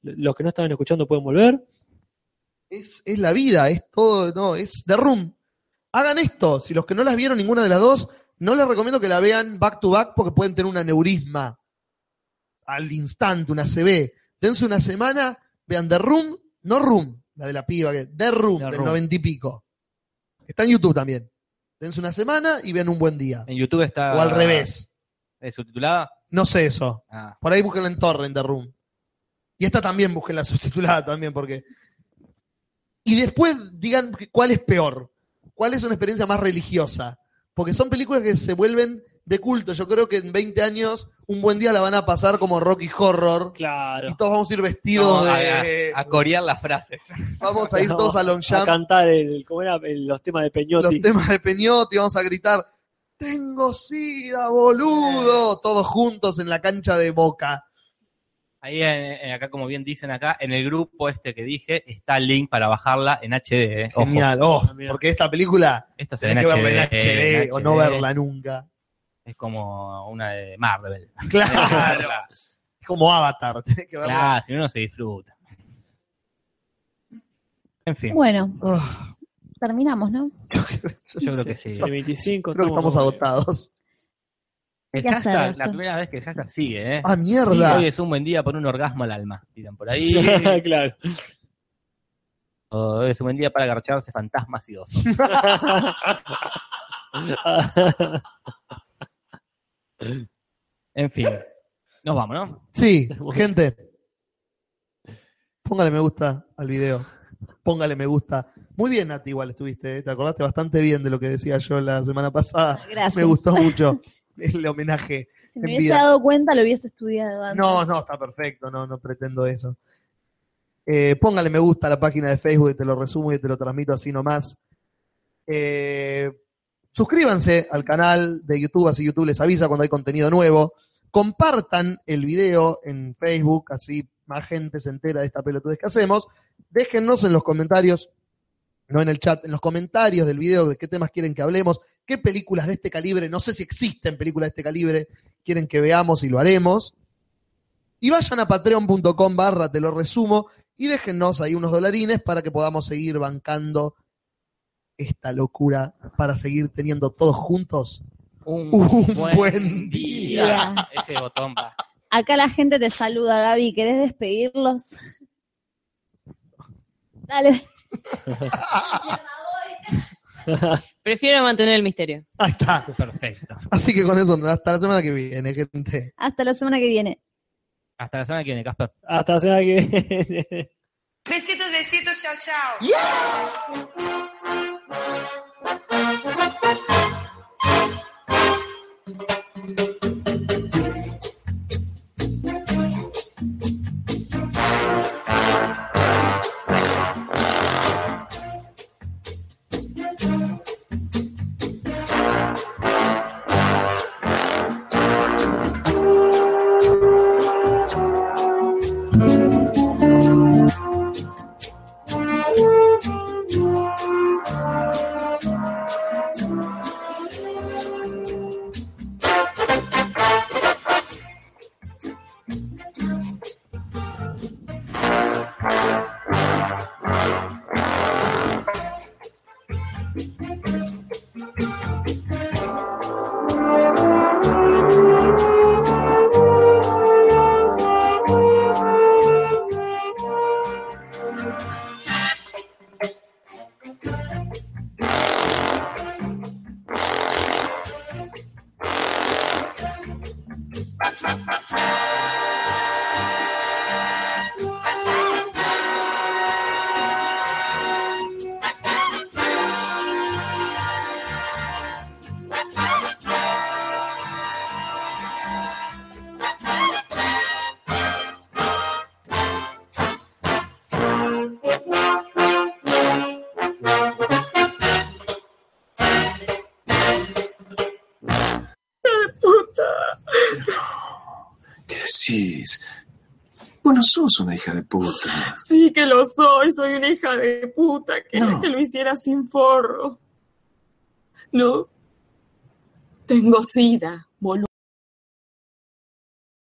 Speaker 2: Los que no estaban escuchando pueden volver.
Speaker 1: Es, es la vida, es todo, no, es The Room. Hagan esto, si los que no las vieron ninguna de las dos, no les recomiendo que la vean back to back porque pueden tener un aneurisma al instante, una CB. Dense una semana, vean The Room, no Room, la de la piba, que The Room,
Speaker 4: The
Speaker 1: del
Speaker 4: Room.
Speaker 1: noventa y pico. Está en YouTube también. Dense una semana y vean un buen día.
Speaker 4: En YouTube está...
Speaker 1: O al revés.
Speaker 4: ¿Es subtitulada?
Speaker 1: No sé eso.
Speaker 4: Ah.
Speaker 1: Por ahí búsquenla en Torrent, The Room. Y esta también búsquenla subtitulada también, porque... Y después digan que- cuál es peor, cuál es una experiencia más religiosa. Porque son películas que se vuelven de culto. Yo creo que en 20 años, un buen día la van a pasar como Rocky Horror. Y
Speaker 2: Claro.
Speaker 1: todos vamos a ir vestidos
Speaker 4: Vamos
Speaker 1: de...
Speaker 4: a, a corear las frases.
Speaker 1: Vamos a ir todos a Long
Speaker 2: A
Speaker 1: Jump,
Speaker 2: cantar el, ¿cómo era? El- los temas de Peñotti.
Speaker 1: los temas de Peñotti, vamos a gritar,
Speaker 4: Eh.
Speaker 1: tengo sida, boludo, todos juntos en la cancha de Boca.
Speaker 4: Ahí, en- en- acá, como bien dicen acá, en el grupo este que dije, está el link para bajarla en HD. eh. Ojo.
Speaker 1: Genial, oh,
Speaker 2: Ah,
Speaker 1: porque esta película
Speaker 4: Esta se ve
Speaker 1: tenés que
Speaker 4: en
Speaker 1: verla en
Speaker 4: HD,
Speaker 1: HD, o no
Speaker 4: HD.
Speaker 1: verla nunca.
Speaker 4: Es como una de Marvel.
Speaker 1: Claro. es como Avatar, tenés que verla.
Speaker 4: Claro, si no, no se disfruta. En fin,
Speaker 3: Bueno,
Speaker 1: Ah.
Speaker 3: terminamos, ¿no?
Speaker 4: yo creo que sí.
Speaker 2: El 25,
Speaker 1: Creo que estamos
Speaker 2: como-
Speaker 1: agotados.
Speaker 4: El
Speaker 3: ¿Qué hacer,
Speaker 4: hashtag, la
Speaker 3: Gastón?
Speaker 4: primera vez que el hashtag sigue, ¿eh?
Speaker 1: Ah, mierda.
Speaker 4: Sí, hoy es un buen día por un orgasmo al alma. Tiran por ahí.
Speaker 2: claro.
Speaker 4: O es un buen día para agarcharse fantasmas y dos. en fin, nos vamos, ¿no?
Speaker 1: Sí, gente. Póngale me gusta al video. Póngale me gusta. Muy bien, Nati, igual estuviste. ¿eh? Te acordaste bastante bien de lo que decía yo la semana pasada.
Speaker 3: Gracias.
Speaker 1: Me gustó mucho el homenaje.
Speaker 3: Si me
Speaker 1: en
Speaker 3: hubiese
Speaker 1: vida.
Speaker 3: dado cuenta, lo hubiese estudiado antes.
Speaker 1: No, no, está perfecto, no, no pretendo eso. Eh, póngale me gusta a la página de Facebook y te lo resumo y te lo transmito así nomás. Eh, suscríbanse al canal de YouTube, así YouTube les avisa cuando hay contenido nuevo. Compartan el video en Facebook, así más gente se entera de esta pelotudez que hacemos. Déjennos en los comentarios, no en el chat, en los comentarios del video de qué temas quieren que hablemos, qué películas de este calibre, no sé si existen películas de este calibre, quieren que veamos y lo haremos y vayan a patreon.com barra te lo resumo y déjennos ahí unos dolarines para que podamos seguir bancando esta locura para seguir teniendo todos juntos
Speaker 4: Un,
Speaker 1: un buen, día.
Speaker 3: día.
Speaker 4: Ese botón va.
Speaker 3: Acá la gente te saluda, Gaby. ¿Querés despedirlos? Dale.
Speaker 7: Prefiero mantener el misterio.
Speaker 1: Ahí está.
Speaker 4: Perfecto.
Speaker 1: Así que con eso, hasta la semana que viene, gente.
Speaker 3: Hasta la semana que viene.
Speaker 4: Hasta la semana que viene, Casper.
Speaker 2: Hasta la semana que viene.
Speaker 14: Besitos, besitos, chao, chao.
Speaker 13: ¿Qué decís? Bueno, sos una hija de puta.
Speaker 10: Sí que lo soy, soy una hija de puta. Quería
Speaker 13: No.
Speaker 10: que lo hiciera sin forro. No. Tengo sida, boludo.